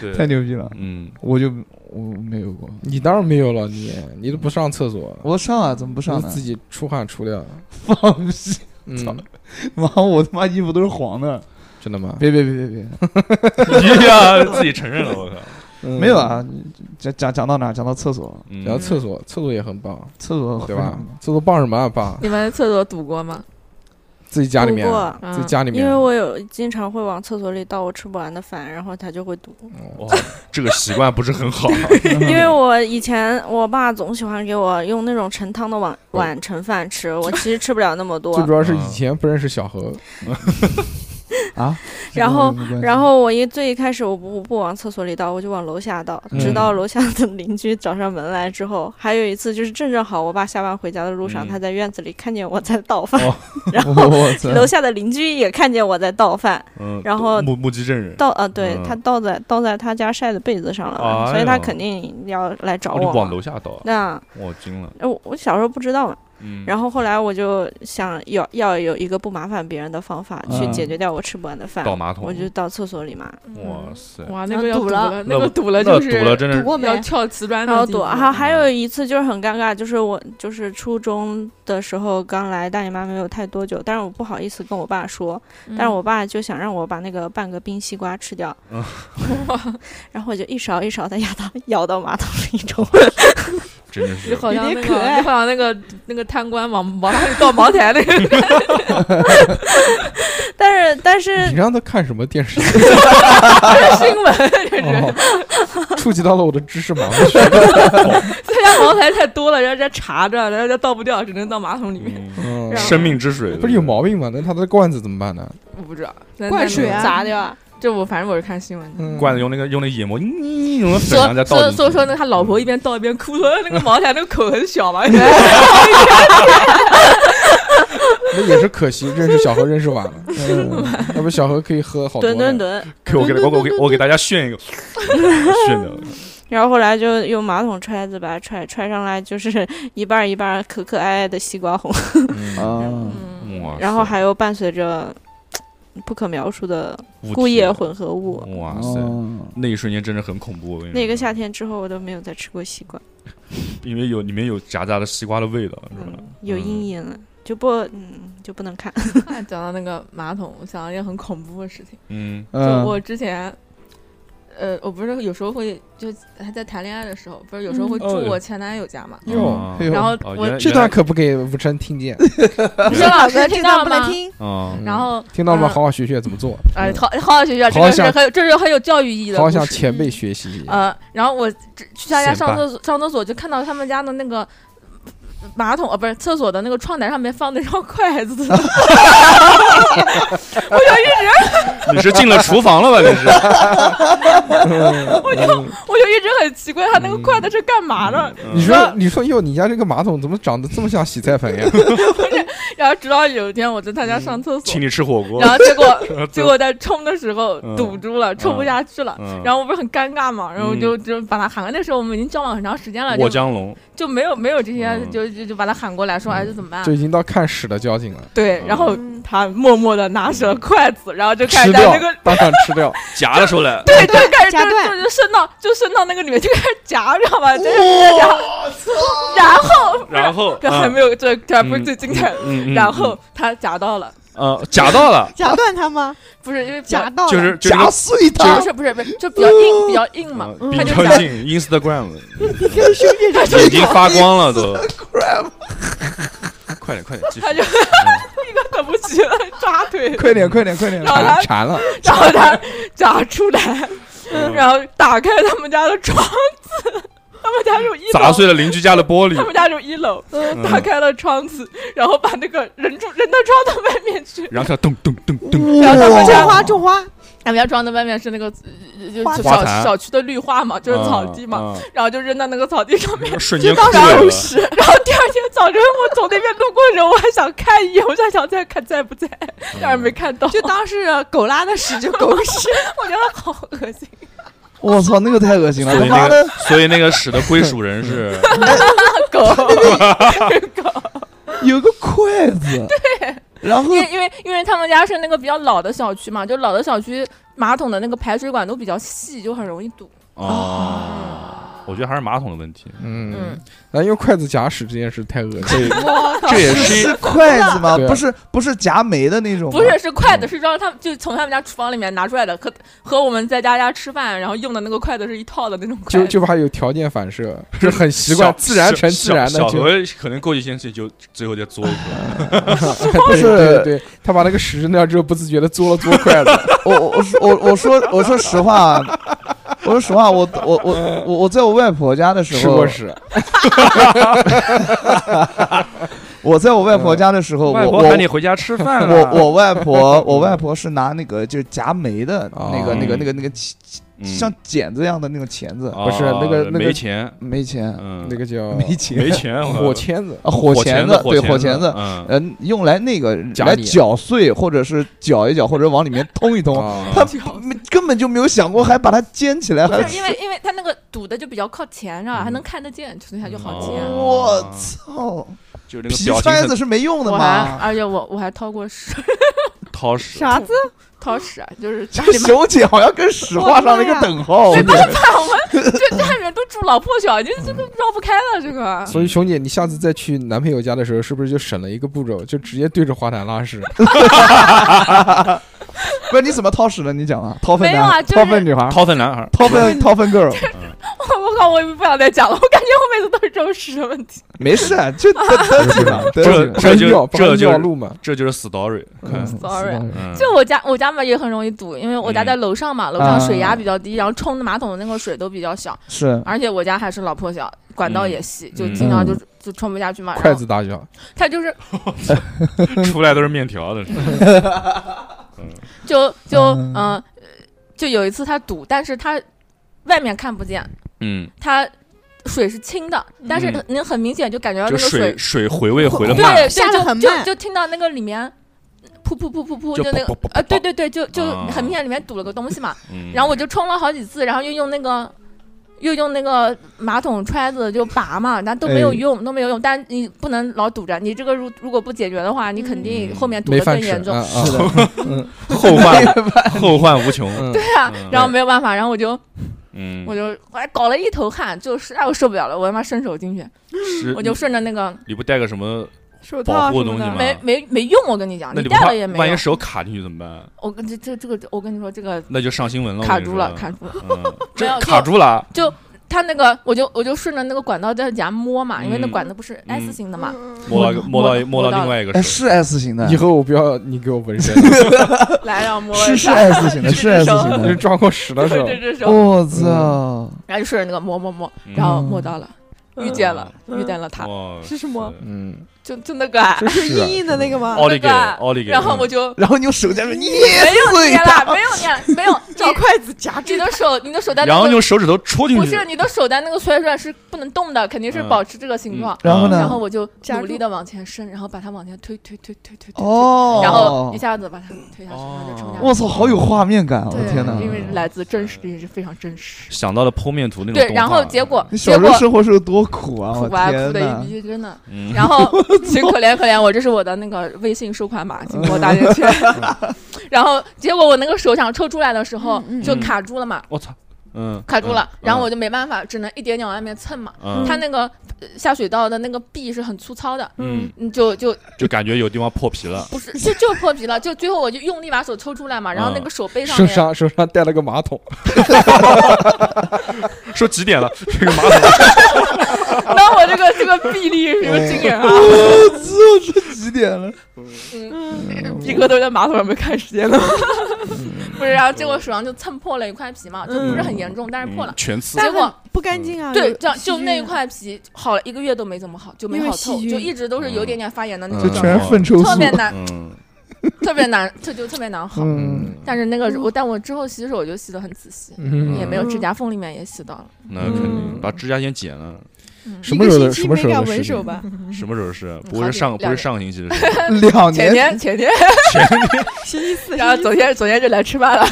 Speaker 4: 对，
Speaker 3: 操，太牛逼了！
Speaker 4: 嗯，
Speaker 3: 我就我没有过，
Speaker 2: 你当然没有了，你你都不上厕所，
Speaker 3: 我上啊，怎么不上
Speaker 2: 你
Speaker 3: 呢？
Speaker 2: 自
Speaker 3: [laughs]
Speaker 2: 己出汗出掉。
Speaker 3: 放屁！操
Speaker 2: 嗯，
Speaker 3: 妈，我他妈衣服都是黄的！
Speaker 2: 真的吗？
Speaker 3: 别别别别
Speaker 4: 哎呀，自己承认了，我靠。
Speaker 3: 别，没有啊！讲讲讲到哪儿？讲到厕所，
Speaker 4: 嗯
Speaker 2: 嗯。然后厕所，厕所也很棒，
Speaker 3: 厕所
Speaker 2: 对
Speaker 3: [laughs]
Speaker 2: 吧？厕所棒什么啊棒？
Speaker 6: 你们厕所堵过吗？
Speaker 2: 自己家里面
Speaker 5: 堵，过
Speaker 6: 嗯
Speaker 2: 自己家里面，
Speaker 5: 因为我有经常会往厕所里倒我吃不完的饭，然后它就
Speaker 4: [laughs]
Speaker 5: 会堵。
Speaker 4: 哇，这个习惯不是很好。
Speaker 5: 因为我以前我爸总喜欢给我用那种盛汤的碗碗盛饭吃，
Speaker 4: [laughs]
Speaker 5: 我其实吃不了那么
Speaker 2: 最
Speaker 5: 多
Speaker 2: 主。要是以前不认识小何，
Speaker 3: 啊！
Speaker 5: 然后
Speaker 4: 嗯
Speaker 3: 这个没关系
Speaker 5: 然后我一最一开始我不我不往厕所里倒，我就往楼下倒，
Speaker 2: 嗯
Speaker 5: 直到楼下的邻居找上门来之后，还有一次就是正正好我爸下班回家的路上，
Speaker 4: 嗯
Speaker 5: 他在院子里看见我在倒饭，
Speaker 4: 哦
Speaker 5: 然后
Speaker 3: 我操，
Speaker 5: 楼下的邻居也看见我在倒饭，
Speaker 4: 嗯
Speaker 5: 然后
Speaker 4: 目目击证人，
Speaker 5: 倒啊对
Speaker 4: 嗯
Speaker 5: 他倒在倒在他家晒的被子上了嘛，
Speaker 4: 哎
Speaker 5: 所以他
Speaker 4: 呦
Speaker 5: 肯定要来找
Speaker 4: 哦你
Speaker 5: 我
Speaker 4: 往
Speaker 5: 嘛。
Speaker 4: 楼下倒，
Speaker 5: 那
Speaker 4: 我惊了。
Speaker 5: 呃我我小时候不知道嘛，
Speaker 4: 嗯，
Speaker 5: 然后后来我就想要要有一个不麻烦别人的方法去
Speaker 3: 嗯
Speaker 5: 解决掉我吃不完的饭，
Speaker 4: 倒马桶，
Speaker 5: 我嗯就到厕所里嘛，
Speaker 4: 哇塞，
Speaker 6: 哇，那
Speaker 5: 啊
Speaker 6: 个要
Speaker 9: 堵
Speaker 6: 堵
Speaker 9: 了
Speaker 6: 了，那个堵
Speaker 4: 那
Speaker 6: 了
Speaker 4: 堵
Speaker 6: 就是
Speaker 4: 了，真的
Speaker 9: 堵
Speaker 4: 是
Speaker 9: 过没
Speaker 6: 要？翘瓷砖
Speaker 5: 然
Speaker 6: 的
Speaker 5: 后
Speaker 6: 地
Speaker 5: 躲。
Speaker 6: 步。
Speaker 4: 嗯
Speaker 5: 还还有一次就是很尴尬，就是我就是初中的时候刚来大姨妈没有太多久，但是我不好意思跟我爸说，
Speaker 6: 嗯，
Speaker 5: 但是我爸就想让我把那个半个冰西瓜吃掉，
Speaker 4: 嗯
Speaker 5: [laughs] 然后我就一勺一勺的咬到咬到马桶里头，
Speaker 4: 真的
Speaker 6: 你
Speaker 4: 是
Speaker 6: 好像那
Speaker 9: 有
Speaker 6: 个，
Speaker 9: 点可爱
Speaker 6: 你好像那个那个贪官往往哪里倒茅台那个，
Speaker 5: [laughs] 但是但
Speaker 2: 你
Speaker 5: 是
Speaker 2: 让他看什么电视剧？
Speaker 6: 新闻这是，
Speaker 4: [laughs]
Speaker 2: 哦，触及到了我的知识盲区。
Speaker 6: 这家茅台太多了，人家在查着，人家倒不掉，只能倒马桶里面。
Speaker 4: 嗯
Speaker 2: 嗯，
Speaker 4: 生命之水，
Speaker 2: 不是有毛病吗？那他的罐子怎么办呢？
Speaker 6: 我不知道，那
Speaker 9: 灌水啊
Speaker 6: 那砸掉啊。这我反正我是看新闻的。
Speaker 2: 嗯，
Speaker 4: 罐子用那个用那研磨，嗯用那粉
Speaker 6: 所
Speaker 4: 然后再倒
Speaker 6: 所
Speaker 4: 进去
Speaker 6: 所以说，那他老婆一边倒一边哭，说那个茅台那个口很小嘛， [laughs]
Speaker 2: 那也是可惜，认识小何认识晚
Speaker 4: [laughs]
Speaker 2: 了，嗯要不小何可以喝好多呀。
Speaker 5: 蹲蹲蹲，
Speaker 4: 给我给我给我给我给大家炫一个，炫的
Speaker 5: 然后后来就用马桶揣子把它揣揣上来，就是 [laughs] 一半儿一半儿可可爱爱的西瓜红，
Speaker 3: [laughs]
Speaker 2: 嗯
Speaker 3: 啊，
Speaker 4: 哇塞！
Speaker 5: 然后还有伴随着不可描述的
Speaker 4: 物
Speaker 5: 固
Speaker 4: 体
Speaker 5: 液混合物。
Speaker 4: 哇塞！
Speaker 3: 哦
Speaker 4: 那一瞬间真的很恐怖，我跟你说
Speaker 5: 那个夏天之后，我都没有再吃过西瓜，
Speaker 4: 因为有里面有夹杂的西瓜的味道，是吧？
Speaker 5: 嗯，有阴影了，就不嗯就不能看。
Speaker 6: 哎讲到那个马桶，我想到一件很恐怖的事情。
Speaker 4: 嗯
Speaker 6: 就
Speaker 3: 嗯
Speaker 6: 我之前，呃，我不是有时候会就还在谈恋爱的时候，不是有时候会住
Speaker 4: 哦
Speaker 6: 我前男友家嘛。
Speaker 2: 哟
Speaker 4: 啊
Speaker 3: 哎呦
Speaker 6: 然后
Speaker 4: 哦
Speaker 6: 我
Speaker 4: 原来
Speaker 2: 这段可不给吴琛听见，
Speaker 6: 你说老师
Speaker 9: 这
Speaker 6: 听
Speaker 9: 段
Speaker 6: 到了
Speaker 9: 不能
Speaker 6: 吗？
Speaker 9: [laughs] 听，
Speaker 4: 啊，
Speaker 6: 然后
Speaker 2: 听到了吗？
Speaker 6: 嗯
Speaker 2: 好好学学怎么做，
Speaker 6: 哎，好好好学学，这
Speaker 2: 好
Speaker 6: 个是
Speaker 2: 想
Speaker 6: 很有，这是很有教育意义的
Speaker 2: 好
Speaker 6: 故
Speaker 2: 好
Speaker 6: 事。
Speaker 2: 向前辈学
Speaker 6: [laughs]
Speaker 2: 习。
Speaker 6: 呃，然后我这去他家
Speaker 2: 显
Speaker 6: 上
Speaker 2: 摆
Speaker 6: 厕所，上厕所就看到他们家的那个呃马桶，呃，不是厕所的那个窗台上面放的 [laughs] 一双筷子，
Speaker 4: 你是进了厨房了吧？这是
Speaker 6: 呃
Speaker 2: 嗯
Speaker 6: 我就 [laughs] 我就一直很奇怪，他那个筷子是干嘛的？
Speaker 4: 嗯
Speaker 2: 你说，你说，哟，你家这个马桶怎么长得这么像洗菜
Speaker 6: [laughs]
Speaker 2: 盆呀？
Speaker 6: 然后直到有一天我在他家上厕所
Speaker 4: 请，你吃火锅
Speaker 6: 然，后
Speaker 4: [laughs]
Speaker 6: 结果
Speaker 4: 然后
Speaker 6: 结果在冲的时候堵住了，冲不
Speaker 4: 嗯
Speaker 6: 下去了。
Speaker 4: 嗯
Speaker 6: 然后我不是很尴尬嘛，然后我就
Speaker 4: 嗯
Speaker 6: 就把他喊过来。那时候我们已经交往很长时间了，
Speaker 4: 卧
Speaker 6: 就
Speaker 4: 江龙，
Speaker 6: 就没有没有这些，
Speaker 4: 嗯
Speaker 6: 就就就把他喊过来说，哎，这怎么办
Speaker 2: 就？已经到看屎的交
Speaker 6: [laughs]
Speaker 2: 警了，
Speaker 6: 对，
Speaker 4: 嗯
Speaker 6: 然后他默默的拿起了筷子，然后就
Speaker 2: 吃
Speaker 6: 开始在
Speaker 2: 掉
Speaker 6: 那个，
Speaker 2: 当场吃掉。
Speaker 4: 夹了出来，
Speaker 6: 对，就开始就
Speaker 9: 夹断
Speaker 6: 就就伸到就伸到那个里面就开始夹，知道吧？就是然后然后
Speaker 4: 然后
Speaker 6: 这还没
Speaker 4: 有，
Speaker 6: 有这这还不是
Speaker 4: 嗯
Speaker 6: 最精彩的，
Speaker 4: 嗯，嗯
Speaker 6: 然后他夹到了，
Speaker 4: 嗯呃夹到了，
Speaker 9: 夹断他吗？
Speaker 6: 不是因为比较
Speaker 9: 夹到了
Speaker 4: 就是就是
Speaker 3: 夹碎
Speaker 6: 不
Speaker 3: 它，
Speaker 6: 是不是不是，就比较硬比较硬嘛，
Speaker 4: 嗯
Speaker 6: 他
Speaker 4: 比
Speaker 6: 就
Speaker 4: 较
Speaker 6: 夹
Speaker 4: 近 Instagram 了。
Speaker 9: 这
Speaker 4: 眼睛发光了都。 [laughs] 快点，快点，继续
Speaker 6: 他就等不及了，抓
Speaker 4: [laughs]
Speaker 6: 腿，
Speaker 3: 快点快点快点！
Speaker 6: 然后他
Speaker 2: [laughs] 馋馋了，
Speaker 6: 然后他夹出来，
Speaker 4: 嗯
Speaker 6: 然后打开他们家的窗子，
Speaker 4: [laughs]
Speaker 6: 他们家有一
Speaker 4: 砸碎
Speaker 6: 楼，
Speaker 4: 了邻居家的玻璃
Speaker 6: 他。们家有一楼，
Speaker 4: 嗯
Speaker 6: 打开了窗子，然后把那个人住人到窗子外面去，
Speaker 4: 然后他咚咚咚咚，
Speaker 9: 然后种
Speaker 3: 哦
Speaker 9: 花种花，
Speaker 6: 他们家窗子外面是那个呃就
Speaker 9: 花
Speaker 6: 就
Speaker 4: 花
Speaker 6: 小
Speaker 4: 坛
Speaker 6: 小区的绿化嘛，就是草地嘛，
Speaker 2: [laughs]
Speaker 4: 嗯，
Speaker 6: 然后就扔到那个草地上面。
Speaker 4: 嗯瞬间
Speaker 9: 就到
Speaker 4: 枯
Speaker 9: 时候
Speaker 4: 萎
Speaker 9: 五
Speaker 4: 了。
Speaker 9: 十，
Speaker 6: 然后第二天早晨我从那边路过的时候，我还想看一眼，我在想再看在不在，
Speaker 2: 嗯
Speaker 6: [laughs] 但是没看到，
Speaker 9: 就当是狗拉的屎就狗屎，
Speaker 6: [laughs] 我觉得好恶心。
Speaker 3: 我操，那个太恶心了！
Speaker 4: 所
Speaker 3: 他
Speaker 4: 以
Speaker 3: 妈
Speaker 4: 那个
Speaker 3: 的，，
Speaker 4: 所以那个屎的归属人
Speaker 6: [laughs]
Speaker 4: 是
Speaker 6: 狗。
Speaker 3: 有个筷子，然后
Speaker 6: [laughs] 因为因为因为他们家是那个比较老的小区嘛，就老的小区马桶的那个排水管都比较细，就很容易堵。
Speaker 4: 哦，我觉得还是马桶的问题。
Speaker 2: 嗯，咱用筷子夹屎这件事太恶心了。
Speaker 4: 这也是一
Speaker 3: 是筷子吗？
Speaker 2: 对啊
Speaker 3: 不是不是夹煤的那种吗，
Speaker 6: 不是，是筷
Speaker 2: 嗯
Speaker 6: 子，是让他们就从他们家厨房里面拿出来的，和和我们在家家吃饭然后用的那个筷子是一套的那种筷
Speaker 2: 就
Speaker 6: 子。
Speaker 2: 就怕有条件反射，就很 [laughs] 习惯
Speaker 4: 小
Speaker 2: 自然成自然的
Speaker 4: 小小
Speaker 2: 就
Speaker 4: 何可能过一些事就最后就作一
Speaker 2: [laughs]
Speaker 4: 个，
Speaker 2: 对对对，他把那个屎扔掉之后，不自觉的嘬了嘬筷子，
Speaker 3: 我我哦我我我说我说实话，啊我说实话，我我我我我在我外婆家的时
Speaker 2: 吃
Speaker 3: 候
Speaker 2: 过，屎。
Speaker 3: 我在我外婆家的时候，
Speaker 4: 外
Speaker 3: 我
Speaker 4: 婆
Speaker 3: 我
Speaker 4: 喊你回啊家吃饭了。
Speaker 3: 我我外婆我外婆是拿那个就是夹煤的那个
Speaker 4: 哦
Speaker 3: 那个那个那个钳
Speaker 4: 嗯
Speaker 3: 像剪子一样的那种钳子，
Speaker 2: [laughs]
Speaker 4: 哦
Speaker 2: 不是那个那个
Speaker 4: 没钱，
Speaker 3: 没钱
Speaker 4: 嗯，
Speaker 2: 那个叫
Speaker 3: [laughs] 没钱
Speaker 4: 没钱，我
Speaker 2: 火签子，
Speaker 3: 啊火
Speaker 4: 钳
Speaker 3: 钳子对火
Speaker 4: 钳
Speaker 3: 钳子，
Speaker 4: 嗯，
Speaker 3: 嗯，用来那个
Speaker 2: 夹
Speaker 3: 来
Speaker 2: 你
Speaker 3: 搅碎或者是搅一搅或者往里面通一通，
Speaker 2: 啊
Speaker 3: 他没根本就没有想过还把它煎起来，
Speaker 6: 不
Speaker 3: 还
Speaker 6: 是因为因为他那个堵的就比较靠前，是吧？还能看得见，所以它就
Speaker 2: 嗯
Speaker 6: 好接。
Speaker 4: 哦
Speaker 3: 我操，
Speaker 4: 就那个
Speaker 3: 皮
Speaker 4: 表情
Speaker 3: 揣
Speaker 4: 很
Speaker 3: 子是没用的
Speaker 6: 我还
Speaker 3: 嘛。
Speaker 6: 而且我我还掏过屎，
Speaker 4: 掏屎，
Speaker 9: 啥子？
Speaker 6: 掏屎啊，就是家
Speaker 3: 这个
Speaker 6: 里面
Speaker 3: 小姐好像跟屎画上了一个等号，我觉得
Speaker 6: 这家人都住老破小，就这个绕不开了这个。 [laughs]
Speaker 2: 所以熊姐，你下次再去男朋友家的时候，是不是就省了一个步骤，就直接对着花坛拉屎？
Speaker 3: 不是你怎么掏屎的？你讲啊，掏粪
Speaker 6: 没有
Speaker 3: 男，
Speaker 6: 啊，就
Speaker 3: 掏
Speaker 6: 是
Speaker 3: 粪女孩，
Speaker 4: 掏粪男孩，
Speaker 3: 掏粪掏粪 girl，
Speaker 6: 我靠，话我也不想再讲了，我感觉我每次都是这种屎的问题。
Speaker 3: 没事
Speaker 2: [laughs]
Speaker 3: 啊，就得得几吧，得几吧。
Speaker 4: 这就
Speaker 2: 尿
Speaker 4: 这就
Speaker 2: 尿路嘛，
Speaker 4: 这就是 story，看，
Speaker 6: Sorry
Speaker 4: 嗯，
Speaker 6: 就我家，我家嘛也很容易堵，因为我家在楼上嘛，楼上水压比较低，然后冲的马桶的那个水都比较小，
Speaker 3: 是
Speaker 6: 而且我家还是老破小，管道也细，就经常就就冲不下去嘛。然后
Speaker 2: 筷子大小，
Speaker 6: 它就是
Speaker 4: 出来都是面条的，是吧
Speaker 2: 嗯
Speaker 6: 就就
Speaker 3: 嗯
Speaker 6: 嗯、呃就有一次它堵，但是它外面看不见，
Speaker 4: 嗯，
Speaker 6: 它水是清的，但是
Speaker 4: 嗯
Speaker 6: 你很明显就感觉到
Speaker 4: 就
Speaker 6: 那个
Speaker 4: 水水回味回的
Speaker 6: 对啊
Speaker 4: 慢，
Speaker 6: 对，
Speaker 9: 下得
Speaker 6: 就
Speaker 9: 很
Speaker 6: 就
Speaker 9: 慢
Speaker 6: 就听到那个里面。噗噗噗噗噗，
Speaker 4: 就
Speaker 6: 就那
Speaker 4: 噗噗
Speaker 6: 个
Speaker 4: 噗噗
Speaker 6: 呃，对对对，就就
Speaker 4: 啊
Speaker 6: 很明显里面堵了个东西嘛，
Speaker 4: 嗯
Speaker 6: [laughs] 然后我就冲了好几次，然后又用那个。又用那个马桶揣子就拔嘛，但都没有
Speaker 2: 哎
Speaker 6: 用，都没有用。但是你不能老堵着，你这个如如果不解决的话，你肯定
Speaker 4: 嗯
Speaker 6: 后面堵
Speaker 2: 没
Speaker 6: 得
Speaker 2: 饭
Speaker 6: 更
Speaker 2: 吃
Speaker 6: 严重。
Speaker 2: 啊啊！
Speaker 4: 后患 [laughs] 后患无穷，
Speaker 2: 嗯
Speaker 6: [laughs] 对啊
Speaker 4: 嗯，
Speaker 6: 然后没有办法，然后我就
Speaker 4: 嗯，
Speaker 6: 我就哎搞了一头汗，就实在我受不了了，我他妈伸手进去，
Speaker 4: 是
Speaker 6: 我就顺着那个
Speaker 4: 你不带个什么
Speaker 9: 手套
Speaker 4: 保
Speaker 9: 啊
Speaker 4: 护
Speaker 9: 什
Speaker 4: 东
Speaker 9: 么
Speaker 4: 西
Speaker 9: 的
Speaker 4: 吗？
Speaker 6: 没没没用，我跟你讲，
Speaker 4: 那
Speaker 6: 你
Speaker 4: 你不
Speaker 6: 带
Speaker 4: 怕
Speaker 6: 了也没
Speaker 4: 万
Speaker 6: 用
Speaker 4: 一。手卡进去怎么办？
Speaker 6: 我跟这这这个，我跟你说，这个
Speaker 4: 那就上新闻了，
Speaker 6: 卡
Speaker 4: 我跟你
Speaker 6: 住
Speaker 4: 说
Speaker 6: 了，卡住了。
Speaker 4: 嗯，
Speaker 6: 没有
Speaker 4: 这
Speaker 6: 就
Speaker 4: 卡住了，
Speaker 6: 他那个，我就我就顺着那个管道在家摸嘛，因为那
Speaker 4: 嗯
Speaker 6: 管子不是 S 型的嘛，
Speaker 9: 嗯
Speaker 4: 摸到摸到
Speaker 6: 嗯
Speaker 4: 摸
Speaker 6: 摸到
Speaker 4: 到
Speaker 6: 了
Speaker 4: 另外一个
Speaker 3: 哎，
Speaker 4: 手，
Speaker 3: 是 S 型的
Speaker 2: 以，后我不要你给我纹身，
Speaker 6: 来让我摸
Speaker 3: 是
Speaker 6: 一
Speaker 3: 是
Speaker 6: 下，
Speaker 3: S 型的，是 S 型
Speaker 2: 你是
Speaker 3: 的。
Speaker 2: 抓过屎的时候，
Speaker 6: 这只手，
Speaker 3: 我操！
Speaker 6: 然后就顺着那个摸摸摸，
Speaker 4: 嗯
Speaker 6: 然后摸到了，遇见了，
Speaker 9: 嗯
Speaker 6: 遇见了他，
Speaker 4: 哇
Speaker 9: 是什么？
Speaker 2: 嗯，
Speaker 6: 就就那个啊，
Speaker 2: 这
Speaker 9: 是
Speaker 2: 是啊
Speaker 9: 硬硬的那个
Speaker 4: [laughs]
Speaker 9: 吗？
Speaker 4: 奥利给
Speaker 6: 那个
Speaker 4: 奥利给，嗯
Speaker 6: 然后我就
Speaker 3: 然后你用手在那捏
Speaker 6: 没有
Speaker 3: 碎
Speaker 6: 捏
Speaker 3: 它，
Speaker 6: 了，没有捏了，没有
Speaker 9: [laughs] 找
Speaker 6: 你
Speaker 9: 筷子夹
Speaker 6: 你
Speaker 9: 住，
Speaker 6: 的手，你的手在
Speaker 4: 然
Speaker 6: 那
Speaker 4: 后
Speaker 6: 个
Speaker 4: 用手指头戳进
Speaker 6: 不
Speaker 4: 去，
Speaker 6: 是你的手在那个搓涮是不能动的，肯定是
Speaker 4: 嗯
Speaker 6: 保持这个形状。
Speaker 3: 然后呢
Speaker 6: 然后我就
Speaker 9: 夹
Speaker 6: 努力
Speaker 9: 住
Speaker 6: 的往前伸，然后把它往前推推推推推推，
Speaker 3: 哦，
Speaker 6: 然后一下子把它推下去，然后就冲下去。
Speaker 3: 我操，好有画面感！我
Speaker 6: 对，
Speaker 3: 的天哪！
Speaker 6: 因为来自真实，也是非常真实。
Speaker 4: 想到了剖面图那种
Speaker 6: 对，
Speaker 4: 嗯动
Speaker 6: 然后
Speaker 4: 画
Speaker 6: 结果
Speaker 3: 你
Speaker 6: 结
Speaker 3: 小时候
Speaker 6: 果
Speaker 3: 生活时候多苦啊！
Speaker 6: 苦
Speaker 3: 我
Speaker 6: 吧，
Speaker 3: 天
Speaker 6: 苦的
Speaker 3: 哪 [laughs]
Speaker 6: 一！逼，真的。
Speaker 4: 嗯
Speaker 6: 然后请可怜可怜我，这是我的那个微信收款码，请给我打进去。 [laughs] 然后结果我那个手想抽出来的时候
Speaker 9: 嗯嗯
Speaker 6: 就
Speaker 4: 嗯
Speaker 6: 卡住了嘛，
Speaker 4: 我操，嗯，
Speaker 6: [laughs] 卡住了
Speaker 4: 嗯，
Speaker 6: 然后我就没办法，只能一点点往外面蹭嘛。
Speaker 4: 嗯
Speaker 6: 它那个呃下水道的那个壁是很粗糙的，
Speaker 4: 嗯，
Speaker 6: 你就就
Speaker 4: 就感觉有地方破皮了，
Speaker 6: 不是就就破皮了，就最后我就用力把手抽出来嘛，然后那
Speaker 4: 嗯
Speaker 6: 个手背上
Speaker 2: 手
Speaker 6: 面
Speaker 2: 上手上带了个马桶，
Speaker 4: 说几点了？这个马桶
Speaker 6: 那我这个这个臂力是个惊人啊！
Speaker 3: 我操，这几点了？
Speaker 6: 嗯一个都在马桶上没看时间呢，不是，然后结果手上就蹭破了一块皮嘛，就不是很严重，但是破了
Speaker 4: 嗯。全刺
Speaker 6: 结果
Speaker 9: 不干净啊。
Speaker 6: 嗯对
Speaker 9: 有，
Speaker 6: 这样就
Speaker 9: 细菌
Speaker 6: 那一块皮好了一个月都没怎么好，就没
Speaker 9: 因
Speaker 6: 好
Speaker 9: 为细
Speaker 6: 透，
Speaker 9: 菌
Speaker 6: 就一直都是有点点发炎的那
Speaker 3: 这
Speaker 6: 种
Speaker 4: 嗯
Speaker 6: 状
Speaker 3: 全
Speaker 6: 态，
Speaker 3: 是粪臭素
Speaker 6: 特。
Speaker 4: [laughs]
Speaker 6: 别难，
Speaker 4: 嗯，
Speaker 6: 特别难，这就特别难好。
Speaker 3: 嗯，
Speaker 6: 但是那个我，但我之后洗手我就洗得很仔细，
Speaker 2: 嗯
Speaker 6: 也没有指甲缝里面也洗到了。
Speaker 4: 那肯定
Speaker 2: 嗯
Speaker 4: 把指甲先剪了。
Speaker 6: 嗯，
Speaker 2: 什么时候的
Speaker 9: 一个星期
Speaker 2: 什么时候
Speaker 9: 没
Speaker 2: 的
Speaker 9: 敢
Speaker 2: 事
Speaker 9: 闻
Speaker 2: 情
Speaker 9: 手？吧？
Speaker 4: 什么时候是？
Speaker 6: 嗯
Speaker 4: 不是上
Speaker 6: 好几
Speaker 4: 不是上星
Speaker 6: [laughs]
Speaker 4: 期的事情，
Speaker 3: 两
Speaker 6: 前
Speaker 3: 年
Speaker 6: 天前天，
Speaker 9: 星期四，
Speaker 6: 然后昨天昨天就来吃饭了，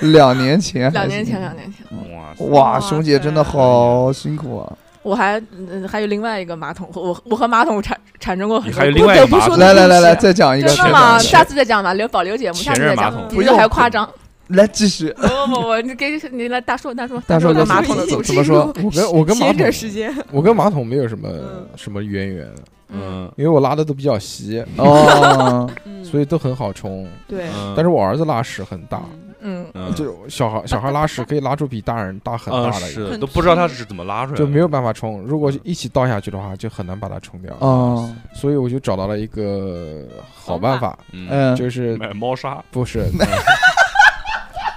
Speaker 3: 两年前，
Speaker 6: 两年前两。年前，
Speaker 4: 哇塞，
Speaker 3: 哇，熊姐真的好辛苦啊！
Speaker 6: 我还嗯还有另外一个马桶，我我和马桶产产生过很
Speaker 4: 你
Speaker 6: 多
Speaker 4: 还有另外一个马桶，
Speaker 3: 来来来来，再讲一个，
Speaker 6: 真
Speaker 3: 再
Speaker 6: 的
Speaker 3: 讲
Speaker 6: 吗？
Speaker 3: 一个
Speaker 6: 下次再讲吧，留保留节目，下
Speaker 4: 前
Speaker 6: 次
Speaker 4: 任
Speaker 6: 再
Speaker 4: 马
Speaker 6: 讲。
Speaker 4: 桶，
Speaker 6: 比这还夸张！
Speaker 3: 来继续。
Speaker 6: 不不不，你给你来大硕大硕
Speaker 3: 大硕
Speaker 6: 的
Speaker 3: 哥
Speaker 6: 马
Speaker 3: 怎
Speaker 6: 桶
Speaker 3: 么
Speaker 6: 的
Speaker 3: 怎么怎么说？
Speaker 2: 我跟我跟马
Speaker 9: 闲
Speaker 2: 桶
Speaker 9: 着，时间，
Speaker 2: 我跟马桶没有什么
Speaker 9: 嗯
Speaker 2: 什么渊源，
Speaker 4: 嗯
Speaker 2: 因为我拉的都比较稀，
Speaker 3: 哦，
Speaker 2: 所以都很好冲。
Speaker 9: 对，
Speaker 4: 嗯，
Speaker 2: 但是我儿子拉屎很大，
Speaker 6: 嗯，
Speaker 4: 嗯
Speaker 2: 就是小孩小孩拉屎可以拉出比大人大很
Speaker 4: 嗯
Speaker 2: 大的一个，
Speaker 4: 是都不知道他是怎么拉出来的，
Speaker 2: 就没有办法冲。如果一起倒下去的话，就很难把它冲掉。
Speaker 3: 哦，
Speaker 2: 所以我就找到了一个好办法，
Speaker 4: 嗯，
Speaker 3: 嗯，
Speaker 2: 就是
Speaker 4: 买
Speaker 2: [laughs]
Speaker 4: 猫砂，
Speaker 2: 不是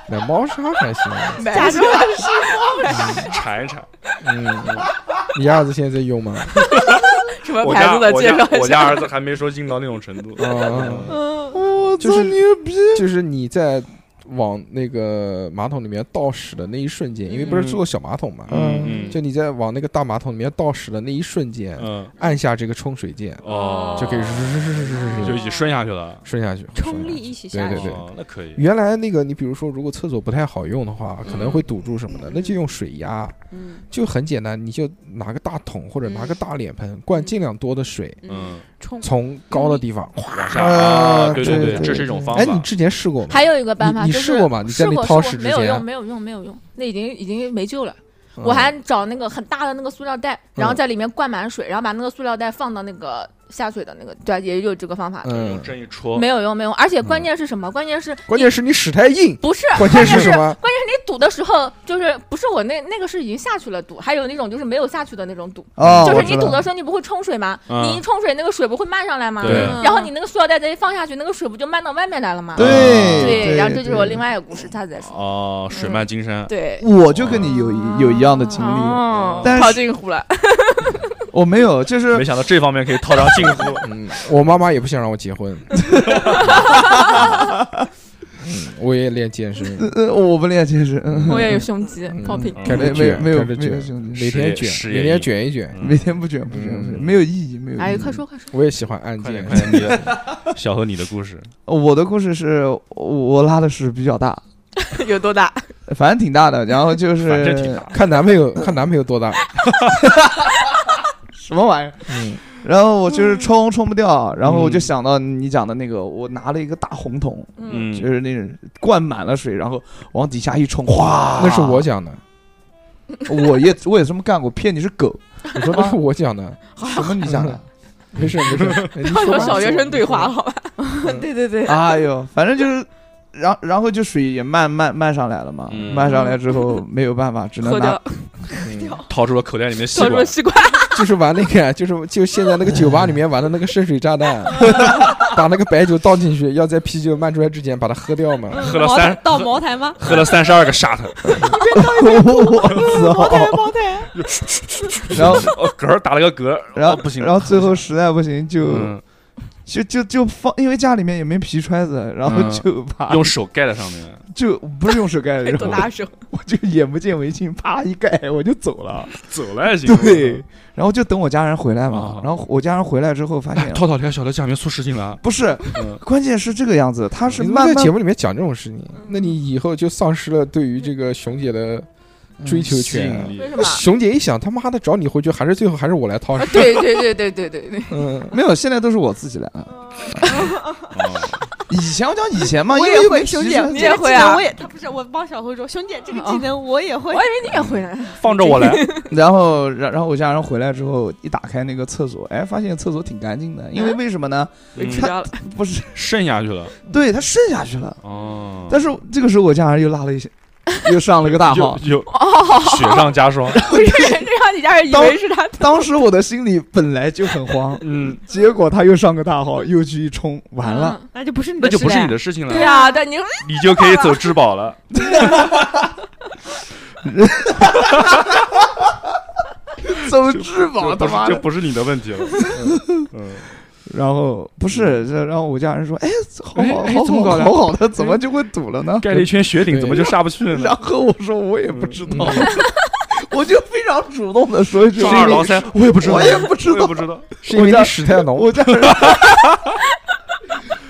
Speaker 2: 买猫砂还行。
Speaker 9: 假装
Speaker 4: 铲一铲。
Speaker 2: 嗯，你儿子现在在用吗？
Speaker 6: 什么
Speaker 4: 我
Speaker 6: 牌
Speaker 4: 家
Speaker 6: 子的
Speaker 4: 我
Speaker 6: 介绍
Speaker 4: 家
Speaker 6: 一
Speaker 4: 我家
Speaker 6: 下？
Speaker 4: 儿子还没说硬到那种程度。
Speaker 2: 嗯
Speaker 3: 我
Speaker 2: 就是
Speaker 3: 操牛逼！
Speaker 2: 就是你在往那个马桶里面倒屎的那一瞬间，因为不是
Speaker 3: 嗯
Speaker 2: 做小马桶嘛，
Speaker 3: 嗯
Speaker 4: 嗯
Speaker 2: 就你在往那个大马桶里面倒屎的那一瞬间，
Speaker 4: 嗯
Speaker 2: 按下这个冲水键，
Speaker 4: 哦，
Speaker 2: 就可以
Speaker 4: 就一起顺下去了。
Speaker 2: 顺下去。
Speaker 7: 冲力一起下
Speaker 2: 对
Speaker 7: 去。
Speaker 2: 对对
Speaker 4: 哦，那可以。
Speaker 2: 原来那个你比如说，如果厕所不太好用的话，可能会堵住什么的，那就用水压，
Speaker 9: 嗯
Speaker 2: 就很简单，你就拿个大桶或者拿个大脸盆，灌尽量多的水，
Speaker 4: 嗯，
Speaker 9: 冲
Speaker 2: 从高的地方。
Speaker 4: 往下啊，对
Speaker 2: 对
Speaker 4: 对，
Speaker 2: 对
Speaker 4: 这是一种方法。
Speaker 2: 哎，你之前试过吗？
Speaker 6: 还有一个办法，
Speaker 2: 你你
Speaker 6: 就是
Speaker 2: 试过吗你在
Speaker 6: 试
Speaker 2: 那
Speaker 6: 过
Speaker 2: 掏
Speaker 6: 试
Speaker 2: 屎
Speaker 6: 过
Speaker 2: 之
Speaker 6: 没有
Speaker 2: 前
Speaker 6: 用，没有用，没有用，那已经已经没救了。
Speaker 2: 嗯
Speaker 6: 我还找那个很大的那个塑料袋，然后
Speaker 2: 嗯
Speaker 6: 在里面灌满水，然后把那个塑料袋放到那个下水的那个，对，也有这个方法的。
Speaker 2: 嗯
Speaker 4: 用，针一戳，
Speaker 6: 没有用，没有用，而且关键是什么？关键是
Speaker 2: 关键是你屎太硬，
Speaker 6: 不是？
Speaker 2: [laughs] 关键是
Speaker 6: 是
Speaker 2: 什么？
Speaker 6: 关键是你堵的时候，就是不是我那那个是已经下去了堵，还有那种就是没有下去的那种堵，
Speaker 3: 哦
Speaker 6: 就是
Speaker 3: 我
Speaker 6: 你
Speaker 3: 知道
Speaker 6: 堵的时候你不会冲水吗？
Speaker 3: 嗯
Speaker 6: 你一冲水，那个水不会漫上来吗？
Speaker 3: 对
Speaker 6: 然后你那个塑料袋再一放下去，那个水不就漫到外面来了吗？
Speaker 3: 对
Speaker 6: 嗯对，
Speaker 3: 对
Speaker 6: 然后这就是我
Speaker 3: 对
Speaker 6: 另外一个故事，下次再说。
Speaker 4: 哦，水
Speaker 6: 嗯
Speaker 4: 漫金山，
Speaker 6: 对，
Speaker 3: 我就跟你有一有一样的经历，
Speaker 6: 哦
Speaker 3: 但是
Speaker 6: 跑进湖了，
Speaker 3: 我没有，就是
Speaker 4: 没想到这方面可以套上近乎。
Speaker 2: 嗯，我妈妈也不想让我结婚。嗯，我也练健身，
Speaker 3: 呃，我不练健身，嗯
Speaker 6: 我也有胸肌
Speaker 2: 嗯，
Speaker 6: 爆品。
Speaker 2: 开
Speaker 3: 没
Speaker 2: 始
Speaker 3: 没有
Speaker 2: 卷，开始
Speaker 3: 没有没有
Speaker 2: 卷，
Speaker 3: 兄弟，
Speaker 2: 每天
Speaker 4: 事
Speaker 2: 卷，
Speaker 4: 业
Speaker 2: 每天卷一卷。
Speaker 4: 嗯
Speaker 3: 每天不卷不卷不卷，没有意义，没有意义。
Speaker 6: 哎，快说快说，
Speaker 2: 我也喜欢按
Speaker 4: 快
Speaker 2: 键
Speaker 4: 点，快点，你的小何，你的故事，
Speaker 3: 我的故事是我我拉的屎比较大，
Speaker 6: [laughs] 有多大？
Speaker 3: 反正挺大的，然后就
Speaker 4: 反正挺
Speaker 3: 是
Speaker 4: 大的。
Speaker 2: 看男朋友，看男朋友多大。
Speaker 3: 什么玩意儿，
Speaker 2: 嗯，
Speaker 3: 然后我就是冲冲不掉，然后我就想到你讲的那个，我拿了一个大红桶，
Speaker 6: 嗯，
Speaker 3: 就
Speaker 4: 嗯，
Speaker 3: 是那种灌满了水，然后往底下一冲，哗，
Speaker 2: 那是
Speaker 4: 啊
Speaker 2: 我，讲的，
Speaker 3: [laughs] 我也我也这么干过，骗你是狗，
Speaker 2: 你说那是我讲
Speaker 4: [laughs]
Speaker 2: 的，
Speaker 3: 什么你讲的？
Speaker 2: 没事没事。你
Speaker 6: 不
Speaker 2: 说
Speaker 6: 要
Speaker 2: 吧
Speaker 6: 小学生对话，好吧？
Speaker 10: 对对
Speaker 6: [laughs]
Speaker 10: 对，
Speaker 3: 哎呦，反正就是，然然后就水也漫漫漫上来了嘛，
Speaker 4: 嗯
Speaker 3: 漫上来之后没有办法，只能
Speaker 6: 喝
Speaker 3: 拿
Speaker 6: 掉，
Speaker 2: 嗯
Speaker 4: 掏出了口袋里面吸
Speaker 6: 做这么
Speaker 4: 管，
Speaker 6: 奇怪，
Speaker 2: 就是玩那个，就是就现在那个酒吧里面玩的那个深水炸
Speaker 6: [laughs]
Speaker 2: 弹，把那个白酒倒进去，要在啤酒漫出来之前把它喝掉
Speaker 6: [laughs]
Speaker 2: 嘛。
Speaker 4: 喝了
Speaker 10: 茅台
Speaker 4: [laughs] 三
Speaker 10: 到茅台吗？
Speaker 4: 喝了三十二个 shot，
Speaker 3: 我操！
Speaker 10: 茅台，
Speaker 3: 然后
Speaker 4: [laughs] 哦，嗝儿打了个嗝儿，
Speaker 3: 然后
Speaker 4: 哦不行，
Speaker 3: 然后最后实在不行就
Speaker 4: 嗯
Speaker 3: 就就就放，因为家里面也没皮揣子，然后
Speaker 4: 嗯
Speaker 3: 就把
Speaker 4: 用手盖在上面，
Speaker 3: 就不是用手盖的，然
Speaker 10: 多
Speaker 3: 后
Speaker 10: 大手？
Speaker 3: 我就眼不见为净，啪一盖我就走了。
Speaker 4: 走了还行。
Speaker 3: 对，然后就等我家人回来嘛
Speaker 4: 啊。
Speaker 3: 然后我家人回来之后发
Speaker 4: [laughs] 哎，
Speaker 3: 现
Speaker 4: 涛涛，你看小何家里面出事情了，
Speaker 3: 不是
Speaker 4: 嗯，
Speaker 3: 关键是这个样子，他是
Speaker 2: 你怎么
Speaker 3: 慢
Speaker 2: 在
Speaker 3: 慢
Speaker 2: 节目里面讲这种事情，那你以后就丧失了对于这个熊姐的追求
Speaker 4: 吸
Speaker 2: 权。啊
Speaker 4: 引力
Speaker 6: 为什么？
Speaker 2: 熊姐一想，他妈的找你回去，还是最后还是我来掏
Speaker 6: [laughs] 啊
Speaker 2: 屎。
Speaker 6: 对对对对对对对，
Speaker 2: 嗯，
Speaker 3: 没有，现在都是我自己来了。
Speaker 4: 哦
Speaker 3: 以前我讲以前嘛，因
Speaker 10: 我
Speaker 3: 为
Speaker 10: 也
Speaker 3: 又没
Speaker 10: 会，
Speaker 3: 皮
Speaker 10: 熊姐，
Speaker 3: 揣子
Speaker 6: 你也
Speaker 10: 这个
Speaker 6: 会
Speaker 10: 技
Speaker 2: [laughs]
Speaker 6: 啊
Speaker 10: 能我也，他不是，我帮小侯说，熊姐这个技能我也会。
Speaker 6: 我以为你也会呢。
Speaker 4: 放着 [laughs] 我来，嗯
Speaker 3: 然后，然然后我家人回来之后，一打开那个厕所，哎，发现厕所挺干净的，因为为什么呢？
Speaker 6: 被
Speaker 4: 嗯
Speaker 6: 吃掉
Speaker 8: [laughs]
Speaker 6: 了，
Speaker 3: 不
Speaker 4: [laughs]
Speaker 3: 是，
Speaker 4: 渗下去了。
Speaker 3: 对，它渗下去了。
Speaker 4: 哦，
Speaker 3: 但是这个时候我家人又拉了一
Speaker 4: [laughs]
Speaker 3: 下，又上了个大号
Speaker 4: 有。有雪上加霜，
Speaker 6: 这让你家人以为是他
Speaker 3: [laughs] 当时我的心里本来就很慌，
Speaker 4: 嗯，啊
Speaker 3: 结果他又上个大号，又去一冲，完了。。
Speaker 10: 那就不是你
Speaker 4: [laughs] 那
Speaker 10: 的
Speaker 4: 就
Speaker 10: 事
Speaker 4: 不是
Speaker 10: 了
Speaker 4: 你。的事情了，
Speaker 6: 对呀，但你
Speaker 4: 你就可以走质保了。
Speaker 3: 走质
Speaker 4: [laughs]
Speaker 3: 保他
Speaker 4: 就
Speaker 3: 妈
Speaker 4: 不是就
Speaker 3: 的！
Speaker 4: 不是你的问题了。嗯，
Speaker 3: 然后不是，这然后我家人说，哎，好好
Speaker 4: 哎哎
Speaker 3: 好
Speaker 4: 怎么
Speaker 3: 好
Speaker 4: 搞的
Speaker 3: 好好的，怎么就会堵了呢？
Speaker 4: [laughs] 盖了一圈雪顶，怎么就下不去了
Speaker 3: 然
Speaker 4: 呢？
Speaker 3: 后我说我也不知道， [laughs] 我就非常主动的说一句，
Speaker 4: 嗯上二劳三，我也不知道，
Speaker 3: 我也不知
Speaker 4: 我也
Speaker 3: 道
Speaker 4: 不，知道。
Speaker 2: 是因为
Speaker 3: 我家
Speaker 2: 你屎太浓。[laughs]
Speaker 3: 我家人，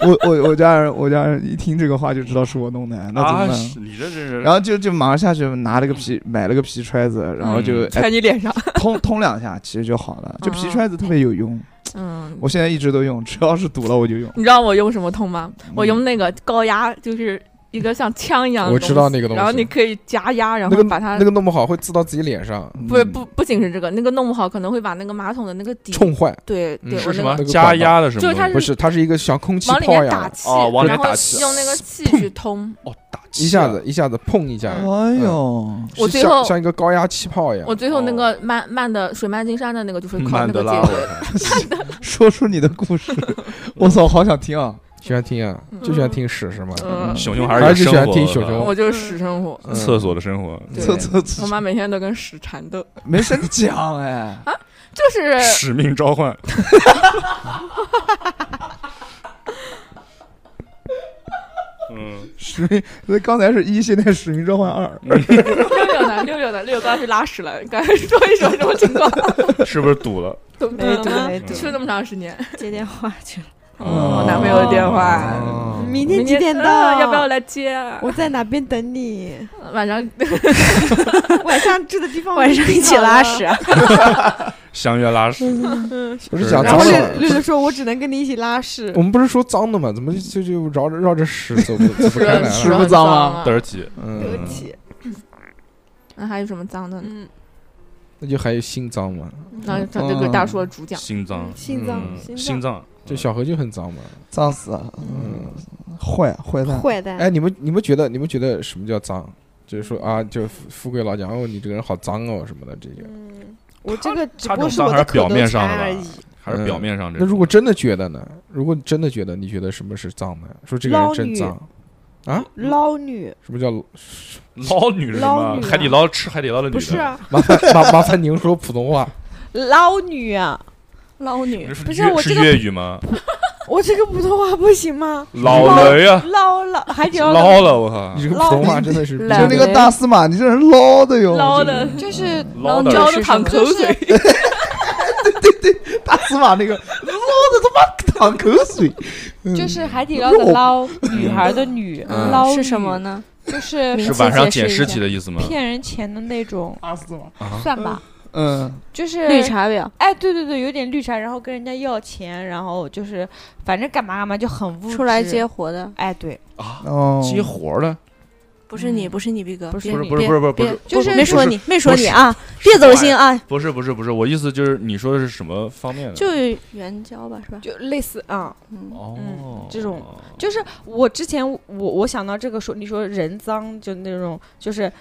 Speaker 3: 我我我家人，我家人一听这个话就知道是我弄的，那怎么
Speaker 4: 啊，
Speaker 3: 办？
Speaker 4: 是你这真是，
Speaker 3: 然后就就马上下去拿了个皮，买了个皮揣子，然后
Speaker 6: [laughs]
Speaker 3: 就、
Speaker 2: 嗯
Speaker 3: 哎
Speaker 6: 踩你
Speaker 2: [laughs]
Speaker 6: 脸上，
Speaker 3: 通通两下，其实就好了。这皮揣子特别有用，
Speaker 6: 嗯。
Speaker 3: 我现在一直都用，只要是堵了我就用。
Speaker 6: 你知道我用什么通吗？
Speaker 2: 嗯
Speaker 6: 我用那个高压，就是一个像枪一样的
Speaker 2: 我
Speaker 6: 东西。
Speaker 2: 知道那个东西
Speaker 6: 然后你可以加压，然
Speaker 2: 那
Speaker 6: 后
Speaker 2: 个
Speaker 6: 把它
Speaker 2: 那个弄不好会刺到自己脸上，
Speaker 3: 嗯
Speaker 6: 不不不仅是这个，那个弄不好可能会把那个马桶的那个底。
Speaker 2: 冲坏。
Speaker 6: 对
Speaker 2: 嗯
Speaker 6: 对，
Speaker 2: 是
Speaker 6: 我
Speaker 4: 什
Speaker 6: 那
Speaker 4: 么
Speaker 6: 个
Speaker 2: 那个
Speaker 4: 加压的什么东西？
Speaker 6: 就是它是
Speaker 2: 不是，它是一个像空气
Speaker 6: 往里
Speaker 2: 泡
Speaker 6: 面
Speaker 2: 一
Speaker 6: 打
Speaker 2: 样，
Speaker 6: 气，
Speaker 4: 哦往里面
Speaker 6: 然后
Speaker 4: 打气
Speaker 6: 用那个气去通。
Speaker 4: 哦，打气
Speaker 2: 一下子一下子砰一下，
Speaker 3: 哎呦， [laughs]
Speaker 2: 是
Speaker 6: 我最
Speaker 2: 像
Speaker 6: 后
Speaker 2: 像一个高压气泡一样哦
Speaker 6: 我。最后那个漫漫的水漫金山的那个就是靠
Speaker 4: 曼
Speaker 6: 那
Speaker 4: 德
Speaker 6: 个
Speaker 4: 拉，
Speaker 6: 结
Speaker 4: 我
Speaker 6: 尾。
Speaker 4: 看
Speaker 3: 说出你的故事，我操，好想听啊！
Speaker 2: 喜欢听啊，就喜欢听屎是吗？
Speaker 6: 嗯，
Speaker 4: 熊熊
Speaker 2: 还
Speaker 4: 有
Speaker 2: 是
Speaker 4: 生
Speaker 2: 喜欢
Speaker 4: 活
Speaker 2: 听
Speaker 4: 的
Speaker 2: 熊熊
Speaker 6: 我就是屎生
Speaker 2: [laughs]
Speaker 6: 活。
Speaker 2: 嗯
Speaker 4: 厕所的生活，
Speaker 6: 对
Speaker 3: 这这
Speaker 6: 我
Speaker 3: 这
Speaker 6: 妈每天都跟屎缠斗，
Speaker 3: 没事，你讲 [laughs] 哎，
Speaker 6: 就是
Speaker 4: 使命召唤。嗯，
Speaker 3: 使命，那刚才是一，现在使命召唤二，
Speaker 6: 六六的六六的六刚去拉屎了，刚才说一说什么
Speaker 2: [laughs]
Speaker 6: 情况？
Speaker 4: 是不是堵了？
Speaker 6: 都
Speaker 5: 没堵没
Speaker 4: 堵
Speaker 6: 去了那么长时间，
Speaker 5: 嗯接
Speaker 4: [laughs]
Speaker 5: 电话去了。
Speaker 6: 我男朋友的电话，
Speaker 2: 哦
Speaker 8: 嗯
Speaker 10: 明
Speaker 6: 明
Speaker 10: 天几点
Speaker 6: 呃
Speaker 10: 到？
Speaker 6: 要不要？来接啊？
Speaker 10: 我在哪边等你？
Speaker 6: [laughs] 晚上
Speaker 10: 晚上住的地方，
Speaker 5: 晚上一起拉屎。，啊
Speaker 8: [laughs]
Speaker 4: 相约拉屎，
Speaker 2: 不是讲
Speaker 10: 然
Speaker 2: 脏
Speaker 10: 后
Speaker 2: 的
Speaker 10: 六
Speaker 2: 吗
Speaker 10: 六六说：“我只能跟你一起拉
Speaker 8: [laughs]
Speaker 10: 屎
Speaker 2: 我。们不是说脏的吗？怎么就就绕着绕着屎走不走不
Speaker 6: [laughs]
Speaker 2: 开来
Speaker 6: 屎
Speaker 2: 了？
Speaker 3: 不脏吗
Speaker 6: 吗？
Speaker 4: 得几？
Speaker 10: 对
Speaker 2: 嗯
Speaker 10: 不，起
Speaker 6: 啊那还有什么脏的呢？
Speaker 10: 嗯，
Speaker 2: 那就还有心脏嘛，
Speaker 6: 那这这个大叔的主讲，
Speaker 4: 心脏，
Speaker 10: 心脏
Speaker 4: 嗯，
Speaker 10: 脏
Speaker 4: 心，脏，
Speaker 2: 就小何就很脏嘛。
Speaker 3: [laughs] 脏死了，
Speaker 2: 嗯，
Speaker 3: 坏坏蛋，
Speaker 10: 坏蛋。
Speaker 2: 哎哎，你们你们觉得你们觉得什么叫脏？就是说啊，就富富贵老讲哦，你这个人好脏哦什么的，这个
Speaker 10: 嗯
Speaker 8: 我这个只
Speaker 4: 他这
Speaker 8: 不
Speaker 4: 种
Speaker 8: 过是
Speaker 4: 脏
Speaker 8: 我
Speaker 4: 还
Speaker 8: 的
Speaker 4: 是
Speaker 8: 口
Speaker 4: 表
Speaker 8: 头
Speaker 4: 面上
Speaker 8: 禅
Speaker 4: 的
Speaker 8: 而
Speaker 4: 吧
Speaker 8: 已。，
Speaker 4: 还是表
Speaker 3: 嗯
Speaker 4: 面上这
Speaker 8: 嗯
Speaker 2: 那
Speaker 4: 种。
Speaker 2: 如果真的觉得呢？如果你真的觉得，你觉得什么是脏呢？说这个人
Speaker 8: 捞
Speaker 2: 真
Speaker 8: 女
Speaker 2: 脏啊？
Speaker 8: 捞女
Speaker 2: 什么叫
Speaker 4: 捞女是
Speaker 8: 捞
Speaker 4: 吗？
Speaker 8: 女啊
Speaker 4: 海底捞吃海底捞的女
Speaker 8: 不是
Speaker 4: 的，
Speaker 8: 啊
Speaker 2: 麻烦麻麻烦您说普通
Speaker 8: [laughs]
Speaker 2: 话，
Speaker 8: 捞女啊，
Speaker 5: 捞女，
Speaker 4: 是
Speaker 8: 不是
Speaker 4: 粤
Speaker 8: 我
Speaker 4: 是
Speaker 8: 这个
Speaker 4: 粤语吗？
Speaker 8: 我这个普通话不行吗？
Speaker 4: 老雷啊呀，
Speaker 8: 捞了，
Speaker 5: [laughs]
Speaker 8: 还挺要
Speaker 4: 捞了我靠
Speaker 2: 你，这个普通话真的
Speaker 8: [laughs]
Speaker 2: 是
Speaker 3: 就那个大司马，你这人捞的哟，
Speaker 6: 捞
Speaker 3: 我觉得
Speaker 6: 的
Speaker 8: 嗯
Speaker 10: 嗯
Speaker 3: 嗯
Speaker 8: 就是
Speaker 4: 捞
Speaker 6: 捞
Speaker 4: 的
Speaker 6: 的淌口水，
Speaker 3: 大司马那个捞的他妈淌口水，
Speaker 8: 就是海底捞的捞，女孩的女
Speaker 2: 嗯
Speaker 8: 捞
Speaker 5: 是什
Speaker 8: 女
Speaker 5: 么呢？
Speaker 8: 就是
Speaker 4: 是晚上捡尸体的意思吗？
Speaker 8: 骗人钱的那种，
Speaker 3: 大司马，
Speaker 8: 算吧，
Speaker 3: 嗯，
Speaker 8: 就是
Speaker 5: 绿。茶婊，
Speaker 8: 哎，对对对，有点绿茶，然后跟人家要钱，然后就是反正干嘛干嘛就很物质。
Speaker 5: 出来接。活的，
Speaker 8: 哎，对，
Speaker 4: 啊，
Speaker 3: 哦，
Speaker 4: 接活儿的，
Speaker 5: 不是你，不是你，逼哥，
Speaker 8: 嗯不是
Speaker 5: 嗯别
Speaker 8: 不
Speaker 5: 别
Speaker 8: 是
Speaker 4: 不是不是不是不
Speaker 5: 别
Speaker 4: 是
Speaker 8: 就是
Speaker 5: 没说
Speaker 4: 不是
Speaker 5: 你，没说
Speaker 4: 不
Speaker 5: 你
Speaker 4: 是
Speaker 5: 啊，别走心啊，
Speaker 4: 不是不是不是，我意思就是你说的是什么方面的？
Speaker 5: 就援交吧，是吧？
Speaker 8: 就类似啊、
Speaker 5: 嗯，
Speaker 4: 哦
Speaker 8: 嗯，这种就是我之前我我想到这个说，你说人脏就那种，就是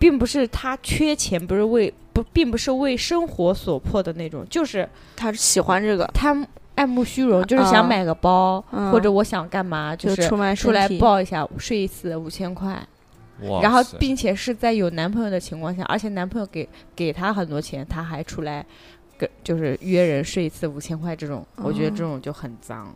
Speaker 8: 并不是他缺钱，不是为不并不是为生活所迫的那种，就是
Speaker 5: 他喜欢这个，
Speaker 8: 贪爱慕虚荣，就是
Speaker 5: 啊
Speaker 8: 想买个包，
Speaker 5: 嗯
Speaker 8: 或者我想干嘛，
Speaker 5: 就是出卖
Speaker 8: 出
Speaker 5: 身
Speaker 8: 来
Speaker 5: 体
Speaker 8: 报一下，睡一次五千块，
Speaker 2: 哦
Speaker 4: 哇
Speaker 8: 然后
Speaker 4: 塞
Speaker 8: 并且是在有男朋友的情况下，而且男朋友给给他很多钱，他还出来跟就是约人睡一次五千块这种，我觉得这种就很脏。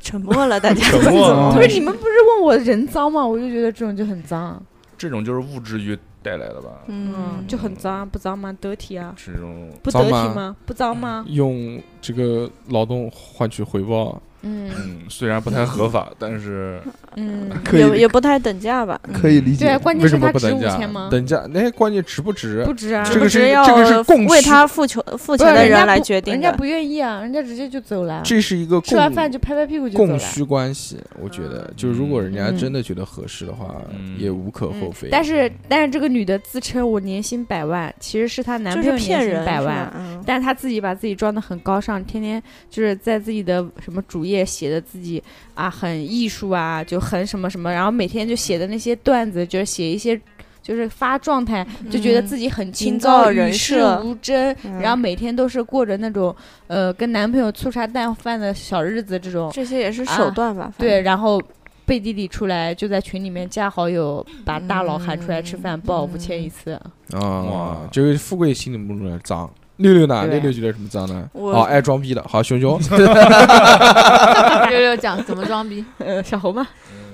Speaker 5: 沉默了，大家
Speaker 4: 沉
Speaker 3: 嗯
Speaker 4: 默了
Speaker 8: 不是你们不是问我人脏吗？我就觉得这种就很脏，
Speaker 4: 这种就是物质欲带来的吧，
Speaker 5: 嗯，
Speaker 8: 就很脏，不脏吗？得体啊，
Speaker 4: 是这种
Speaker 8: 不得
Speaker 2: 脏
Speaker 8: 体
Speaker 2: 吗
Speaker 8: 吗？不脏吗？
Speaker 2: 用这个劳动换取回报，
Speaker 8: 嗯
Speaker 4: 嗯，虽然不太合法，但是
Speaker 2: [laughs]
Speaker 8: 嗯，
Speaker 3: 可
Speaker 5: 也
Speaker 3: 以
Speaker 5: 也不太等价吧，嗯
Speaker 3: 可以理
Speaker 8: 对
Speaker 3: 解，
Speaker 8: 啊，关键
Speaker 2: 为
Speaker 8: 是
Speaker 2: 什么
Speaker 8: 他
Speaker 2: 不
Speaker 8: 值
Speaker 2: 等
Speaker 8: 五
Speaker 2: 价
Speaker 8: 千吗？？
Speaker 2: 等价那关键值不值
Speaker 8: 不？值啊，
Speaker 2: 这个是
Speaker 5: 只要
Speaker 2: 这个是供需
Speaker 5: 为他付求付
Speaker 8: 不
Speaker 5: 钱
Speaker 8: 是
Speaker 5: 的
Speaker 8: 人家
Speaker 5: 来
Speaker 8: 不
Speaker 5: 决定
Speaker 8: 人家
Speaker 5: 的，
Speaker 8: 不愿意啊，人家直接就走了，啊
Speaker 2: 这是一个
Speaker 8: 吃
Speaker 2: 供
Speaker 8: 完饭就拍拍屁股就走
Speaker 2: 供
Speaker 8: 了。啊
Speaker 2: 需关系，我觉得
Speaker 4: 嗯
Speaker 2: 就是如果人家
Speaker 8: 嗯
Speaker 2: 真的觉得合适的话，
Speaker 4: 嗯
Speaker 2: 也无可厚
Speaker 8: 嗯
Speaker 2: 非。
Speaker 8: 但是但是这个女的自称我年薪百万，其实是她男
Speaker 5: 就
Speaker 8: 朋
Speaker 5: 是
Speaker 8: 友
Speaker 5: 骗
Speaker 8: 年
Speaker 5: 人
Speaker 8: 薪百
Speaker 5: 是
Speaker 8: 万
Speaker 5: 吧，嗯，
Speaker 8: 但她自己把自己装的很高尚，天天就是在自己的什么主页写的自己啊很艺术啊，就很什么什么，然后每天就写的那些段子，就是写一些。就是发状态，就觉得
Speaker 5: 嗯
Speaker 8: 自己很清
Speaker 5: 营
Speaker 8: 高，
Speaker 5: 造
Speaker 8: 与
Speaker 5: 人
Speaker 8: 世
Speaker 5: 设
Speaker 8: 无争，然后
Speaker 5: 嗯
Speaker 8: 每天都是过着那种呃跟男朋友粗茶淡饭的小日子，这种
Speaker 5: 这些也是
Speaker 8: 啊
Speaker 5: 手段吧，反
Speaker 8: 对，
Speaker 5: 正，
Speaker 8: 然后背地里出来就在群里面加好友，把大佬喊出来吃饭，报五千一次。
Speaker 2: 啊
Speaker 4: 哇，
Speaker 2: 这位富贵心里目中的脏。六六呢？
Speaker 8: 对
Speaker 2: 六六觉得什么脏呢？
Speaker 5: 我
Speaker 2: 好爱装逼的，好熊熊，
Speaker 6: [laughs] 六六讲怎么装逼，
Speaker 8: 呃，小猴吗？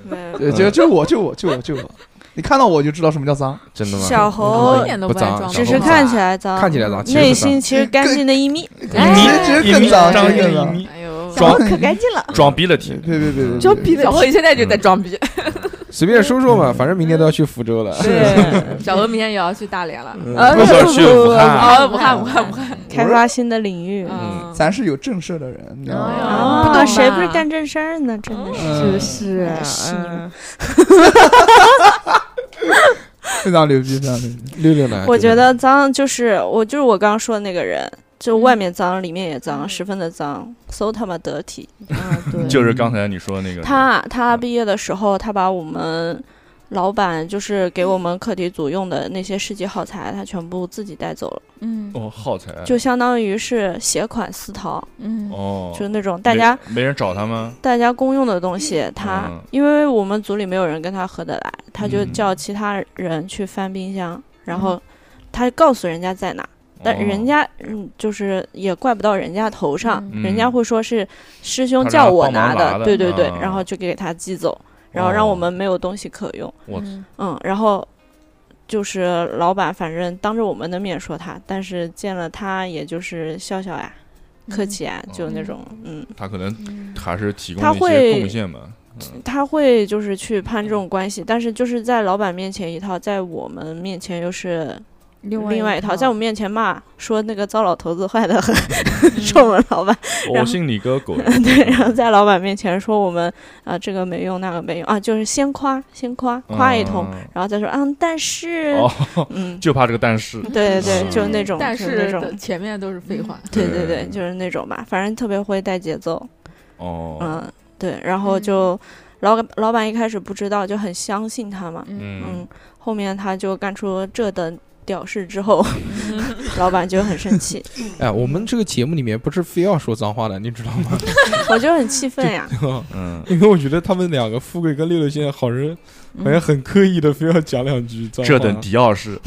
Speaker 5: 没有
Speaker 3: 对呃
Speaker 4: 嗯
Speaker 3: 就就我就我就我就我，你看到我就知道什么叫脏，
Speaker 2: 真的吗？
Speaker 5: 小
Speaker 6: 我
Speaker 5: 猴
Speaker 6: 一点都
Speaker 2: 嗯不
Speaker 6: 爱
Speaker 2: 脏嗯
Speaker 6: 装逼，
Speaker 5: 只是看起来脏，
Speaker 2: 看起来脏，其实
Speaker 5: 内
Speaker 2: 不脏
Speaker 5: 心其实干净的一米，
Speaker 3: 哎其实
Speaker 4: 一
Speaker 3: 更
Speaker 4: 米
Speaker 3: 脏
Speaker 4: 张一
Speaker 3: 这个
Speaker 4: 个一
Speaker 3: 呢
Speaker 4: 米
Speaker 6: 哎呦，
Speaker 4: 装
Speaker 8: 可干净了，
Speaker 4: 装逼
Speaker 3: 别
Speaker 4: 了挺。
Speaker 3: 别别别，
Speaker 8: 装逼的
Speaker 6: 小。何现在就在装逼，
Speaker 2: 随便说说嘛，反正明天都要去福州
Speaker 4: 嗯
Speaker 2: 了。
Speaker 6: [laughs]
Speaker 8: 对，
Speaker 6: 小何明天也要去大连了，
Speaker 3: 呃
Speaker 4: 不
Speaker 5: [laughs]
Speaker 4: 是去武汉，
Speaker 6: 啊，武汉武汉武汉，
Speaker 5: 开发新的领域。
Speaker 6: 嗯，
Speaker 3: 咱是有正事的人，你知道
Speaker 8: 哎
Speaker 3: 吗？
Speaker 8: 呀
Speaker 5: 啊，
Speaker 8: 不懂
Speaker 5: 谁不是
Speaker 8: 嘛
Speaker 5: 干正事儿呢？真的是，
Speaker 3: 嗯，
Speaker 8: 是
Speaker 5: 是
Speaker 8: 嗯
Speaker 3: 非常牛逼，非常牛逼。
Speaker 2: 六六呢？
Speaker 4: 啊
Speaker 5: 我觉得脏就是我就是我刚刚说的那个人，就外面脏，里面也脏，十分的脏，so 他妈得体。
Speaker 8: 啊，对，
Speaker 4: 就是刚才你说的那个人，
Speaker 5: 他他
Speaker 4: 嗯
Speaker 5: 毕业的时候，他把我们老板就是给我们课题组用的那些设计耗材，他全部自己带走了，
Speaker 8: 嗯
Speaker 4: 哦，耗材
Speaker 5: 就相当于是携款私逃，
Speaker 8: 嗯，
Speaker 4: 哦，
Speaker 5: 就是那种大家
Speaker 4: 没没人找他吗？
Speaker 5: 大家公用的东西，他
Speaker 4: 嗯
Speaker 5: 因为我们组里没有人跟他合得来，他就
Speaker 4: 嗯
Speaker 5: 叫其他人去翻冰箱，然后他告诉人家在哪。但
Speaker 4: 哦
Speaker 5: 人家嗯，就是也怪不到人家头上，
Speaker 4: 嗯
Speaker 5: 人家会说是师兄
Speaker 4: 他
Speaker 5: 叫
Speaker 4: 让他
Speaker 5: 我
Speaker 4: 帮忙
Speaker 5: 拿
Speaker 4: 拿的哦
Speaker 5: 对对对，
Speaker 4: 啊
Speaker 5: 然后就给他寄走，然后让我们没有东西可用，
Speaker 4: 我
Speaker 5: 嗯，然后就是老板反正当着我们的面说他，但是见了他也就是笑笑呀、客气呀、就那种
Speaker 4: 哦
Speaker 5: 嗯，
Speaker 4: 他可能还是提供
Speaker 5: 他
Speaker 4: 了一些
Speaker 5: 会
Speaker 4: 贡献吧。
Speaker 5: 他会就是去攀这种关系，但是就是在老板面前一套，在我们面前又是
Speaker 8: 另
Speaker 5: 另外
Speaker 8: 一
Speaker 5: 一套，在我们面前骂说那个糟老头子坏的很， [laughs] 说我们老板。然
Speaker 4: 我
Speaker 5: 后
Speaker 4: 信你个狗！
Speaker 5: 对，然后在老板面前说我们啊、这个没用那个没用啊，就是先夸先夸 [laughs] 夸一通，
Speaker 4: 嗯
Speaker 5: 然后再说嗯，但是、
Speaker 4: 哦，
Speaker 5: 嗯， [laughs]
Speaker 4: 就怕这个但是，
Speaker 5: 对对对，就是那种，
Speaker 6: 但
Speaker 5: 就是那
Speaker 6: 是
Speaker 5: 种，
Speaker 6: 前面都是废话，
Speaker 5: 对对对，
Speaker 4: 嗯
Speaker 5: 就是那种吧，反正特别会带节奏，
Speaker 4: 哦，
Speaker 5: 嗯，对，然后就。老板老板一开始不知道，就很相信他嘛。
Speaker 4: 嗯
Speaker 5: 后面他就干出这等屌事之后，老板就很生气，
Speaker 2: 哎，我们这个节目里面不是非要说脏话的，你知道吗？ [laughs]
Speaker 5: 我就很气愤呀。
Speaker 4: 嗯，
Speaker 2: 因为我觉得他们两个富贵跟六六现在好人，好像很刻意的非要讲两句脏话。
Speaker 4: 这等迪奥士，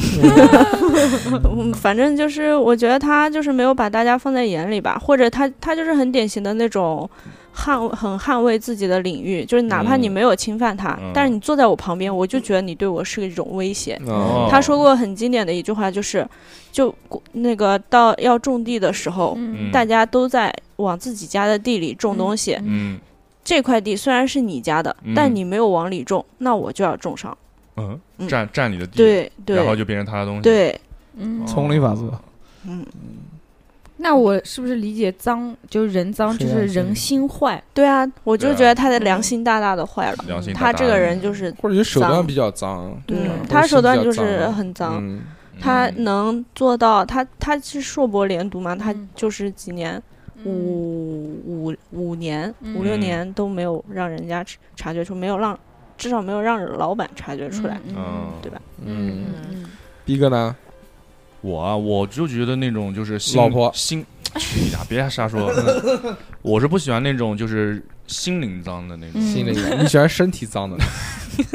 Speaker 5: 嗯，反正就是我觉得他就是没有把大家放在眼里吧，或者他他就是很典型的那种捍很捍卫自己的领域，就是哪怕你
Speaker 4: 嗯
Speaker 5: 没有侵犯他，
Speaker 4: 嗯
Speaker 5: 但是你坐在我旁边，我就觉得你对我是一种威胁。
Speaker 4: 哦
Speaker 5: 他说过很经典的一句话，就是就那个到要种地的时候，
Speaker 4: 嗯
Speaker 5: 大家都在往自己家的地里种东西，
Speaker 4: 嗯
Speaker 5: 这块地虽然是你家的，
Speaker 4: 嗯
Speaker 5: 但你没有往里种，那我就要种上。
Speaker 4: 嗯
Speaker 5: 嗯，
Speaker 4: 占占你的地，
Speaker 5: 对对
Speaker 4: 然后就变成他的东西，，哦
Speaker 5: 对，
Speaker 10: 嗯，
Speaker 3: 丛林法则， [laughs]
Speaker 5: 嗯，
Speaker 10: 那我是不是理解脏就是人脏就
Speaker 2: 啊
Speaker 3: 黑
Speaker 10: 是
Speaker 3: 暗森
Speaker 10: 人
Speaker 3: 林
Speaker 10: 心坏？
Speaker 5: 对啊，我就
Speaker 4: 对啊
Speaker 5: 觉得他的良心大大的坏了。
Speaker 4: 良心大
Speaker 5: 他
Speaker 4: 大
Speaker 5: 这个
Speaker 4: 的
Speaker 5: 人就是
Speaker 2: 或者就手段
Speaker 5: 脏
Speaker 2: 比较脏，
Speaker 5: 嗯
Speaker 2: 或者
Speaker 5: 他
Speaker 2: 是嗯
Speaker 5: 手
Speaker 2: 比
Speaker 5: 段
Speaker 2: 较
Speaker 5: 就是很脏，
Speaker 2: 嗯
Speaker 5: 他
Speaker 4: 嗯
Speaker 5: 能做到，他他是硕博连读嘛，他
Speaker 10: 嗯
Speaker 5: 就是几年，
Speaker 8: 嗯
Speaker 5: 五五五年五六
Speaker 4: 嗯
Speaker 5: 年都没有让人家察察觉出，没有让至少没有让老板察觉出来，
Speaker 4: 嗯，
Speaker 5: 对吧？
Speaker 2: 嗯，
Speaker 10: 嗯
Speaker 2: 逼哥呢？
Speaker 4: 我啊，我就觉得那种就是心
Speaker 2: 老婆
Speaker 4: 心，去你大，别瞎
Speaker 5: [laughs]
Speaker 4: 说，我是不喜欢那种就是心灵脏的那
Speaker 5: 嗯
Speaker 10: 嗯
Speaker 4: 种，
Speaker 2: 心里你喜欢身体脏的，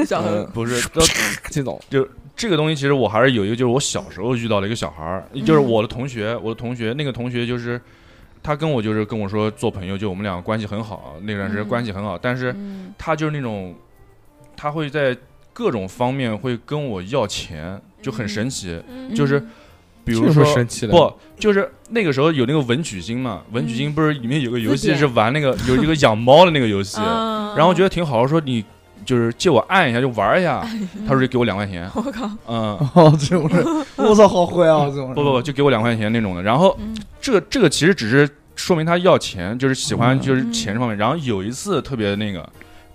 Speaker 6: 小何
Speaker 2: 嗯
Speaker 4: 不是都
Speaker 2: 这种
Speaker 4: 这个东西其实我还是有一个，就是我小时候遇到了一个小孩儿，
Speaker 10: 嗯
Speaker 4: 就是我的同学，我的同学那个同学就是他跟我就是跟我说做朋友，就我们俩关系很好，那段时间关系很好，但是
Speaker 10: 嗯
Speaker 4: 他就是那种他会在各种方面会跟我要钱，就很神奇，嗯
Speaker 10: 嗯
Speaker 4: 就是比
Speaker 2: 这
Speaker 4: 如
Speaker 2: 有什么
Speaker 4: 说
Speaker 2: 神奇的
Speaker 4: 不，就是那个时候有那个文曲星嘛，文曲星不是里面有个
Speaker 10: 嗯
Speaker 4: 游
Speaker 10: 字
Speaker 4: 戏
Speaker 10: 典
Speaker 4: 是玩那个有一个养猫的那个
Speaker 10: [laughs]
Speaker 4: 游戏，
Speaker 6: 嗯哎
Speaker 4: 然后觉得挺好，说你就是借我按一下就玩一下，他说就给我两块钱，
Speaker 6: 我靠，
Speaker 4: 嗯。
Speaker 3: 哦，这种人，我操，好坏啊，这种人。
Speaker 4: 不不不，就给我两块钱那种的。然后
Speaker 6: 嗯
Speaker 4: 这个这个其实只是说明他要钱，就是喜欢
Speaker 3: 嗯
Speaker 4: 就是钱这方面。然后有一次特别那个，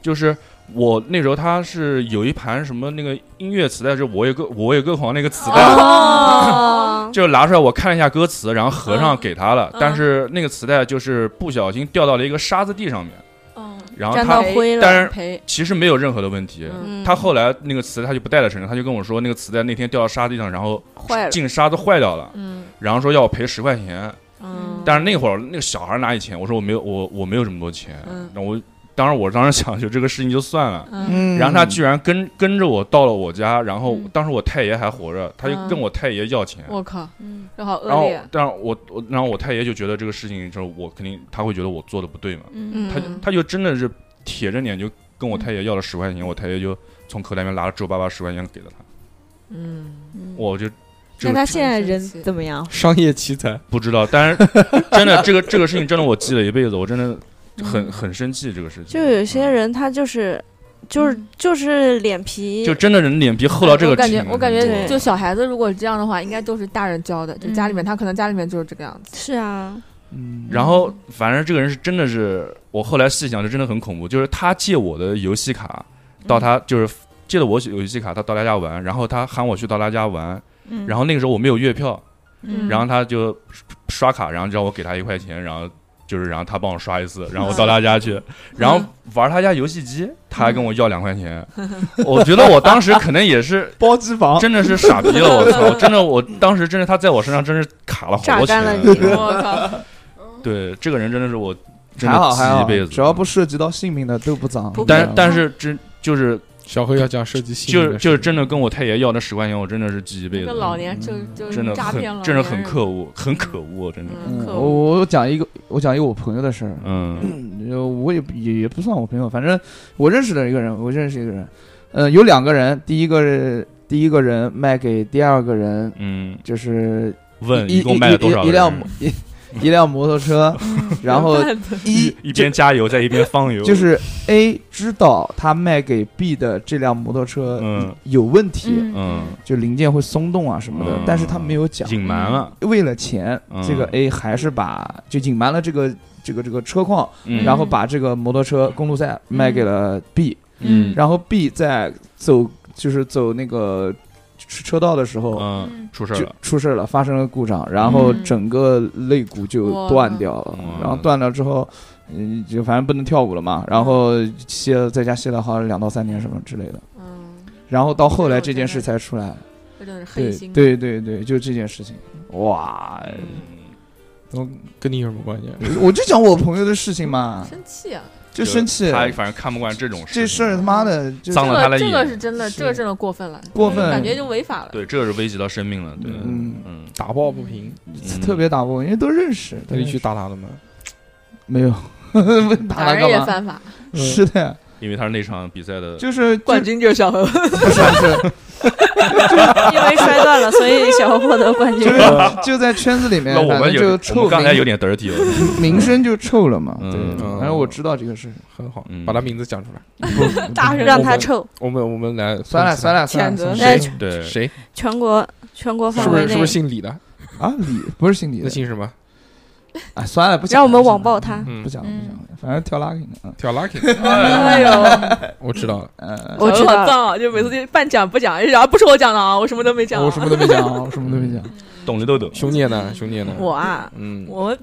Speaker 4: 就是我那时候他是有一盘什么那个音乐磁带，就是我有个我有个狂那个磁带。
Speaker 5: 哦，
Speaker 4: [laughs] 就拿出来，我看了一下歌词，然后合上给他了，
Speaker 6: 嗯
Speaker 4: 但是那个磁带就是不小心掉到了一个沙子地上面，
Speaker 6: 嗯，
Speaker 4: 然后
Speaker 5: 沾
Speaker 4: 他
Speaker 5: 到灰了，
Speaker 4: 但是
Speaker 6: 赔，
Speaker 4: 其实没有任何的问题。
Speaker 6: 嗯
Speaker 5: 嗯
Speaker 4: 他后来那个磁带他就不带了身上，他就跟我说那个磁带那天掉到沙地上，然后
Speaker 5: 坏了，
Speaker 4: 进沙子坏掉了，
Speaker 6: 嗯
Speaker 4: 然后说要我赔十块钱。
Speaker 6: 嗯，
Speaker 4: 但是那会儿那个小孩拿你钱，我说我没有，我我没有这么多钱。
Speaker 6: 嗯
Speaker 4: 那我当时我当时想就这个事情就算了。
Speaker 6: 嗯
Speaker 3: 嗯，
Speaker 4: 然后他居然跟跟着我到了我家，然后
Speaker 6: 嗯
Speaker 4: 当时我太爷还活着，他就跟我太爷要钱。
Speaker 6: 我靠，
Speaker 10: 嗯
Speaker 6: 这好恶
Speaker 4: 然后
Speaker 6: 劣，，啊
Speaker 4: 但是我我然后我太爷就觉得这个事情就是我肯定他会觉得我做的不对嘛，
Speaker 10: 嗯
Speaker 5: 嗯，
Speaker 4: 他就他就真的是铁着脸就跟我太爷要了十块钱，我太爷就从口袋里面拿了皱巴巴十块钱给了他，
Speaker 6: 嗯，
Speaker 4: 我就
Speaker 10: 那
Speaker 4: 这个
Speaker 10: 他现在
Speaker 6: 很神
Speaker 10: 人
Speaker 6: 奇
Speaker 10: 怎么样？
Speaker 2: 商业奇才，
Speaker 4: 不知道，但是真的这个这个事情真的我记了一辈子，我真的很很生气这个事情。
Speaker 5: 就有些
Speaker 4: 嗯
Speaker 5: 人他就是就是
Speaker 6: 嗯
Speaker 5: 就是脸皮
Speaker 4: 嗯就，真的人脸皮厚到这
Speaker 6: 我
Speaker 4: 个
Speaker 6: 感
Speaker 4: 程
Speaker 6: 觉
Speaker 4: 度，，
Speaker 6: 我感觉
Speaker 5: 对
Speaker 6: 就小孩子如果这样的话，应该都是大人教的，就家里面他可能家里面就是这个样子，
Speaker 5: 是啊，
Speaker 3: 嗯，
Speaker 4: 然后反正这个人是真的是，我后来细想是真的很恐怖，就是他借我的游戏卡，到他
Speaker 6: 嗯
Speaker 4: 就是借了我游戏卡，他到他家玩，然后他喊我去到他家玩，然后那个时候我没有月票，
Speaker 6: 嗯
Speaker 4: 然后他就刷卡，然后让我给他一块钱，然后。就是，然后他帮我刷一次，然后我到他家去，然后玩他家游戏机，他还跟我要两块钱，我觉得我当时可能也是
Speaker 3: 包机房，
Speaker 4: 真的是傻逼了，我操！真的，我当时真是他在我身上真是卡了好多
Speaker 5: 榨
Speaker 4: 钱。
Speaker 5: 干了
Speaker 6: 我靠，
Speaker 4: 对，这个人真的是我真
Speaker 3: 还
Speaker 4: 的
Speaker 3: 好
Speaker 4: 记
Speaker 3: 还好
Speaker 4: 一辈子。，
Speaker 3: 只要不涉及到性命的都不脏。啊
Speaker 4: 但但是真就是
Speaker 2: 小何要讲涉及性
Speaker 4: 就
Speaker 2: 命
Speaker 4: 是
Speaker 2: 的
Speaker 4: 就是
Speaker 2: 事
Speaker 4: 真的跟我太爷要的十块钱，我真的是记一辈
Speaker 6: 这
Speaker 4: 子
Speaker 6: 个。老年就就
Speaker 4: 嗯真的
Speaker 6: 诈
Speaker 4: 很
Speaker 6: 骗老
Speaker 4: 真的
Speaker 6: 年
Speaker 4: 很
Speaker 6: 人
Speaker 4: 可恶，很可恶，真的。
Speaker 3: 嗯
Speaker 6: 嗯，可
Speaker 3: 我
Speaker 6: 恶，
Speaker 3: 我讲一个，我讲一个我朋友的事儿。
Speaker 4: 嗯
Speaker 3: 呃，我也不也也不算我朋友，反正我认识的一个人，我认识一个人。呃，有两个人，第一个是第一个人卖给第二个人，
Speaker 4: 嗯，
Speaker 3: 就是
Speaker 4: 问
Speaker 3: 一
Speaker 4: 一共卖了多少
Speaker 3: 一一一
Speaker 4: 人？
Speaker 3: 辆摩一一辆摩托车，然后一
Speaker 4: 一边加油，再一边放油，
Speaker 3: 就是 A 知道他卖给 B 的这辆摩托车
Speaker 4: 嗯
Speaker 3: 有问题，
Speaker 4: 嗯
Speaker 3: 就零件会松动啊什么的
Speaker 4: 嗯，
Speaker 3: 但是他没有讲，
Speaker 4: 隐瞒了。
Speaker 3: 为了钱
Speaker 4: 嗯，
Speaker 3: 这个 A 还是把就隐瞒了这个这个这个车况，
Speaker 4: 嗯
Speaker 3: 然后把这个摩托车公路赛卖给了 B，
Speaker 4: 嗯
Speaker 3: 然后 B 在走就是走那个车车道的时候。
Speaker 4: 嗯，出事
Speaker 3: 就
Speaker 4: 了。
Speaker 3: 出事了，发生了故障，然后整个肋骨就
Speaker 6: 哇
Speaker 3: 断掉了
Speaker 4: 嗯。
Speaker 3: 然后断了之后，嗯，就反正不能跳舞了嘛，然后歇了在家歇了好像两到三天什么之类的，
Speaker 6: 嗯，
Speaker 3: 然后到后来这件事才出来，
Speaker 6: 这真的是黑
Speaker 3: 对
Speaker 6: 心。，
Speaker 3: 对对对，就这件事情，哇，
Speaker 4: 嗯
Speaker 2: 跟你有什么关系？
Speaker 3: 我就讲我朋友的事情嘛，
Speaker 6: 生气啊！
Speaker 3: 就生气，
Speaker 4: 他反正看不惯这种
Speaker 3: 这事儿他妈的就
Speaker 4: 脏
Speaker 6: 这
Speaker 4: 了他
Speaker 6: 个
Speaker 4: 的
Speaker 6: 这
Speaker 4: 眼，
Speaker 6: 个是真的，这个真的过分了，
Speaker 3: 过分
Speaker 6: 感觉就违法了。
Speaker 4: 对，这是危及到生命了，对，
Speaker 3: 嗯
Speaker 4: 嗯，
Speaker 2: 打抱不平，
Speaker 4: 嗯
Speaker 3: 特别打不过，因为都认识，
Speaker 2: 那
Speaker 3: 都
Speaker 2: 你
Speaker 3: 认
Speaker 2: 去
Speaker 3: 识
Speaker 2: 打他了吗？
Speaker 3: 没有 [laughs] 问打
Speaker 6: 打
Speaker 3: 他
Speaker 6: 人也
Speaker 3: 干嘛？
Speaker 6: 犯 [laughs] 法，
Speaker 4: 嗯
Speaker 3: 是的，
Speaker 4: 因为他是那场比赛的，
Speaker 3: 就是就
Speaker 6: 军就是 [laughs] 小何。
Speaker 3: 不是不是。
Speaker 5: 因为摔断了，所以小何获得冠军
Speaker 3: 就。是 [laughs] 就在圈子里面
Speaker 4: 那，我
Speaker 3: 哎反
Speaker 4: 们
Speaker 3: 正
Speaker 4: 有
Speaker 3: 就
Speaker 4: 我
Speaker 3: 臭
Speaker 4: 们刚才有
Speaker 3: 名
Speaker 4: 点哦 dirty 了，
Speaker 3: 名声就臭了嘛。对
Speaker 4: 嗯，
Speaker 3: 反正我知道这个事。
Speaker 2: 很好
Speaker 4: 嗯，
Speaker 2: 把他名字讲出来。
Speaker 5: 大让他臭，
Speaker 2: 我们我们来
Speaker 3: 算了算
Speaker 2: 了，
Speaker 3: 了算了，
Speaker 5: 哎
Speaker 3: 算了
Speaker 4: [laughs] 对，
Speaker 2: 谁
Speaker 5: 全国全国
Speaker 2: 是
Speaker 5: 范
Speaker 2: 不
Speaker 5: 围
Speaker 2: 是是
Speaker 5: 内
Speaker 2: 不是，姓李的？
Speaker 3: 啊，你不是姓李
Speaker 2: 那
Speaker 3: 的
Speaker 2: 姓什么？
Speaker 3: 啊，算了，不讲了。
Speaker 5: 让我们
Speaker 3: 不讲
Speaker 5: 网暴
Speaker 3: 了
Speaker 5: 他。
Speaker 2: 嗯
Speaker 3: 不讲了，
Speaker 10: 嗯
Speaker 3: 不讲了，反正跳拉给你。嗯
Speaker 2: 跳 Lucky，
Speaker 6: 哎呦，
Speaker 2: 我知道了，
Speaker 3: 呃，
Speaker 6: [laughs]
Speaker 5: 我知
Speaker 6: 小何好
Speaker 5: 道，
Speaker 6: 脏啊！就每次就半讲不讲，然后不是我讲的啊，我什么都没讲
Speaker 3: 我什
Speaker 6: 啊。
Speaker 3: 么都没讲啊，我什么都没讲。
Speaker 4: 懂的都懂，
Speaker 2: 兄弟呢？兄弟呢？
Speaker 5: 我啊，
Speaker 2: 嗯，
Speaker 5: 我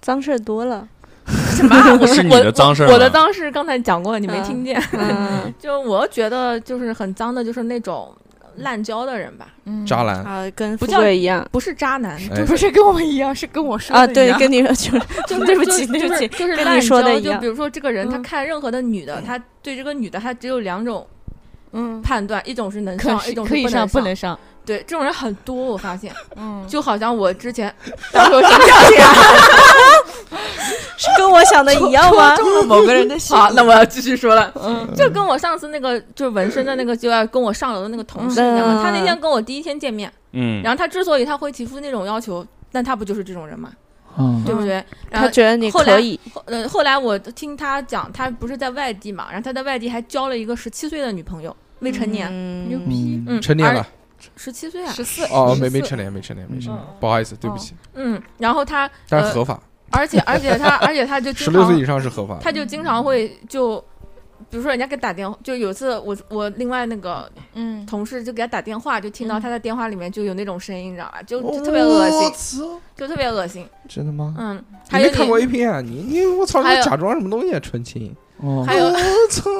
Speaker 5: 脏事儿多了。
Speaker 6: 什么啊？我
Speaker 4: 是你的脏事儿吗
Speaker 6: 我的脏事刚才讲过，你没听见。
Speaker 5: 嗯
Speaker 6: 就我觉得就是很脏的，就是那种滥交的人吧，
Speaker 2: 渣男，
Speaker 5: 啊，跟富
Speaker 6: 不叫
Speaker 5: 贵一样
Speaker 6: 不是渣男，
Speaker 2: 哎
Speaker 8: 不是跟我们一样，是跟我说的
Speaker 5: 啊，
Speaker 8: 一
Speaker 5: 对，
Speaker 8: 样
Speaker 5: 跟你说就是
Speaker 6: 就是 [laughs]
Speaker 5: 对不起
Speaker 6: 就
Speaker 5: 对不起
Speaker 6: 就是就是
Speaker 5: 跟
Speaker 6: 滥
Speaker 5: 你说的
Speaker 6: 交
Speaker 5: 一样
Speaker 6: 就比如说这个人，他
Speaker 5: 嗯
Speaker 6: 看任何的女的，他对这个女的，他只有两种
Speaker 10: 嗯，
Speaker 6: 判断，一种是能
Speaker 10: 可
Speaker 6: 上，
Speaker 10: 是
Speaker 6: 一种是
Speaker 10: 可以上
Speaker 6: 不
Speaker 10: 不
Speaker 6: 能
Speaker 10: 能上，
Speaker 6: 对，这种人很多，我发现，
Speaker 10: 嗯，
Speaker 6: 就好像我之前到时候什么
Speaker 5: 是跟我想的一样吗？
Speaker 6: 某个人的心。好，那我要继续说了，
Speaker 10: 嗯
Speaker 6: 就跟我上次那个就是纹身的那个就要跟我上楼的那个同事一样
Speaker 5: 嗯
Speaker 6: 嘛，他那天跟我第一天见面，
Speaker 4: 嗯，
Speaker 6: 然后他之所以他会提出那种要求，那他不就是这种人嘛，
Speaker 3: 嗯，
Speaker 6: 对不对？然
Speaker 5: 他
Speaker 6: 后
Speaker 5: 觉得你
Speaker 6: 后来
Speaker 5: 可以，
Speaker 6: 后呃，后来我听他讲，他不是在外地嘛，然后他在外地还交了一个十七岁的女朋友，未成年，
Speaker 5: 嗯
Speaker 10: 牛逼，
Speaker 3: 嗯
Speaker 6: 嗯，
Speaker 2: 成年了，
Speaker 6: 十七岁啊，
Speaker 10: 十四
Speaker 2: 哦，没没成年，没成年，没成
Speaker 10: 嗯
Speaker 2: 年，不好意思，对不起，
Speaker 6: 嗯，然后他，
Speaker 2: 但是
Speaker 6: 呃，
Speaker 2: 合法，
Speaker 6: 而且而且他而且他就
Speaker 2: 十
Speaker 6: 经
Speaker 2: 六岁以
Speaker 6: 常，
Speaker 2: 上是合法的。
Speaker 6: 他就经常会就，比如说人家给打电话，就有一次我我另外那个
Speaker 10: 嗯，
Speaker 6: 同事就给他打电话，就听到
Speaker 10: 嗯
Speaker 6: 他在电话里面就有那种声音，你知道吧？就就特
Speaker 2: 哦
Speaker 6: 别恶
Speaker 3: 我
Speaker 6: 心，
Speaker 3: 操，
Speaker 6: 就特别恶心，
Speaker 3: 真的吗？
Speaker 6: 嗯，
Speaker 2: 你
Speaker 6: 还有
Speaker 2: 没
Speaker 6: 你
Speaker 2: 看过 A 片啊？你你我操，你
Speaker 6: 还有
Speaker 2: 假装什么东西啊？纯情，
Speaker 3: 哦
Speaker 6: 嗯还，有
Speaker 2: 我操，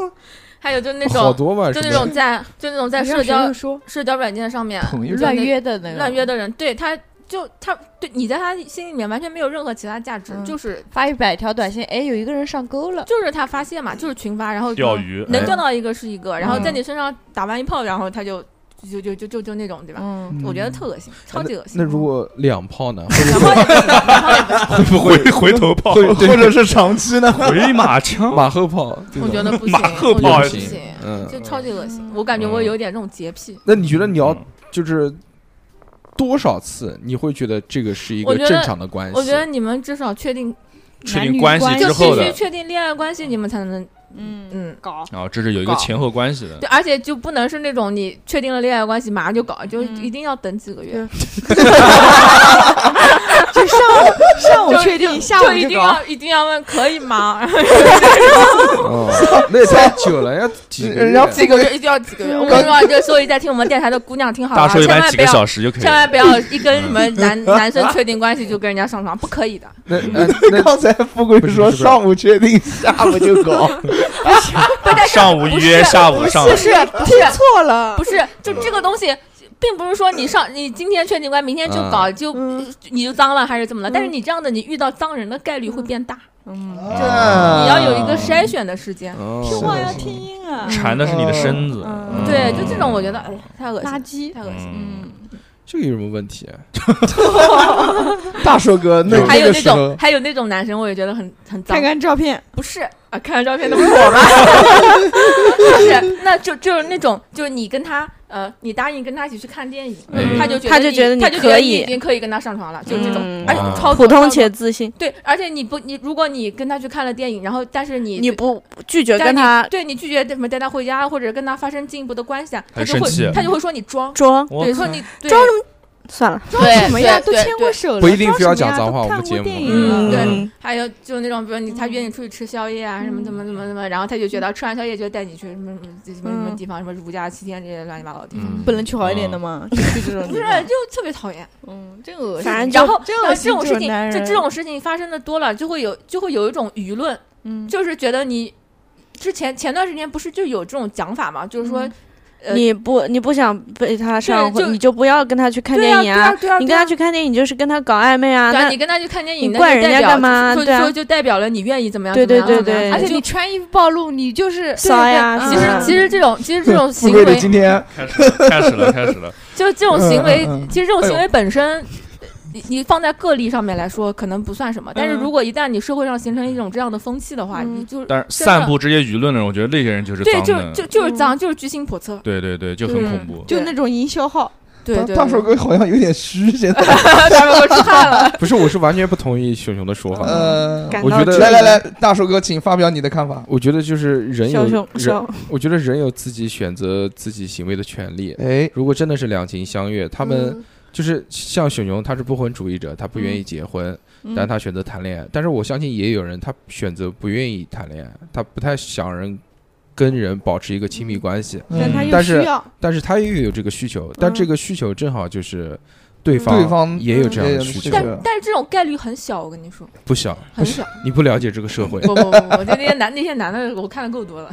Speaker 6: 还有就那
Speaker 2: 好
Speaker 6: 种
Speaker 2: 多嘛，
Speaker 6: 就是那
Speaker 2: 不
Speaker 6: 种在就那种在社交
Speaker 10: 说
Speaker 6: 社交软件上面
Speaker 3: 朋友
Speaker 6: 就
Speaker 10: 乱
Speaker 6: 那
Speaker 10: 约的那个
Speaker 6: 乱约的人，对他就他对你在他心里面完全没有任何其他价值，
Speaker 10: 嗯
Speaker 6: 就是
Speaker 10: 发一百条短信，哎，有一个人上钩了，
Speaker 6: 就是他发泄嘛，就是群发，然后
Speaker 4: 钓鱼
Speaker 6: 能
Speaker 4: 哎
Speaker 6: 钓到一个是一个，然后
Speaker 10: 嗯
Speaker 6: 在你身上打完一炮，然后他就就就就就就那种对吧？
Speaker 10: 嗯，
Speaker 6: 我觉得特恶心，超级恶心。
Speaker 2: 那如果两炮
Speaker 3: [laughs]
Speaker 2: 呢？
Speaker 6: 然后
Speaker 4: 回回回头炮，
Speaker 3: 或或者是长期呢？
Speaker 4: [laughs] 回
Speaker 3: [laughs]
Speaker 4: 马枪，
Speaker 2: 马后炮，这
Speaker 6: 我
Speaker 2: 种
Speaker 6: 觉得不行，
Speaker 4: 马后
Speaker 6: 我觉
Speaker 4: 炮
Speaker 6: 得
Speaker 4: 也
Speaker 6: 不
Speaker 4: 行
Speaker 6: 行，
Speaker 2: 嗯，
Speaker 6: 就超级恶心。我感觉我有点这种洁癖，
Speaker 2: 那你觉得你要
Speaker 4: 嗯
Speaker 2: 就是多少次你会觉得这个是一
Speaker 6: 我
Speaker 2: 个
Speaker 6: 觉得
Speaker 2: 正常的
Speaker 10: 哎
Speaker 2: 关系？
Speaker 6: 我觉得你们至少确定
Speaker 4: 确定关系
Speaker 10: 男女
Speaker 6: 就
Speaker 4: 之
Speaker 10: 关
Speaker 4: 后
Speaker 6: 必须
Speaker 4: 的，
Speaker 6: 确定恋爱关系，你们才能
Speaker 10: 嗯，
Speaker 6: 嗯。
Speaker 10: 搞，
Speaker 4: 啊，这是有一个
Speaker 6: 搞
Speaker 4: 前后关系的，
Speaker 6: 对，而且就不能是那种你确定了恋爱关系马上就搞，就
Speaker 10: 嗯
Speaker 6: 一定要等几个月。 [laughs]
Speaker 10: 就上午上午
Speaker 6: 就
Speaker 10: 确定，
Speaker 6: 就
Speaker 10: 下午
Speaker 6: 就一定
Speaker 10: 搞，
Speaker 6: 要一定要问可以吗？然后
Speaker 2: 哦，那也太久了，要几个
Speaker 3: 人家
Speaker 2: 月？
Speaker 6: 这个就一定 [laughs] 要几个月。我跟你说，这所以在听我们电台的姑娘听好了
Speaker 4: 大
Speaker 6: 啊，
Speaker 4: 叔一
Speaker 6: 千
Speaker 4: 般
Speaker 6: 万
Speaker 4: 几
Speaker 6: 不
Speaker 4: 个
Speaker 6: 要
Speaker 4: 小时就嗯可以
Speaker 6: 千
Speaker 4: 了
Speaker 6: 万。不要一跟什么男男生确定关系就跟人家上床，不可 [laughs] 以的。
Speaker 2: 那哎
Speaker 3: [laughs]
Speaker 2: 那那
Speaker 3: 刚才富贵
Speaker 2: 不是
Speaker 3: 说
Speaker 2: 不是
Speaker 3: 上午确定，下午就
Speaker 6: [laughs]
Speaker 3: 搞，
Speaker 8: [laughs]
Speaker 4: 上午约，下午上，
Speaker 8: 不是听错了
Speaker 6: 不，是，就这个东西，并不是说你上你今天确定关，明天就搞就
Speaker 5: 嗯
Speaker 6: 你就脏了还是怎么了？但是你这样的，你遇到脏人的概率会变大，
Speaker 10: 嗯，
Speaker 3: 啊
Speaker 6: 你要有一个筛选的时间。
Speaker 2: 哦，
Speaker 3: 话
Speaker 5: 要听音啊
Speaker 4: 缠的是你的身子，
Speaker 10: 嗯
Speaker 6: 对，就这种我觉得，哎呀，太恶心了，
Speaker 10: 圾，
Speaker 6: 太恶心了。
Speaker 4: 嗯，
Speaker 2: 这个有什么问题啊？
Speaker 3: 大硕哥，那
Speaker 6: 还有
Speaker 3: 个
Speaker 6: 那
Speaker 3: 时
Speaker 6: 种
Speaker 3: 候，
Speaker 6: 还有那种男生，我也觉得很很脏
Speaker 8: 看。看照片，
Speaker 6: 不是啊，看看
Speaker 5: [laughs]
Speaker 6: 照片都不是我吧？ [laughs] 就是，那就就是那种，就是你跟他，呃，你答应跟他一起去看电影，
Speaker 4: 嗯
Speaker 6: 他就觉得
Speaker 5: 他就觉得
Speaker 6: 你
Speaker 5: 你
Speaker 6: 他就觉得
Speaker 5: 可
Speaker 6: 你
Speaker 5: 以
Speaker 6: 已经可以跟他上床了，就这种，
Speaker 5: 嗯
Speaker 6: 而且
Speaker 4: 啊
Speaker 6: 超
Speaker 5: 普通
Speaker 6: 超
Speaker 5: 且自信，
Speaker 6: 对，而且你不，你如果你跟他去看了电影，然后但是你
Speaker 5: 你。不拒绝
Speaker 6: 但
Speaker 5: 跟
Speaker 6: 是你
Speaker 5: 他
Speaker 6: 对你拒绝什么带他回家，或者跟他发生进一步的关系啊，
Speaker 4: 他
Speaker 6: 他
Speaker 4: 就
Speaker 6: 就会
Speaker 4: 生气
Speaker 6: 他就会说你装，
Speaker 5: 装，
Speaker 4: 我
Speaker 6: 对，
Speaker 4: 靠
Speaker 6: 说你对
Speaker 5: 装什么算了，
Speaker 6: 对
Speaker 10: 什么呀？
Speaker 6: 对
Speaker 10: 都
Speaker 6: 对
Speaker 10: 牵过手了，
Speaker 2: 不一定非要
Speaker 10: 装什么
Speaker 2: 讲
Speaker 10: 呀
Speaker 2: 脏话
Speaker 10: 都
Speaker 2: 我们
Speaker 10: 看
Speaker 2: 节
Speaker 10: 过
Speaker 2: 目
Speaker 10: 电影了，
Speaker 5: 嗯，
Speaker 6: 对，还有就是那种，比如你他约你出去吃宵夜啊，什
Speaker 5: 嗯
Speaker 6: 么怎么怎么怎么，然后他就觉得吃完宵夜就带你去什么什么什么什么地方，什么如家七天这些乱七八糟的地方，
Speaker 4: 嗯
Speaker 10: 不能去好一点的吗？就去这种
Speaker 6: 不
Speaker 10: 地
Speaker 6: 是
Speaker 10: 方，
Speaker 6: 就特别讨厌。
Speaker 10: 嗯，真恶心。
Speaker 5: 反正
Speaker 6: 然
Speaker 5: 就
Speaker 6: 后
Speaker 8: 真
Speaker 6: 然后这
Speaker 8: 恶心
Speaker 6: 种
Speaker 8: 这
Speaker 6: 事
Speaker 8: 种
Speaker 6: 情
Speaker 8: 男，
Speaker 6: 就
Speaker 8: 人
Speaker 6: 这种事情发生的多了，就会有就会有一种舆论，嗯，就是觉得你之前前段时间不是就有这种讲法嘛，就
Speaker 5: 嗯
Speaker 6: 是说。呃
Speaker 5: 你不你不想被他上
Speaker 6: 对
Speaker 5: 回，
Speaker 6: 就
Speaker 5: 你就不要跟他去看
Speaker 6: 对
Speaker 5: 电
Speaker 6: 呀
Speaker 5: 影啊
Speaker 6: 对呀对呀
Speaker 5: 你
Speaker 6: 对
Speaker 5: 跟
Speaker 6: 呀
Speaker 5: 他去看电影就是跟他搞暧昧啊，
Speaker 6: 对啊，
Speaker 5: 那
Speaker 6: 你跟他去看电
Speaker 5: 你
Speaker 6: 影，那
Speaker 5: 怪
Speaker 6: 就
Speaker 5: 人家
Speaker 6: 代表
Speaker 5: 干嘛
Speaker 6: 就
Speaker 5: 对啊
Speaker 6: 就就代表了你愿意怎么样？
Speaker 5: 对对
Speaker 6: 怎么样
Speaker 5: 对
Speaker 6: 怎么
Speaker 5: 对
Speaker 6: 样
Speaker 5: 嗯
Speaker 6: 而且
Speaker 5: 就
Speaker 6: 你
Speaker 10: 穿衣服暴露，你就是
Speaker 5: 骚呀
Speaker 6: 其
Speaker 5: 是
Speaker 6: 实
Speaker 5: 吧
Speaker 6: 其实这种其实这种
Speaker 3: 富
Speaker 6: 行
Speaker 3: 贵的
Speaker 6: 为，
Speaker 3: 今天
Speaker 4: 开始了，开始了，开始了。
Speaker 6: 就是这种行为
Speaker 3: 嗯嗯嗯，
Speaker 6: 其实这种行
Speaker 3: 哎
Speaker 6: 为本身，你你放在个例上面来说，可能不算什么。但是
Speaker 5: 嗯
Speaker 6: 如果一旦你社会上形成一种这样的风气的话，
Speaker 5: 嗯
Speaker 6: 你就
Speaker 4: 但是
Speaker 6: 真的
Speaker 4: 散布这些舆论的人，我觉得那些人就是
Speaker 6: 对，
Speaker 4: 脏
Speaker 6: 就
Speaker 4: 的，
Speaker 6: 就就是脏，就是居心叵测。
Speaker 4: 对对对，就很
Speaker 6: 嗯
Speaker 4: 恐怖。
Speaker 10: 就那种营销号，
Speaker 6: 对对，
Speaker 3: 大
Speaker 6: 对
Speaker 3: 硕哥好像有点虚，现在
Speaker 6: [laughs] 大手哥出汗了。
Speaker 2: 不是，我是完全不同意熊熊的说法。
Speaker 3: 呃，
Speaker 5: 感
Speaker 2: 嗯我
Speaker 5: 到
Speaker 2: 觉得
Speaker 3: 来来来，大硕哥，请发表你的看法。
Speaker 2: 我觉得就是人有
Speaker 5: 小熊
Speaker 2: 人，
Speaker 5: 小
Speaker 2: 我觉得人有自己选择自己行为的权利。
Speaker 3: 哎，
Speaker 2: 如果真的是两情相悦，他
Speaker 6: 嗯
Speaker 2: 们就是像熊熊，他是不婚主义者，他不愿意结婚，
Speaker 6: 嗯
Speaker 2: 但他选择谈恋爱。但是我相信也有人，他选择不愿意谈恋爱，他不太想人跟人保持一个亲密关系，
Speaker 10: 但他
Speaker 3: 嗯
Speaker 10: 又
Speaker 2: 但是
Speaker 10: 需要，
Speaker 2: 但是他也有这个需求，
Speaker 6: 嗯
Speaker 2: 但这个需求正好就是对方
Speaker 3: 对方
Speaker 2: 也有这样的
Speaker 3: 也有
Speaker 2: 需求
Speaker 3: 需求，
Speaker 6: 但但是这种概率很小，我跟你说，
Speaker 2: 不小，
Speaker 6: 很小。
Speaker 2: 你不了解这个社会。
Speaker 6: 不不不，不我觉得那些男那些男的，我看的够多了。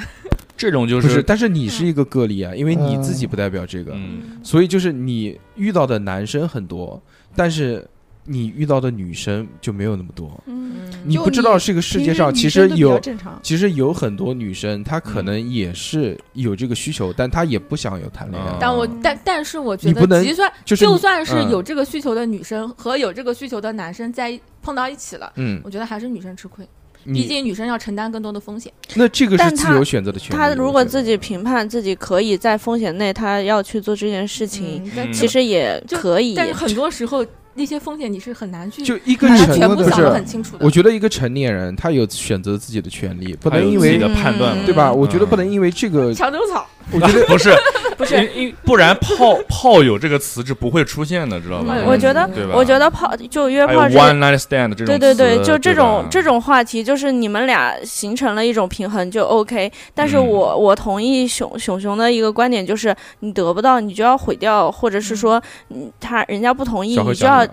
Speaker 4: 这种就
Speaker 2: 不是，
Speaker 4: 是，
Speaker 2: 但是你是一个个例啊，因为你自己不代表这个，
Speaker 4: 嗯，
Speaker 2: 所以就是你遇到的男生很多，但是你遇到的女生就没有那么多。
Speaker 10: 嗯，
Speaker 2: 你
Speaker 10: 就
Speaker 2: 不知道这个世界上其
Speaker 10: 平
Speaker 2: 实
Speaker 10: 时女生都比较
Speaker 2: 有，
Speaker 10: 正常，
Speaker 2: 其实有很多女生，她可能也是有这个需求，但她也不想有谈恋爱。
Speaker 4: 嗯
Speaker 6: [laughs] 但我但但是我觉
Speaker 2: 你不
Speaker 6: 得，
Speaker 2: 能
Speaker 6: 就算
Speaker 2: 就是你
Speaker 6: 就算是
Speaker 2: 嗯
Speaker 6: 有这个需求的女生和有这个需求的男生在一碰到一起了，
Speaker 2: 嗯，
Speaker 6: 我觉得还是女生吃亏，毕
Speaker 2: 你
Speaker 6: 竟女生要承担更多的风险。
Speaker 2: 那这个是
Speaker 5: 但
Speaker 2: 自
Speaker 5: 她
Speaker 2: 由选择的权利。
Speaker 5: 他
Speaker 2: 我
Speaker 5: 如果
Speaker 2: 觉得
Speaker 5: 自己评判自己可以在风险内，他要去做这件事情，
Speaker 6: 嗯，但
Speaker 5: 其实也
Speaker 6: 就
Speaker 5: 可以。
Speaker 6: 但是很多时候那些风险你是很难去
Speaker 2: 就一个
Speaker 6: 把它
Speaker 2: 成
Speaker 6: 全部
Speaker 2: 不
Speaker 6: 想
Speaker 2: 是
Speaker 6: 得很清楚的。
Speaker 2: 我觉得一个成年人他有选择自己的权利，不
Speaker 4: 他
Speaker 2: 能
Speaker 4: 有
Speaker 2: 因
Speaker 4: 自己
Speaker 2: 为
Speaker 4: 的判断嘛，
Speaker 2: 对吧？我觉得不能
Speaker 4: 嗯，
Speaker 2: 因为这个，
Speaker 6: 墙头草，
Speaker 2: 我觉得
Speaker 4: [laughs] 不是
Speaker 6: 不是
Speaker 4: 因因不然炮炮友这个词是不会出现的，知道吧？
Speaker 6: 嗯
Speaker 5: 我觉得
Speaker 4: 对吧？
Speaker 5: 我觉得泡就约
Speaker 4: 还有
Speaker 5: 炮这
Speaker 4: one night stand 这种词，
Speaker 5: 对对对，就
Speaker 4: 对
Speaker 5: 这种
Speaker 4: 吧
Speaker 5: 这种话题，就是你们俩形成了一种平衡就 OK。但是
Speaker 4: 嗯
Speaker 5: 我、我同意熊熊熊的一个观点，就是你得不到你就要毁掉，或者
Speaker 6: 嗯
Speaker 5: 是说你他人家不同意，
Speaker 2: 小何
Speaker 5: 你就
Speaker 2: 小
Speaker 5: 要
Speaker 2: 何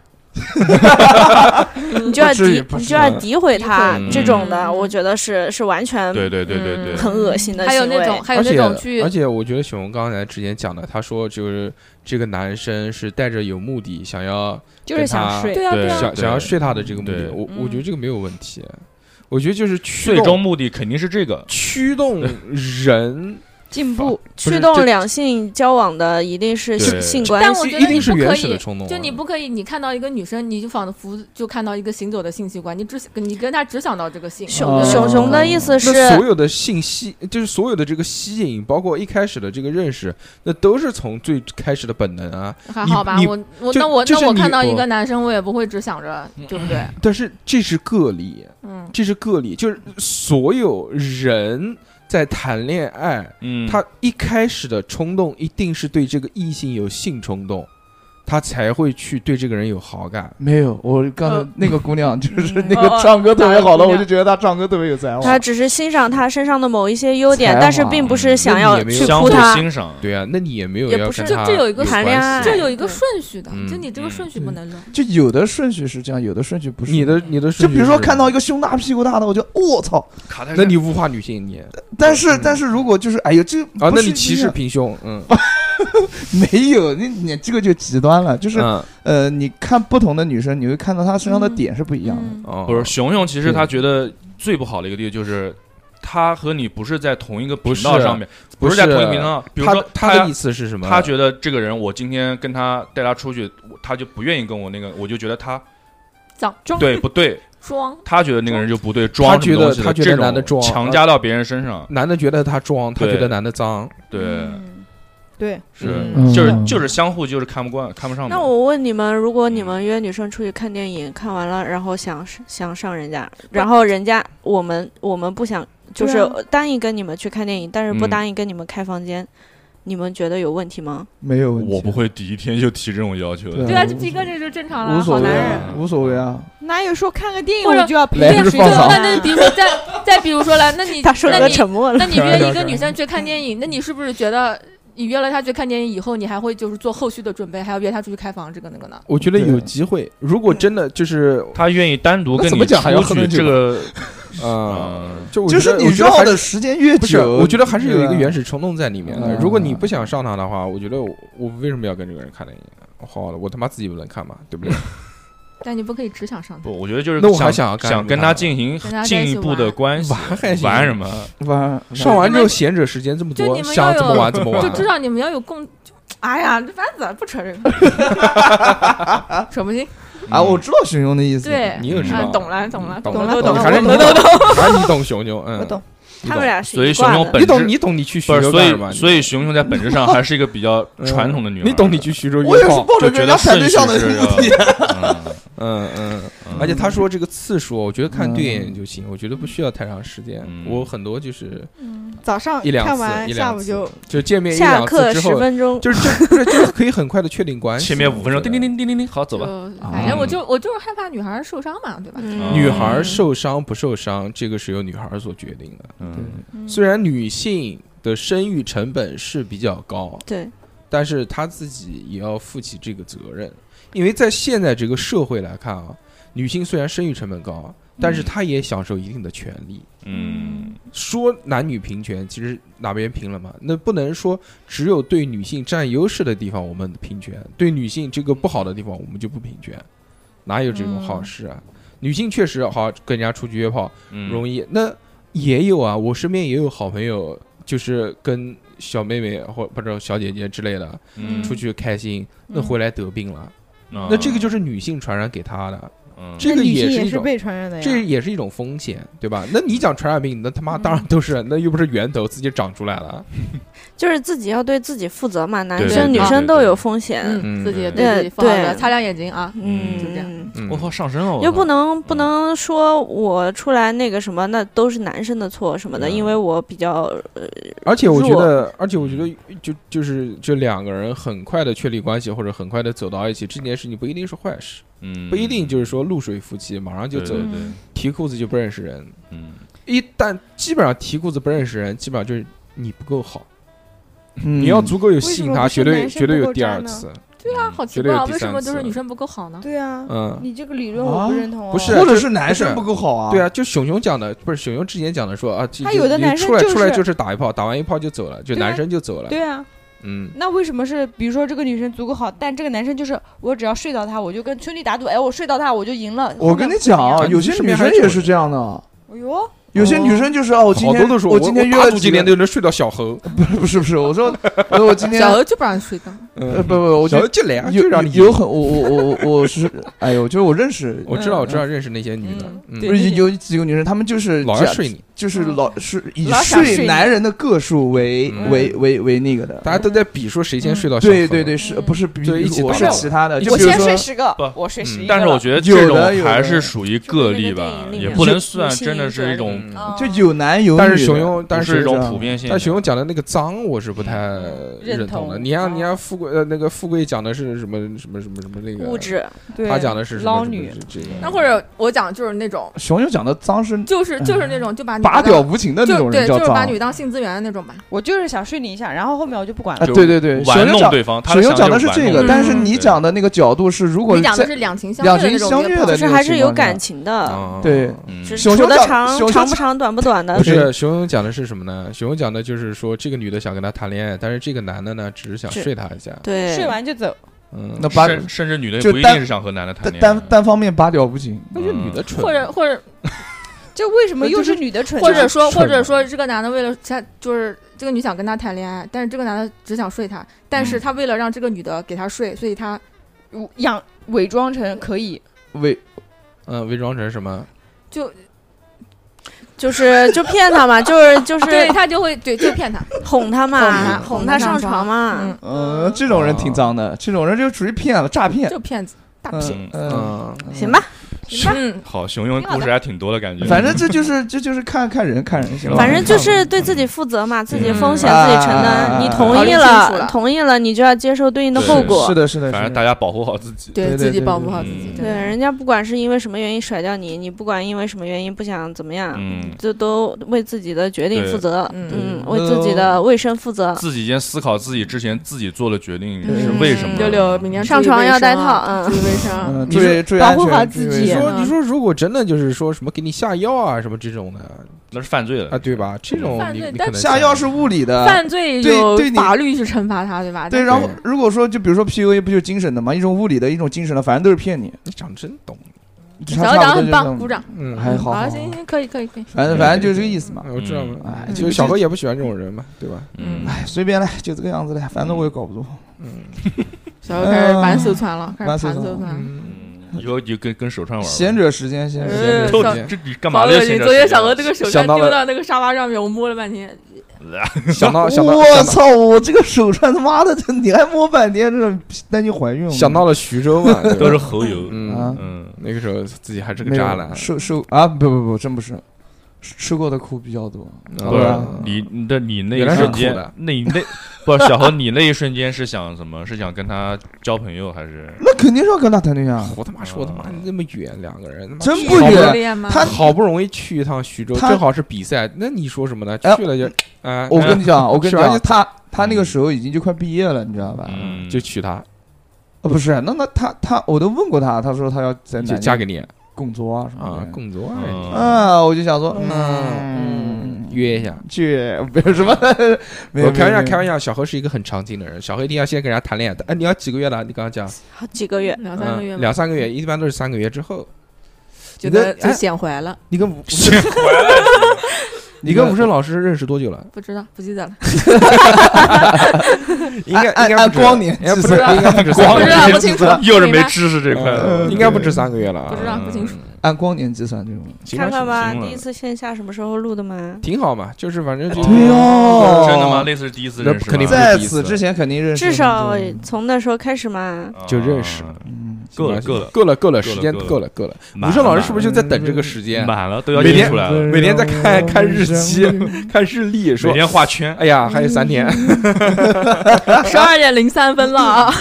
Speaker 5: 你就要
Speaker 2: 至于
Speaker 5: 诋
Speaker 2: 不
Speaker 5: 你
Speaker 2: 至
Speaker 5: 就要
Speaker 2: 于
Speaker 5: 诋毁他
Speaker 4: 嗯
Speaker 5: 这种的，
Speaker 6: 嗯
Speaker 5: 我觉得是是完全
Speaker 4: 对对对对对，
Speaker 5: 嗯很恶心的
Speaker 6: 还有
Speaker 5: 行为。
Speaker 6: 那种还有
Speaker 2: 而
Speaker 6: 那
Speaker 2: 且
Speaker 6: 种去
Speaker 2: 而且我觉得熊刚才之前讲的，他说就是这个男生是带着有目的想要
Speaker 10: 就是想睡。
Speaker 6: 对啊
Speaker 4: 对
Speaker 6: 对啊，
Speaker 2: 想想要睡她的这个目
Speaker 4: 对
Speaker 2: 的，我我
Speaker 6: 嗯
Speaker 2: 觉得这个没有问题，我觉得就是驱
Speaker 4: 最
Speaker 2: 动
Speaker 4: 终目的肯定是这个，
Speaker 2: 驱动人
Speaker 6: [laughs]
Speaker 10: 进步，
Speaker 2: 不
Speaker 5: 驱
Speaker 2: 是
Speaker 5: 动
Speaker 2: 这
Speaker 5: 两性交往的一定是性
Speaker 4: 对
Speaker 5: 性
Speaker 6: 但
Speaker 5: 关
Speaker 6: 我
Speaker 5: 系，
Speaker 6: 觉
Speaker 2: 一
Speaker 6: 得你
Speaker 2: 定是
Speaker 6: 不可
Speaker 2: 原始
Speaker 6: 以
Speaker 2: 的。冲动啊，
Speaker 6: 就你不可以，你看到一个女生，你就仿佛就看到一个行走的性器官，你只你跟她只想到这个性。啊
Speaker 5: 熊
Speaker 3: 哦
Speaker 5: 熊
Speaker 6: 嗯
Speaker 5: 熊的意思是，
Speaker 2: 那所有的信息，就是所有的这个吸引，包括一开始的这个认识，那都是从最开始的本能啊。
Speaker 6: 还好吧
Speaker 2: 你，
Speaker 6: 我我
Speaker 2: 就
Speaker 6: 那我
Speaker 2: 就
Speaker 6: 那
Speaker 2: 是
Speaker 6: 我
Speaker 2: 你
Speaker 6: 看到一
Speaker 2: 我
Speaker 6: 个男生，我也不会只想着，对不对？
Speaker 2: 但是这是个例，
Speaker 6: 嗯，
Speaker 2: 这是个例，就是所有人在谈恋爱，
Speaker 4: 嗯，
Speaker 2: 他一开始的冲动一定是对这个异性有性冲动，他才会去对这个人有好感。
Speaker 3: 没有，我刚才
Speaker 6: 呃
Speaker 3: 那个姑娘就是
Speaker 6: 嗯
Speaker 3: 那
Speaker 6: 哦
Speaker 3: 个
Speaker 6: 哦
Speaker 3: 唱歌特别好的，
Speaker 6: 哪个姑
Speaker 3: 我
Speaker 6: 娘
Speaker 3: 就觉得她唱歌特别有才华。
Speaker 5: 他只是欣赏他身上的某一些优点
Speaker 3: 才，
Speaker 5: 但是
Speaker 3: 华
Speaker 5: 并不是想
Speaker 2: 那你
Speaker 5: 要
Speaker 2: 也没有
Speaker 5: 去
Speaker 4: 相
Speaker 5: 扑
Speaker 4: 互
Speaker 5: 他。
Speaker 4: 欣赏，
Speaker 2: 对啊，那你也没有
Speaker 5: 也
Speaker 2: 要
Speaker 5: 不是
Speaker 2: 跟
Speaker 6: 这
Speaker 2: 他
Speaker 6: 这有一个
Speaker 2: 关
Speaker 5: 谈恋
Speaker 2: 系
Speaker 5: 爱
Speaker 6: 这有一个
Speaker 5: 对
Speaker 6: 顺序的，
Speaker 2: 嗯
Speaker 6: 就你这个顺序不能乱。
Speaker 3: 就有的顺序是这样，有的顺序不是。
Speaker 2: 你的你的顺序
Speaker 3: 就比如说
Speaker 2: 是
Speaker 3: 看到一个胸大屁股大的，我就我操！
Speaker 4: 卡在
Speaker 2: 那你物化女性你啊，
Speaker 3: 但是但是如果就是哎呦这不
Speaker 2: 哦那
Speaker 3: 是
Speaker 2: 你歧
Speaker 3: 一
Speaker 2: 视
Speaker 3: 样
Speaker 2: 平胸，嗯，
Speaker 3: 没有？你你这个就极端了，就是
Speaker 2: 嗯
Speaker 3: 呃，你看不同的女生，你会看到她身上的
Speaker 6: 嗯
Speaker 3: 点是不一样的。
Speaker 10: 嗯
Speaker 2: 哦
Speaker 4: 不是熊熊，其实他觉得最不好的一个地方就是。他和你不是在同一个频道
Speaker 2: 不是
Speaker 4: 上面，
Speaker 2: 不
Speaker 4: 是在同一个频道上。比如
Speaker 2: 他
Speaker 4: 说
Speaker 2: 他的意思是什么？
Speaker 4: 他觉得这个人，我今天跟他带他出去，我他就不愿意跟我那个，我就觉得他
Speaker 6: 脏装
Speaker 4: 对不对？
Speaker 6: 装，
Speaker 4: 他觉得那个人就不对，装
Speaker 2: 他觉得
Speaker 4: 什么东西的
Speaker 2: 他觉得
Speaker 4: 这种
Speaker 2: 男的装啊
Speaker 4: 强加到别人身上，
Speaker 2: 男的觉得他装，他
Speaker 4: 对
Speaker 2: 觉得男的脏，
Speaker 4: 对，
Speaker 8: 嗯
Speaker 10: 嗯对，
Speaker 4: 是
Speaker 3: 嗯
Speaker 4: 就是就是相互就是看不惯，看不上嘛。
Speaker 5: 那我问你们，如果你
Speaker 2: 嗯
Speaker 5: 们约女生出去看电影，看完了，然后想想上人家，然后人家我们我们不想，就是
Speaker 6: 啊
Speaker 5: 答应跟你们去看电影，但是不
Speaker 2: 嗯
Speaker 5: 答应跟你们开房间，你们觉得有问题吗？
Speaker 3: 没有问题，
Speaker 4: 我不会第一天就提这种要求的
Speaker 2: 嗯
Speaker 3: 对
Speaker 6: 对啊，
Speaker 3: 无
Speaker 6: 这逼哥这就正常
Speaker 3: 无
Speaker 6: 了，
Speaker 3: 所
Speaker 6: 好
Speaker 3: 谓
Speaker 6: 男
Speaker 3: 啊
Speaker 6: 人。
Speaker 4: 人
Speaker 3: 无所谓啊。
Speaker 10: 哪有说看个电影
Speaker 6: 或者
Speaker 10: 我就要陪
Speaker 3: 来
Speaker 10: 着
Speaker 3: 日
Speaker 10: 睡
Speaker 3: 放
Speaker 10: 觉
Speaker 3: 手
Speaker 6: 那那比如说再再比如说了，
Speaker 2: [laughs]
Speaker 6: 那你
Speaker 5: 大硕
Speaker 6: 那
Speaker 5: 哥
Speaker 6: 你
Speaker 5: 沉 [laughs] 默了。
Speaker 6: 那你约一个女生去看电影，那你是不是觉得你约了她去看电影以后，你还会就是做后续的准备，还要约她出去开房这个那个呢？
Speaker 2: 我觉得
Speaker 3: 对
Speaker 2: 有机会。如果真的就是
Speaker 4: 他愿意单独
Speaker 3: 那
Speaker 4: 跟
Speaker 3: 怎
Speaker 4: 你
Speaker 3: 么讲还要喝
Speaker 4: 出去，
Speaker 3: 顿酒
Speaker 4: 这个嗯呃
Speaker 2: 啊，就我
Speaker 3: 就
Speaker 2: 觉
Speaker 3: 是
Speaker 2: 得
Speaker 3: 你
Speaker 2: 我觉得
Speaker 3: 绕
Speaker 2: 还
Speaker 3: 的
Speaker 2: 是
Speaker 3: 时间越
Speaker 2: 不是，
Speaker 3: 久，
Speaker 2: 我觉得还是有一个
Speaker 3: 对吧
Speaker 2: 原始冲动在里面的
Speaker 3: 嗯。
Speaker 2: 如果你不想上他的话，我觉得我我为什么要跟这个人看电影啊？好好的，我他妈自己不能看嘛，对不
Speaker 4: [laughs]
Speaker 2: 对？
Speaker 6: 但你不可以只想上头。
Speaker 4: 不，我觉得就是
Speaker 2: 那我还想
Speaker 4: 想
Speaker 2: 要干什么
Speaker 4: 跟他进行
Speaker 6: 跟他在一
Speaker 4: 进
Speaker 6: 起
Speaker 4: 一步的
Speaker 6: 玩
Speaker 4: 关系，
Speaker 2: 玩还行
Speaker 4: 玩什么？
Speaker 3: 玩
Speaker 2: 上完之后闲者时间这么
Speaker 6: 就
Speaker 2: 多，
Speaker 6: 你们
Speaker 2: 想
Speaker 6: 要
Speaker 2: 怎么
Speaker 6: 有
Speaker 2: 玩怎么玩
Speaker 6: 就。至少你们要有共，就哎呀，这反正咱不扯这个， [laughs] 扯不清。
Speaker 3: 啊，
Speaker 4: 嗯
Speaker 3: 我知道熊熊的意思，
Speaker 6: 对，
Speaker 2: 你又知道
Speaker 6: 嗯懂了，懂了，
Speaker 2: 懂
Speaker 6: 了，
Speaker 2: 了
Speaker 6: 都
Speaker 2: 懂
Speaker 6: 懂
Speaker 2: 还是
Speaker 6: 了，
Speaker 2: 你
Speaker 6: 都
Speaker 2: 懂
Speaker 6: 懂了。
Speaker 2: 还是你懂熊熊，嗯，
Speaker 8: 我懂，
Speaker 5: 他们俩是
Speaker 4: 所以
Speaker 5: 一
Speaker 4: 熊
Speaker 5: 挂
Speaker 4: 熊
Speaker 5: 的
Speaker 4: 本
Speaker 2: 你懂
Speaker 4: 质
Speaker 2: 你懂，你去徐
Speaker 4: 不是，
Speaker 2: 州
Speaker 4: 所
Speaker 2: 干什么？
Speaker 4: 以所以熊熊在本质上还是一个比
Speaker 2: [laughs]
Speaker 4: 较传统的女孩儿，
Speaker 2: 你懂你去徐州
Speaker 3: 我也
Speaker 2: 约
Speaker 3: 是
Speaker 2: 炮，
Speaker 3: 抱着
Speaker 4: 就
Speaker 3: 跟
Speaker 4: 觉
Speaker 3: 人
Speaker 4: 得
Speaker 3: 家谈
Speaker 4: 顺
Speaker 3: 对
Speaker 4: 序
Speaker 3: 象的
Speaker 4: 是
Speaker 3: 目
Speaker 2: [laughs]
Speaker 3: 的。
Speaker 4: 个，
Speaker 2: 嗯嗯，
Speaker 4: 嗯
Speaker 2: 而且他说这个次数，我觉得看对眼就行，我觉得不需要太长时间。
Speaker 4: 嗯
Speaker 2: 我很多就是
Speaker 8: 嗯早上
Speaker 2: 一两
Speaker 8: 看
Speaker 2: 次
Speaker 8: 完，
Speaker 2: 一
Speaker 8: 下
Speaker 2: 两
Speaker 8: 午
Speaker 2: 次
Speaker 8: 就
Speaker 2: 就见面一
Speaker 5: 下
Speaker 2: 两
Speaker 5: 课
Speaker 2: 次之
Speaker 5: 十
Speaker 2: 后，
Speaker 5: 分
Speaker 2: [laughs]
Speaker 5: 钟，
Speaker 2: 就是就不是就是可以很快的确定关系。
Speaker 4: 前面五分钟，
Speaker 2: 我觉
Speaker 4: 叮
Speaker 2: 得
Speaker 4: 叮。叮叮叮叮，好走吧。
Speaker 6: 就反正我就我就是害怕女孩受伤嘛，对吧？
Speaker 5: 嗯
Speaker 2: 女孩儿受伤不受伤，这个是由女孩儿所决定的。
Speaker 4: 嗯，
Speaker 2: 虽然女性的生育成本是比较高，
Speaker 5: 对，
Speaker 2: 但是她自己也要负起这个责任，因为在现在这个社会来看啊，女性虽然生育成本高，但
Speaker 8: 嗯
Speaker 2: 是她也享受一定的权利。
Speaker 4: 嗯，
Speaker 2: 说男女平权，其实哪边平了嘛？那不能说只有对女性占优势的地方我们平权，对女性这个不好的地方我们就不平权，哪有这种好事啊？女性确实好跟人家出去约炮
Speaker 4: 嗯
Speaker 2: 容易，那也有啊，我身边也有好朋友，就是跟小妹妹或或者小姐姐之类的
Speaker 4: 嗯
Speaker 2: 出去开心，那回来得病了，嗯那
Speaker 4: 那
Speaker 2: 这个就是女性传染给她
Speaker 4: 啊
Speaker 2: 的，这
Speaker 4: 嗯
Speaker 8: 那
Speaker 2: 个
Speaker 8: 女
Speaker 2: 也
Speaker 8: 性
Speaker 2: 是
Speaker 8: 也
Speaker 2: 一
Speaker 8: 是
Speaker 2: 种。
Speaker 8: 被传染的呀。
Speaker 2: 这也是一种风险，对吧？那你讲传染病，那他
Speaker 4: 嗯
Speaker 2: 妈当然都是，那又不是源头自己长出来了。
Speaker 5: 就是自己要对自己负责嘛，男
Speaker 4: 对
Speaker 5: 生
Speaker 6: 对
Speaker 5: 女
Speaker 6: 对
Speaker 5: 生
Speaker 4: 对
Speaker 5: 都
Speaker 4: 对
Speaker 5: 有风险。
Speaker 2: 嗯
Speaker 6: 嗯，自己也
Speaker 4: 对
Speaker 6: 对自己负好的，
Speaker 5: 对
Speaker 6: 擦亮眼睛啊。
Speaker 5: 嗯，
Speaker 6: 就这样
Speaker 2: 嗯
Speaker 4: 我靠上身了，我
Speaker 5: 又
Speaker 4: 靠
Speaker 5: 不能不能说我出来那个什么，那都是男生的错什么的，
Speaker 2: 嗯
Speaker 5: 因为我比较
Speaker 2: 而且我觉
Speaker 5: 弱
Speaker 2: 得，而且我觉得就，就是这两个人很快的确立关系，或者很快的走到一起，这件事情不一定是坏事，
Speaker 4: 嗯
Speaker 2: 不一定就是说露水夫妻马上就
Speaker 4: 对
Speaker 2: 走
Speaker 4: 对，
Speaker 5: 嗯
Speaker 4: 对，
Speaker 2: 提裤子就不认识人。
Speaker 4: 嗯，
Speaker 2: 一旦基本上提裤子不认识人，基本上就是你不够好，
Speaker 3: 你
Speaker 2: 你要足够有吸
Speaker 8: 为什
Speaker 2: 引
Speaker 8: 么
Speaker 2: 他，
Speaker 8: 不是
Speaker 2: 绝对
Speaker 8: 男生
Speaker 2: 绝对
Speaker 8: 不
Speaker 2: 有
Speaker 8: 够
Speaker 2: 第
Speaker 8: 渣
Speaker 2: 二
Speaker 8: 呢
Speaker 2: 次。
Speaker 6: 对啊，好奇
Speaker 2: 绝对
Speaker 6: 怪，
Speaker 2: 有
Speaker 6: 啊，
Speaker 2: 第
Speaker 6: 为什
Speaker 2: 三
Speaker 6: 么都
Speaker 2: 次
Speaker 6: 是女生不够好呢？
Speaker 8: [laughs] 对啊，
Speaker 2: 嗯，
Speaker 8: 你这个理论我不
Speaker 3: 啊
Speaker 8: 认同哦。
Speaker 2: 不是
Speaker 3: 或者是男生
Speaker 2: 是
Speaker 3: 不够好啊？
Speaker 2: 对啊，就熊熊讲的，不是熊熊之前讲的说啊，
Speaker 8: 他有的
Speaker 2: 你
Speaker 8: 男
Speaker 2: 出
Speaker 8: 生
Speaker 2: 来
Speaker 8: 就
Speaker 2: 出来
Speaker 8: 是
Speaker 2: 就是打一炮，打完一炮就走了，就
Speaker 8: 对啊
Speaker 2: 男生就走了。
Speaker 8: 对啊，
Speaker 2: 嗯，
Speaker 8: 那为什么是比如说这个女生足够好，但这个男生就是我只要睡到他，我就跟兄弟打赌，哎，我睡到他我就赢了。
Speaker 3: 我跟你讲啊，有些女生也是这样的，
Speaker 8: 哎呦，
Speaker 3: 有些女生就是啊，我今
Speaker 2: 哦好
Speaker 3: 天
Speaker 2: 多都说
Speaker 3: 我今天约
Speaker 2: 大
Speaker 3: 了
Speaker 2: 肚
Speaker 3: 几
Speaker 2: 今
Speaker 3: 个
Speaker 2: 天都能睡到小猴，
Speaker 3: [laughs] 不是不是，我说我说我
Speaker 2: [laughs]
Speaker 3: 今天
Speaker 6: 小欧就不让睡觉，
Speaker 3: 呃
Speaker 2: 嗯，
Speaker 3: 不不，我
Speaker 2: 小
Speaker 3: 就
Speaker 2: 猴就来啊，
Speaker 3: 有
Speaker 2: 就让你
Speaker 3: 有很我我我我
Speaker 2: [laughs]
Speaker 3: 我是哎呦，就是我认识
Speaker 2: 我知道，我知道，认识那些女的，
Speaker 6: 嗯
Speaker 2: 嗯，
Speaker 3: 不是有几个女生，她们就是
Speaker 2: 老要睡你，
Speaker 3: 就是老是以
Speaker 6: 老想睡
Speaker 3: 睡
Speaker 6: 你
Speaker 3: 男人的个数为
Speaker 2: 嗯
Speaker 3: 为为为那个的，
Speaker 2: 大家都在比说谁先睡到小猴。
Speaker 3: 对对对，是不是比
Speaker 2: 就一起
Speaker 3: 我
Speaker 2: 打
Speaker 3: 是
Speaker 2: 架
Speaker 3: 其他的，就
Speaker 8: 我
Speaker 3: 比如
Speaker 8: 先
Speaker 3: 说
Speaker 8: 睡十个
Speaker 4: 不，
Speaker 8: 我睡十一
Speaker 2: 嗯
Speaker 8: 个了。
Speaker 4: 但是我觉得
Speaker 3: 有
Speaker 4: 这种
Speaker 3: 的有
Speaker 4: 还
Speaker 3: 的
Speaker 4: 是属于个例
Speaker 5: 就
Speaker 4: 吧
Speaker 5: 跟那个电影，里
Speaker 4: 也
Speaker 5: 面
Speaker 4: 不能
Speaker 5: 有
Speaker 4: 算
Speaker 5: 有
Speaker 4: 真的
Speaker 5: 心
Speaker 4: 是
Speaker 5: 理
Speaker 4: 一种，
Speaker 2: 嗯，
Speaker 8: 啊
Speaker 3: 就有男有女的，
Speaker 2: 但是熊熊，但
Speaker 4: 不是一
Speaker 2: 是
Speaker 4: 种
Speaker 3: 这样
Speaker 4: 普遍现象。
Speaker 2: 但熊熊讲的那个脏，我是不太认同的。
Speaker 8: 同
Speaker 2: 你像
Speaker 8: 啊
Speaker 2: 你像富贵呃那个富贵讲的是什么什么什么什么那个
Speaker 5: 物，质，
Speaker 8: 对
Speaker 2: 他讲的是什么
Speaker 8: 捞
Speaker 2: 什么
Speaker 8: 女，
Speaker 2: 这个。
Speaker 6: 那或者我讲就是那种，
Speaker 3: 熊熊讲的脏是
Speaker 6: 就是就是那种就把女
Speaker 3: 拔
Speaker 6: 的
Speaker 3: 屌
Speaker 6: 当
Speaker 3: 无情的那
Speaker 6: 就
Speaker 3: 种
Speaker 6: 对，
Speaker 3: 人叫
Speaker 6: 嗯就是把
Speaker 3: 脏。
Speaker 6: 女当性资源的那种吧。
Speaker 8: 我就是想睡你一下，然后后面我就不管
Speaker 3: 啊，
Speaker 8: 了。
Speaker 4: 就
Speaker 3: 对对对，熊
Speaker 4: 玩
Speaker 3: 熊
Speaker 4: 弄
Speaker 3: 讲
Speaker 4: 对方，他
Speaker 3: 水熊
Speaker 4: 想
Speaker 3: 讲的
Speaker 4: 就是玩
Speaker 3: 这
Speaker 4: 弄
Speaker 3: 个，
Speaker 4: 对
Speaker 3: 但是
Speaker 4: 方
Speaker 3: 你
Speaker 4: 对
Speaker 3: 讲的那个角度是，如果
Speaker 6: 你讲的
Speaker 3: 在
Speaker 6: 是两情相
Speaker 3: 两
Speaker 6: 悦的
Speaker 3: 情
Speaker 6: 那种
Speaker 3: 相
Speaker 6: 约
Speaker 3: 悦
Speaker 6: 炮
Speaker 3: 的
Speaker 5: 就
Speaker 3: 那
Speaker 5: 是
Speaker 3: 种
Speaker 5: 还
Speaker 3: 情
Speaker 5: 是有
Speaker 3: 况下
Speaker 5: 感情的，
Speaker 2: 哦
Speaker 3: 对
Speaker 4: 嗯
Speaker 5: 只
Speaker 3: 熊
Speaker 5: 是处的
Speaker 3: 熊
Speaker 5: 长
Speaker 3: 熊
Speaker 5: 长
Speaker 3: 熊
Speaker 5: 不长，短不短的
Speaker 2: 不，是熊熊讲的是什么呢？熊熊讲的就是说，这个女的想跟他谈恋爱，但是这个男的呢，只是想
Speaker 5: 是
Speaker 2: 睡她一下。
Speaker 5: 对，
Speaker 8: 睡完就走，
Speaker 2: 嗯，
Speaker 3: 那把
Speaker 4: 甚甚至女的也
Speaker 3: 就
Speaker 4: 不一
Speaker 3: 单
Speaker 4: 定是想和男的谈
Speaker 3: 单
Speaker 4: 恋爱
Speaker 3: 单，单方面拔屌无情，
Speaker 2: 那就女的蠢，
Speaker 6: 或者或者
Speaker 8: 这嗯为什么
Speaker 3: 那就
Speaker 8: 又
Speaker 3: 是
Speaker 8: 是女的蠢？
Speaker 6: 或者说
Speaker 2: 蠢
Speaker 6: 或者说这个男的为了他就是这个女想跟他谈恋爱，但是这个男的只想睡她，但
Speaker 3: 嗯
Speaker 6: 是他为了让这个女的给他睡，所以他
Speaker 8: 养伪装成可以，
Speaker 3: 为
Speaker 2: 嗯，伪装成什么？
Speaker 6: 就
Speaker 5: 就是 [laughs] 就骗他嘛，
Speaker 6: [laughs]
Speaker 5: 就是就
Speaker 6: 对
Speaker 5: 是
Speaker 6: 他就会对就
Speaker 3: [laughs]
Speaker 6: 骗他，
Speaker 5: 哄他嘛，
Speaker 6: 哄他
Speaker 5: 哄他
Speaker 6: 哄他上
Speaker 5: 上
Speaker 6: 床
Speaker 5: 床嘛
Speaker 6: 嗯，，
Speaker 3: 嗯，这种人挺脏的，这种人就属于骗了诈骗
Speaker 6: 就，骗子大骗子。
Speaker 3: 嗯
Speaker 4: 嗯
Speaker 3: 嗯，嗯
Speaker 2: 嗯，
Speaker 5: 行吧，
Speaker 6: 嗯，
Speaker 4: 好，熊熊故事还挺多的感觉。嗯
Speaker 3: 反正这就是这就是看看人看人行吧，
Speaker 5: 反正就是对自己负责嘛，自己风险
Speaker 3: 嗯
Speaker 5: 自己承
Speaker 3: 啊
Speaker 5: 担。你
Speaker 6: 考
Speaker 5: 同
Speaker 6: 虑
Speaker 5: 意
Speaker 6: 清楚
Speaker 5: 了
Speaker 6: 了，
Speaker 5: 同意了，你就要接受对应的
Speaker 4: 对
Speaker 5: 后果
Speaker 3: 是。的是的，
Speaker 4: 反
Speaker 3: 是
Speaker 4: 正
Speaker 3: 的
Speaker 4: 大家保护好自己。
Speaker 6: 对
Speaker 3: 对
Speaker 6: 自己
Speaker 3: 对
Speaker 6: 保
Speaker 3: 对
Speaker 6: 护好自
Speaker 4: 对
Speaker 6: 己
Speaker 4: 嗯。
Speaker 6: 真
Speaker 5: 对，
Speaker 6: 的
Speaker 5: 人家不管是因为什么原因甩掉你，你不管因为什么原因不想怎么样，
Speaker 4: 嗯
Speaker 5: 就都为自己的决定
Speaker 4: 对
Speaker 5: 负责，
Speaker 6: 嗯
Speaker 5: 嗯，为自己的卫生负责。
Speaker 4: 自己先思考自己之前自己做的决定
Speaker 3: 对
Speaker 6: 嗯
Speaker 4: 是为什么。
Speaker 6: 六六，明天
Speaker 5: 上
Speaker 6: 注意
Speaker 5: 床
Speaker 6: 卫
Speaker 5: 要
Speaker 6: 生
Speaker 5: 戴
Speaker 6: 啊
Speaker 5: 套嗯
Speaker 6: 注意卫生啊。
Speaker 3: 嗯，注意注意安全，注意卫生
Speaker 2: 说
Speaker 10: 呢
Speaker 2: 你说如果真的就是说什么给你下药啊什么这种的
Speaker 4: 那是犯罪了
Speaker 2: 啊，对吧？这种
Speaker 6: 犯
Speaker 2: 你
Speaker 6: 罪
Speaker 2: 你
Speaker 6: 但
Speaker 2: 可能
Speaker 3: 下药是物理的，
Speaker 6: 犯罪
Speaker 3: 对
Speaker 6: 有
Speaker 3: 对你
Speaker 6: 法律去惩罚他，对吧？
Speaker 3: 对，
Speaker 6: 但
Speaker 3: 然后如果说就比如说 PUA 不就是精神的嘛，一种物理的，一种精神的，反正都是骗你。
Speaker 2: 你长真懂，
Speaker 6: 小
Speaker 3: 小
Speaker 6: 小长很棒，鼓掌。
Speaker 2: 嗯，
Speaker 3: 还哎好，
Speaker 6: 好，
Speaker 3: 好哎
Speaker 6: 行行，可以可以可以。
Speaker 3: 反正反正就这个意思嘛。
Speaker 2: 我知道了。
Speaker 3: 哎，
Speaker 2: 其实
Speaker 3: 就
Speaker 2: 小何也不喜欢嗯这种人嘛，对吧？
Speaker 4: 嗯，
Speaker 3: 哎随便了，就这个样子了，反正我也搞不懂。
Speaker 2: 嗯
Speaker 6: 小何开始
Speaker 3: 嗯
Speaker 6: 玩手传了，开始
Speaker 3: 玩
Speaker 6: 盘
Speaker 3: 手
Speaker 6: 手
Speaker 3: 传
Speaker 6: 传。
Speaker 2: 嗯，
Speaker 4: 以后就跟跟手串玩吧。
Speaker 3: 贤者时间，贤者时间
Speaker 6: 呃
Speaker 4: 都
Speaker 6: 小
Speaker 4: 这你干嘛
Speaker 6: 好
Speaker 4: 呢？
Speaker 6: 恶
Speaker 4: 现
Speaker 6: 心！
Speaker 4: 在
Speaker 6: 昨天
Speaker 4: 时间
Speaker 6: 小何这个手
Speaker 2: 想
Speaker 6: 串
Speaker 2: 到了
Speaker 6: 丢到那个沙发上面，我摸了半天，
Speaker 2: 想 [laughs] 到想到
Speaker 3: 我
Speaker 2: 想到
Speaker 3: 操！我这个手串他妈的，这你还摸半天，这担心怀孕了？
Speaker 2: 想到了徐州 [laughs] 嘛，对吧
Speaker 4: 都是猴油。
Speaker 2: 嗯
Speaker 3: 啊，
Speaker 4: 嗯，
Speaker 2: 那个时候自己还是
Speaker 3: 这
Speaker 2: 个渣男，
Speaker 3: 受受啊！不不不，真不是，吃过的苦比较多。
Speaker 2: 嗯
Speaker 4: 不是
Speaker 3: 啊
Speaker 4: 你你的你那
Speaker 2: 原
Speaker 4: 一
Speaker 2: 来是
Speaker 4: 瞬
Speaker 2: 苦的
Speaker 4: 间，那你那不是小何，你那一瞬间是想什么？是想跟他交朋友还是？
Speaker 3: 那肯定是要跟他谈
Speaker 2: [laughs]
Speaker 3: 对象，啊
Speaker 2: 我他妈啊说他妈那么远两个人，他妈
Speaker 3: 真不
Speaker 2: 好
Speaker 3: 远
Speaker 2: 容
Speaker 6: 热恋吗？
Speaker 3: 他
Speaker 2: 好不容易去一趟徐州，
Speaker 3: 他
Speaker 2: 正好是比赛，那你说什么呢？
Speaker 3: 哎
Speaker 2: 去了就啊，
Speaker 3: 我跟你讲，我跟你
Speaker 2: 是吧嗯
Speaker 3: 讲，他他那个时候已经就快毕业了，你知道吧？啊，
Speaker 4: 嗯，
Speaker 2: 就娶她，
Speaker 3: 不是，那那他他我都问过他，他说他要在
Speaker 2: 就
Speaker 3: 南
Speaker 2: 嫁
Speaker 3: 京
Speaker 2: 给你
Speaker 3: 工作啊什
Speaker 2: 啊
Speaker 3: 么，的。
Speaker 2: 工作
Speaker 4: 嗯
Speaker 3: 啊，我就想说，
Speaker 2: 嗯
Speaker 3: 嗯，
Speaker 2: 约一下。
Speaker 3: 去不是什么，没有
Speaker 2: 我开玩笑，开
Speaker 3: 笑。
Speaker 2: 玩笑。小何是一个很长情的人，小何一定要先跟人家谈恋爱的。哎，你要几个月了？你刚刚讲
Speaker 5: 好几个月，
Speaker 6: 两三个月
Speaker 2: 嗯
Speaker 6: 嘛，
Speaker 2: 两三个月，一般都是三个月之后。
Speaker 6: 觉得
Speaker 2: 你的
Speaker 6: 就显怀了，
Speaker 2: 你跟吴 [laughs] 你跟吴声老师认识多久了？
Speaker 6: 不知道不记得了，
Speaker 2: 应该
Speaker 3: 按
Speaker 2: 应该
Speaker 3: 按
Speaker 2: 不止
Speaker 3: 光年
Speaker 2: 应该不
Speaker 3: 计
Speaker 2: 止，
Speaker 3: 算
Speaker 2: 应该不止
Speaker 4: 光
Speaker 6: 不
Speaker 2: 三
Speaker 6: 知
Speaker 2: 个
Speaker 6: 道
Speaker 2: 月
Speaker 6: 不清嗯楚，
Speaker 4: [laughs] 又是没知识这 [laughs] 块
Speaker 2: 嗯
Speaker 4: 了。
Speaker 2: [laughs] 应该不止三个月了
Speaker 6: 不知
Speaker 2: 啊。
Speaker 6: 道不清楚。
Speaker 3: 按光年计算这种，
Speaker 2: 行吧
Speaker 5: 看看吧，
Speaker 4: 行了
Speaker 5: 第一次线下什么时候录的嘛？
Speaker 2: 挺好嘛，就是反正就
Speaker 3: 对哦，
Speaker 4: 真的吗？？那次是第一次认识吗，
Speaker 2: 那肯定不是
Speaker 3: 在此之前肯定认识，
Speaker 5: 至少呃从那时候开始嘛。
Speaker 4: 啊
Speaker 2: 就认识
Speaker 3: 嗯，
Speaker 4: 够了够了
Speaker 2: 够了，够了，
Speaker 4: 够了
Speaker 2: 时间
Speaker 4: 够
Speaker 2: 够了，够了。
Speaker 4: 满
Speaker 2: 吴
Speaker 4: 了
Speaker 2: 胜老师是不是就在等这个时间？
Speaker 4: 满了都要
Speaker 2: 每
Speaker 4: 印
Speaker 2: 天
Speaker 4: 出来了？
Speaker 2: 每天在看看日期， [laughs] 看日历，
Speaker 4: 每
Speaker 2: 说
Speaker 4: 天
Speaker 2: [laughs]
Speaker 4: 画圈，
Speaker 2: 哎呀，还有三天。
Speaker 6: 十二点零三分了啊！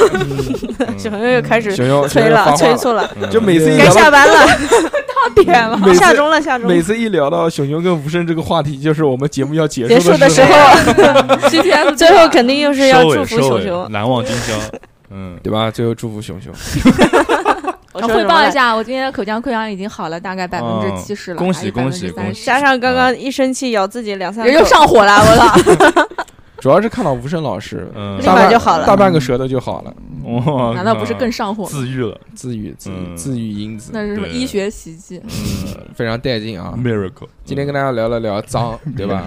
Speaker 5: 小朋友又开始
Speaker 2: 熊熊
Speaker 5: [laughs] 催
Speaker 2: 发
Speaker 5: 了，
Speaker 2: 话
Speaker 5: 催
Speaker 2: 了，
Speaker 5: 促了，
Speaker 4: 嗯
Speaker 2: 就每次一
Speaker 5: 该
Speaker 2: 聊
Speaker 5: 下
Speaker 2: 到
Speaker 5: 班了，到点了
Speaker 2: 每，次
Speaker 5: 下钟了，下钟
Speaker 2: 每
Speaker 5: 了。
Speaker 2: 次一聊到熊熊跟吴胜这个话题，就是我们节目要结
Speaker 5: 结
Speaker 2: 束
Speaker 5: 束的时
Speaker 2: 时
Speaker 5: 候
Speaker 2: 候，，
Speaker 6: GTS
Speaker 5: 最后肯定又是要
Speaker 4: 收
Speaker 5: 祝
Speaker 4: 尾
Speaker 5: 福
Speaker 4: 收
Speaker 5: 熊
Speaker 4: 尾
Speaker 5: 熊，。
Speaker 4: 难忘今宵。嗯，
Speaker 2: 对吧？最后祝福熊熊，
Speaker 5: 我
Speaker 6: 我
Speaker 5: 说
Speaker 6: 汇
Speaker 5: 什么
Speaker 6: 报
Speaker 5: 来
Speaker 6: 一下，我今天的口腔溃疡已经好了，大概百分之七十了，
Speaker 4: 恭喜
Speaker 6: 还有
Speaker 4: 恭喜
Speaker 6: 30%
Speaker 4: 恭喜
Speaker 5: 加上刚刚一生气咬自己两三口 [laughs]
Speaker 6: 人，又上火了，我操！
Speaker 2: 主要是看到吴胜老师，
Speaker 4: 嗯
Speaker 5: 立
Speaker 2: 大
Speaker 5: 马
Speaker 2: 半
Speaker 5: 就好
Speaker 2: 大
Speaker 5: 了。
Speaker 2: 半个舌头就好了，
Speaker 4: 哇，
Speaker 6: 难道不是更上火？
Speaker 4: 自愈了
Speaker 2: 自愈自愈
Speaker 4: 嗯
Speaker 2: 自愈因子
Speaker 6: 那是什么
Speaker 4: 对
Speaker 6: 医学奇迹？
Speaker 2: 非常带劲啊！
Speaker 4: 嗯？Miracle，
Speaker 2: 今天跟大家聊了聊脏，对吧？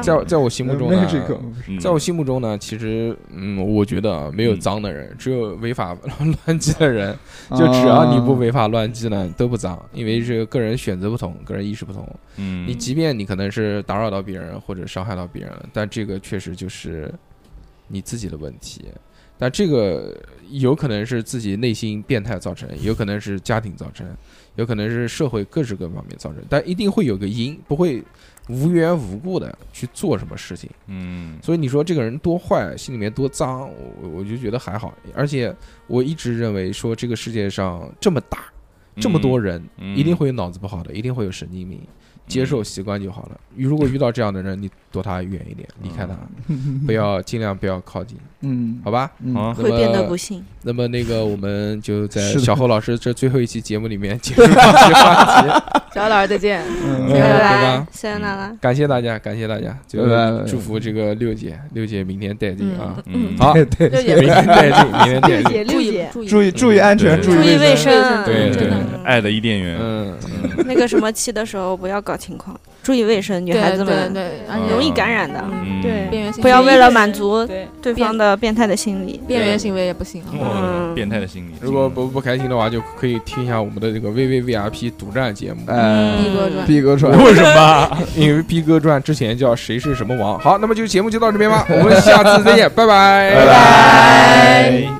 Speaker 2: 在我在我心目中呢，
Speaker 4: 嗯
Speaker 2: 在我心目中呢，其实嗯，我觉得啊没有脏的人，只有违法 [laughs] 乱纪的人。
Speaker 4: 啊
Speaker 2: 就只要你
Speaker 3: 啊
Speaker 2: 不违法乱纪呢，都不脏，因为是个人选择不同，个人意识不同。
Speaker 4: 嗯，
Speaker 2: 你即便你可能是打扰到别人或者伤害到别人了，但这个确实就是你自己的问题。但这个有可能是自己内心变态造成，有可能是家庭造成，有可能是社会各式各方面造成，但一定会有个因，不会无缘无故的去做什么事情。
Speaker 4: 嗯
Speaker 2: 所以你说这个人多坏，心里面多脏，我我就觉得还好。而且我一直认为说这个世界上这么大，这么多人，
Speaker 4: 嗯
Speaker 2: 一定会有脑子不好的，一定会有神经病。接受习惯就好了。如果遇到这样的人，你躲他远一点，离开他， [laughs] 不要尽量不要靠近，
Speaker 3: 嗯，
Speaker 2: 好吧？
Speaker 3: 嗯，
Speaker 4: 啊，
Speaker 2: 那么
Speaker 5: 幸。
Speaker 2: 那么那个，我们就在
Speaker 3: 是的
Speaker 2: 小侯老师这最后一期节目里面结束这期话题，
Speaker 6: 小老师再见。
Speaker 2: 对
Speaker 5: 拜
Speaker 2: 吧
Speaker 5: 拜，？塞
Speaker 4: 嗯
Speaker 5: よ那拉。
Speaker 2: 感谢大家，感谢大家，
Speaker 3: [laughs]
Speaker 2: 就
Speaker 3: 拜拜拜拜
Speaker 2: 祝福这个六姐，六姐明天带劲啊！
Speaker 4: 嗯，
Speaker 2: 好，明
Speaker 3: 对
Speaker 6: 六
Speaker 3: 对，
Speaker 6: 姐
Speaker 2: 天带劲，明天带劲。
Speaker 8: 六姐，
Speaker 6: 注
Speaker 8: 六
Speaker 6: 意
Speaker 8: 姐，
Speaker 6: 注意
Speaker 3: [laughs] 注意注意安全，
Speaker 4: 对
Speaker 3: 意
Speaker 5: 注意卫
Speaker 3: 卫。
Speaker 5: 生，
Speaker 2: 对
Speaker 6: 真的
Speaker 4: 对，爱的伊甸园，
Speaker 2: 嗯，
Speaker 5: 那个什么期的时候不要搞情况，注意卫生，女
Speaker 6: 对
Speaker 5: 孩子
Speaker 6: 对
Speaker 5: 们
Speaker 6: 对，而
Speaker 4: 嗯
Speaker 6: 且
Speaker 5: 容易感染的，
Speaker 4: 嗯，
Speaker 8: 对，
Speaker 6: 边缘性
Speaker 5: 不要为了
Speaker 6: 满
Speaker 5: 满足
Speaker 8: 对，
Speaker 5: 对方的变态的心理。
Speaker 6: 边缘行为也不行
Speaker 4: 嗯
Speaker 6: 啊。
Speaker 4: 哇，变态的心理，
Speaker 2: 如果不不开心的话，就可以听一下我们的这个 VVVIP 独占节目。
Speaker 5: 嗯
Speaker 3: 哎，
Speaker 6: 逼哥传
Speaker 3: 逼哥传，
Speaker 2: 为什么？ [laughs] 因为逼哥传之前叫谁是什么王。好，那么就节目就到这边吧，我们下次再见，拜拜
Speaker 4: 拜拜。